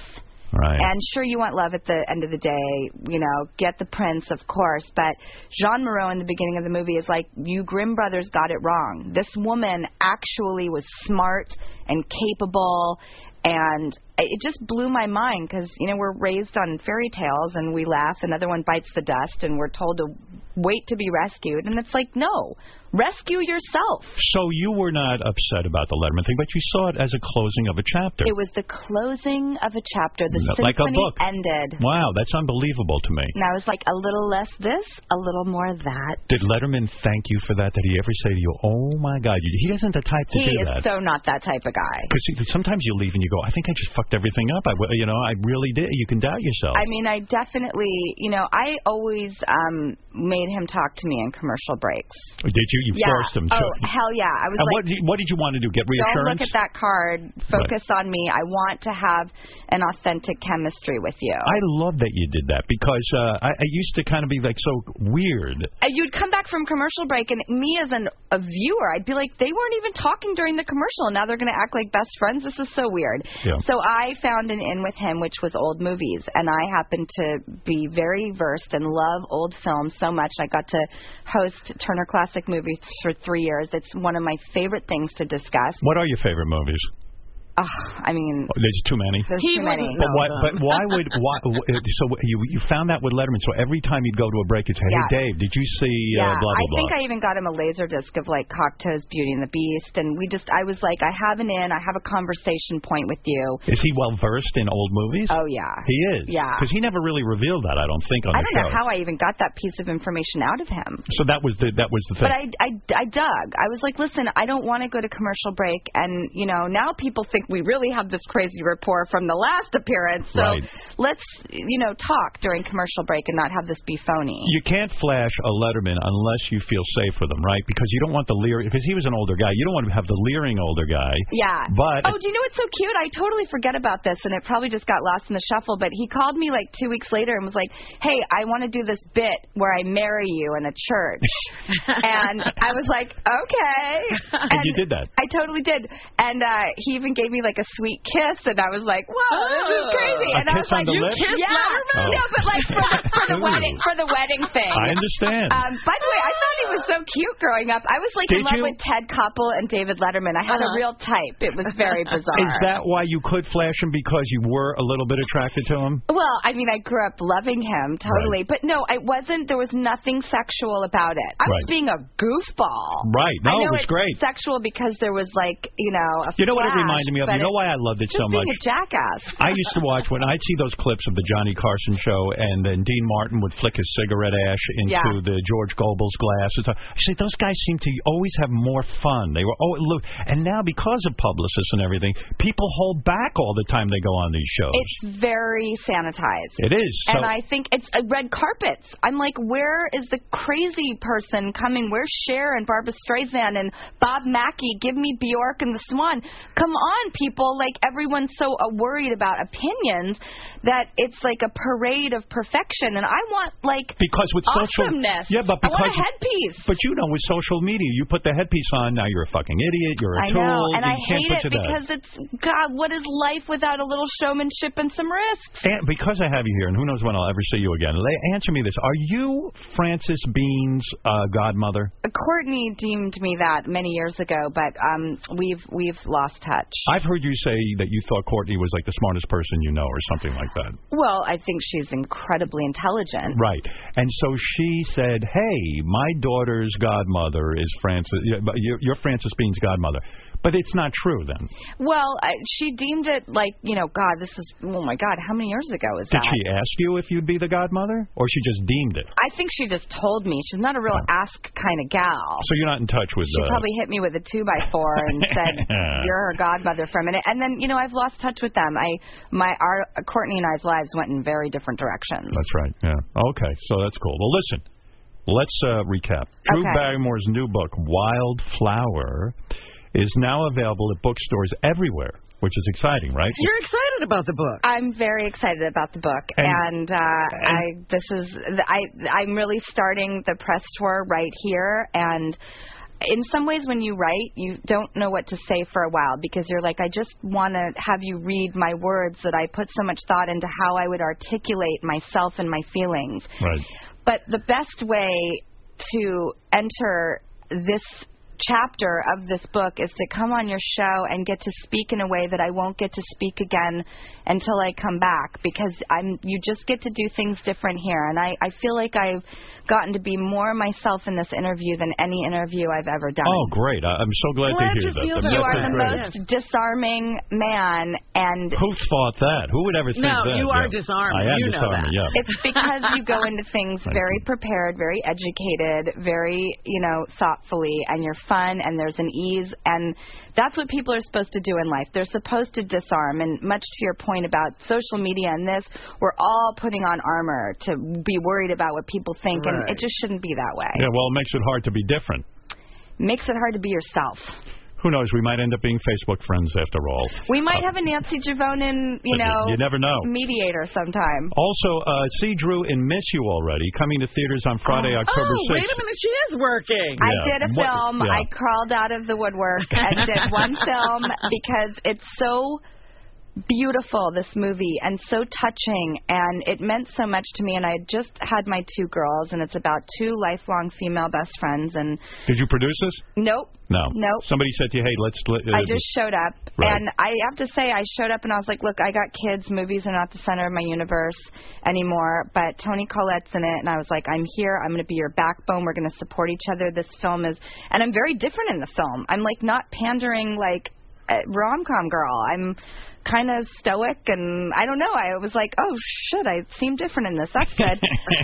Speaker 1: Right.
Speaker 12: And sure, you want love at the end of the day, you know, get the prince, of course. But Jean Moreau in the beginning of the movie is like, you Grimm brothers got it wrong. This woman actually was smart and capable, and it just blew my mind because you know we're raised on fairy tales and we laugh. Another one bites the dust, and we're told to wait to be rescued, and it's like, no, rescue yourself.
Speaker 1: So you were not upset about the Letterman thing, but you saw it as a closing of a chapter.
Speaker 12: It was the closing of a chapter. The
Speaker 1: Like a
Speaker 12: symphony
Speaker 1: book.
Speaker 12: ended.
Speaker 1: Wow, that's unbelievable to me.
Speaker 12: And I was like, a little less this, a little more that.
Speaker 1: Did Letterman thank you for that? Did he ever say to you, "Oh my God, you, he isn't the type to
Speaker 12: He
Speaker 1: do
Speaker 12: is
Speaker 1: that"?
Speaker 12: so not that type of guy.
Speaker 1: Because sometimes you leave and you go, "I think I just fucked everything up." I, w- you know, I really did. You can doubt yourself.
Speaker 12: I mean, I definitely, you know, I always um made him talk to me in commercial breaks.
Speaker 1: did you? You
Speaker 12: yeah.
Speaker 1: forced him to.
Speaker 12: Oh, hell yeah. I was
Speaker 1: and
Speaker 12: like,
Speaker 1: what, did you, what did you want to do? Get
Speaker 12: don't
Speaker 1: reassurance?
Speaker 12: look at that card. Focus on me. I want to have an authentic chemistry with you.
Speaker 1: I love that you did that because uh, I, I used to kind of be like so weird.
Speaker 12: Uh, You'd come back from commercial break, and me as an, a viewer, I'd be like, they weren't even talking during the commercial, and now they're going to act like best friends. This is so weird.
Speaker 6: Yeah.
Speaker 12: So I found an in with him, which was old movies, and I happened to be very versed and love old films so much. I got to host Turner Classic Movies for three years. It's one of my favorite things to discuss.
Speaker 1: What are your favorite movies?
Speaker 12: Ugh, I mean,
Speaker 1: There's too many.
Speaker 12: There's He too many. wouldn't
Speaker 1: But
Speaker 12: know
Speaker 1: why,
Speaker 12: them.
Speaker 1: but why would why? uh, So you you found that with Letterman. So every time you'd go to a break, you'd say, "Hey,
Speaker 12: Yeah.
Speaker 1: Dave, did you see uh, blah
Speaker 12: Yeah,
Speaker 1: blah
Speaker 12: I
Speaker 1: blah?"
Speaker 12: think I even got him a laser disc of like Cocteau's Beauty and the Beast, and we just I was like, I have an in, I have a conversation point with you.
Speaker 1: Is he well versed in old movies?
Speaker 12: Oh yeah,
Speaker 1: He is.
Speaker 12: Yeah.
Speaker 1: Because he never really revealed that, I don't think, on
Speaker 12: I
Speaker 1: the
Speaker 12: don't
Speaker 1: show.
Speaker 12: know how I even got that piece of information out of him.
Speaker 1: so that was the that was the thing.
Speaker 12: But I, I, I dug. I was like, listen, I don't want to go to commercial break, and you know now people think we really have this crazy rapport from the last appearance. So
Speaker 1: Right.
Speaker 12: let's you know talk during commercial break and not have this be phony.
Speaker 1: you can't flash a Letterman unless you feel safe with him, right? Because you don't want the leering. Because he was an older guy, you don't want to have the leering older guy.
Speaker 12: Yeah.
Speaker 1: But
Speaker 12: oh, do you know what's so cute? I totally forget about this, and it probably just got lost in the shuffle. But he called me like two weeks later and was like, "Hey, I want to do this bit where I marry you in a church," and I was like, "Okay."
Speaker 1: and you did that.
Speaker 12: I totally did, and uh, he even gave gave me like a sweet kiss, and I was like, "Whoa, Oh, this is crazy!"
Speaker 1: A
Speaker 12: and I
Speaker 1: kiss
Speaker 12: was
Speaker 1: on
Speaker 12: like,
Speaker 1: the lips?
Speaker 12: Yeah,
Speaker 1: Oh.
Speaker 12: no, but like for the, for the
Speaker 1: Ooh.
Speaker 12: wedding for the wedding thing.
Speaker 1: I understand.
Speaker 12: Um, by the way, I thought he was so cute growing up. I was like
Speaker 1: Did
Speaker 12: in love
Speaker 1: you?
Speaker 12: with Ted Koppel and David Letterman. I had a real type. It was very bizarre.
Speaker 1: Is that why you could flash him because you were a little bit attracted to him?
Speaker 12: Well, I mean, I grew up loving him totally, but no, I wasn't. There was nothing sexual about it. I was
Speaker 1: Right.
Speaker 12: being a goofball.
Speaker 1: Right. No,
Speaker 12: I
Speaker 1: it
Speaker 12: know
Speaker 1: was
Speaker 12: it's
Speaker 1: great.
Speaker 12: Sexual because there was like you know. A
Speaker 1: You know what it
Speaker 12: flash,
Speaker 1: reminded me of?
Speaker 12: but
Speaker 1: You know
Speaker 12: it-
Speaker 1: why I loved it
Speaker 12: just
Speaker 1: so much?
Speaker 12: Being a jackass.
Speaker 1: I used to watch when I'd see those clips of the Johnny Carson show, and then Dean Martin would flick his cigarette ash into
Speaker 12: Yeah.
Speaker 1: the George Goebbels glass. And stuff. I said, those guys seem to always have more fun. They were oh look, and now because of publicists and everything, people hold back all the time they go on these shows.
Speaker 12: It's very sanitized.
Speaker 1: It is, so-
Speaker 12: And I think it's uh, red carpets. I'm like, where is the crazy person coming? Where's Cher and Barbara Streisand and Bob Mackey? Give me Bjork and the Swan. Come on, people. Like, everyone's so uh, worried about opinions that it's like a parade of perfection. And I want, like,
Speaker 1: because with social
Speaker 12: awesomeness.
Speaker 1: yeah, but
Speaker 12: I want
Speaker 1: because
Speaker 12: a headpiece.
Speaker 1: But you know, with social media, you put the headpiece on, now you're a fucking idiot. You're a
Speaker 12: I
Speaker 1: tool.
Speaker 12: know, and
Speaker 1: you
Speaker 12: I
Speaker 1: can't
Speaker 12: hate
Speaker 1: put
Speaker 12: it
Speaker 1: you down.
Speaker 12: because it's God. What is life without a little showmanship and some risk?
Speaker 1: And because I have you here, and who knows when I'll ever see you again, la- answer me this: Are you Francis Bean's uh, godmother?
Speaker 12: Courtney deemed me that many years ago, but um, we've we've lost touch.
Speaker 1: I've heard you say that you thought Courtney was like the smartest person you know, or something like that.
Speaker 12: Well, I think she's incredibly intelligent.
Speaker 1: Right. And so she said, "Hey, my daughter's godmother is Francis. yeah, but You're you're Francis Bean's godmother." But it's not true then.
Speaker 12: Well, I, she deemed it like you know, God, this is oh my God, how many years ago is
Speaker 1: Did
Speaker 12: that?
Speaker 1: she ask you if you'd be the godmother, or she just deemed it?
Speaker 12: I think she just told me she's not a real ask kind of gal.
Speaker 1: So you're not in touch with.
Speaker 12: She
Speaker 1: uh,
Speaker 12: probably hit me with a two by four and said, "You're her godmother for a minute." And then you know, I've lost touch with them. I my our Courtney and I's lives went in very different directions.
Speaker 1: That's right. Yeah. Okay. So that's cool. Well, listen. Let's uh, recap. Drew
Speaker 12: Okay.
Speaker 1: Barrymore's new book, Wild Flower, is now available at bookstores everywhere, which is exciting, right?
Speaker 12: You're excited about the book. I'm very excited about the book, and, uh, I this is I I'm really starting the press tour right here, and in some ways, when you write, you don't know what to say for a while because you're like, I just want to have you read my words that I put so much thought into how I would articulate myself and my feelings.
Speaker 1: Right.
Speaker 12: But the best way to enter this chapter of this book is to come on your show and get to speak in a way that I won't get to speak again until I come back because I'm you just get to do things different here and I I feel like I've gotten to be more myself in this interview than any interview I've ever done.
Speaker 1: Oh, great. I I'm so glad,
Speaker 12: Glad
Speaker 1: to hear
Speaker 12: you
Speaker 1: that.
Speaker 12: feel
Speaker 1: I mean,
Speaker 12: that. You
Speaker 1: that's
Speaker 12: are the
Speaker 1: great.
Speaker 12: most disarming man and
Speaker 1: Who thought that? Who would ever think
Speaker 12: No,
Speaker 1: that?
Speaker 12: you are
Speaker 1: yeah.
Speaker 12: disarmed.
Speaker 1: I am
Speaker 12: You know
Speaker 1: disarmed,
Speaker 12: that.
Speaker 1: yeah.
Speaker 12: It's because you go into things very prepared, very educated, very, you know, thoughtfully, and you're fun, and there's an ease. And that's what people are supposed to do in life. They're supposed to disarm. And much to your point about social media and this, we're all putting on armor to be worried about what people think, and it
Speaker 1: Right.
Speaker 12: just shouldn't be that way.
Speaker 1: yeah, well, it makes it hard to be different.
Speaker 12: Makes it hard to be yourself.
Speaker 1: Who knows? We might end up being Facebook friends after all.
Speaker 12: We might have a Nancy
Speaker 1: Uh,
Speaker 12: Javonin, you
Speaker 1: but you-
Speaker 12: know,
Speaker 1: you never know.
Speaker 12: mediator sometime.
Speaker 1: Also, uh, see Drew in Miss You Already, coming to theaters on Friday,
Speaker 12: Oh,
Speaker 1: October 6th.
Speaker 33: Oh, minute, she is working.
Speaker 12: I
Speaker 1: Yeah.
Speaker 12: did a
Speaker 1: What-
Speaker 12: film.
Speaker 1: yeah.
Speaker 12: I crawled out of the woodwork and did one film because it's so beautiful this movie and so touching and it meant so much to me and I had just had my two girls and it's about two lifelong female best friends and
Speaker 1: Did you produce this?
Speaker 12: nope
Speaker 1: No.
Speaker 12: Nope.
Speaker 1: Somebody said to you, hey, let's. let- Uh,
Speaker 12: I just showed up,
Speaker 1: Right.
Speaker 12: and I have to say, I showed up and I was like, "Look, I got kids. Movies are not the center of my universe anymore." But Tony Collette's in it, and I was like, "I'm here. I'm going to be your backbone. We're going to support each other. This film is, and I'm very different in the film. I'm like not pandering like rom com girl. I'm kind of stoic, and I don't know. I was like, "Oh shit, I seem different in this. That's good."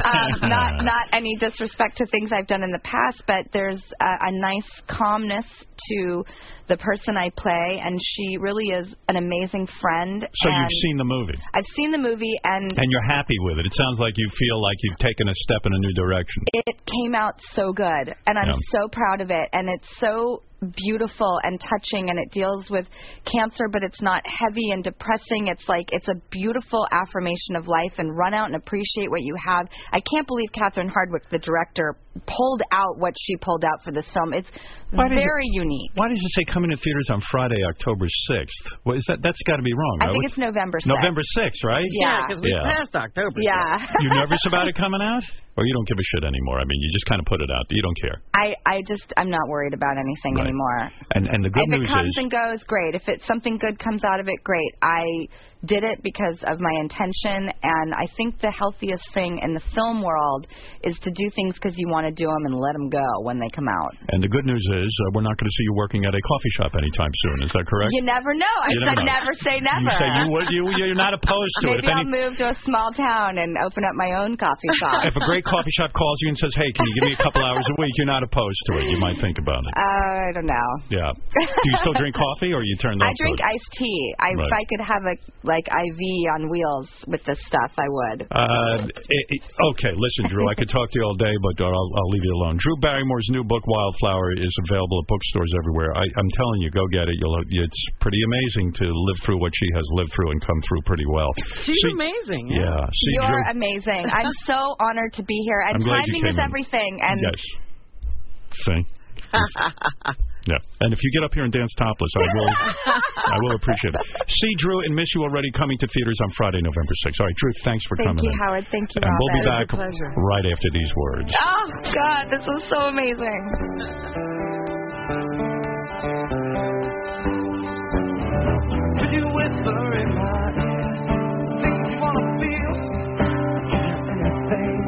Speaker 12: um,
Speaker 1: Ah.
Speaker 12: not not any disrespect to things I've done in the past, but there's a, a nice calmness to the person I play, and she really is an amazing friend.
Speaker 1: so
Speaker 12: and
Speaker 1: you've seen the movie.
Speaker 12: I've seen the movie, and
Speaker 1: And you're happy with it. It sounds like you feel like you've taken a step in a new direction.
Speaker 12: it came out so good and i'm
Speaker 1: Yeah.
Speaker 12: so proud of it and it's so beautiful and touching and it deals with cancer but it's not heavy and depressing it's like it's a beautiful affirmation of life and run out and appreciate what you have i can't believe catherine hardwick the director pulled out what she pulled out for this film. It's
Speaker 1: Why did it-
Speaker 12: very unique.
Speaker 1: Why does it say coming to theaters on Friday, October 6th? Well, is that, that's got to be wrong,
Speaker 12: I
Speaker 1: right?
Speaker 12: think
Speaker 1: What's-
Speaker 12: it's November 6th.
Speaker 1: November 6th, right?
Speaker 12: Yeah, 'cause we passed
Speaker 1: October.
Speaker 12: Yeah.
Speaker 1: you nervous about it coming out? Or you don't give a shit anymore? I mean, you just kind of put it out. You don't care.
Speaker 12: I, I just, I'm not worried about anything
Speaker 1: Right.
Speaker 12: anymore.
Speaker 1: And and the good
Speaker 12: if
Speaker 1: news
Speaker 12: it comes
Speaker 1: is,
Speaker 12: and goes, great. If it's something good comes out of it, great. I did it because of my intention, and I think the healthiest thing in the film world is to do things because you want to do them and let them go when they come out.
Speaker 1: and the good news is, uh, we're not going to see you working at a coffee shop anytime soon. Is that correct?
Speaker 12: You never know. I
Speaker 1: You
Speaker 12: said
Speaker 1: never know.
Speaker 12: never say never.
Speaker 1: You say you would. You you're not opposed to it. If
Speaker 12: Maybe I'll
Speaker 1: any-
Speaker 12: move to a small town and open up my own coffee shop.
Speaker 1: if a great coffee shop calls you and says, "Hey, can you give me a couple hours a week?" You're not opposed to it. You might think about it.
Speaker 12: Uh, I don't know.
Speaker 1: Yeah. Do you still drink coffee, or you turned off?
Speaker 12: I
Speaker 1: to
Speaker 12: drink
Speaker 1: it?
Speaker 12: iced tea. I, If
Speaker 1: Right.
Speaker 12: I could have a like IV on wheels with this stuff, I would.
Speaker 1: Uh, it, it, okay, listen, Drew. I could talk to you all day, but uh, I'll, I'll leave you alone. Drew Barrymore's new book, Wildflower, is available at bookstores everywhere. I, I'm telling you, go get it. You'll, uh, it's pretty amazing to live through what she has lived through and come through pretty well.
Speaker 34: She's
Speaker 1: See-
Speaker 34: amazing.
Speaker 1: Yeah. See,
Speaker 12: You're
Speaker 1: Drew,
Speaker 12: amazing. I'm so honored to be here. And
Speaker 1: I'm glad you
Speaker 12: timing
Speaker 1: came
Speaker 12: is
Speaker 1: in.
Speaker 12: everything. And
Speaker 1: yes. See. Yeah. And if you get up here and dance topless, I will. I will appreciate it. See Drew and miss you already coming to theaters on Friday, November 6th. All right, Drew. Thanks for
Speaker 12: thank
Speaker 1: coming.
Speaker 12: you,
Speaker 1: in.
Speaker 12: Howard. Thank you,
Speaker 1: And we'll be
Speaker 12: Robin.
Speaker 1: back right after these words.
Speaker 12: Oh God, this was so amazing.
Speaker 6: Could you whisper in my ear things you wanna feel? Anything,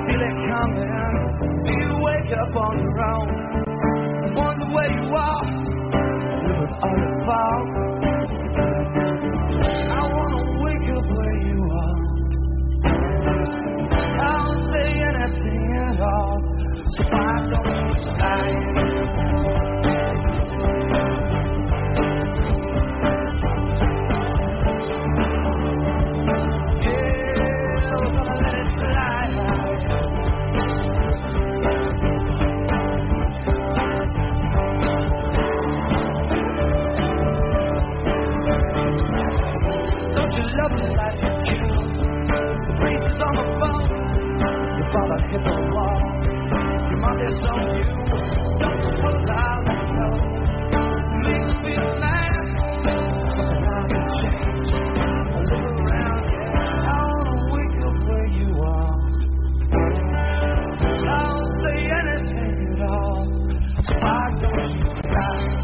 Speaker 6: feel it coming. Do you wake up on your own? Wonder where you are? Living on the fall. I wanna wake up where you are. I'll say anything at all. So why don't I? Don't you love me like you do? The breeze is on the phone. Your father hit the wall. Your mother's on you. Don't you want to lie like no? You make me feel mad. Something I can change. I look around, yeah. I wanna wake up where you are. I don't say anything at all. So why don't you stop? Yeah.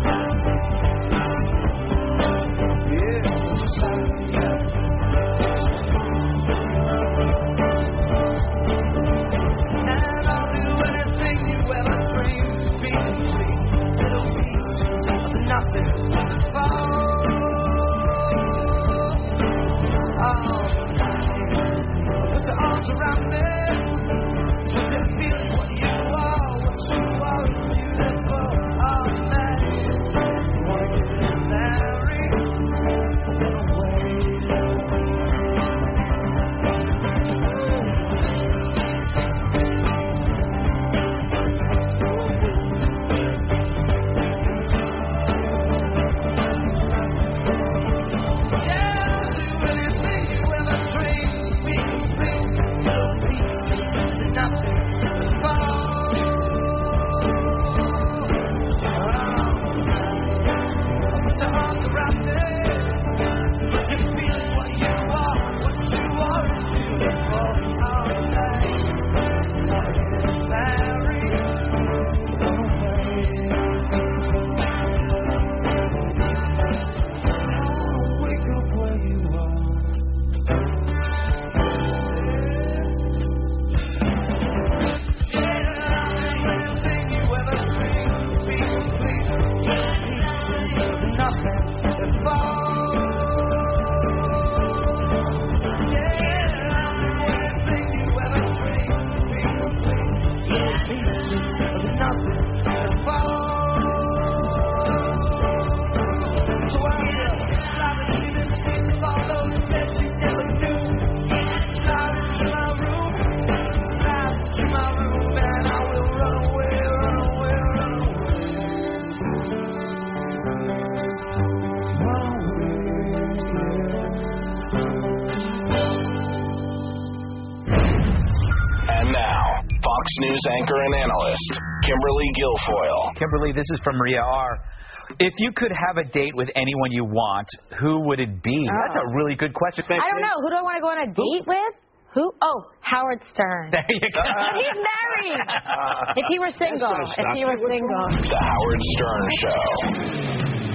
Speaker 2: news anchor and analyst, Kimberly Guilfoyle.
Speaker 13: Kimberly, this is from Maria R. If you could have a date with anyone you want, who would it be? That's a really good question.
Speaker 14: I don't know. Who do I want to go on a date with? Who? Oh, Howard Stern.
Speaker 13: There you go.
Speaker 14: He's married. If he were single. If he were single.
Speaker 2: The Howard Stern Show.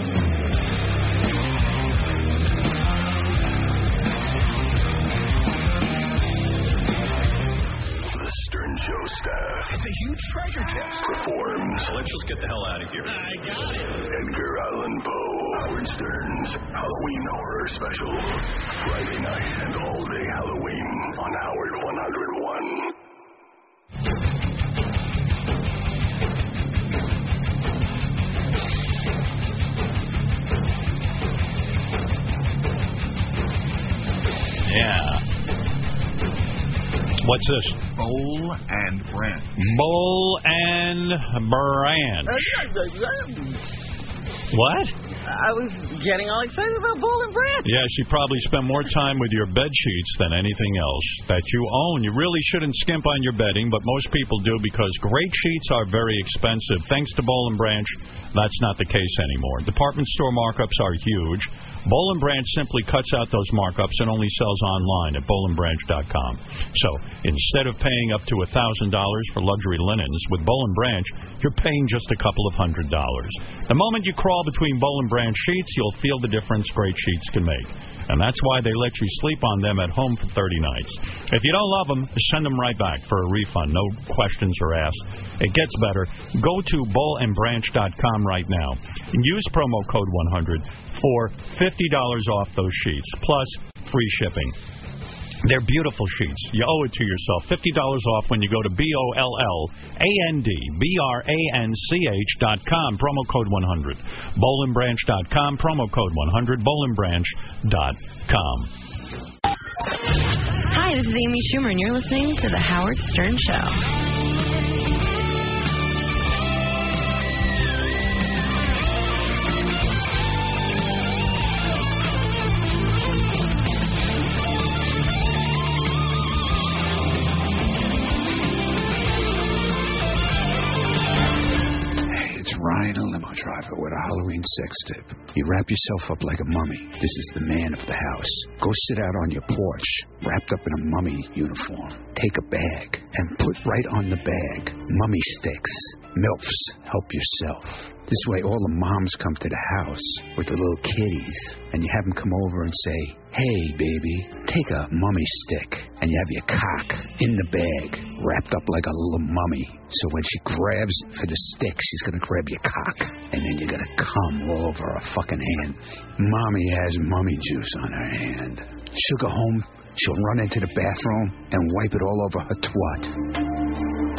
Speaker 7: The Stern Show staff. It's a huge treasure chest. Performs. Let's just get the hell out of here. I got it. Edgar Allan Poe, Howard Stern's Halloween Horror Special. Friday night and all day Halloween on Howard 101.
Speaker 1: Yeah. What's this?
Speaker 35: Bowl and brand.
Speaker 1: Mole and Brand. What?
Speaker 8: I was getting all excited about Bowl and Branch.
Speaker 1: Yeah, she probably spent more time with your bed sheets than anything else that you own. You really shouldn't skimp on your bedding, but most people do because great sheets are very expensive. Thanks to Bowl and Branch, that's not the case anymore. Department store markups are huge. Bowl and Branch simply cuts out those markups and only sells online at bowlandbranch.com. So instead of paying up to $1,000 for luxury linens, with Bowl and Branch, you're paying just a couple of hundred dollars. The moment you crawl between Bowl and Branch sheets, you'll feel the difference great sheets can make. And that's why they let you sleep on them at home for 30 nights. If you don't love them, send them right back for a refund. No questions are asked. It gets better. Go to bowlandbranch.com right now and use promo code 100 for $50 off those sheets, plus free shipping. They're beautiful sheets. You owe it to yourself. Fifty dollars off when you go to b o l l a n d b r a n c h dot com promo code one hundred bolandbranch dot com promo code one hundred bolandbranch dot com.
Speaker 16: Hi, this is Amy Schumer, and you're listening to The Howard Stern Show.
Speaker 36: It's Ryan, a limo driver with a Halloween sex tip. You wrap yourself up like a mummy. This is the man of the house. Go sit out on your porch, wrapped up in a mummy uniform. Take a bag and put right on the bag mummy sticks. MILFs, help yourself. This way, all the moms come to the house with the little kitties, and you have them come over and say, Hey, baby, take a mummy stick, and you have your cock in the bag, wrapped up like a little mummy. So when she grabs for the stick, she's gonna grab your cock, and then you're gonna come all over her fucking hand. Mommy has mummy juice on her hand. She'll go home, she'll run into the bathroom, and wipe it all over her twat.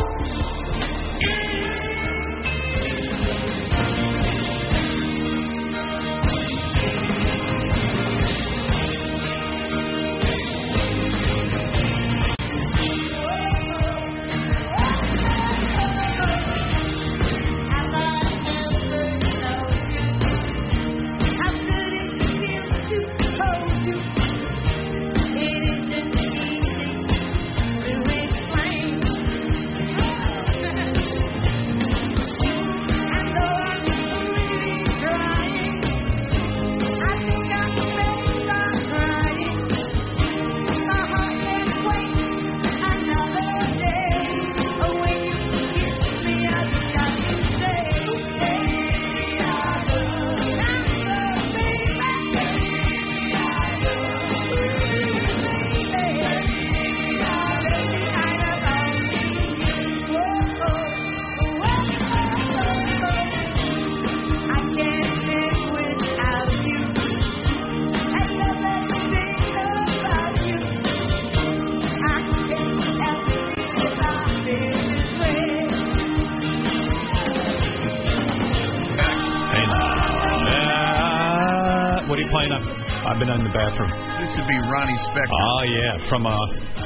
Speaker 1: Uh, what are you playing on? I've been in the bathroom.
Speaker 35: This would be Ronnie Spector.
Speaker 1: Oh yeah, from uh,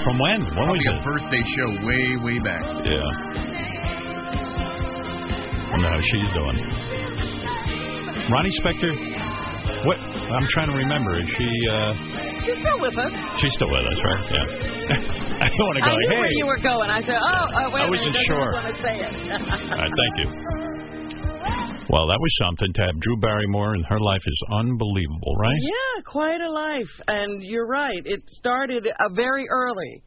Speaker 1: from when? When was
Speaker 35: Probably a
Speaker 1: it?
Speaker 35: birthday show way, way back.
Speaker 1: Yeah. I don't know how she's doing. Ronnie Spector. What? I'm trying to remember. Is she? Uh,
Speaker 3: She's still with us.
Speaker 1: she's still with us, right? Yeah. want to
Speaker 8: I
Speaker 1: go.
Speaker 8: knew
Speaker 1: hey,
Speaker 8: where you were going. I said, oh, oh wait
Speaker 1: I wasn't
Speaker 8: a minute.
Speaker 1: sure.
Speaker 8: I just want to say it.
Speaker 1: All right, thank you. Well, that was something to have Drew Barrymore, and her life is unbelievable, right?
Speaker 3: Yeah, quite a life. And you're right. It started uh, very early.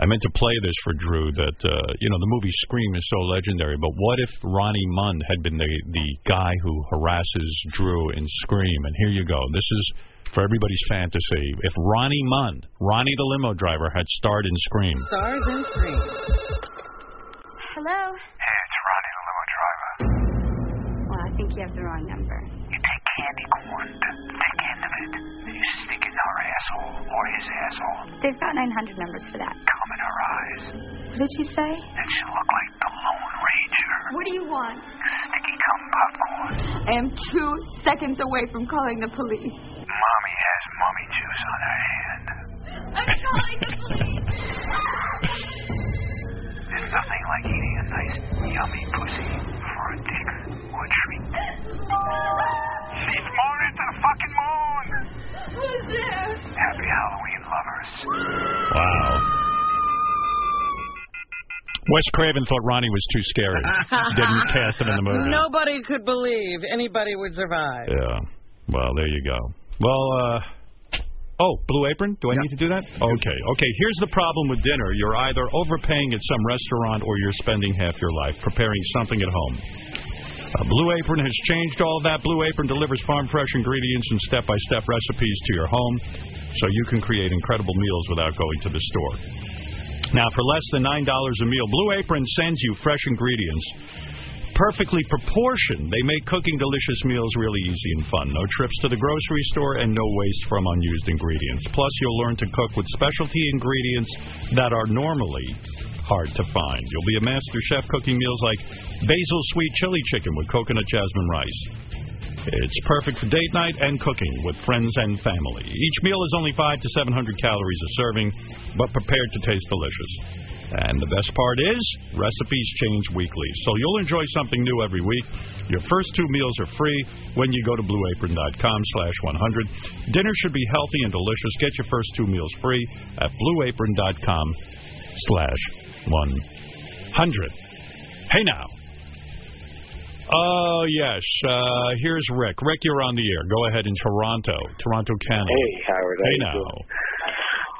Speaker 1: I meant to play this for Drew that uh, you know the movie Scream is so legendary, but what if Ronnie Munn had been the the guy who harasses Drew in Scream? And here you go. This is for everybody's fantasy. If Ronnie Munn, Ronnie the limo driver, had starred in Scream,
Speaker 3: Stars and screen.
Speaker 17: Hello?
Speaker 18: Hey, it's Ronnie the limo driver.
Speaker 17: Well, I think you have the wrong number.
Speaker 18: You take candy corn, the thick end of it, and you stick it in her asshole or his asshole.
Speaker 17: They've got 900 numbers for that.
Speaker 18: Come in her eyes,
Speaker 17: What did you say?
Speaker 18: and she'll look like the Lone Ranger.
Speaker 17: What do you want?
Speaker 18: Sticky cum popcorn.
Speaker 17: I am two seconds away from calling the police.
Speaker 18: Mommy has mummy juice on her hand.
Speaker 17: I'm calling the police.
Speaker 18: There's nothing like eating a nice, yummy pussy for a dick or a treat. She's moaning to the fucking moon.
Speaker 17: Who's there?
Speaker 18: Happy Halloween, lovers.
Speaker 1: wow. Wes Craven thought Ronnie was too scary. Didn't cast him in the movie.
Speaker 3: Nobody could believe anybody would survive.
Speaker 1: Yeah. Well, there you go. Well, uh, oh, Blue Apron? Do I need to do that? Okay. Okay. Here's the problem with dinner you're either overpaying at some restaurant or you're spending half your life preparing something at home. Uh, Blue Apron has changed all that. Blue Apron delivers farm fresh ingredients and step by step recipes to your home so you can create incredible meals without going to the store. Now, for less than $9 a meal, Blue Apron sends you fresh ingredients perfectly proportioned. They make cooking delicious meals really easy and fun. No trips to the grocery store and no waste from unused ingredients. Plus, you'll learn to cook with specialty ingredients that are normally hard to find. You'll be a master chef cooking meals like basil sweet chili chicken with coconut jasmine rice. It's perfect for date night and cooking with friends and family. Each meal is only 5 to 700 calories a serving, but prepared to taste delicious. And the best part is, recipes change weekly, so you'll enjoy something new every week. Your first two meals are free when you go to blueapron.com slash 100. Dinner should be healthy and delicious. Get your first two meals free at blueapron.com slash 100. Hey now. Oh, yes. Uh, here's Rick. Rick, you're on the air. Go ahead in Toronto, Toronto, Canada.
Speaker 37: Hey, Howard.
Speaker 1: Hey
Speaker 37: how you
Speaker 1: now.
Speaker 37: doing?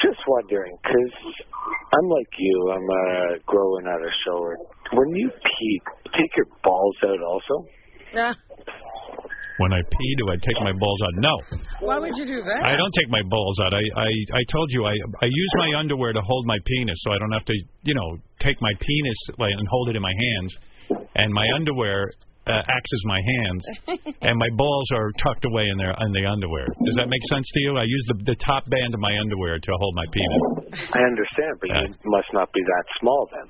Speaker 37: Just wondering, 'cause I'm like you. I'm uh, growing out of shower. When you pee, take your balls out also.
Speaker 3: Ah,
Speaker 1: When I pee, do I take my balls out? No.
Speaker 3: why would you do that?
Speaker 1: I don't take my balls out. I, I I told you I I use my underwear to hold my penis, so I don't have to you know take my penis like, and hold it in my hands, and my underwear uh, acts as my hands, and my balls are tucked away in their in the underwear. Does that make sense to you? I use the the top band of my underwear to hold my penis.
Speaker 37: I understand, but you must not be that small then.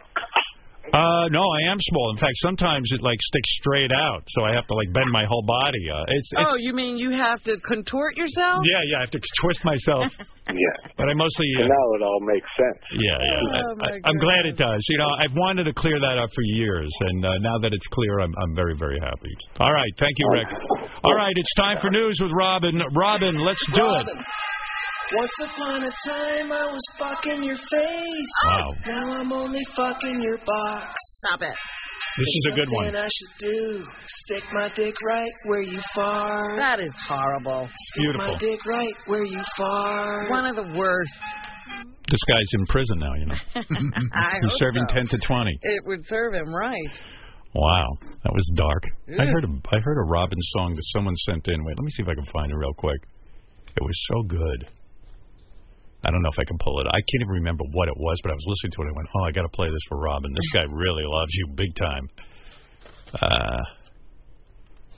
Speaker 1: Uh, no, I am small. In fact, sometimes it like sticks straight out, so I have to like bend my whole body. Uh, it's, it's
Speaker 3: Oh, you mean you have to contort yourself?
Speaker 1: yeah, yeah. I have to twist myself.
Speaker 37: yeah.
Speaker 1: But I mostly uh,
Speaker 37: Now it all makes sense.
Speaker 1: Yeah, yeah.
Speaker 37: Oh,
Speaker 1: I,
Speaker 37: my
Speaker 1: I, I'm glad it does. You know, I've wanted to clear that up for years, and uh, now that it's clear, I'm I'm very very happy. All right, thank you, Rick. All right, it's time for news with Robin. Robin, let's do it.
Speaker 4: Once upon a time, I was fucking your face.
Speaker 1: Wow.
Speaker 4: Now I'm only fucking your box.
Speaker 3: Stop it.
Speaker 1: This is a good one.
Speaker 4: I should do. Stick my dick right where you fart.
Speaker 3: That is horrible.
Speaker 4: Stick my
Speaker 1: Beautiful.
Speaker 4: dick right where you fart.
Speaker 3: One of the worst.
Speaker 1: This guy's in prison now. You know,
Speaker 3: I
Speaker 1: he's
Speaker 3: hope
Speaker 1: serving
Speaker 3: so.
Speaker 1: ten to twenty.
Speaker 3: It would serve him right.
Speaker 1: Wow, that was dark. I
Speaker 3: Ew.
Speaker 1: heard a I heard a Robin song that someone sent in. Wait, let me see if I can find it real quick. It was so good. I don't know if I can pull it. I can't even remember what it was, but I was listening to it. I went, "Oh, I got to play this for Robin. This guy really loves you big time." Uh,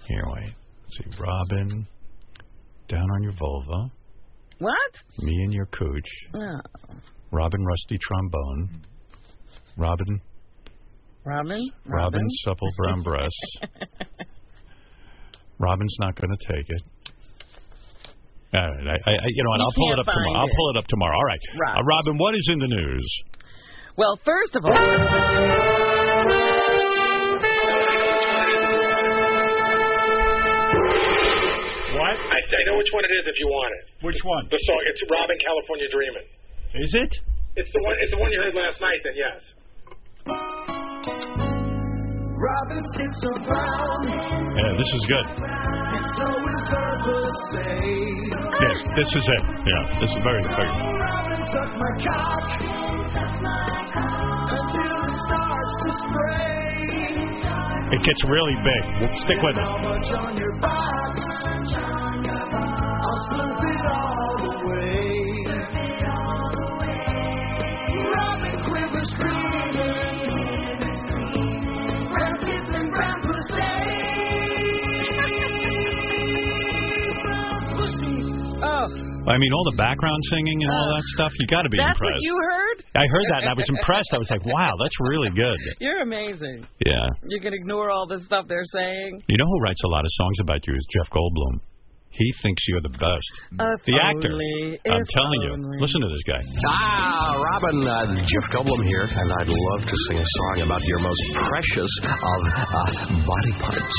Speaker 1: here, wait. Let's see, Robin, down on your vulva,
Speaker 3: What? Uh,
Speaker 1: me and your cooch.
Speaker 3: No.
Speaker 1: Robin, rusty trombone. Robin,
Speaker 3: Robin?
Speaker 1: Robin's supple brown breasts. Robin's not going to take it. All right, I, I, I- you know, what,
Speaker 3: You
Speaker 1: I'll pull it
Speaker 3: can't
Speaker 1: up tomorrow.
Speaker 3: find
Speaker 1: I'll pull it up tomorrow. All right,
Speaker 3: Robin.
Speaker 1: Uh, Robin, what is in the news?
Speaker 3: Well, first of all,
Speaker 20: What? I, I know which one it is if you want it.
Speaker 1: Which one?
Speaker 20: The song. It's Robin California Dreamin'.
Speaker 1: Is it?
Speaker 9: It's the one. It's the one you heard last night. Then yes.
Speaker 4: Robin sits around
Speaker 1: Yeah, this is good.
Speaker 4: and so is her crusade.
Speaker 1: Yeah, this is it. Yeah, this is very, very.
Speaker 4: Robin suck my cock until it starts to spray.
Speaker 1: It gets really big. Stick with us.
Speaker 4: How much on your box? I'll slurp it all away. Robin quivers screaming. Brown kids and brown crusade. Brown pussy.
Speaker 3: Oh,
Speaker 1: I mean, all the background singing and all that stuff. You got to be
Speaker 3: Uh, that's what
Speaker 1: impressed.
Speaker 3: you heard?
Speaker 1: I heard that and I was impressed. I was like, wow, that's really good.
Speaker 3: You're amazing.
Speaker 1: Yeah.
Speaker 3: You can ignore all the stuff they're saying.
Speaker 1: You know who writes a lot of songs about you is Jeff Goldblum. He thinks you're the best.
Speaker 3: If
Speaker 1: the actor.
Speaker 3: only,
Speaker 1: I'm
Speaker 3: if
Speaker 1: telling you. Listen to this guy.
Speaker 15: Ah, Robin, uh, Jeff Goldblum here, and I'd love to sing a song about your most precious of
Speaker 36: Ah,
Speaker 15: uh, body parts.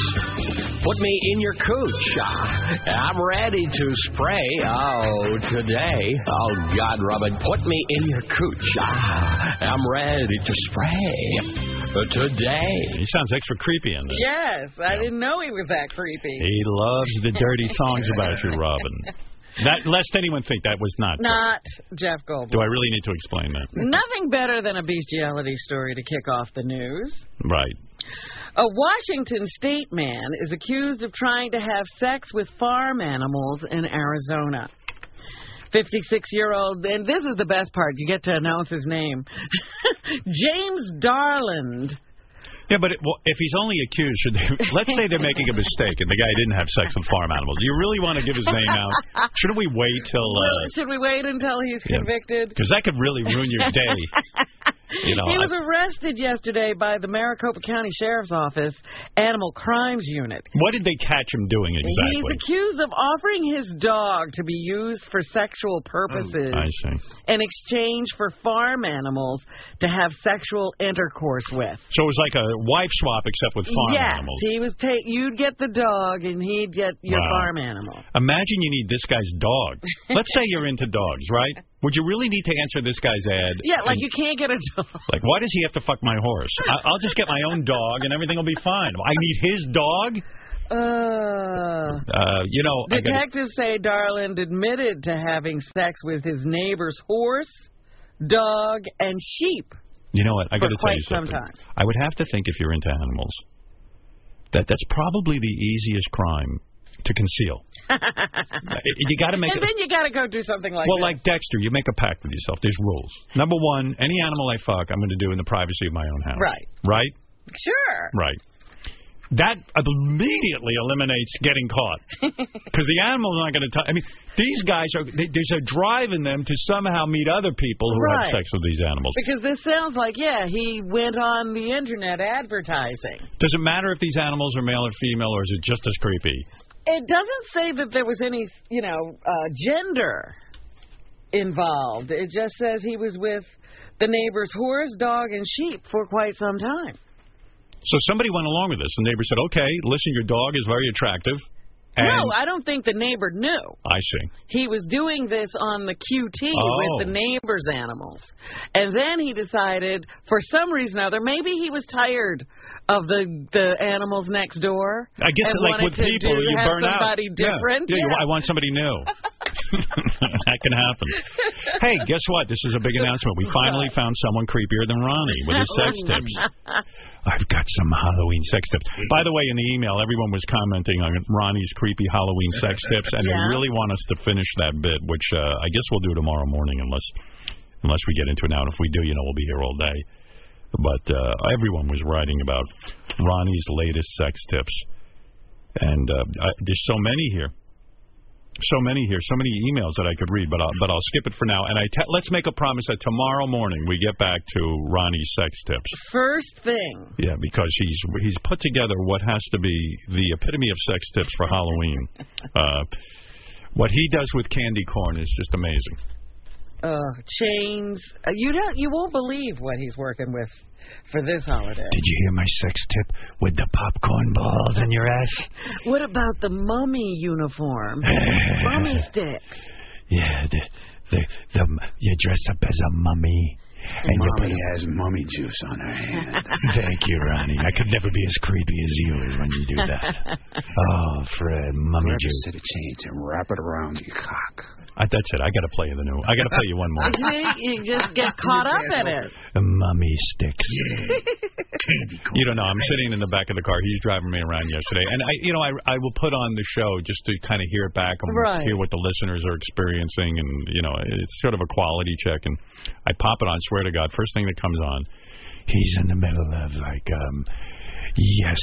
Speaker 15: Put me in your cooch. Ah, I'm ready to spray. Oh, today. Oh, God, Robin, put me in your cooch. Ah, I'm ready to spray. Uh, today.
Speaker 1: He sounds extra creepy in this.
Speaker 3: Yes, I didn't know he was that creepy.
Speaker 1: He loves the dirty songs about you, Robin. That lest anyone think that was not.
Speaker 3: Not Jeff Goldblum.
Speaker 1: Do I really need to explain that?
Speaker 3: Nothing better than a bestiality story to kick off the news.
Speaker 1: Right.
Speaker 3: A Washington state man is accused of trying to have sex with farm animals in Arizona. 56 year old, and this is the best part, you get to announce his name James Darland.
Speaker 1: Yeah, but it, well, if he's only accused, should they, let's say they're making a mistake and the guy didn't have sex with farm animals. Do you really want to give his name out? Shouldn't we wait till? uh,
Speaker 3: Should we wait until he's
Speaker 1: Yeah.
Speaker 3: convicted?
Speaker 1: Because that could really ruin your day. You know,
Speaker 3: he was
Speaker 1: I-
Speaker 3: arrested yesterday by the Maricopa County Sheriff's Office Animal Crimes Unit.
Speaker 1: what did they catch him doing exactly?
Speaker 3: He's accused of offering his dog to be used for sexual purposes
Speaker 1: Oh, I see.
Speaker 3: in exchange for farm animals to have sexual intercourse with.
Speaker 1: So it was like a wife swap, except with farm
Speaker 3: yes,
Speaker 1: animals.
Speaker 3: he was take. You'd get the dog, and he'd get your
Speaker 1: Wow.
Speaker 3: farm animal.
Speaker 1: Imagine you need this guy's dog. Let's say you're into dogs, right? Would you really need to answer this guy's ad?
Speaker 3: Yeah, like
Speaker 1: And-
Speaker 3: you can't get a dog.
Speaker 1: like, why does he have to fuck my horse? I I'll just get my own dog, and everything will be fine. I need his dog.
Speaker 3: Uh,
Speaker 1: Uh, you know, I gotta-
Speaker 3: detectives say Darland admitted to having sex with his neighbor's horse, dog, and sheep.
Speaker 1: You know what? I
Speaker 3: for
Speaker 1: got to tell
Speaker 3: quite
Speaker 1: you
Speaker 3: some
Speaker 1: something.
Speaker 3: time.
Speaker 1: I would have to think if you're into animals, that that's probably the easiest crime to conceal. Uh, you got to make
Speaker 3: and
Speaker 1: it.
Speaker 3: then you got to go do something like
Speaker 1: well,
Speaker 3: this.
Speaker 1: like Dexter, you make a pact with yourself. There's rules. Number one, any animal I fuck, I'm going to do in the privacy of my own house.
Speaker 3: Right.
Speaker 1: Right.
Speaker 3: Sure.
Speaker 1: Right. That immediately eliminates getting caught because the animal's not going to. I mean, these guys are. They, there's a drive in them to somehow meet other people who
Speaker 3: Right.
Speaker 1: have sex with these animals.
Speaker 3: Because this sounds like, yeah, he went on the internet advertising.
Speaker 1: Does it matter if these animals are male or female, or is it just as creepy?
Speaker 3: It doesn't say that there was any, you know, uh, gender involved. It just says he was with the neighbor's horse, dog, and sheep for quite some time.
Speaker 1: So somebody went along with this. The neighbor said, "Okay, listen, your dog is very attractive." And
Speaker 3: no, I don't think the neighbor knew.
Speaker 1: I see.
Speaker 3: He was doing this on the QT
Speaker 1: Oh.
Speaker 3: with the neighbor's animals. And then he decided, for some reason or other, maybe he was tired of the the animals next door.
Speaker 1: I guess
Speaker 3: and
Speaker 1: like
Speaker 3: wanted
Speaker 1: with
Speaker 3: to
Speaker 1: people,
Speaker 3: do,
Speaker 1: you
Speaker 3: have
Speaker 1: burn
Speaker 3: somebody
Speaker 1: out. Yeah.
Speaker 3: different.
Speaker 1: Yeah, you-
Speaker 3: Yeah.
Speaker 1: I want somebody new. that can happen. Hey, guess what? This is a big announcement. We finally found someone creepier than Ronnie with
Speaker 3: Oh
Speaker 1: his sex tips. I've got some Halloween sex tips. By the way, in the email, everyone was commenting on Ronnie's creepy Halloween sex tips, and they
Speaker 20: Yeah.
Speaker 1: really want us to finish that bit, which uh, I guess we'll do tomorrow morning, unless unless we get into it now. And if we do, you know, we'll be here all day. But uh, everyone was writing about Ronnie's latest sex tips, and uh, I, there's so many here. So many here, so many emails that I could read, but I'll, but I'll skip it for now. And I te let's make a promise that tomorrow morning we get back to Ronnie's sex tips.
Speaker 3: First thing.
Speaker 1: Yeah, because he's he's put together what has to be the epitome of sex tips for Halloween. uh, what he does with candy corn is just amazing.
Speaker 3: Uh, chains. Uh, you don't. You won't believe what he's working with for this holiday.
Speaker 6: Did you hear my sex tip with the popcorn balls in your ass?
Speaker 3: What about the mummy uniform? mummy sticks.
Speaker 6: Yeah, the,
Speaker 36: The, the, you dress up as a mummy. And you Mommy put a- has mummy juice on her hand. Thank you, Ronnie. I could never be as creepy as you is when you do that. Oh, Fred, mummy Grab a juice. set of chains and wrap it around your cock.
Speaker 1: I, that's it. I got to play you the new. I got to play you one more.
Speaker 6: See, you just get caught up in it.
Speaker 1: The mummy sticks. you don't know. I'm sitting in the back of the car. He's driving me around yesterday, and I, you know, I I will put on the show just to kind of hear it back and
Speaker 38: Right.
Speaker 1: hear what the listeners are experiencing, and you know, it's sort of a quality check. And I pop it on. Swear to God, first thing that comes on, he's in the middle of like um. Yes,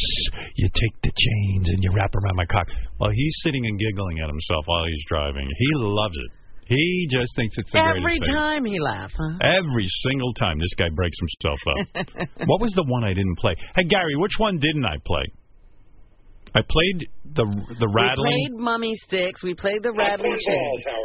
Speaker 1: you take the chains and you wrap around my cock. Well, he's sitting and giggling at himself while he's driving. He loves it. He just thinks it's the
Speaker 6: Every
Speaker 1: greatest thing.
Speaker 6: time he laughs, huh?
Speaker 1: Every single time this guy breaks himself up. what was the one I didn't play? Hey Gary, which one didn't I play? I played the the
Speaker 6: We
Speaker 1: rattling
Speaker 6: played mummy sticks. We played the rattling chairs.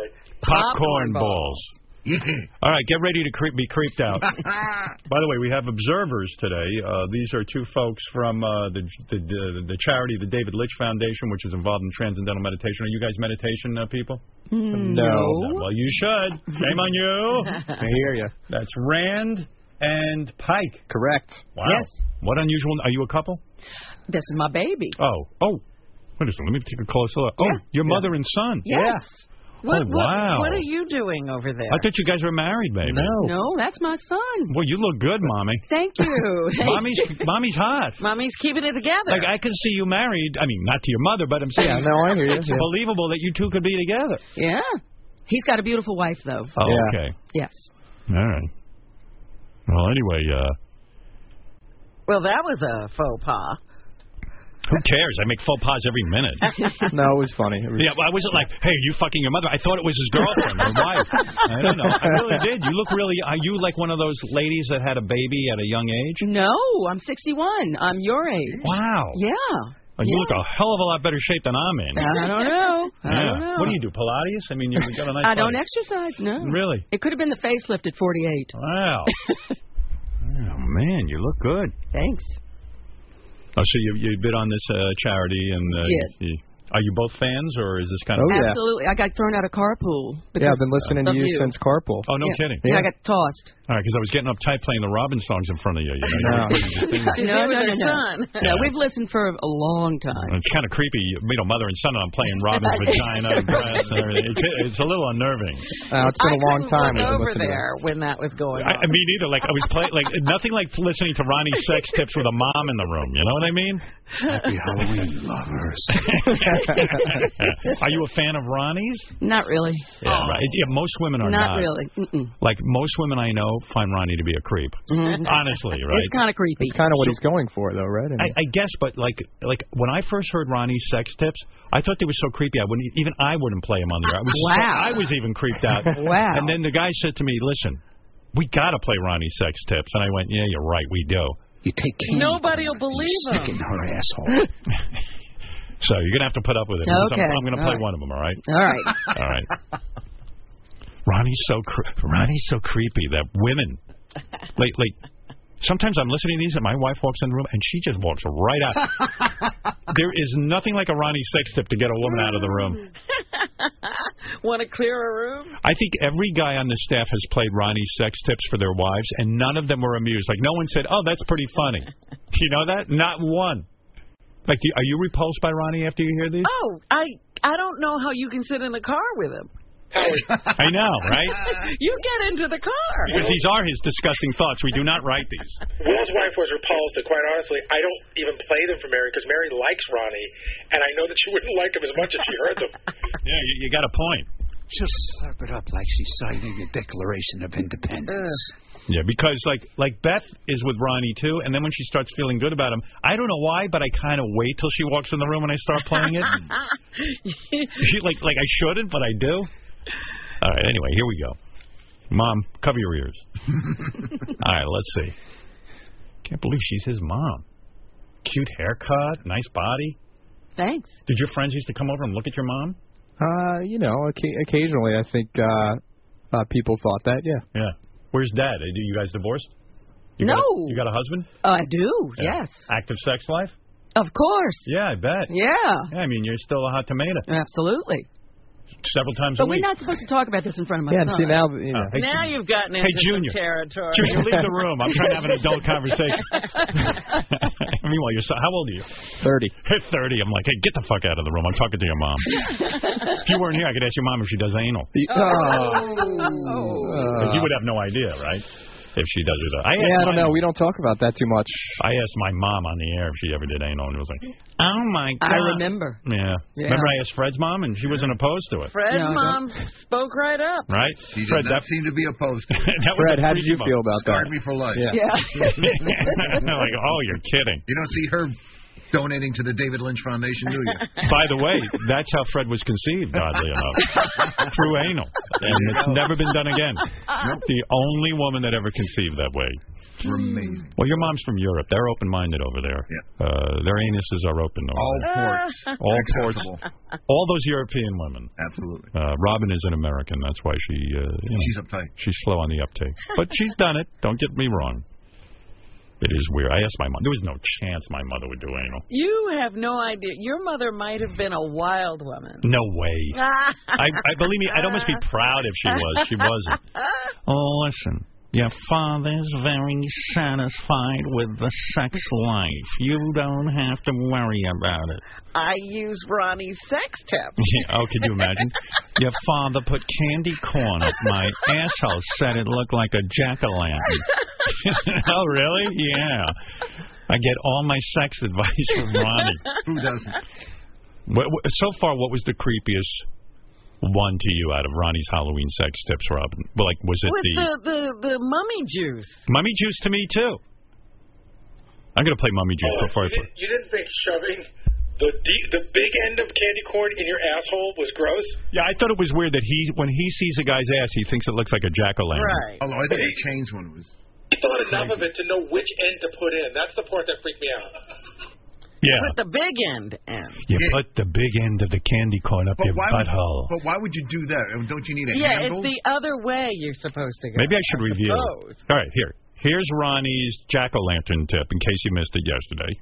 Speaker 1: popcorn balls. All right, get ready to creep, be creeped out. By the way, we have observers today. Uh, these are two folks from uh, the, the the the charity, the David Litch Foundation, which is involved in transcendental meditation. Are you guys meditation uh, people? Well, you should. Shame on you.
Speaker 3: I hear you.
Speaker 1: That's Rand and Pike.
Speaker 3: Correct.
Speaker 1: Wow.
Speaker 3: Yes.
Speaker 1: What unusual? Are you a couple?
Speaker 3: This is my baby.
Speaker 1: Oh. Oh. Wait a second. Let me take a closer look. Oh, your mother and son.
Speaker 3: Yes.
Speaker 1: oh, wow.
Speaker 3: are you doing over there?
Speaker 1: I thought you guys were married, baby.
Speaker 3: No, that's my son.
Speaker 1: Well, you look good, mommy.
Speaker 3: Thank you.
Speaker 1: mommy's mommy's hot.
Speaker 6: Mommy's keeping it together.
Speaker 1: Like I can see you married. I mean, not to your mother, but I'm saying.
Speaker 3: Yeah, no, I hear you,
Speaker 1: It's
Speaker 3: yeah.
Speaker 1: believable that you two could be together.
Speaker 3: Yeah. He's got a beautiful wife, though.
Speaker 1: Oh, okay.
Speaker 3: Yes.
Speaker 1: All right. Well, anyway, uh,
Speaker 6: Well, that was a faux pas.
Speaker 1: who cares? I make faux pas every minute.
Speaker 3: no, it was funny. It was-
Speaker 1: Yeah, well, I wasn't like, hey, are you fucking your mother? I thought it was his girlfriend or wife. I don't know. I really did. You look really. Are you like one of those ladies that had a baby at a young age?
Speaker 3: No, I'm 61. I'm your age.
Speaker 1: Wow.
Speaker 3: Yeah.
Speaker 1: Oh, you look a hell of a lot better shape than I'm in.
Speaker 3: I don't know. I
Speaker 1: Yeah.
Speaker 3: don't know.
Speaker 1: What do you do, Pilates? I mean, you've got a nice.
Speaker 3: I don't
Speaker 1: body.
Speaker 3: exercise. No.
Speaker 1: Really?
Speaker 3: It could have been the facelift at 48.
Speaker 1: Wow. oh man, you look good.
Speaker 3: Thanks.
Speaker 1: Oh, so you you bid on this uh, charity and. Uh,
Speaker 3: Did.
Speaker 1: You, are you both fans, or is this kind
Speaker 3: Oh,
Speaker 1: of?
Speaker 3: Absolutely. I got thrown out of carpool.
Speaker 1: Oh,
Speaker 3: because
Speaker 1: Yeah, I've been listening to
Speaker 3: of
Speaker 1: you since
Speaker 3: carpool.
Speaker 1: Oh, no kidding.
Speaker 3: Yeah. I
Speaker 1: Yeah.
Speaker 3: got tossed.
Speaker 1: All right, because I was getting uptight playing the Robin songs in front of you. you know, you were
Speaker 3: No.
Speaker 1: putting your things-
Speaker 3: no, no, no,
Speaker 6: son.
Speaker 3: no. No, we've listened for a long time.
Speaker 1: It's kind of creepy. You meet a mother and son, and I'm playing Robin's vagina and breasts and everything. It, Uh, it's a little unnerving.
Speaker 6: I couldn't Look over there when that was going
Speaker 1: I,
Speaker 6: on.
Speaker 1: I mean, either like I was playing like nothing like listening to Ronnie sex tips with a mom in the room. You know what I mean?
Speaker 36: Happy Halloween, lovers.
Speaker 1: are you a fan of Ronnie's?
Speaker 3: Not really.
Speaker 1: Yeah, right. yeah most women are
Speaker 3: Oh.
Speaker 1: not.
Speaker 3: not, really. Mm-mm.
Speaker 1: Like most women I know find Ronnie to be a creep. Honestly, right?
Speaker 3: It's kind of creepy.
Speaker 17: It's kind of what he's going for, though, right? I
Speaker 1: I,
Speaker 17: mean,
Speaker 1: I guess, but like, like when I first heard Ronnie's sex tips, I thought they were so creepy. I wouldn't even I wouldn't play them on the air. I was,
Speaker 3: Wow.
Speaker 1: I was even creeped out.
Speaker 3: Wow.
Speaker 1: And then the guy said to me, "Listen, we got to play Ronnie's sex tips." And I went, "Yeah, you're right. We do."
Speaker 36: You take
Speaker 6: Nobody will believe him.
Speaker 36: her asshole.
Speaker 1: So you're gonna have to put up with it. because
Speaker 6: Okay.
Speaker 1: I'm, I'm gonna
Speaker 6: All
Speaker 1: play
Speaker 6: right.
Speaker 1: one of them. All right.
Speaker 6: All right.
Speaker 1: All right. Ronnie's so cre Ronnie's so creepy that women, like like, sometimes I'm listening to these and my wife walks in the room and she just walks right out. there is nothing like a Ronnie sex tip to get a woman out of the room.
Speaker 6: Want to clear a room?
Speaker 1: I think every guy on the staff has played Ronnie's sex tips for their wives and none of them were amused. Like no one said, "Oh, that's pretty funny." you know that? Not one. Like, do, are you repulsed by Ronnie after you hear these?
Speaker 6: Oh, I I don't know how you can sit in the car with him.
Speaker 1: I know, right?
Speaker 6: you get into the car.
Speaker 1: Because these are his disgusting thoughts. We do not write these.
Speaker 2: Will's wife was repulsed, and quite honestly, I don't even play them for Mary because Mary likes Ronnie, and I know that she wouldn't like him as much if she heard them.
Speaker 1: Yeah, you, you got a point.
Speaker 36: She'll slurp it up like she's signing the Declaration of Independence.
Speaker 1: Yeah, because like like Beth is with Ronnie too, and then when she starts feeling good about him, I don't know why, but I kind of wait till she walks in the room and I start playing it. she like like I shouldn't, but I do. All right. Anyway, here we go. Mom, cover your ears. All right, let's see. Can't believe she's his mom. Cute haircut, nice body.
Speaker 3: Thanks.
Speaker 1: Did your friends used to come over and look at your mom?
Speaker 17: uh, you know, occa- occasionally I think uh, uh, people thought that. Yeah.
Speaker 1: Yeah. Where's dad? Uh, You guys divorced? You Got a,
Speaker 3: No.
Speaker 1: you got a husband?
Speaker 3: I do.
Speaker 1: Yeah.
Speaker 3: Yes.
Speaker 1: Active sex life?
Speaker 3: Of course.
Speaker 1: Yeah, I bet.
Speaker 3: Yeah.
Speaker 1: Yeah, I mean, you're still a hot tomato.
Speaker 3: Absolutely.
Speaker 1: several times
Speaker 10: But
Speaker 1: a
Speaker 10: we're
Speaker 1: week.
Speaker 10: not supposed to talk about this in front of my
Speaker 1: Yeah,
Speaker 10: son.
Speaker 1: see, now, you know. Uh, Hey,
Speaker 3: now you've gotten
Speaker 1: hey,
Speaker 3: into some
Speaker 1: Junior.
Speaker 3: territory.
Speaker 1: Junior, leave the room. I'm trying to have an adult conversation. Meanwhile, your son, how old are you?
Speaker 20: 30.
Speaker 1: Hit 30. I'm like, hey, get the fuck out of the room. I'm talking to your mom. if you weren't here, I could ask your mom if she does anal.
Speaker 3: Oh.
Speaker 36: Oh.
Speaker 17: Ah.
Speaker 1: But You would have no idea, right? If she does it. I
Speaker 20: Uh, yeah, I
Speaker 1: asked
Speaker 20: don't
Speaker 1: my-
Speaker 20: know. We don't talk about that too much.
Speaker 1: I asked my mom on the air if she ever did anal, and it was like, oh my
Speaker 3: I
Speaker 1: god.
Speaker 3: remember.
Speaker 1: Yeah.
Speaker 3: Yeah.
Speaker 1: Remember, I asked Fred's mom, and she wasn't opposed to it.
Speaker 3: Fred's mom spoke right up.
Speaker 1: Right?
Speaker 35: She did
Speaker 1: Fred,
Speaker 35: not seem to be opposed. To
Speaker 1: That was Fred, the how did freaky you moment. feel about
Speaker 35: Scarred
Speaker 1: that?
Speaker 35: me for life.
Speaker 1: Yeah. Yeah. Like, oh, you're kidding.
Speaker 35: You don't see her donating to the David Lynch Foundation, do you?
Speaker 1: By the way, that's how Fred was conceived, oddly enough, through anal, and it's never been done again. The only woman that ever conceived that way.
Speaker 35: Amazing.
Speaker 1: Well, your mom's from Europe. They're open-minded over there. Uh, their anuses are open. Over
Speaker 35: All
Speaker 1: there.
Speaker 35: ports.
Speaker 1: All
Speaker 35: Accessible.
Speaker 1: ports. All those European women.
Speaker 35: Absolutely.
Speaker 1: Uh, Robin is an American. That's why she. Uh, she's
Speaker 35: uptight.
Speaker 1: She's slow on the uptake, but she's done it. Don't get me wrong. It is weird. I asked my mom. There was no chance my mother would do anal.
Speaker 3: You have no idea. Your mother might have been a wild woman.
Speaker 1: No way. I, I believe me. I'd almost be proud if she was. She wasn't. Oh, listen. Your father's very satisfied with the sex life. You don't have to worry about it.
Speaker 3: I use Ronnie's sex tip.
Speaker 1: Yeah, oh, could you imagine? Your father put candy corn up my asshole, said it looked like a jack o' lantern. oh, really? Yeah. I get all my sex advice from Ronnie.
Speaker 35: Who doesn't?
Speaker 1: Wh- wh- So far, what was the creepiest one to you out of Ronnie's Halloween sex tips, Rob? Like, was it
Speaker 3: With
Speaker 1: the
Speaker 3: the, the, the mummy juice.
Speaker 1: mummy juice to me too? I'm gonna play mummy juice before I
Speaker 9: You
Speaker 1: play.
Speaker 9: didn't, you didn't think shoving the de- the big end of candy corn in your asshole was gross?
Speaker 1: Yeah, I thought it was weird that he, when he sees a guy's ass, he thinks it looks like a jack o' lantern.
Speaker 35: Although I think I changed when it was.
Speaker 9: I thought enough of it to know which end to put in. That's the part that freaked me out.
Speaker 1: Yeah.
Speaker 3: Put the big end in.
Speaker 1: You put the big end of the candy corn up your
Speaker 35: why would-
Speaker 1: butthole.
Speaker 35: But why would you do that? Don't you need a
Speaker 3: Yeah,
Speaker 35: handle?
Speaker 3: it's the other way you're supposed to go.
Speaker 1: Maybe I should review
Speaker 3: suppose.
Speaker 1: it. All right, here. Here's Ronnie's jack o' lantern tip in case you missed it yesterday.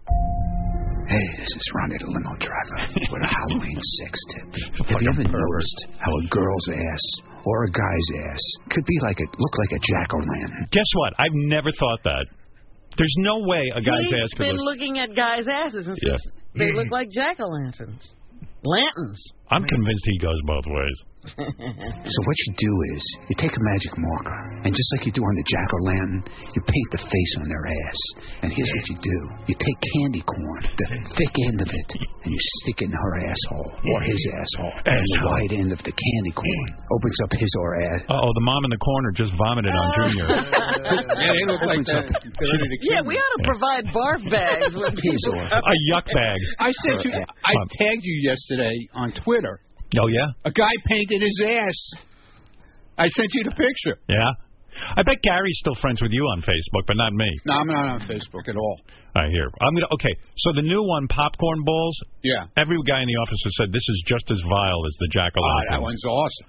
Speaker 36: Hey, this is Ronnie the limo driver with a Halloween sex tip. Have you ever noticed how a girl's ass or a guy's ass could be like it look like a jack o' lantern?
Speaker 1: Guess what? I've never thought that. There's no way a guy's
Speaker 3: He's
Speaker 1: ass could
Speaker 3: been
Speaker 1: look.
Speaker 3: looking at guys' asses and
Speaker 1: Yeah.
Speaker 3: says they look like jack o' lanterns. Lanterns.
Speaker 1: I'm convinced he goes both ways.
Speaker 36: So what you do is you take a magic marker, and just like you do on the jack o' lantern, you paint the face on their ass. And here's what you do: you take candy corn, the thick end of it, and you stick it in her asshole or his asshole. And the
Speaker 1: Asshole.
Speaker 36: wide end of the candy corn opens up his or ass.
Speaker 1: Uh oh, the mom in the corner just vomited on Junior.
Speaker 36: they look like they're- they're ready to
Speaker 3: Yeah, we ought to provide barf bags with people.
Speaker 1: a yuck bag.
Speaker 12: I sent you. I tagged you yesterday on Twitter.
Speaker 1: Oh yeah,
Speaker 12: A guy painted his ass. I sent you the picture.
Speaker 1: yeah. I bet Gary's still friends with you on Facebook, but not me.
Speaker 12: No, I'm not on Facebook at all.
Speaker 1: I hear. I'm gonna. Okay, so the new one, popcorn balls.
Speaker 12: Yeah.
Speaker 1: Every guy in the office has said this is just as vile as the jack o'
Speaker 12: Oh, that
Speaker 1: lantern.
Speaker 12: one's awesome.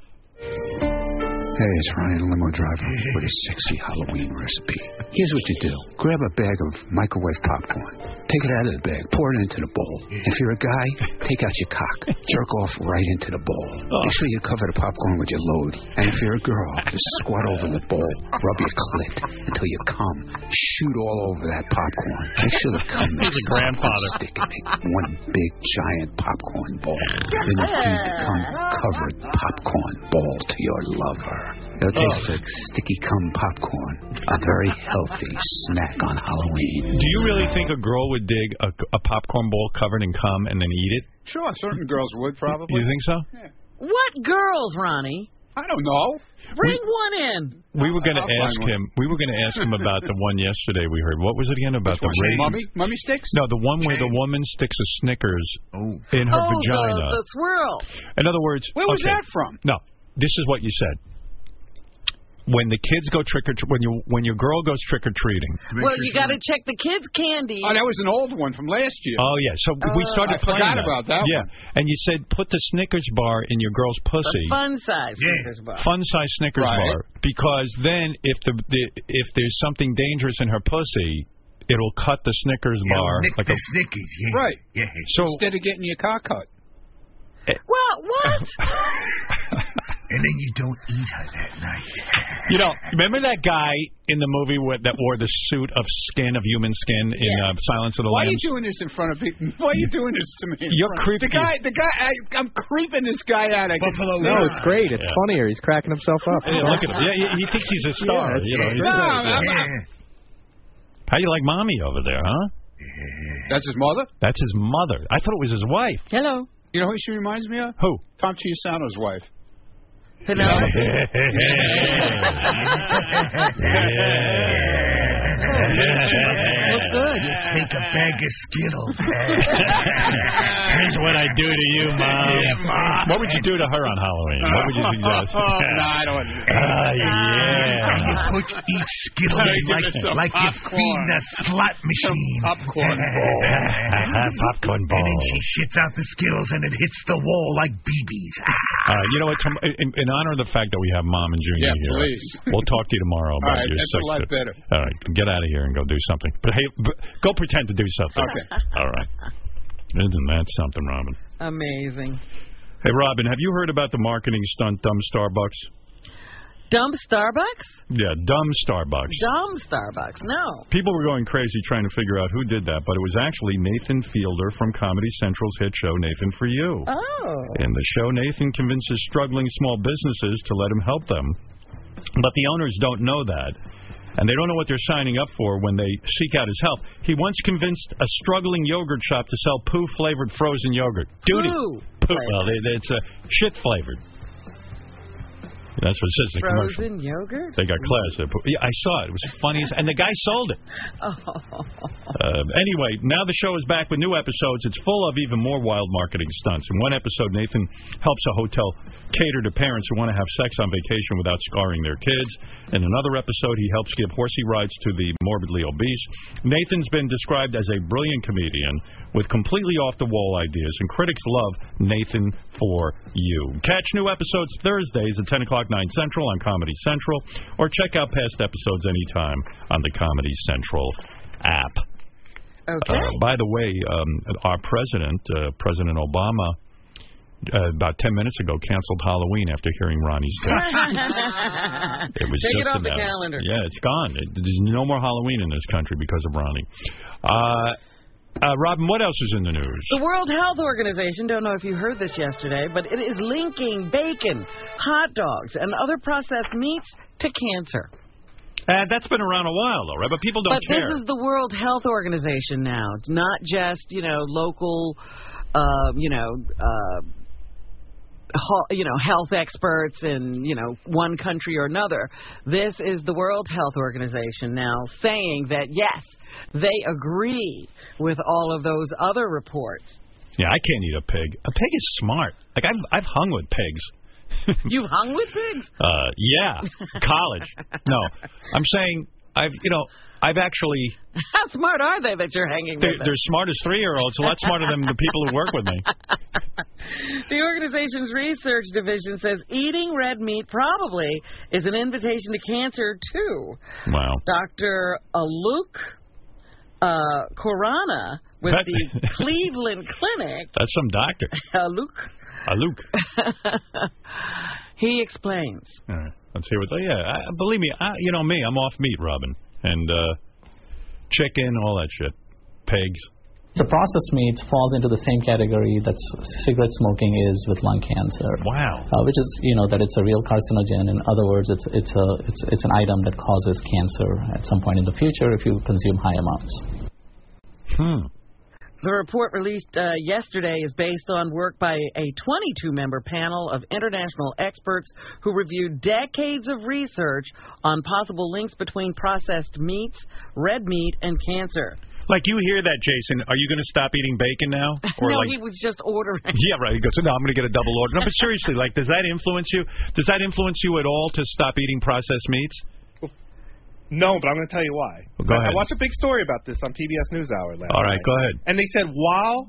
Speaker 36: Hey, it's Ronnie the limo driver with a sexy Halloween recipe. Here's what you do: grab a bag of microwave popcorn, take it out of the bag, pour it into the bowl. If you're a guy, take out your cock, jerk off right into the bowl. Make sure you cover the popcorn with your load. And if you're a girl, just squat over the bowl, rub your clit until you come. Shoot all over that popcorn. Make sure the cum
Speaker 1: He's a
Speaker 36: is
Speaker 1: grandfather.
Speaker 36: Stick and make one big giant popcorn ball. Then you feed the cum covered popcorn ball to your lover.
Speaker 3: Oh.
Speaker 36: It'll taste like sticky cum popcorn. A very healthy snack on Halloween.
Speaker 1: Do you really think a girl would dig a, a popcorn ball covered in cum and then eat it?
Speaker 12: Sure, certain girls would probably.
Speaker 1: You think so?
Speaker 3: What girls, Ronnie?
Speaker 12: I don't know.
Speaker 3: Bring one in.
Speaker 1: We were going to
Speaker 12: I'll find
Speaker 1: ask
Speaker 12: one.
Speaker 1: him. We were going to ask him about the one yesterday we heard. What was it again about the
Speaker 12: Mummy,
Speaker 1: rape?
Speaker 12: mummy, mummy sticks.
Speaker 1: No, the one where the woman sticks a Snickers in her
Speaker 12: Oh, the-
Speaker 1: vagina.
Speaker 12: the
Speaker 3: swirl.
Speaker 1: In other words,
Speaker 12: Where was
Speaker 1: okay.
Speaker 12: that from?
Speaker 1: No, this is what you said. When the kids go trick or tr- when you when your girl goes trick or treating.
Speaker 3: Well, you got to check the kids' candy.
Speaker 12: Oh, that was an old one from last year.
Speaker 1: Oh yeah, so we
Speaker 3: Uh,
Speaker 1: started
Speaker 12: I
Speaker 1: playing
Speaker 12: forgot
Speaker 1: that.
Speaker 12: about that
Speaker 1: Yeah, and you said put the Snickers bar in your girl's pussy.
Speaker 3: The fun size. Snickers bar.
Speaker 1: fun size Snickers bar because then if the, the if there's something dangerous in her pussy, it'll cut the Snickers bar
Speaker 12: nick
Speaker 1: like
Speaker 12: the
Speaker 1: a
Speaker 12: Snickers, Right.
Speaker 1: So
Speaker 12: Instead of getting your car cut.
Speaker 1: Eh.
Speaker 3: Well, what?
Speaker 39: and then you don't eat her that night.
Speaker 1: You know, remember that guy in the movie with, that wore the suit of skin of human skin in uh, Silence of the
Speaker 36: Why are
Speaker 1: Lambs?
Speaker 36: you doing this in front of people? Why are you doing this to me? in
Speaker 1: You're
Speaker 36: front
Speaker 1: creepy.
Speaker 36: of- The guy, the guy, I, I'm creeping this guy out. I can feel
Speaker 40: No, it's great. It's
Speaker 1: Yeah.
Speaker 40: funnier. He's cracking himself up.
Speaker 1: Yeah, look at him. Yeah, he- he thinks he's a star,
Speaker 40: that's
Speaker 1: you know,
Speaker 40: great.
Speaker 1: he's-
Speaker 36: No, I'm- I'm-
Speaker 1: How you like mommy over there, huh?
Speaker 36: That's his mother.
Speaker 1: That's his mother. I thought it was his wife.
Speaker 36: Hello. You know who she reminds me of?
Speaker 1: Who?
Speaker 36: Tom Chiusano's wife.
Speaker 6: Look
Speaker 1: good.
Speaker 6: You take a bag of Skittles.
Speaker 1: Here's what I do to you, Mom. What would you do to her on Halloween? What would you suggest?
Speaker 6: Oh, no, I
Speaker 1: don't. Ah, yeah.
Speaker 6: And you put each Skittle
Speaker 1: Gotta
Speaker 6: in
Speaker 1: give
Speaker 6: like,
Speaker 1: us some
Speaker 6: like you
Speaker 1: popcorn.
Speaker 6: feed the slot machine. popcorn ball.
Speaker 1: popcorn ball.
Speaker 6: And then she shits out the Skittles and it hits the wall like Ah. BBs.
Speaker 1: All right, Uh, you know what? Tom, in, in honor of the fact that we have Mom and Junior
Speaker 6: Yeah,
Speaker 1: here,
Speaker 6: please.
Speaker 1: we'll talk to you tomorrow
Speaker 6: All
Speaker 1: about
Speaker 6: right,
Speaker 1: your
Speaker 6: that's a
Speaker 1: sex
Speaker 6: lot
Speaker 1: tip.
Speaker 6: better.
Speaker 1: All right, get out of here and go do something. But hey, b go pretend to do something.
Speaker 3: Okay.
Speaker 1: All right. Isn't that something, Robin?
Speaker 3: Amazing.
Speaker 1: Hey, Robin, have you heard about the marketing stunt, Dumb Starbucks?
Speaker 3: Dumb Starbucks?
Speaker 1: Yeah, Dumb Starbucks.
Speaker 3: Dumb Starbucks. No.
Speaker 1: People were going crazy trying to figure out who did that, but it was actually Nathan Fielder from Comedy Central's hit show Nathan for You.
Speaker 3: Oh.
Speaker 1: In the show, Nathan convinces struggling small businesses to let him help them, but the owners don't know that. And they don't know what they're signing up for when they seek out his help. He once convinced a struggling yogurt shop to sell poo flavored frozen yogurt. Duty.
Speaker 6: Poo
Speaker 1: poo. Well, they, they- it's uh, shit flavored. That's what it says in the commercial.
Speaker 3: Frozen yogurt?
Speaker 1: They got class. They put- Yeah, I saw it. It was the funniest, and the guy sold it. Uh, anyway, now the show is back with new episodes. It's full of even more wild marketing stunts. In one episode, Nathan helps a hotel cater to parents who want to have sex on vacation without scarring their kids. In another episode, he helps give horsey rides to the morbidly obese. Nathan's been described as a brilliant comedian with completely off the wall ideas, and critics love Nathan for you. Catch new episodes Thursdays at 10 o'clock, 9 Central on Comedy Central, or check out past episodes anytime on the Comedy Central app.
Speaker 3: Okay.
Speaker 1: Uh, by the way, um, our president, uh, President Obama, uh, about 10 minutes ago canceled Halloween after hearing Ronnie's death. It was
Speaker 3: Take
Speaker 1: just
Speaker 3: it off the
Speaker 1: announced.
Speaker 3: calendar.
Speaker 1: Yeah, it's gone. It, there's no more Halloween in this country because of Ronnie. Uh, uh, Robin, what else is in the news?
Speaker 3: The World Health Organization, don't know if you heard this yesterday, but it is linking bacon, hot dogs, and other processed meats to cancer.
Speaker 1: Uh, that's been around a while, though, right? But people don't
Speaker 3: but
Speaker 1: care.
Speaker 3: this is the World Health Organization now, not just you know local, uh, you know, uh, ho- you know health experts in you know one country or another. This is the World Health Organization now saying that yes, they agree with all of those other reports.
Speaker 1: Yeah, I can't eat a pig. A pig is smart. Like, I've, I've hung with pigs.
Speaker 3: You've hung with pigs.
Speaker 1: Uh, yeah, college. no, I'm saying I've you know I've actually
Speaker 3: How smart are they that you're hanging
Speaker 1: they're,
Speaker 3: with them?
Speaker 1: they're smart as three year olds, a lot smarter than the people who work with me.
Speaker 3: The organization's research division says eating red meat probably is an invitation to cancer too.
Speaker 1: Wow.
Speaker 3: Dr. Aluk uh, Korana with
Speaker 1: That-
Speaker 3: the Cleveland Clinic.
Speaker 1: That's some doctor.
Speaker 3: Aluk,
Speaker 1: Uh, Luke.
Speaker 3: he explains.
Speaker 1: All right, let's hear what. Oh, yeah, I, believe me, I, you know me, I'm off meat, Robin, and uh, chicken, all that shit, pigs.
Speaker 12: The processed meats falls into the same category that c- cigarette smoking is with lung cancer.
Speaker 1: Wow.
Speaker 12: Uh, which is, you know, that it's a real carcinogen. In other words, it's it's a it's it's an item that causes cancer at some point in the future if you consume high amounts.
Speaker 1: Hmm.
Speaker 3: The report released uh, yesterday is based on work by a 22 member panel of international experts who reviewed decades of research on possible links between processed meats, red meat, and cancer.
Speaker 1: Like you hear that, Jason? Are you going to stop eating bacon now?
Speaker 3: no,
Speaker 1: like,
Speaker 3: he was just ordering.
Speaker 1: Yeah, right. He goes, no, I'm going to get a double order. No, but seriously, like, does that influence you? Does that influence you at all to stop eating processed meats?
Speaker 21: No, but I'm going to tell you why.
Speaker 1: Well, go
Speaker 21: I-
Speaker 1: ahead.
Speaker 21: I watched a big story about this on PBS NewsHour last
Speaker 1: All right,
Speaker 21: night.
Speaker 1: go ahead.
Speaker 21: And they said while,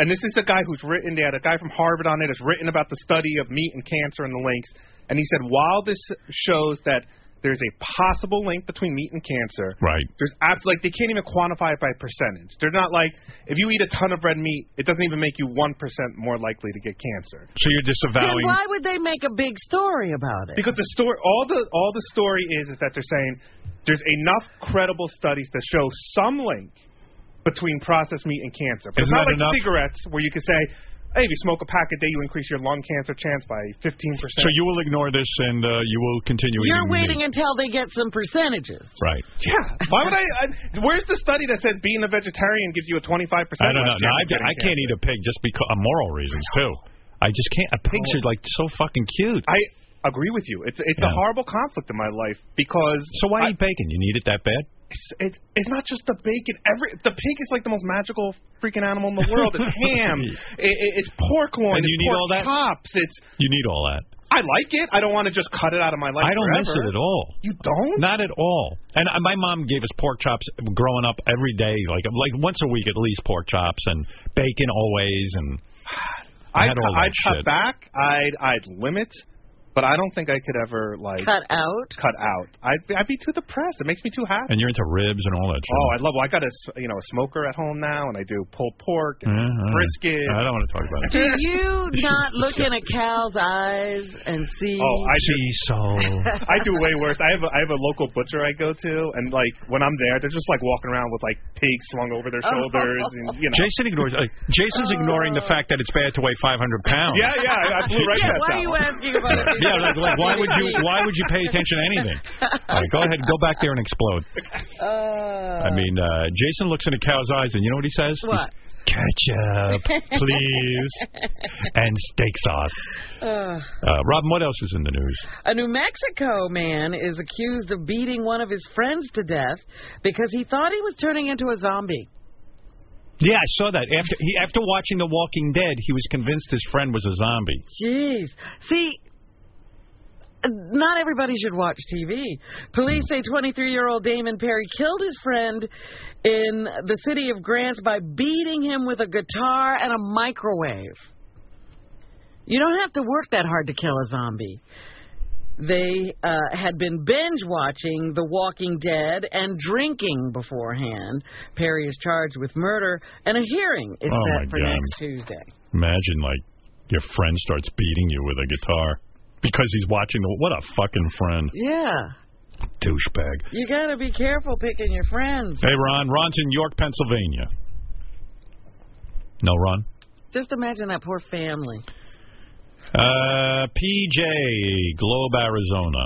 Speaker 21: and this is a guy who's written, they had a guy from Harvard on it, has written about the study of meat and cancer and the links. And he said while this shows that there's a possible link between meat and cancer.
Speaker 1: Right.
Speaker 21: There's abs- like they can't even quantify it by percentage. They're not like if you eat a ton of red meat, it doesn't even make you one percent more likely to get cancer.
Speaker 1: So you're
Speaker 3: Then why would they make a big story about it?
Speaker 21: Because the story, all the all the story is, is that they're saying there's enough credible studies to show some link between processed meat and cancer. But it's
Speaker 1: Isn't
Speaker 21: not
Speaker 1: that
Speaker 21: like
Speaker 1: enough?
Speaker 21: cigarettes where you could say, hey, if you smoke a pack a day, you increase your lung cancer chance by 15%.
Speaker 1: So you will ignore this and uh, you will continue
Speaker 3: You're
Speaker 1: eating
Speaker 3: waiting
Speaker 1: meat.
Speaker 3: until they get some percentages.
Speaker 1: Right.
Speaker 21: Yeah. Why would I, I? Where's the study that says being a vegetarian gives you a 25%
Speaker 1: I don't know. No, I,
Speaker 21: less chance of getting
Speaker 1: I can't eat
Speaker 21: cancer?
Speaker 1: a pig just because of moral reasons too. I just can't. A pigs are like so fucking cute.
Speaker 21: I agree with you. It's it's
Speaker 1: Yeah.
Speaker 21: a horrible conflict in my life because
Speaker 1: So why
Speaker 21: I,
Speaker 1: eat bacon? You need it that bad?
Speaker 21: it's, it's it's not just the bacon. Every the pig is like the most magical freaking animal in the world. It's ham. It, it, it's pork
Speaker 1: And
Speaker 21: loin.
Speaker 1: you need
Speaker 21: it's pork
Speaker 1: all that?
Speaker 21: chops. It's
Speaker 1: You need all that.
Speaker 21: I like it. I don't want to just cut it out of my life.
Speaker 1: I don't miss
Speaker 21: forever.
Speaker 1: it at all.
Speaker 21: You don't?
Speaker 1: Not at all. And uh, my mom gave us pork chops growing up every day, like like once a week at least, pork chops and bacon always. And I
Speaker 21: I'd,
Speaker 1: had all that
Speaker 21: I'd cut
Speaker 1: shit.
Speaker 21: back. I'd I'd limit, but I don't think I could ever like
Speaker 3: Cut out.
Speaker 21: Cut out. I'd be- I'd be too depressed. It makes me too happy.
Speaker 1: And you're into ribs and all that. shit.
Speaker 21: Oh, I love. Well, I got a s- you know a smoker at home now, and I do pulled pork and
Speaker 1: Yeah, I-
Speaker 21: brisket.
Speaker 1: Mm-hmm. I don't want to talk about it.
Speaker 3: Do you not look in a cow's eyes and see?
Speaker 21: Oh, I do.
Speaker 1: so.
Speaker 21: I do way worse. I have a, I have a local butcher I go to, and like when I'm there, they're just like walking around with like pigs slung over
Speaker 1: Oh.
Speaker 21: their shoulders, and you know.
Speaker 1: Jason ignores. Uh, Jason's ignoring the fact that it's bad to weigh 500 pounds.
Speaker 21: Yeah, yeah, I, I blew right
Speaker 3: yeah,
Speaker 21: past
Speaker 3: why
Speaker 21: that.
Speaker 3: are you
Speaker 21: one.
Speaker 3: asking about it?
Speaker 1: yeah, like, like why would you why would you pay attention to anything? All right, go ahead, go back there and explode. I mean, uh, Jason looks into cow's eyes, and you know what he says?
Speaker 3: What?
Speaker 1: He's, Ketchup, please, and steak sauce.
Speaker 3: Ugh.
Speaker 1: Uh, Robin, what else is in the news?
Speaker 3: A New Mexico man is accused of beating one of his friends to death because he thought he was turning into a zombie.
Speaker 1: Yeah, I saw that. After he, after watching The Walking Dead, he was convinced his friend was a zombie.
Speaker 3: Jeez. See, not everybody should watch TV. Police say 23 year old Damon Perry killed his friend in the city of Grants by beating him with a guitar and a microwave. You don't have to work that hard to kill a zombie. They uh, had been binge watching The Walking Dead and drinking beforehand. Perry is charged with murder, and a hearing is
Speaker 1: Oh, my
Speaker 3: set for
Speaker 1: God.
Speaker 3: next Tuesday.
Speaker 1: Imagine like your friend starts beating you with a guitar because he's watching. The, what a fucking friend,
Speaker 3: Yeah.
Speaker 1: douchebag.
Speaker 3: You gotta be careful picking your friends.
Speaker 1: Hey, Ron. Ron's in York, Pennsylvania. No, Ron.
Speaker 3: Just imagine that poor family.
Speaker 1: Uh, PJ, Globe, Arizona.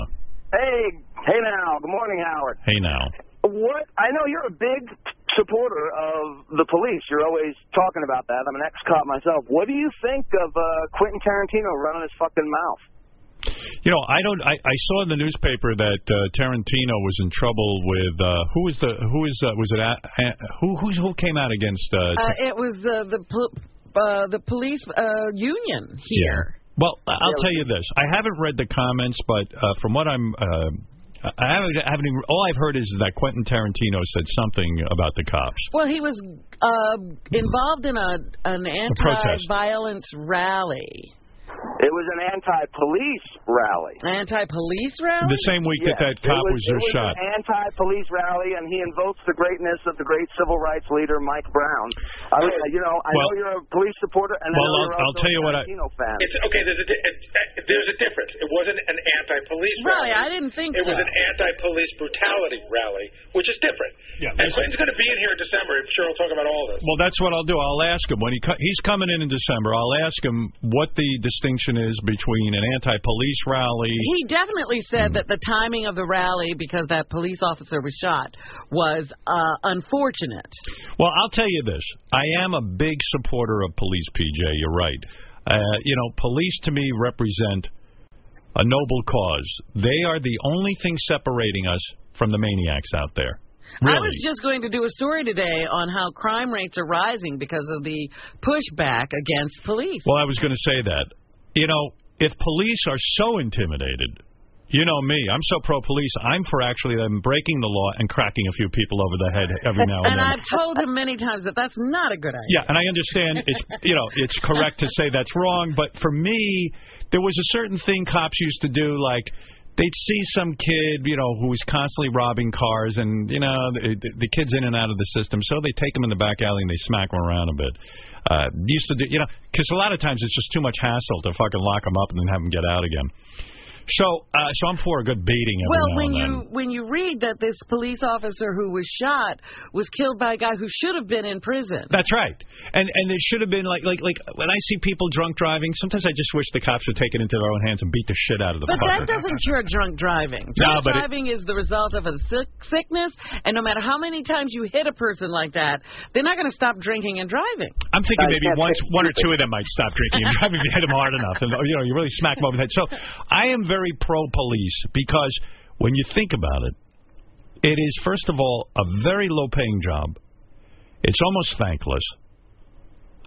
Speaker 5: Hey, hey now. Good morning, Howard.
Speaker 1: Hey, now.
Speaker 5: What? I know you're a big supporter of the police. You're always talking about that. I'm an ex-cop myself. What do you think of uh, Quentin Tarantino running his fucking mouth?
Speaker 1: You know, I don't. I, I saw in the newspaper that uh, Tarantino was in trouble with uh, who is the who is uh, was it a, a, who who's, who came out against uh,
Speaker 3: Uh, it was uh, the pol- uh, the police uh, union here.
Speaker 1: Well, I- I'll tell you this. I haven't read the comments, but uh, from what I'm, uh, I haven't, I haven't even, all I've heard is that Quentin Tarantino said something about the cops.
Speaker 3: Well, he was uh, involved in a an
Speaker 1: protest.
Speaker 3: anti-violence rally,
Speaker 5: It was an anti-police rally.
Speaker 3: anti-police rally.
Speaker 1: The same week that that cop
Speaker 5: it was,
Speaker 1: was, uh,
Speaker 5: it was
Speaker 1: shot.
Speaker 5: An anti-police rally, and he invokes the greatness of the great civil rights leader Mike Brown. I, was- you know, I
Speaker 1: Well-
Speaker 5: know you're a police supporter, and I
Speaker 1: Well,
Speaker 5: know
Speaker 1: I'll-
Speaker 5: you're
Speaker 1: I'll
Speaker 5: also
Speaker 1: tell you
Speaker 5: a
Speaker 1: what I-
Speaker 5: Tarantino fan.
Speaker 2: It's okay. There's a di- it- uh, there's a difference. It wasn't an anti-police
Speaker 5: Right,
Speaker 2: rally.
Speaker 5: I didn't think
Speaker 2: it was
Speaker 5: so.
Speaker 2: an anti-police brutality rally, which is different. Yeah, and
Speaker 1: listen.
Speaker 2: Clinton's going to be in here in December. I'm sure he'll talk about all this.
Speaker 1: Well, that's what I'll do. I'll ask him when he co he's coming in in December. I'll ask him what the distinction is between an anti-police rally.
Speaker 3: He definitely said that the timing of the rally, because that police officer was shot, was uh, unfortunate.
Speaker 1: Well, I'll tell you this. I am a big supporter of police, PJ. You're right. Uh, you know, police to me represent a noble cause. They are the only thing separating us from the maniacs out there.
Speaker 3: I was just going to do a story today on how crime rates are rising because of the pushback against police.
Speaker 1: Well, I was going to say that. You know, if police are so intimidated, you know me, I'm so pro police, I'm for actually them breaking the law and cracking a few people over the head every now and, then.
Speaker 3: And I've told him many times that that's not a good idea.
Speaker 1: Yeah, and I understand it's you know it's correct to say that's wrong, but for me, there was a certain thing cops used to do, like they'd see some kid, you know, who was constantly robbing cars, and you know, the, the, the kid's in and out of the system. So they take him in the back alley and they smack him around a bit. Uh, used to do, you know, because a lot of times it's just too much hassle to fucking lock him up and then have him get out again. So, uh, so I'm for a good beating. Every
Speaker 3: Well,
Speaker 1: now
Speaker 3: when
Speaker 1: and then.
Speaker 3: you when you read that this police officer who was shot was killed by a guy who should have been in prison.
Speaker 1: That's right. And and there should have been like like like when I see people drunk driving, sometimes I just wish the cops would take it into their own hands and beat the shit out of the
Speaker 3: But
Speaker 1: fucker.
Speaker 3: that doesn't cure drunk driving.
Speaker 1: No,
Speaker 3: Drunk
Speaker 1: but it-
Speaker 3: driving is the result of a sick, sickness, and no matter how many times you hit a person like that, they're not going to stop drinking and driving.
Speaker 1: I'm thinking maybe once one or two of them might stop drinking and driving if you hit them hard enough, and you know you really smack them over the head. So I am very pro police because when you think about it, it is first of all a very low paying job. It's almost thankless.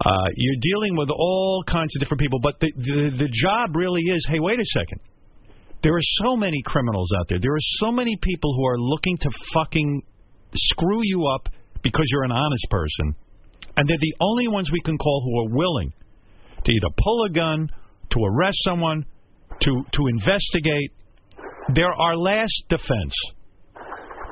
Speaker 1: Uh, you're dealing with all kinds of different people, but the, the the job really is. Hey, wait a second. There are so many criminals out there. There are so many people who are looking to fucking screw you up because you're an honest person. And they're the only ones we can call who are willing to either pull a gun, to arrest someone, to, to investigate. They're our last defense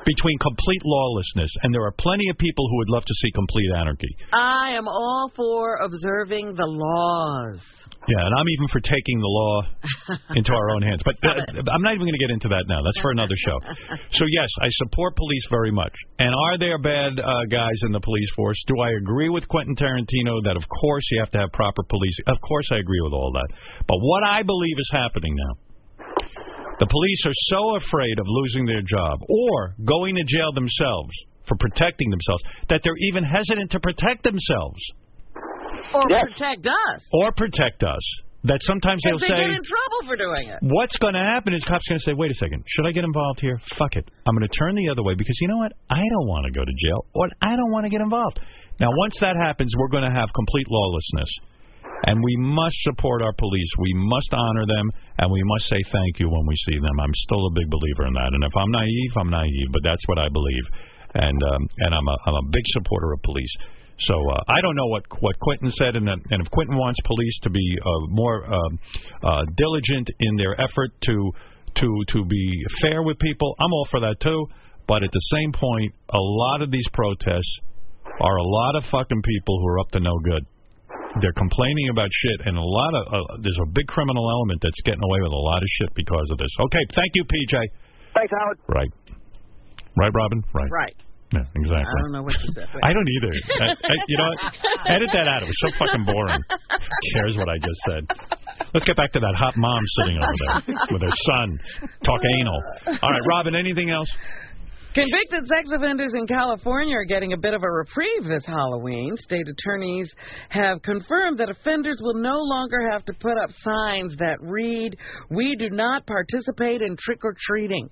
Speaker 1: between complete lawlessness, and there are plenty of people who would love to see complete anarchy.
Speaker 3: I am all for observing the laws.
Speaker 1: Yeah, and I'm even for taking the law into our own hands. But that, I'm not even going to get into that now. That's for another show. So yes, I support police very much. And are there bad uh, guys in the police force? Do I agree with Quentin Tarantino that of course you have to have proper police? Of course I agree with all that. But what I believe is happening now the police are so afraid of losing their job or going to jail themselves for protecting themselves that they're even hesitant to protect themselves
Speaker 3: Or protect us.
Speaker 1: or protect us. That sometimes
Speaker 3: Because
Speaker 1: they'll
Speaker 3: they
Speaker 1: say,
Speaker 3: get in trouble for doing it.
Speaker 1: What's going to happen is cops going to say, wait a second, should I get involved here? Fuck it. I'm going to turn the other way because you know what? I don't want to go to jail or I don't want to get involved. Now, once that happens, we're going to have complete lawlessness. And we must support our police. We must honor them, and we must say thank you when we see them. I'm still a big believer in that. And if I'm naive, I'm naive, but that's what I believe. And um, and I'm a I'm a big supporter of police. So uh, I don't know what what Quentin said, and, that- and if Quentin wants police to be uh, more um uh, diligent in their effort to to to be fair with people, I'm all for that too. But at the same point, a lot of these protests are a lot of fucking people who are up to no good. They're complaining about shit, and a lot of uh, there's a big criminal element that's getting away with a lot of shit because of this. Okay, thank you, PJ.
Speaker 41: Thanks, Howard.
Speaker 1: Right, right, Robin. Right,
Speaker 3: Right.
Speaker 1: Yeah, exactly.
Speaker 3: I don't know what you said.
Speaker 1: I don't either. I, I, you know, what? edit that out. It was so fucking boring. Who cares what I just said? Let's get back to that hot mom sitting over there with her son. Talk anal. All right, Robin. Anything else?
Speaker 3: Convicted sex offenders in California are getting a bit of a reprieve this Halloween. State attorneys have confirmed that offenders will no longer have to put up signs that read, We do not participate in trick or treating.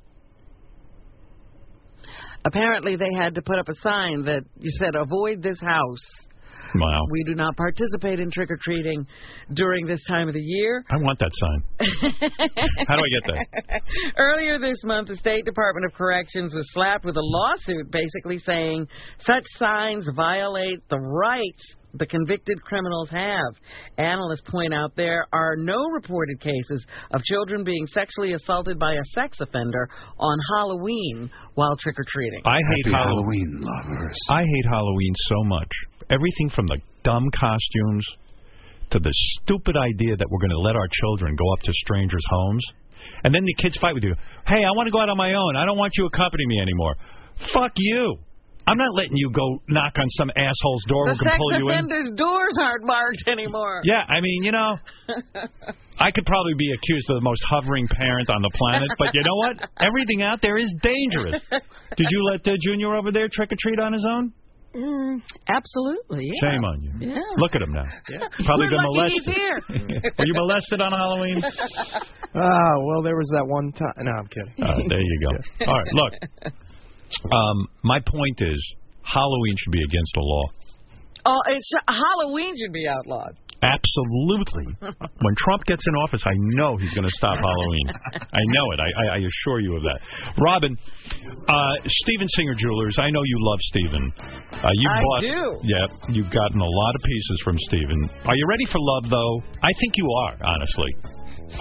Speaker 3: Apparently, they had to put up a sign that you said, Avoid this house.
Speaker 1: Wow.
Speaker 3: We do not participate in trick or treating during this time of the year.
Speaker 1: I want that sign. How do I get that?
Speaker 3: Earlier this month, the State Department of Corrections was slapped with a lawsuit basically saying such signs violate the rights the convicted criminals have. Analysts point out there are no reported cases of children being sexually assaulted by a sex offender on Halloween while trick or treating.
Speaker 1: I hate
Speaker 42: Happy
Speaker 1: Halloween. lovers. I hate Halloween so much. Everything from the dumb costumes to the stupid idea that we're going to let our children go up to strangers' homes. And then the kids fight with you. Hey, I want to go out on my own. I don't want you to accompany me anymore. Fuck you. I'm not letting you go knock on some asshole's door
Speaker 3: The
Speaker 1: who can
Speaker 3: sex
Speaker 1: pull you in.
Speaker 3: offender's doors aren't marked anymore.
Speaker 1: Yeah, I mean, you know, I could probably be accused of the most hovering parent on the planet, but you know what? Everything out there is dangerous. Did you let the junior over there trick or treat on his own?
Speaker 43: Mm, absolutely. Yeah.
Speaker 1: Shame on you.
Speaker 43: Yeah.
Speaker 1: Look at him now. Probably been molested. Were you molested on Halloween?
Speaker 6: Ah, well, there was that one time. No, I'm kidding.
Speaker 1: Uh, there you go. All right, look. Um, my point is, Halloween should be against the law.
Speaker 3: Oh, it's, Halloween should be outlawed.
Speaker 1: Absolutely. When Trump gets in office, I know he's going to stop Halloween. I know it. I, I, I assure you of that. Robin, uh, Steven Singer Jewelers. I know you love Steven. Uh, you
Speaker 44: I
Speaker 1: bought,
Speaker 44: do.
Speaker 1: Yeah, you've gotten a lot of pieces from Steven. Are you ready for love, though? I think you are, honestly.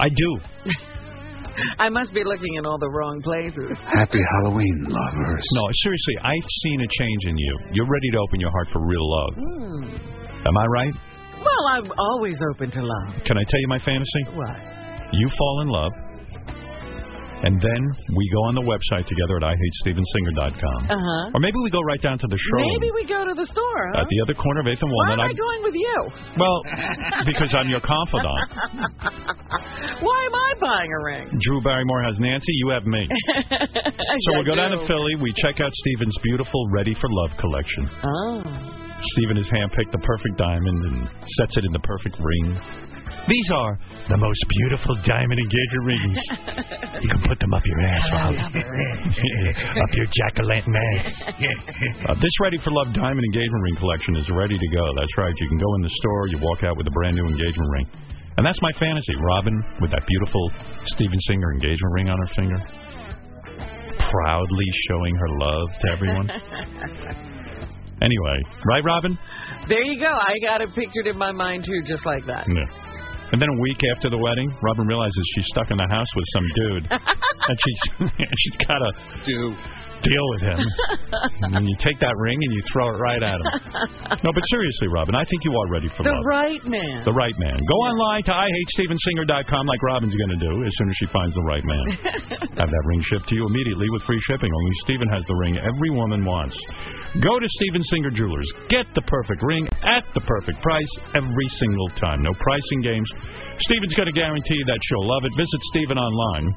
Speaker 1: I do.
Speaker 3: I must be looking in all the wrong places.
Speaker 45: Happy Halloween, lovers.
Speaker 1: No, seriously, I've seen a change in you. You're ready to open your heart for real love. Am I right?
Speaker 3: Well, I'm always open to love.
Speaker 1: Can I tell you my fantasy?
Speaker 3: What?
Speaker 1: You fall in love, and then we go on the website together at IHateStevenSinger.com.
Speaker 3: Uh huh.
Speaker 1: Or maybe we go right down to the show
Speaker 3: Maybe we go to the store. Huh?
Speaker 1: Oh, at the other corner of 8th and
Speaker 3: Why
Speaker 1: Walnut.
Speaker 3: am I
Speaker 1: I'm-
Speaker 3: going with you?
Speaker 1: Well, because I'm your confidant.
Speaker 3: Why am I buying a ring?
Speaker 1: Drew Barrymore has Nancy, you have me. So we'll go down to Philly. We check out Steven's beautiful Ready for Love collection.
Speaker 3: Oh.
Speaker 1: Steven has handpicked the perfect diamond and sets it in the perfect ring. These are the most beautiful diamond engagement rings. you can put them up your ass, Rob. up your jack o' lantern ass. Uh, this Ready for Love diamond engagement ring collection is ready to go. That's right. You can go in the store, you walk out with a brand new engagement ring. And that's my fantasy. Robin with that beautiful Steven Singer engagement ring on her finger, proudly showing her love to everyone. anyway, right, Robin?
Speaker 3: There you go. I got it pictured in my mind too, just like that.
Speaker 1: Yeah. And then a week after the wedding, Robin realizes she's stuck in the house with some dude, and she's and she's got to do deal with him. and then you take that ring and you throw it right at him. No, but seriously, Robin, I think you are ready for
Speaker 3: the
Speaker 1: love.
Speaker 3: right man.
Speaker 1: the right man. Go online to IHateStevenSinger.com like Robin's going to do as soon as she finds the right man. Have that ring shipped to you immediately with free shipping. Only Steven has the ring every woman wants. Go to Steven Singer Jewelers. Get the perfect ring at the perfect price every single time. No pricing games. Steven's going to guarantee that she'll love it. Visit Steven online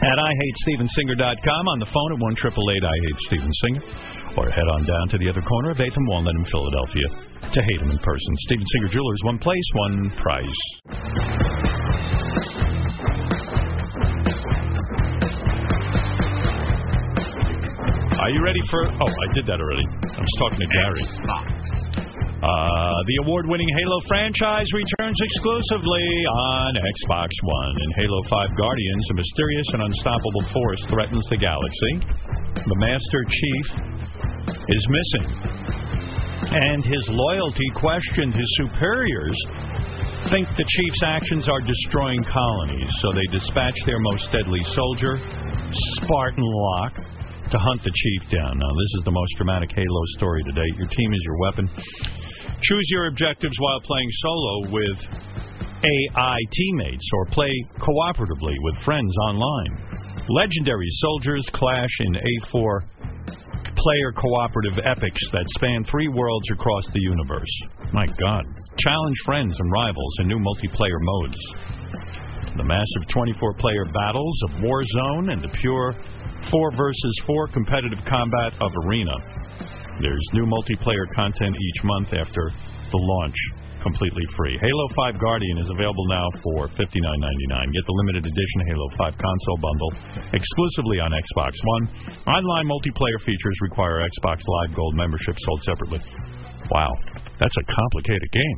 Speaker 1: at IHateStevenSinger.com on the phone at one triple eight I hate Steven Singer, or head on down to the other corner of 8th and Walnut in Philadelphia to hate him in person. Steven Singer Jewelers, one place, one price. Are you ready for? Oh, I did that already. I was talking to Gary. Uh, the award-winning Halo franchise returns exclusively on Xbox One. In Halo 5 Guardians, a mysterious and unstoppable force threatens the galaxy. The Master Chief is missing, and his loyalty questioned. His superiors think the Chief's actions are destroying colonies, so they dispatch their most deadly soldier, Spartan Locke to hunt the chief down. Now, this is the most dramatic Halo story to date. Your team is your weapon. Choose your objectives while playing solo with AI teammates or play cooperatively with friends online. Legendary soldiers clash in A4 player cooperative epics that span three worlds across the universe. My God. Challenge friends and rivals in new multiplayer modes the massive 24 player battles of Warzone and the pure 4 versus 4 competitive combat of Arena. There's new multiplayer content each month after the launch, completely free. Halo 5 Guardian is available now for $59.99. Get the limited edition Halo 5 console bundle exclusively on Xbox One. Online multiplayer features require Xbox Live Gold membership sold separately. Wow, that's a complicated game.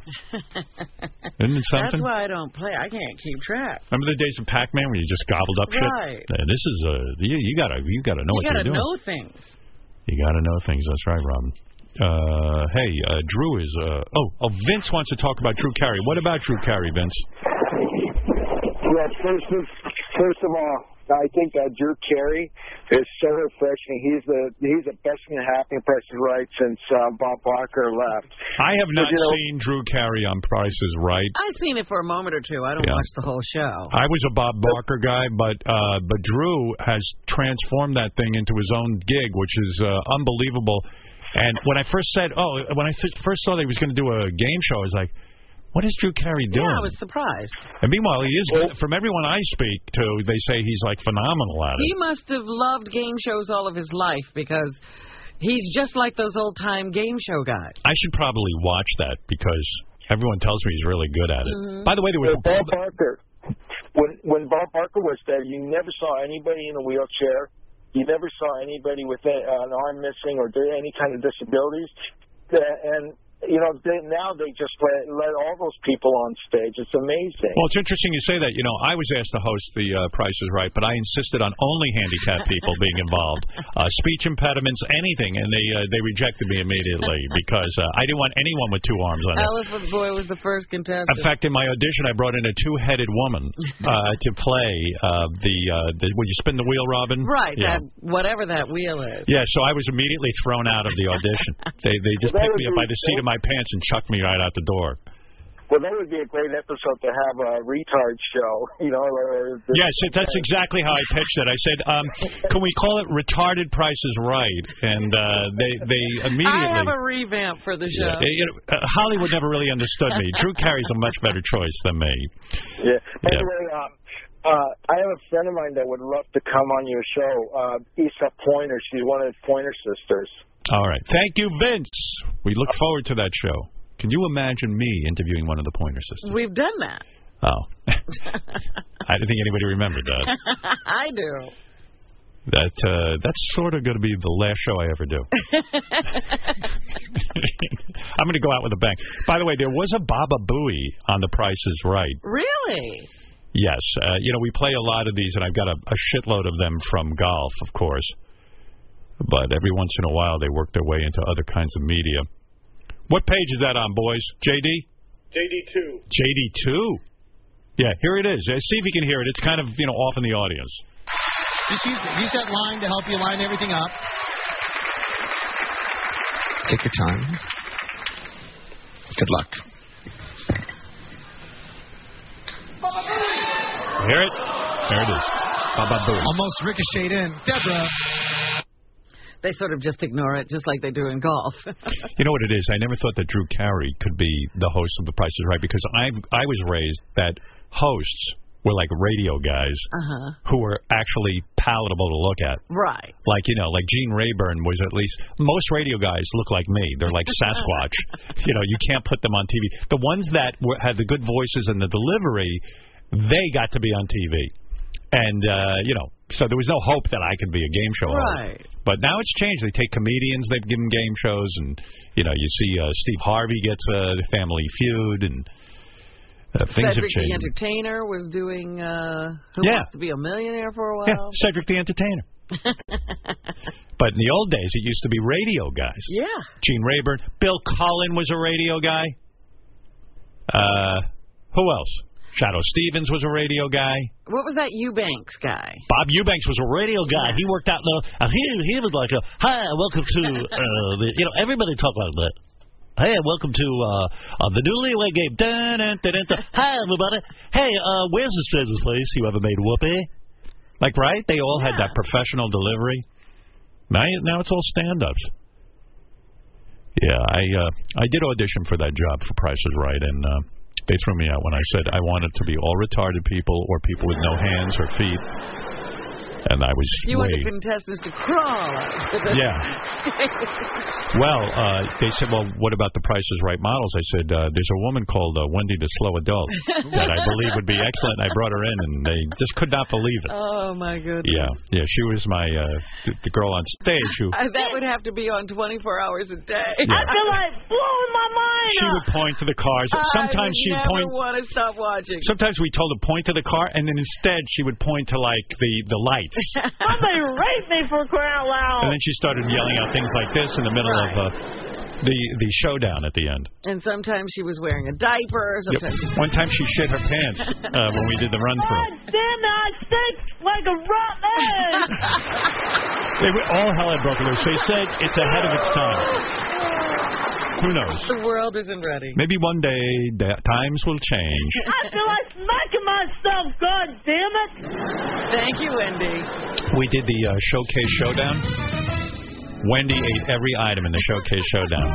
Speaker 1: Isn't it something?
Speaker 3: That's why I don't play. I can't keep track.
Speaker 1: Remember the days of Pac-Man where you just gobbled up shit?
Speaker 3: Right.
Speaker 1: Uh, This is a you, you gotta you gotta know
Speaker 3: you
Speaker 1: what
Speaker 3: gotta
Speaker 1: you're doing.
Speaker 3: know things.
Speaker 1: You gotta know things. That's right, Robin. Uh, hey, uh, Drew is uh, oh oh Vince wants to talk about Drew Carey. What about Drew Carey, Vince?
Speaker 5: Well, first of, first of all, I think uh, Drew Carey is so refreshing. He's the he's the best thing that happened to Price is Right since uh, Bob Barker left.
Speaker 1: I have
Speaker 5: But,
Speaker 1: not
Speaker 5: you know-
Speaker 1: seen Drew Carey on Price is Right.
Speaker 3: I've seen it for a moment or two. I don't
Speaker 1: Yeah.
Speaker 3: watch the whole show.
Speaker 1: I was a Bob Barker guy, but uh, but Drew has transformed that thing into his own gig, which is uh, unbelievable. And when I first said, oh, when I th first saw that he was going to do a game show, I was like, what is Drew Carey doing?
Speaker 3: Yeah, I was surprised.
Speaker 1: And meanwhile, he is from everyone I speak to, they say he's like phenomenal at it.
Speaker 3: He must have loved game shows all of his life because he's just like those old time game show guys.
Speaker 1: I should probably watch that because everyone tells me he's really good at it.
Speaker 3: Mm-hmm.
Speaker 5: Mhm.
Speaker 1: By the way, there was
Speaker 5: Well, Bob Barker. When when Bob Barker was there, you never saw anybody in a wheelchair. You never saw anybody with a, an arm missing or did any kind of disabilities. The- And
Speaker 2: you know, they, now they just let, let all those people on stage. It's amazing.
Speaker 1: Well, it's interesting you say that. You know, I was asked to host the uh, Price is Right, but I insisted on only handicapped people being involved, uh, speech impediments, anything, and they uh, they rejected me immediately because uh, I didn't want anyone with two arms on it.
Speaker 3: Elephant Boy was the first contestant.
Speaker 1: Uh-huh. In fact, in my audition, I brought in a two-headed woman uh, to play uh, the, uh, the when you spin the wheel, Robin.
Speaker 3: Right,
Speaker 1: Yeah.
Speaker 3: that, whatever that wheel is.
Speaker 1: Yeah, so I was immediately thrown out of the audition. they they just
Speaker 2: Well, that
Speaker 1: picked me
Speaker 2: would
Speaker 1: up by
Speaker 2: be-
Speaker 1: the seat of my pants and chucked me right out the door.
Speaker 2: Well, that would be a great episode to have a retard show, you know. Or, or-
Speaker 1: Yes, it- that's exactly how I pitched it. I said, um, "Can we call it retarded Price is Right?" And uh, they they immediately.
Speaker 3: I have a revamp for the show.
Speaker 1: Yeah, you know, uh, Hollywood never really understood me. Drew Carey's a much better choice than me.
Speaker 2: Yeah.
Speaker 1: Yeah.
Speaker 2: Anyway, um, uh, I have a friend of mine that would love to come on your show, uh, Issa Pointer. She's one of the Pointer sisters.
Speaker 1: All right. Thank you, Vince. We look forward to that show. Can you imagine me interviewing one of the Pointer Sisters?
Speaker 3: We've done that.
Speaker 1: Oh. I didn't think anybody remembered that.
Speaker 3: I do.
Speaker 1: That uh, that's sort of going to be the last show I ever do. I'm going to go out with a bang. By the way, there was a Baba Booey on The Price Is Right.
Speaker 3: Really?
Speaker 1: Yes, uh, you know we play a lot of these, and I've got a, a shitload of them from golf, of course. But every once in a while, they work their way into other kinds of media. What page is that on, boys? JD.
Speaker 9: JD2.
Speaker 1: JD two. Yeah, here it is. Uh, See if you can hear it. It's kind of you know off in the audience.
Speaker 14: Just use, use that line to help you line everything up.
Speaker 1: Take your time.
Speaker 16: Good luck.
Speaker 1: Hear it? There it is. Baba Booey.
Speaker 14: Almost ricocheted in. Deborah.
Speaker 3: They sort of just ignore it, just like they do in golf.
Speaker 1: You know what it is? I never thought that Drew Carey could be the host of The Price is Right because I I was raised that hosts were like radio guys
Speaker 3: Uh-huh.
Speaker 1: who were actually palatable to look at.
Speaker 3: Right.
Speaker 1: Like you know, like Gene Rayburn was at least most radio guys look like me. They're like Sasquatch. you know, you can't put them on TV. The ones that were, had the good voices and the delivery, they got to be on TV. And uh, you know, so there was no hope that I could be a game show host.
Speaker 4: Right.
Speaker 1: But now it's changed. They take comedians. They've given game shows, and you know, you see uh, Steve Harvey gets uh, Family Feud, and uh, things have
Speaker 3: Cedric the
Speaker 1: changed.
Speaker 3: Entertainer was doing uh, Who
Speaker 1: Yeah.
Speaker 3: Wants to Be a Millionaire for a while.
Speaker 1: Yeah, Cedric the Entertainer. but in the old days, it used to be radio guys.
Speaker 3: Yeah.
Speaker 1: Gene Rayburn, Bill Cullen was a radio guy. Uh, who else? Shadow Stevens was a radio guy.
Speaker 3: What was that Eubanks guy?
Speaker 1: Bob Eubanks was a radio guy. He worked out in the. And he he was like, a, "Hi, welcome to uh, the, you know everybody talk like that." Hey, welcome to uh, uh, the Newlywed Game. Dun, dun, dun, dun, dun. Hi, everybody. Hey, uh, where's this business place you ever made whoopee? Like, right? They all had that professional delivery. Now, now it's all stand-ups. Yeah, I uh, I did audition for that job for Price is Right, and uh, they threw me out when I said I wanted to be all retarded people or people with no hands or feet, and I was
Speaker 3: You
Speaker 1: way
Speaker 3: want the contestants to crawl.
Speaker 1: Yeah. well. Uh, they said, well, what about the Price is Right models? I said, uh, there's a woman called uh, Wendy the Slow Adult that I believe would be excellent. And I brought her in, and they just could not believe it.
Speaker 3: oh, my goodness.
Speaker 1: Yeah, yeah, she was my uh, th the girl on stage who
Speaker 3: Uh, that would have to be on 24 hours a day.
Speaker 1: Yeah. I feel
Speaker 3: like blowing my mind.
Speaker 1: she would point to the cars. Sometimes she'd point.
Speaker 3: want to stop watching.
Speaker 1: Sometimes we told her point to the car, and then instead she would point to like the the lights,
Speaker 4: Somebody raped me for crying out loud.
Speaker 1: and then she started yelling out things like this in the middle of uh, the the showdown at the end.
Speaker 3: And sometimes she was wearing a diaper.
Speaker 1: Yep.
Speaker 3: Sometimes
Speaker 1: One time she shit her pants uh, when we did the run through.
Speaker 4: Damn it, I stink like a rotten egg.
Speaker 1: They were, all hell had broken loose. They said it's ahead of its time. Who knows?
Speaker 3: the world isn't ready.
Speaker 1: Maybe one day the times will change.
Speaker 4: I feel like smacking myself, god damn it.
Speaker 3: Thank you, Wendy.
Speaker 1: We did the uh, showcase showdown. Wendy ate every item in the showcase showdown.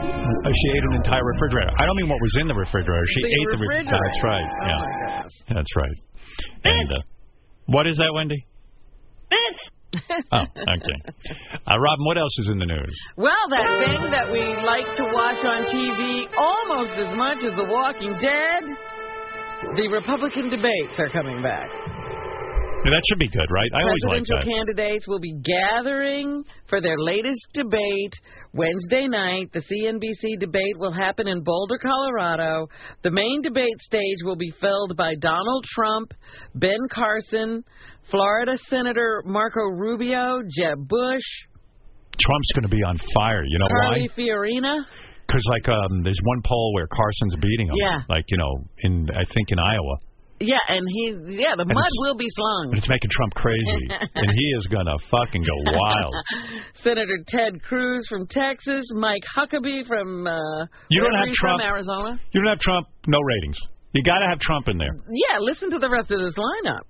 Speaker 1: Uh, she ate an entire refrigerator. I don't mean what was in the refrigerator. She
Speaker 4: The
Speaker 1: ate the
Speaker 4: refrigerator.
Speaker 1: That's right.
Speaker 4: Oh,
Speaker 1: yeah.
Speaker 4: my goodness.
Speaker 1: That's right. And uh, what is that, Wendy?
Speaker 4: Bitch.
Speaker 1: Oh, okay. Uh, Robin, what else is in the news?
Speaker 3: Well, that thing that we like to watch on TV almost as much as The Walking Dead, the Republican debates are coming back.
Speaker 1: Yeah, that should be good, right? I always like
Speaker 3: Presidential
Speaker 1: that.
Speaker 3: candidates will be gathering for their latest debate Wednesday night. The CNBC debate will happen in Boulder, Colorado. The main debate stage will be filled by Donald Trump, Ben Carson, Florida Senator Marco Rubio, Jeb Bush,
Speaker 1: Trump's going to be on fire. You know
Speaker 3: Carly
Speaker 1: why?
Speaker 3: Fiorina.
Speaker 1: Because like um, there's one poll where Carson's beating him.
Speaker 3: Yeah.
Speaker 1: Like you know, in I think in Iowa,
Speaker 3: Yeah, and he, yeah, the
Speaker 1: And
Speaker 3: mud
Speaker 1: it's-
Speaker 3: will be slung.
Speaker 1: and it's making Trump crazy, and he is going to fucking go wild.
Speaker 3: Senator Ted Cruz from Texas, Mike Huckabee from uh,
Speaker 1: You don't
Speaker 3: wherever
Speaker 1: have
Speaker 3: he's
Speaker 1: Trump.
Speaker 3: from Arizona.
Speaker 1: You don't have Trump, no ratings. You got to have Trump in there.
Speaker 3: Yeah, listen to the rest of this lineup.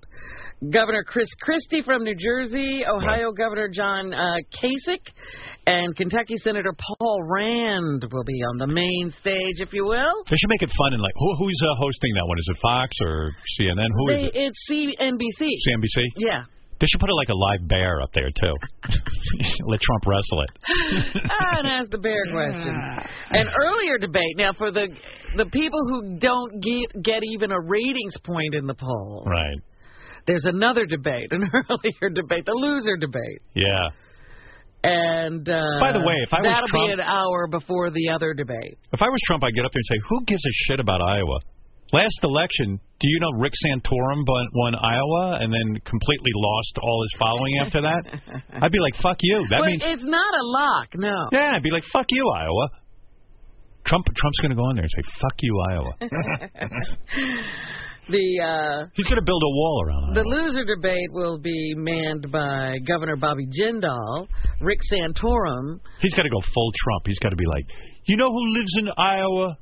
Speaker 3: Governor Chris Christie from New Jersey, Ohio Governor John uh, Kasich, and Kentucky Senator Paul Rand will be on the main stage, if you will.
Speaker 1: They should make it fun and like who, who's uh, hosting that one? Is it Fox or CNN? Who is
Speaker 3: They-
Speaker 1: it?
Speaker 3: It's CNBC.
Speaker 1: CNBC.
Speaker 3: Yeah.
Speaker 1: They should put it like a live bear up there too. Let Trump wrestle it.
Speaker 3: Ah, and ask the bear question. An earlier debate now for the the people who don't get get even a ratings point in the poll.
Speaker 1: Right.
Speaker 3: There's another debate, an earlier debate, the loser debate.
Speaker 1: Yeah.
Speaker 3: And uh,
Speaker 1: By the way, if I was
Speaker 3: that'll
Speaker 1: Trump-
Speaker 3: be an hour before the other debate.
Speaker 1: If I was Trump, I'd get up there and say, "Who gives a shit about Iowa?" Last election, do you know Rick Santorum won, won Iowa and then completely lost all his following after that? I'd be like, "Fuck you." That
Speaker 3: but
Speaker 1: means
Speaker 3: it's not a lock, no.
Speaker 1: yeah. I'd be like, "Fuck you, Iowa." Trump Trump's going to go in there and say, "Fuck you, Iowa."
Speaker 3: the
Speaker 1: He's going to build a wall around.
Speaker 3: uh, the loser debate will be manned by Governor Bobby Jindal, Rick Santorum,
Speaker 1: He's got to go full Trump. He's got to be like, you know who lives in Iowa?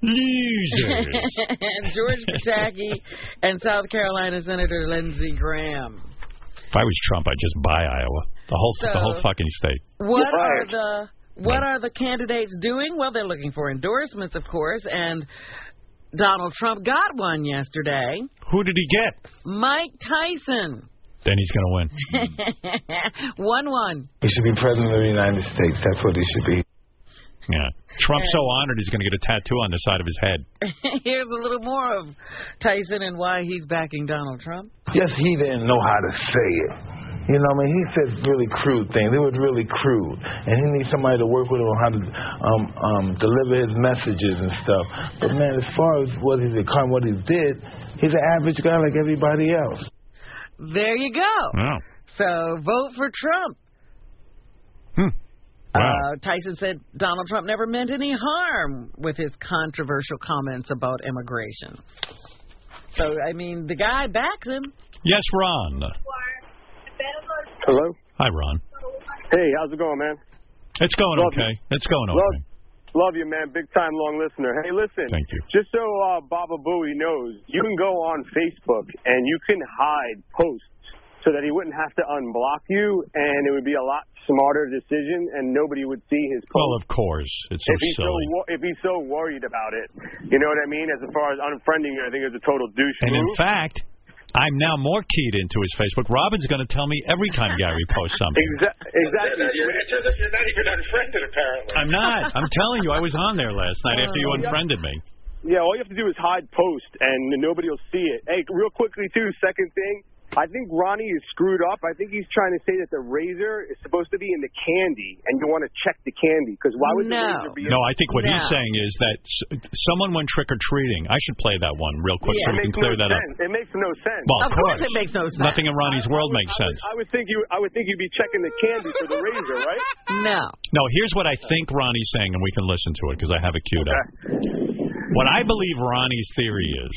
Speaker 1: Losers.
Speaker 3: and George Pataki and South Carolina Senator Lindsey Graham.
Speaker 1: if I was Trump, I'd just buy Iowa, the whole the
Speaker 3: So-
Speaker 1: whole fucking state.
Speaker 3: What are the what are the candidates doing? Well, they're looking for endorsements, of course, and Donald Trump got one yesterday.
Speaker 1: Who did he get?
Speaker 3: Mike Tyson.
Speaker 1: Then he's going to win.
Speaker 3: one one.
Speaker 8: He should be president of the United States. That's what he should be.
Speaker 1: Yeah. Trump's so honored he's going to get a tattoo on the side of his head.
Speaker 3: Here's a little more of Tyson and why he's backing Donald Trump.
Speaker 8: Yes, he didn't know how to say it. You know, I mean, he said really crude things. It was really crude, and he needs somebody to work with him on how to um, um, deliver his messages and stuff. But man, as far as what he's become, what he did, he's an average guy like everybody else.
Speaker 3: There you go.
Speaker 1: Wow.
Speaker 3: So vote for Trump.
Speaker 1: Hmm. Wow.
Speaker 3: Uh, Tyson said Donald Trump never meant any harm with his controversial comments about immigration. So I mean, the guy backs him.
Speaker 1: Yes, Ron.
Speaker 17: Hello.
Speaker 1: Hi, Ron.
Speaker 17: Hey, how's it going, man?
Speaker 1: It's going
Speaker 17: Love
Speaker 1: okay. It's going
Speaker 17: Love,
Speaker 1: okay.
Speaker 17: love you, man. Big time, long listener. Hey, listen.
Speaker 1: Thank you.
Speaker 17: Just so uh, Baba Booey knows, you can go on Facebook and you can hide posts so that he wouldn't have to unblock you, and it would be a lot smarter decision, and nobody would see his post.
Speaker 1: Well, of course, it's so
Speaker 17: if he's so
Speaker 1: silly.
Speaker 17: wo- if he's so worried about it, you know what I mean. As far as unfriending you, I think it's a total douche
Speaker 1: and in
Speaker 17: move.
Speaker 1: fact, I'm now more keyed into his Facebook. Robin's going to tell me every time Gary posts something.
Speaker 17: Exactly. Exactly.
Speaker 9: You're, you're not even unfriended, apparently.
Speaker 1: I'm not. I'm telling you, I was on there last night after you
Speaker 17: Oh, yeah.
Speaker 1: unfriended me.
Speaker 17: Yeah, all you have to do is hide post, and nobody will see it. Hey, real quickly too. Second thing, I think Ronnie is screwed up. I think he's trying to say that the razor is supposed to be in the candy, and you want to check the candy because why would the razor be?
Speaker 1: No, I think what he's saying is that s- someone went trick or treating. I should play that one real quick so
Speaker 17: it
Speaker 1: we can
Speaker 17: makes
Speaker 1: clear
Speaker 17: no
Speaker 1: that
Speaker 17: sense.
Speaker 1: up.
Speaker 17: It makes no sense.
Speaker 1: Well, of, Nothing in Ronnie's world makes sense.
Speaker 17: I would think you. I would think you'd be checking the candy for the razor, right?
Speaker 3: No.
Speaker 1: No, here's what I think Ronnie's saying, and we can listen to it because I have it queued up. What I believe Ronnie's theory is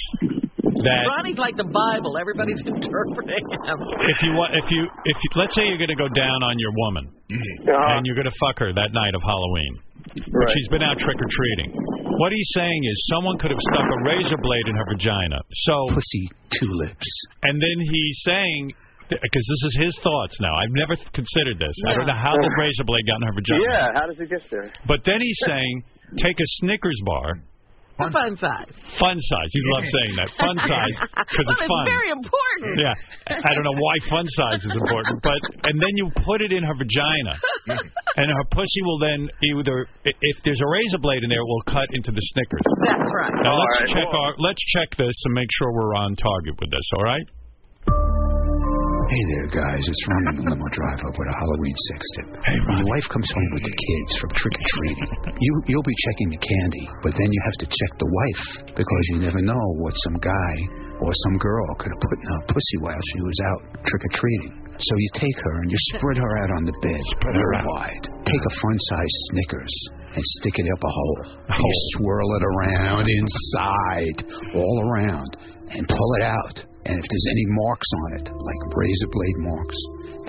Speaker 1: that
Speaker 3: Ronnie's like the Bible. Everybody's interpreting him.
Speaker 1: if you want, if you, if you, let's say you're going to go down on your woman and you're going to fuck her that night of Halloween, but
Speaker 23: Right.
Speaker 1: she's been out trick or treating. What he's saying is someone could have stuck a razor blade in her vagina. So pussy tulips. And then he's saying. Because this is his thoughts now. I've never th- considered this. I don't know how the razor blade got in her vagina.
Speaker 17: Yeah. How does it get there?
Speaker 1: But then he's saying, take a Snickers bar,
Speaker 3: The fun size.
Speaker 1: fun size. You love saying that, fun size, because
Speaker 3: well,
Speaker 1: it's fun.
Speaker 3: very important.
Speaker 1: Yeah, I don't know why fun size is important, but and then you put it in her vagina, and her pussy will then either i- if there's a razor blade in there, it will cut into the Snickers.
Speaker 3: That's right.
Speaker 1: Now let's check our let's check this and make sure we're on target with this. All right.
Speaker 36: Hey there, guys. It's Ronnie the limo driver with a Halloween sex tip. Hey, Ronnie. My wife comes home with the kids from trick or treating. You you'll be checking the candy, but then you have to check the wife because you never know what some guy or some girl could have put in her pussy while she was out trick or treating. So you take her and you spread her out on the bed, spread her out wide. Take a fun size Snickers and stick it up a hole. And
Speaker 1: Oh.
Speaker 36: you swirl it around inside, all around, and pull it out. And if there's any marks on it, like razor blade marks,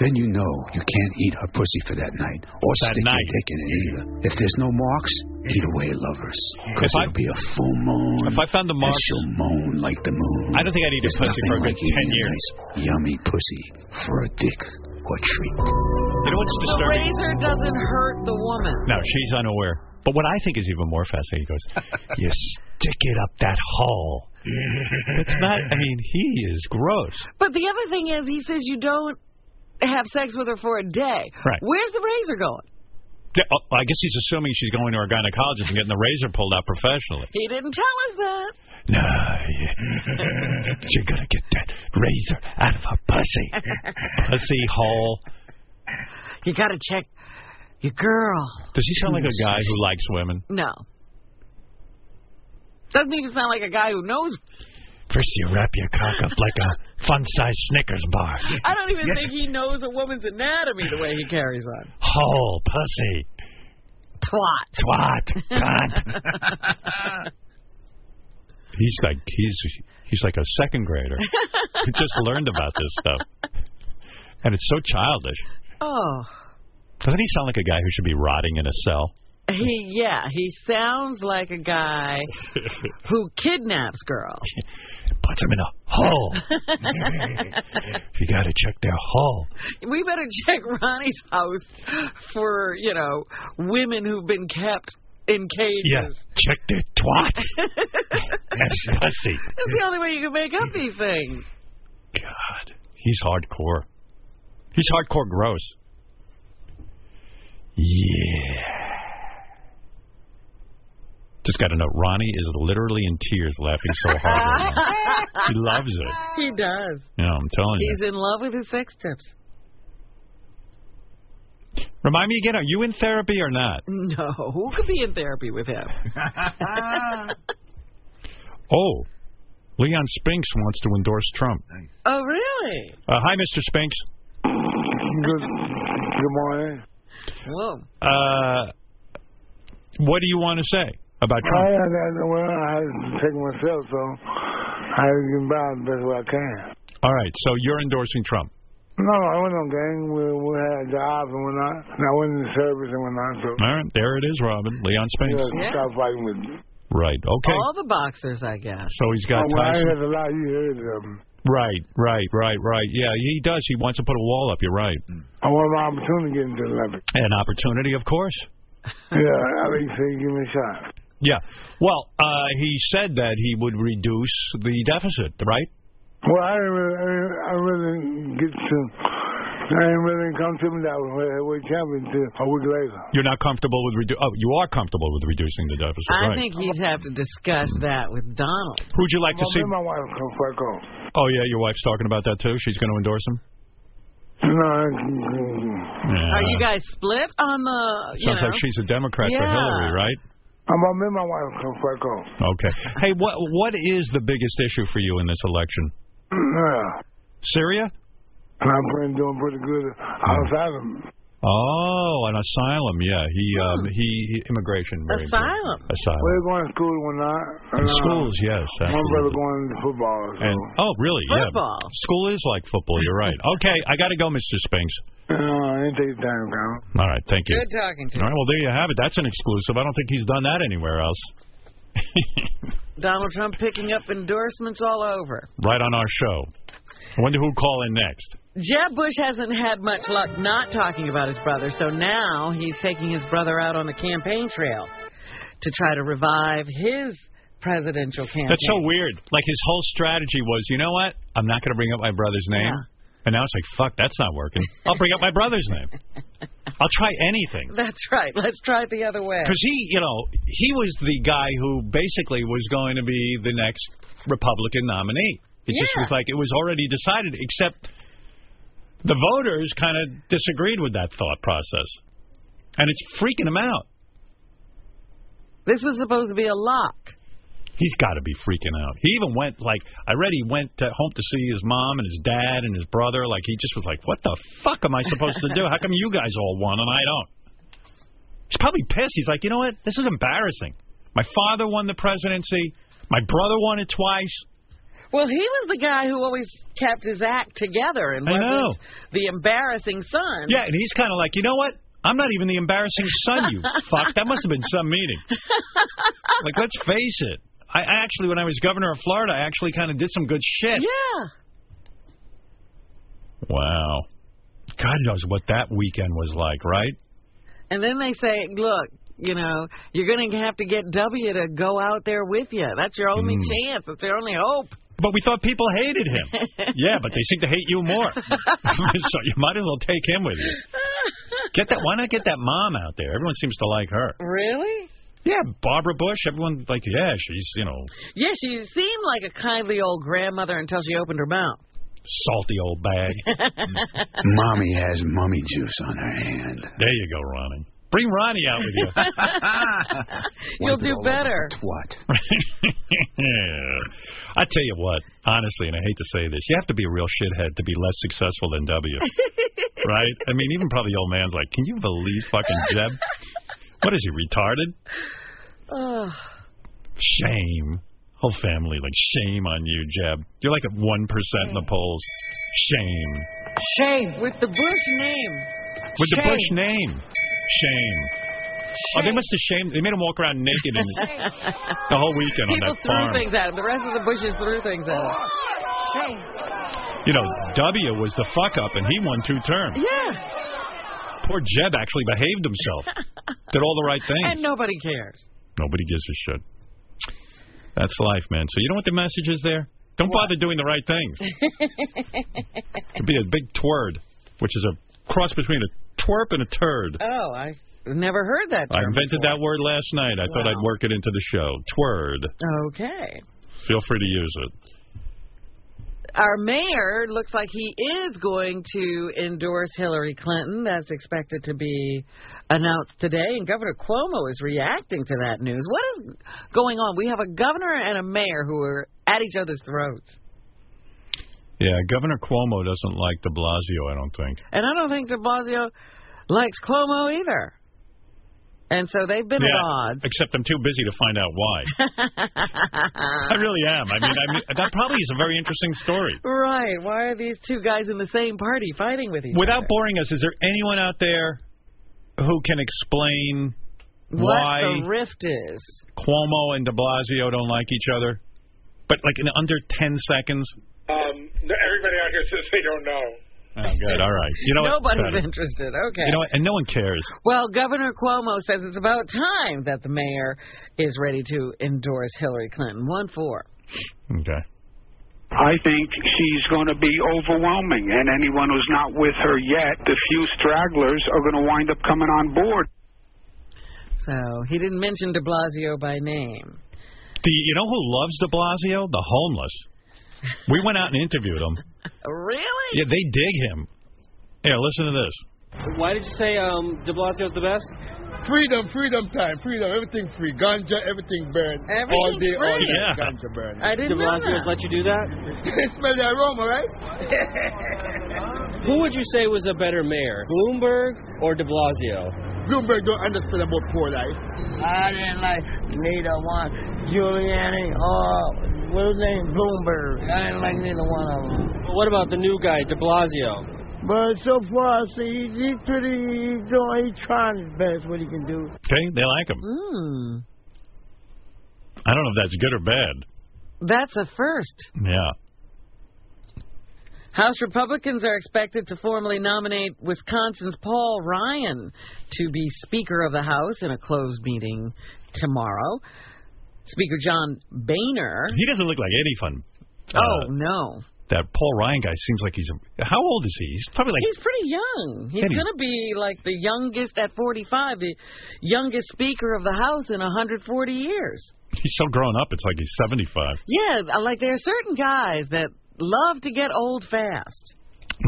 Speaker 36: then you know you can't eat her pussy for that night or
Speaker 1: That
Speaker 36: stick
Speaker 1: night.
Speaker 36: your dick in it either. If there's no marks, eat away, lovers.
Speaker 1: If
Speaker 36: Because
Speaker 1: I-
Speaker 36: it'll be a full moon.
Speaker 1: If I found the
Speaker 36: and
Speaker 1: marks-
Speaker 36: she'll moan like the moon.
Speaker 1: I don't think I'd eat a
Speaker 36: There's
Speaker 1: pussy for a
Speaker 36: nothing
Speaker 1: good
Speaker 36: like eating
Speaker 1: 10 years.
Speaker 36: a nice yummy pussy for a dick or treat.
Speaker 1: You know what's
Speaker 3: The
Speaker 1: disturbing?
Speaker 3: razor doesn't hurt the woman.
Speaker 1: No, she's unaware. But what I think is even more fascinating, he goes, you stick it up that hole. it's not, I mean, he is gross.
Speaker 3: But the other thing is, he says you don't have sex with her for a day.
Speaker 1: Right.
Speaker 3: Where's the razor going?
Speaker 1: Yeah, oh, I guess he's assuming she's going to her gynecologist and getting the razor pulled out professionally.
Speaker 3: He didn't tell us that.
Speaker 1: No, you're going to get that razor out of her pussy. pussy hole.
Speaker 3: You got to check your girl.
Speaker 1: Does he sound like a guy who likes women?
Speaker 3: No. Doesn't even sound like a guy who knows.
Speaker 1: First you wrap your cock up like a fun-sized Snickers bar.
Speaker 3: I don't even think he knows a woman's anatomy the way he carries on.
Speaker 1: Hole, pussy.
Speaker 3: Twat.
Speaker 1: Twat. He's like he's he's like a second grader who just learned about this stuff, and it's so childish.
Speaker 3: oh.
Speaker 1: Doesn't he sound like a guy who should be rotting in a cell?
Speaker 3: He yeah, he sounds like a guy who kidnaps girls.
Speaker 1: Puts him in a hole. You got to check their hole.
Speaker 3: we better check Ronnie's house for, you know, women who've been kept in cages.
Speaker 1: Yeah, check their twat and pussy.
Speaker 3: That's the only way you can make up these things.
Speaker 1: God, he's hardcore. He's hardcore gross. Yeah. Just got to know, Ronnie is literally in tears laughing so hard. right now. he loves it.
Speaker 3: He does.
Speaker 1: You know, I'm telling you.
Speaker 3: He's in love with his sex tips.
Speaker 1: Remind me again, are you in therapy or not?
Speaker 3: No, who could be in therapy with him?
Speaker 1: Oh, Leon Spinks wants to endorse Trump.
Speaker 3: oh, really?
Speaker 1: Uh, hi, Mr. Spinks.
Speaker 37: Good, good morning.
Speaker 3: Whoa.
Speaker 1: Uh, what do you want to say about
Speaker 37: I,
Speaker 1: Trump?
Speaker 37: I, I- well, I had to take myself, so I had to get by the best way I can.
Speaker 1: All right, so you're endorsing Trump.
Speaker 37: No, I went on gang. We, we had jobs and whatnot, and I went in the service and whatnot, so.
Speaker 1: All right, there it is, Robin. Leon Spinks.
Speaker 37: Yeah, stop fighting with me.
Speaker 1: Right, okay.
Speaker 3: All the boxers, I guess.
Speaker 1: So he's got
Speaker 37: Oh, well, I
Speaker 1: Tyson.
Speaker 37: heard a lot. You um, heard of them.
Speaker 1: Right, right, right, right. Yeah, he does. He wants to put a wall up. You're right.
Speaker 37: I want my opportunity to get into the Olympics.
Speaker 1: An opportunity, of course.
Speaker 37: Yeah, I think so. Give me a shot.
Speaker 1: Yeah. Well, uh, he said that he would reduce the deficit, right?
Speaker 37: Well, I didn't really, I didn't, I really didn't get to. I didn't really come to me that way. Heavyweight championship a week later.
Speaker 1: You're not comfortable with redu- Oh, you are comfortable with reducing the deficit,
Speaker 3: I
Speaker 1: right?
Speaker 3: think you'd have to discuss that with Donald.
Speaker 1: Who'd you like to
Speaker 37: Well,
Speaker 1: see?
Speaker 37: me and my wife come fuck off.
Speaker 1: Oh yeah, your wife's talking about that too. She's going to endorse him.
Speaker 37: No, I-
Speaker 1: Yeah.
Speaker 3: Are you guys split on the? You
Speaker 1: Uh, Sounds
Speaker 3: know?
Speaker 1: like she's a Democrat for
Speaker 3: Yeah.
Speaker 1: Hillary, right?
Speaker 37: I'm gonna make my wife come fuck off.
Speaker 1: Okay. Hey, what what is the biggest issue for you in this election?
Speaker 37: Yeah.
Speaker 1: Syria?
Speaker 37: And I've been doing pretty good outside of
Speaker 1: Oh, an asylum. Yeah, he
Speaker 37: Hmm.
Speaker 1: um, he, he immigration. Very important.
Speaker 37: Asylum.
Speaker 1: Asylum.
Speaker 37: We're going to school when not. And, uh,
Speaker 1: Schools, yes.
Speaker 37: One
Speaker 1: Absolutely.
Speaker 37: brother going to football. So.
Speaker 1: And oh, really?
Speaker 37: Football.
Speaker 1: Yeah. School is like football. You're right. Okay, I got to go, Mr. Spinks.
Speaker 37: Uh, it takes time, Colonel.
Speaker 1: All right, thank you.
Speaker 37: Good talking to
Speaker 1: All right, well there you have it. That's an exclusive. I don't think he's done that anywhere else.
Speaker 3: Donald Trump picking up endorsements all over.
Speaker 1: Right on our show. I wonder who call in next.
Speaker 3: Jeb Bush hasn't had much luck not talking about his brother, so now he's taking his brother out on the campaign trail to try to revive his presidential campaign.
Speaker 1: That's so weird. Like his whole strategy was, you know what? I'm not going to bring up my brother's name. And now it's like, fuck, that's not working. I'll bring up my brother's name. I'll try anything.
Speaker 3: That's right. Let's try it the other way.
Speaker 1: Because he, you know, he was the guy who basically was going to be the next Republican nominee. It just
Speaker 3: Yeah.
Speaker 1: was like it was already decided, except The voters kind of disagreed with that thought process, and it's freaking him out.
Speaker 3: This was supposed to be a lock.
Speaker 1: He's got to be freaking out. He even went like I read he went to home to see his mom and his dad and his brother. Like he just was like, "What the fuck am I supposed to do? How come you guys all won and I don't?" He's probably pissed. He's like, "You know what? This is embarrassing. My father won the presidency. My brother won it twice.
Speaker 3: Well, he was the guy who always kept his act together and
Speaker 1: I
Speaker 3: wasn't
Speaker 1: know.
Speaker 3: the embarrassing son.
Speaker 1: Yeah, and he's kind of like, you know what? I'm not even the embarrassing son, you fuck. That must have been some meeting. Like, let's face it. I I actually, when I was governor of Florida, I actually kind of did some good shit.
Speaker 3: Yeah.
Speaker 1: Wow. God knows what that weekend was like, right?
Speaker 3: And then they say, look, you know, you're going to have to get W to go out there with you. That's your only chance. That's your only hope.
Speaker 1: Hmm. But we thought people hated him. yeah, but they seem to hate you more. so you might as well take him with you. Get that? Why not get that mom out there? Everyone seems to like her.
Speaker 3: Really?
Speaker 1: Yeah, Barbara Bush. Everyone like, yeah, she's you know
Speaker 3: Yeah, she seemed like a kindly old grandmother until she opened her mouth.
Speaker 1: salty old bag.
Speaker 36: Mommy has mummy juice on her hand.
Speaker 1: There you go, Ronnie. Bring Ronnie out with you.
Speaker 3: You'll do better.
Speaker 36: What?
Speaker 1: I tell you what, honestly, and I hate to say this, you have to be a real shithead to be less successful than W. right? I mean, even probably the old man's like, can you believe fucking Jeb? What is he retarded?
Speaker 4: Oh.
Speaker 3: Ugh.
Speaker 1: Shame. Whole family, like shame on you, Jeb. You're like at one percent in the polls. Shame.
Speaker 3: Shame. With the Bush name.
Speaker 1: With the Bush name. Shame. Oh, they must have shamed. They made him walk around naked and the whole weekend on
Speaker 3: People
Speaker 1: that
Speaker 3: threw
Speaker 1: farm.
Speaker 3: things at him. The rest of the Bushes threw things at him. Shame.
Speaker 1: You know, W was the fuck up, and he won two terms.
Speaker 3: Yeah.
Speaker 1: Poor Jeb actually behaved himself. Did all the right things.
Speaker 3: And nobody cares.
Speaker 1: Nobody gives a shit. That's life, man. So you know what the message is there? Don't bother doing the right things. It'd be a big twird, which is a cross between a twerp and a turd.
Speaker 3: Oh, I never heard that.
Speaker 1: I invented that word last night. I thought I'd work it into the show. Twird.
Speaker 3: Okay.
Speaker 1: Feel free to use it.
Speaker 3: Our mayor looks like he is going to endorse Hillary Clinton. That's expected to be announced today. And Governor Cuomo is reacting to that news. What is going on? We have a governor and a mayor who are at each other's throats.
Speaker 1: Yeah, Governor Cuomo doesn't like de Blasio, I don't think.
Speaker 3: And I don't think de Blasio likes Cuomo either. And so they've been at odds.
Speaker 1: Except I'm too busy to find out why. I really am. I mean, I mean, that probably is a very interesting story.
Speaker 3: Right. Why are these two guys in the same party fighting with each
Speaker 1: Without
Speaker 3: other?
Speaker 1: boring us, is there anyone out there who can explain
Speaker 3: what
Speaker 1: why
Speaker 3: the rift is.
Speaker 1: Cuomo and de Blasio don't like each other? But like in under 10 seconds?
Speaker 9: Um, no, everybody out here says they don't know.
Speaker 1: Oh, good. All right. You know what?
Speaker 3: Nobody's
Speaker 1: Better.
Speaker 3: interested. Okay.
Speaker 1: You know what? And no one cares.
Speaker 3: Well, Governor Cuomo says it's about time that the mayor is ready to endorse Hillary Clinton. One four.
Speaker 1: Okay.
Speaker 15: I think she's going to be overwhelming, and anyone who's not with her yet, the few stragglers are going to wind up coming on board.
Speaker 3: So he didn't mention De Blasio by name.
Speaker 1: The, you know who loves de Blasio? The homeless. We went out and interviewed him.
Speaker 3: Really?
Speaker 1: Yeah, they dig him. Here, listen to this.
Speaker 18: Why did you say um, De Blasio's the best?
Speaker 23: Freedom, freedom time, freedom, everything free. Ganja, everything burn. all day, all day, ganja burn.
Speaker 18: De Blasio's let you do that.
Speaker 23: Smell the aroma, right?
Speaker 18: Who would you say was a better mayor, Bloomberg or De Blasio?
Speaker 23: Bloomberg don't understand about poor life. I didn't like neither one. Giuliani or, what was his name, Bloomberg. I didn't like neither one of them.
Speaker 18: What about the new guy, De Blasio?
Speaker 23: But so far, see, he, he pretty, he, doing, he trying his best what he can do.
Speaker 1: Okay, they like him.
Speaker 3: Hmm.
Speaker 1: I don't know if that's good or bad.
Speaker 3: That's a first.
Speaker 1: Yeah.
Speaker 3: House Republicans are expected to formally nominate Wisconsin's Paul Ryan to be Speaker of the House in a closed meeting tomorrow. Speaker John Boehner.
Speaker 1: He doesn't look like any fun.
Speaker 3: Oh
Speaker 1: Uh,
Speaker 3: no.
Speaker 1: that Paul Ryan guy seems like he's. A, how old is he? He's probably like.
Speaker 3: He's pretty young. He's
Speaker 1: Yeah, he-
Speaker 3: going to be like the youngest at 45, the youngest speaker of the House in 140 years.
Speaker 1: He's so grown up. It's like he's 75.
Speaker 3: Yeah, like there are certain guys that love to get old fast.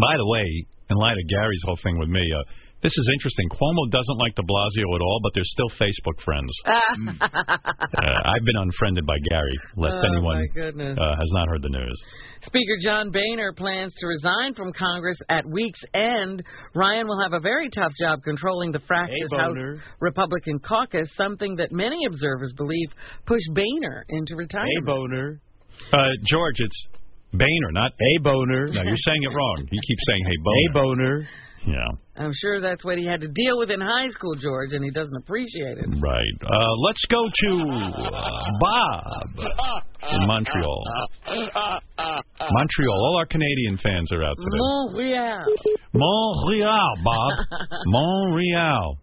Speaker 1: By the way, in light of Gary's whole thing with me, uh, this is interesting. Cuomo doesn't like De Blasio at all, but they're still Facebook friends.
Speaker 23: Ah.
Speaker 1: uh, I've been unfriended by Gary, lest
Speaker 3: Oh,
Speaker 1: anyone
Speaker 3: my goodness.
Speaker 1: Uh, has not heard the news.
Speaker 3: Speaker John Boehner plans to resign from Congress at week's end. Ryan will have a very tough job controlling the fractious
Speaker 46: Hey,
Speaker 3: House
Speaker 46: Boehner.
Speaker 3: Republican caucus, something that many observers believe pushed Boehner into retirement.
Speaker 1: boner. Uh, George, it's Boehner, not a boner. No, you're saying it wrong. You keep saying hey boner. Hey boner. Yeah,
Speaker 3: I'm sure that's what he had to deal with in high school, George, and he doesn't appreciate it.
Speaker 1: right. Uh, let's go to uh, Bob in Montreal. Montreal. All our Canadian fans are out today.
Speaker 3: Montreal.
Speaker 1: Montreal, Bob. Montreal.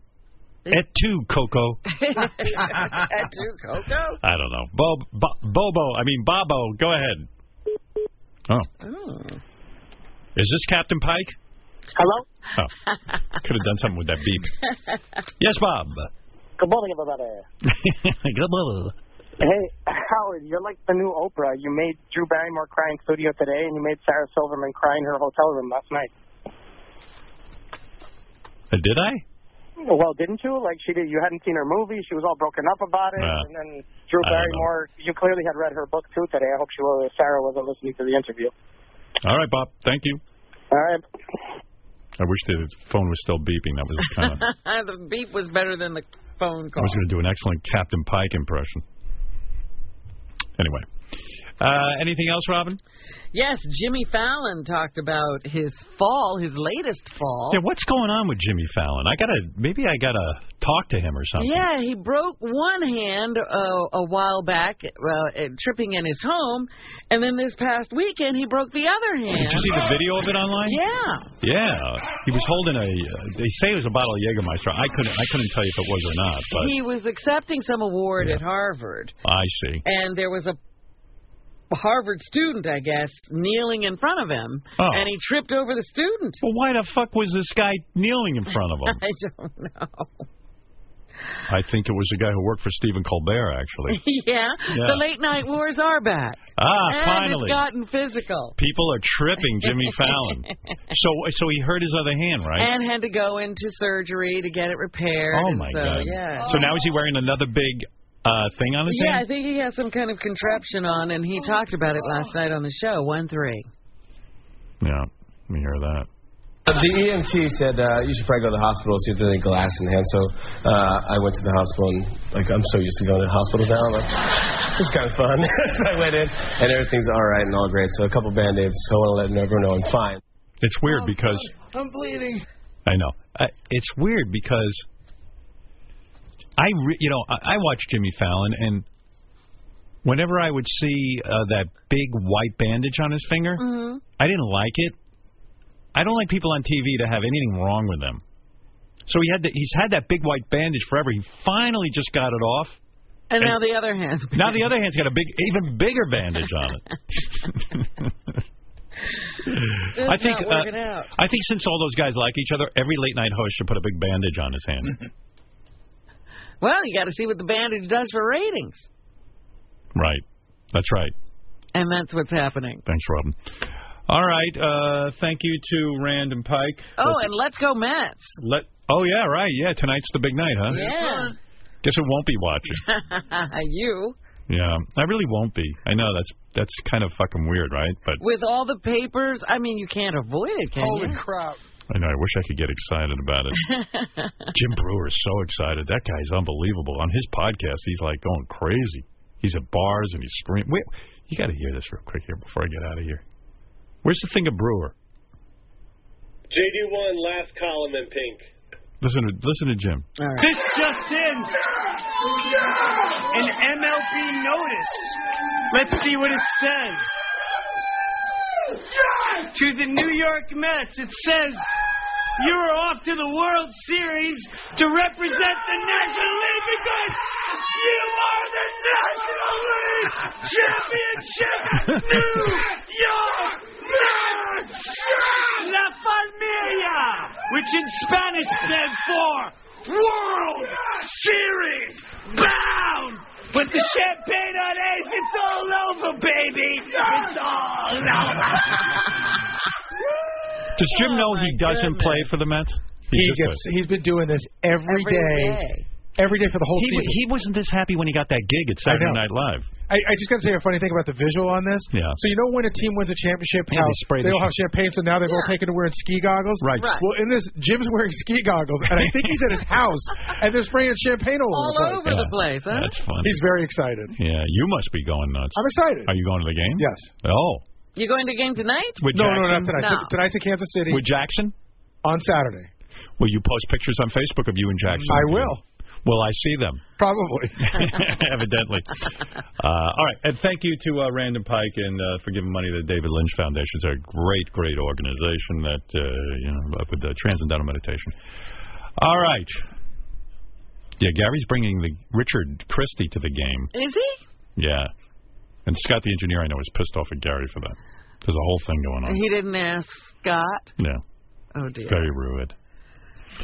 Speaker 1: Et tu, Coco?
Speaker 3: At you, Coco.
Speaker 1: I don't know. Bob, Bo- Bobo, I mean, Bobo, go ahead. Oh. Is this Captain Pike?
Speaker 5: Hello?
Speaker 1: Oh. Could have done something with that beep. Yes, Bob.
Speaker 5: Good morning, everybody.
Speaker 1: Good little.
Speaker 5: Hey, Howard, you're like the new Oprah. You made Drew Barrymore cry in studio today, and you made Sarah Silverman cry in her hotel room last night.
Speaker 1: Uh, Did I?
Speaker 5: Well, didn't you? Like she did. You hadn't seen her movie. She was all broken up about it.
Speaker 1: Yeah.
Speaker 5: and then Drew
Speaker 1: I don't know.
Speaker 5: Barrymore. You clearly had read her book too today. I hope she was. Sarah wasn't listening to the interview.
Speaker 1: All right, Bob. Thank you.
Speaker 5: All right.
Speaker 1: I wish the phone was still beeping. That was kind of.
Speaker 3: the beep was better than the
Speaker 1: I
Speaker 3: phone call.
Speaker 1: was going to do an excellent Captain Pike impression. Anyway. Uh, anything else, Robin?
Speaker 3: Yes, Jimmy Fallon talked about his fall, his latest fall.
Speaker 1: Yeah, what's going on with Jimmy Fallon? I gotta maybe I gotta talk to him or something.
Speaker 3: Yeah, he broke one hand uh, a while back, uh, tripping in his home, and then this past weekend he broke the other hand.
Speaker 1: Did you see the video of it online?
Speaker 3: Yeah.
Speaker 1: Yeah, he was holding a. Uh, they say it was a bottle of Jägermeister. I couldn't. I couldn't tell you if it was or not. But
Speaker 3: He was accepting some award at Harvard,
Speaker 1: I see.
Speaker 3: and there was a Harvard student, I guess, kneeling in front of him,
Speaker 1: Oh.
Speaker 3: and he tripped over the student.
Speaker 1: Well, why the fuck was this guy kneeling in front of him?
Speaker 3: I don't know.
Speaker 1: I think it was the guy who worked for Stephen Colbert, actually.
Speaker 3: yeah,
Speaker 1: Yeah.
Speaker 3: the late night wars are back.
Speaker 1: Ah,
Speaker 3: and
Speaker 1: finally.
Speaker 3: it's gotten physical.
Speaker 1: People are tripping Jimmy Fallon. So, so he hurt his other hand, right?
Speaker 3: And had to go into surgery to get it repaired.
Speaker 1: oh
Speaker 3: and
Speaker 1: my
Speaker 3: so,
Speaker 1: god!
Speaker 3: Yeah.
Speaker 1: So now is he wearing another big uh, thing on his
Speaker 3: Yeah, I
Speaker 1: hand?
Speaker 3: think he has some kind of contraption on, and he talked about it last night on the show. One three.
Speaker 1: Yeah, let me hear that.
Speaker 17: Uh, The EMT said uh, you should probably go to the hospital see if there's any glass in the hand. So uh, I went to the hospital and like I'm so used to going to hospitals now. I'm like, this is kind of fun. so I went in and everything's all right and all great. So a couple band-aids. So I want to let everyone know I'm fine.
Speaker 1: It's
Speaker 3: Oh,
Speaker 1: weird because
Speaker 17: I'm bleeding.
Speaker 1: I know. I, it's weird because I, re, you know, I, I watch Jimmy Fallon, and whenever I would see uh, that big white bandage on his finger, I didn't like it. I don't like people on TV to have anything wrong with them. So he had the, he's had that big white bandage forever. He finally just got it off.
Speaker 3: And now the other hand.
Speaker 1: Now the other hand's got a big, even bigger bandage on it. I think
Speaker 3: not
Speaker 1: uh,
Speaker 3: working out.
Speaker 1: I think since all those guys like each other, every late night host should put a big bandage on his hand.
Speaker 3: Mm-hmm. Well, you got to see what the bandage does for ratings,
Speaker 1: right. That's right.
Speaker 3: and that's what's happening.
Speaker 1: Thanks, Robin. All right. Uh, thank you to Rand and Pike.
Speaker 3: Oh, and let's go Mets.
Speaker 1: Let. Oh yeah, right. Yeah, tonight's the big night, huh?
Speaker 3: Yeah.
Speaker 1: Guess it won't be watching.
Speaker 3: you
Speaker 1: Yeah, I really won't be. I know that's that's kind of fucking weird, right? But
Speaker 3: with all the papers. I mean, you can't avoid it, can you?
Speaker 17: crap!
Speaker 1: I know I wish I could get excited about it. Jim Brewer is so excited. That guy's unbelievable. On his podcast, he's like going crazy. He's at bars and he's screaming. Wait, you got to hear this real quick here before I get out of here. Where's the thing of Brewer?
Speaker 47: JD1, last column in pink.
Speaker 1: Listen to listen to Jim.
Speaker 6: This just in. An MLB notice. Let's see what it says. To the New York Mets, it says, You are off to the World Series to represent the National League because you are the National League Championship New York Mets! La Familia, which in Spanish stands for World Series Bound! With the champagne on ace, it's all over, baby! It's all over!
Speaker 1: Does Jim know
Speaker 2: Oh,
Speaker 1: he doesn't play for the Mets?
Speaker 2: He
Speaker 1: just
Speaker 2: gets,
Speaker 1: goes-
Speaker 2: he's been doing this every
Speaker 1: Every
Speaker 2: day. Every day for the whole
Speaker 1: he,
Speaker 2: season.
Speaker 1: he wasn't this happy when he got that gig at
Speaker 2: I
Speaker 1: Saturday
Speaker 2: know.
Speaker 1: Night Live.
Speaker 2: I, I just got to say a funny thing about the visual on this.
Speaker 1: Yeah.
Speaker 2: So you know when a team wins a championship,
Speaker 1: Yeah,
Speaker 2: how
Speaker 1: they spray
Speaker 2: they
Speaker 1: the
Speaker 2: all have champagne, so now they've all taken to wearing ski goggles.
Speaker 1: Right. Right.
Speaker 2: Well, in this, Jim's wearing ski goggles, and I think he's at his house, and they're spraying champagne all, over the place.
Speaker 1: huh? That's funny.
Speaker 2: He's very excited.
Speaker 1: Yeah, you must be going nuts.
Speaker 2: I'm excited.
Speaker 1: Are you going to the game? Yes. Oh,
Speaker 3: You going to game tonight?
Speaker 1: With
Speaker 2: no, no,
Speaker 1: Jackson?
Speaker 2: not tonight.
Speaker 3: No.
Speaker 2: Tonight's in Kansas City.
Speaker 1: with Jackson?
Speaker 2: On Saturday.
Speaker 1: Will you post pictures on Facebook of you and Jackson?
Speaker 2: I will.
Speaker 1: Will I see them?
Speaker 2: Probably.
Speaker 1: Evidently. Uh, all right, and thank you to uh, Random Pike and uh, for giving money to the David Lynch Foundation. It's a great, great organization that uh, you know up with uh, transcendental meditation. All right. Yeah, Gary's bringing the Richard Christie to the game.
Speaker 3: Is he?
Speaker 1: Yeah, and Scott the engineer I know is pissed off at Gary for that. There's a whole thing going on.
Speaker 3: He didn't ask Scott.
Speaker 1: Yeah.
Speaker 3: Oh dear.
Speaker 1: Very rude.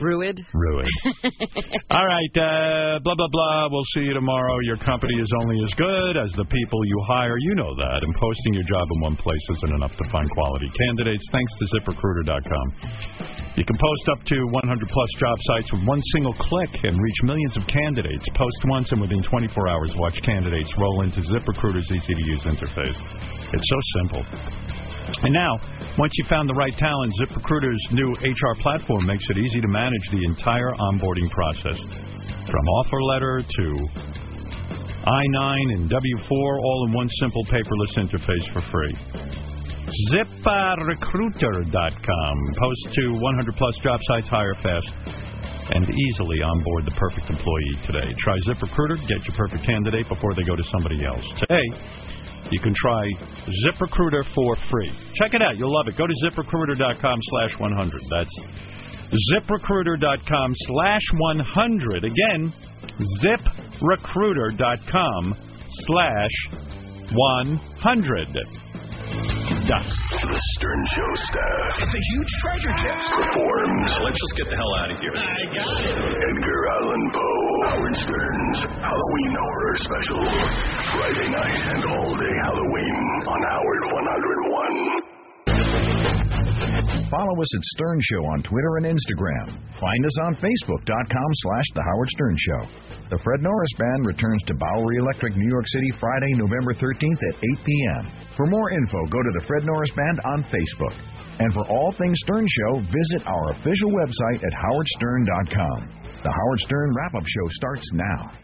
Speaker 3: Ruid.
Speaker 1: Ruined. All right, uh, blah, blah, blah. We'll see you tomorrow. Your company is only as good as the people you hire. You know that. And posting your job in one place isn't enough to find quality candidates. Thanks to ziprecruiter.com. You can post up to 100 plus job sites with one single click and reach millions of candidates. Post once and within 24 hours, watch candidates roll into ZipRecruiter's easy to use interface. It's so simple. And now, once you found the right talent, ZipRecruiter's new HR platform makes it easy to manage the entire onboarding process. From offer letter to I-9 and W-4, all in one simple paperless interface for free. ZipRecruiter.com. Post to 100 plus job sites, hire fast, and easily onboard the perfect employee today. Try ZipRecruiter, get your perfect candidate before they go to somebody else. Today, you can try ZipRecruiter for free. Check it out. You'll love it. Go to ziprecruiter.com slash 100. That's ziprecruiter.com slash 100. Again, ziprecruiter.com slash 100. Done.
Speaker 7: The Stern Show staff. It's a huge treasure chest. Performs. Let's just get the hell out of here. I got it. Edgar Allan Poe. Howard Stern's Halloween Horror Special. Friday night and all day Halloween on Howard 101.
Speaker 36: Follow us at Stern Show on Twitter and Instagram. Find us on Facebook.com slash The Howard Stern Show. The Fred Norris Band returns to Bowery Electric, New York City, Friday, November 13th at 8 p.m. For more info, go to The Fred Norris Band on Facebook. And for all things Stern Show, visit our official website at howardstern.com. The Howard Stern Wrap-Up Show starts now.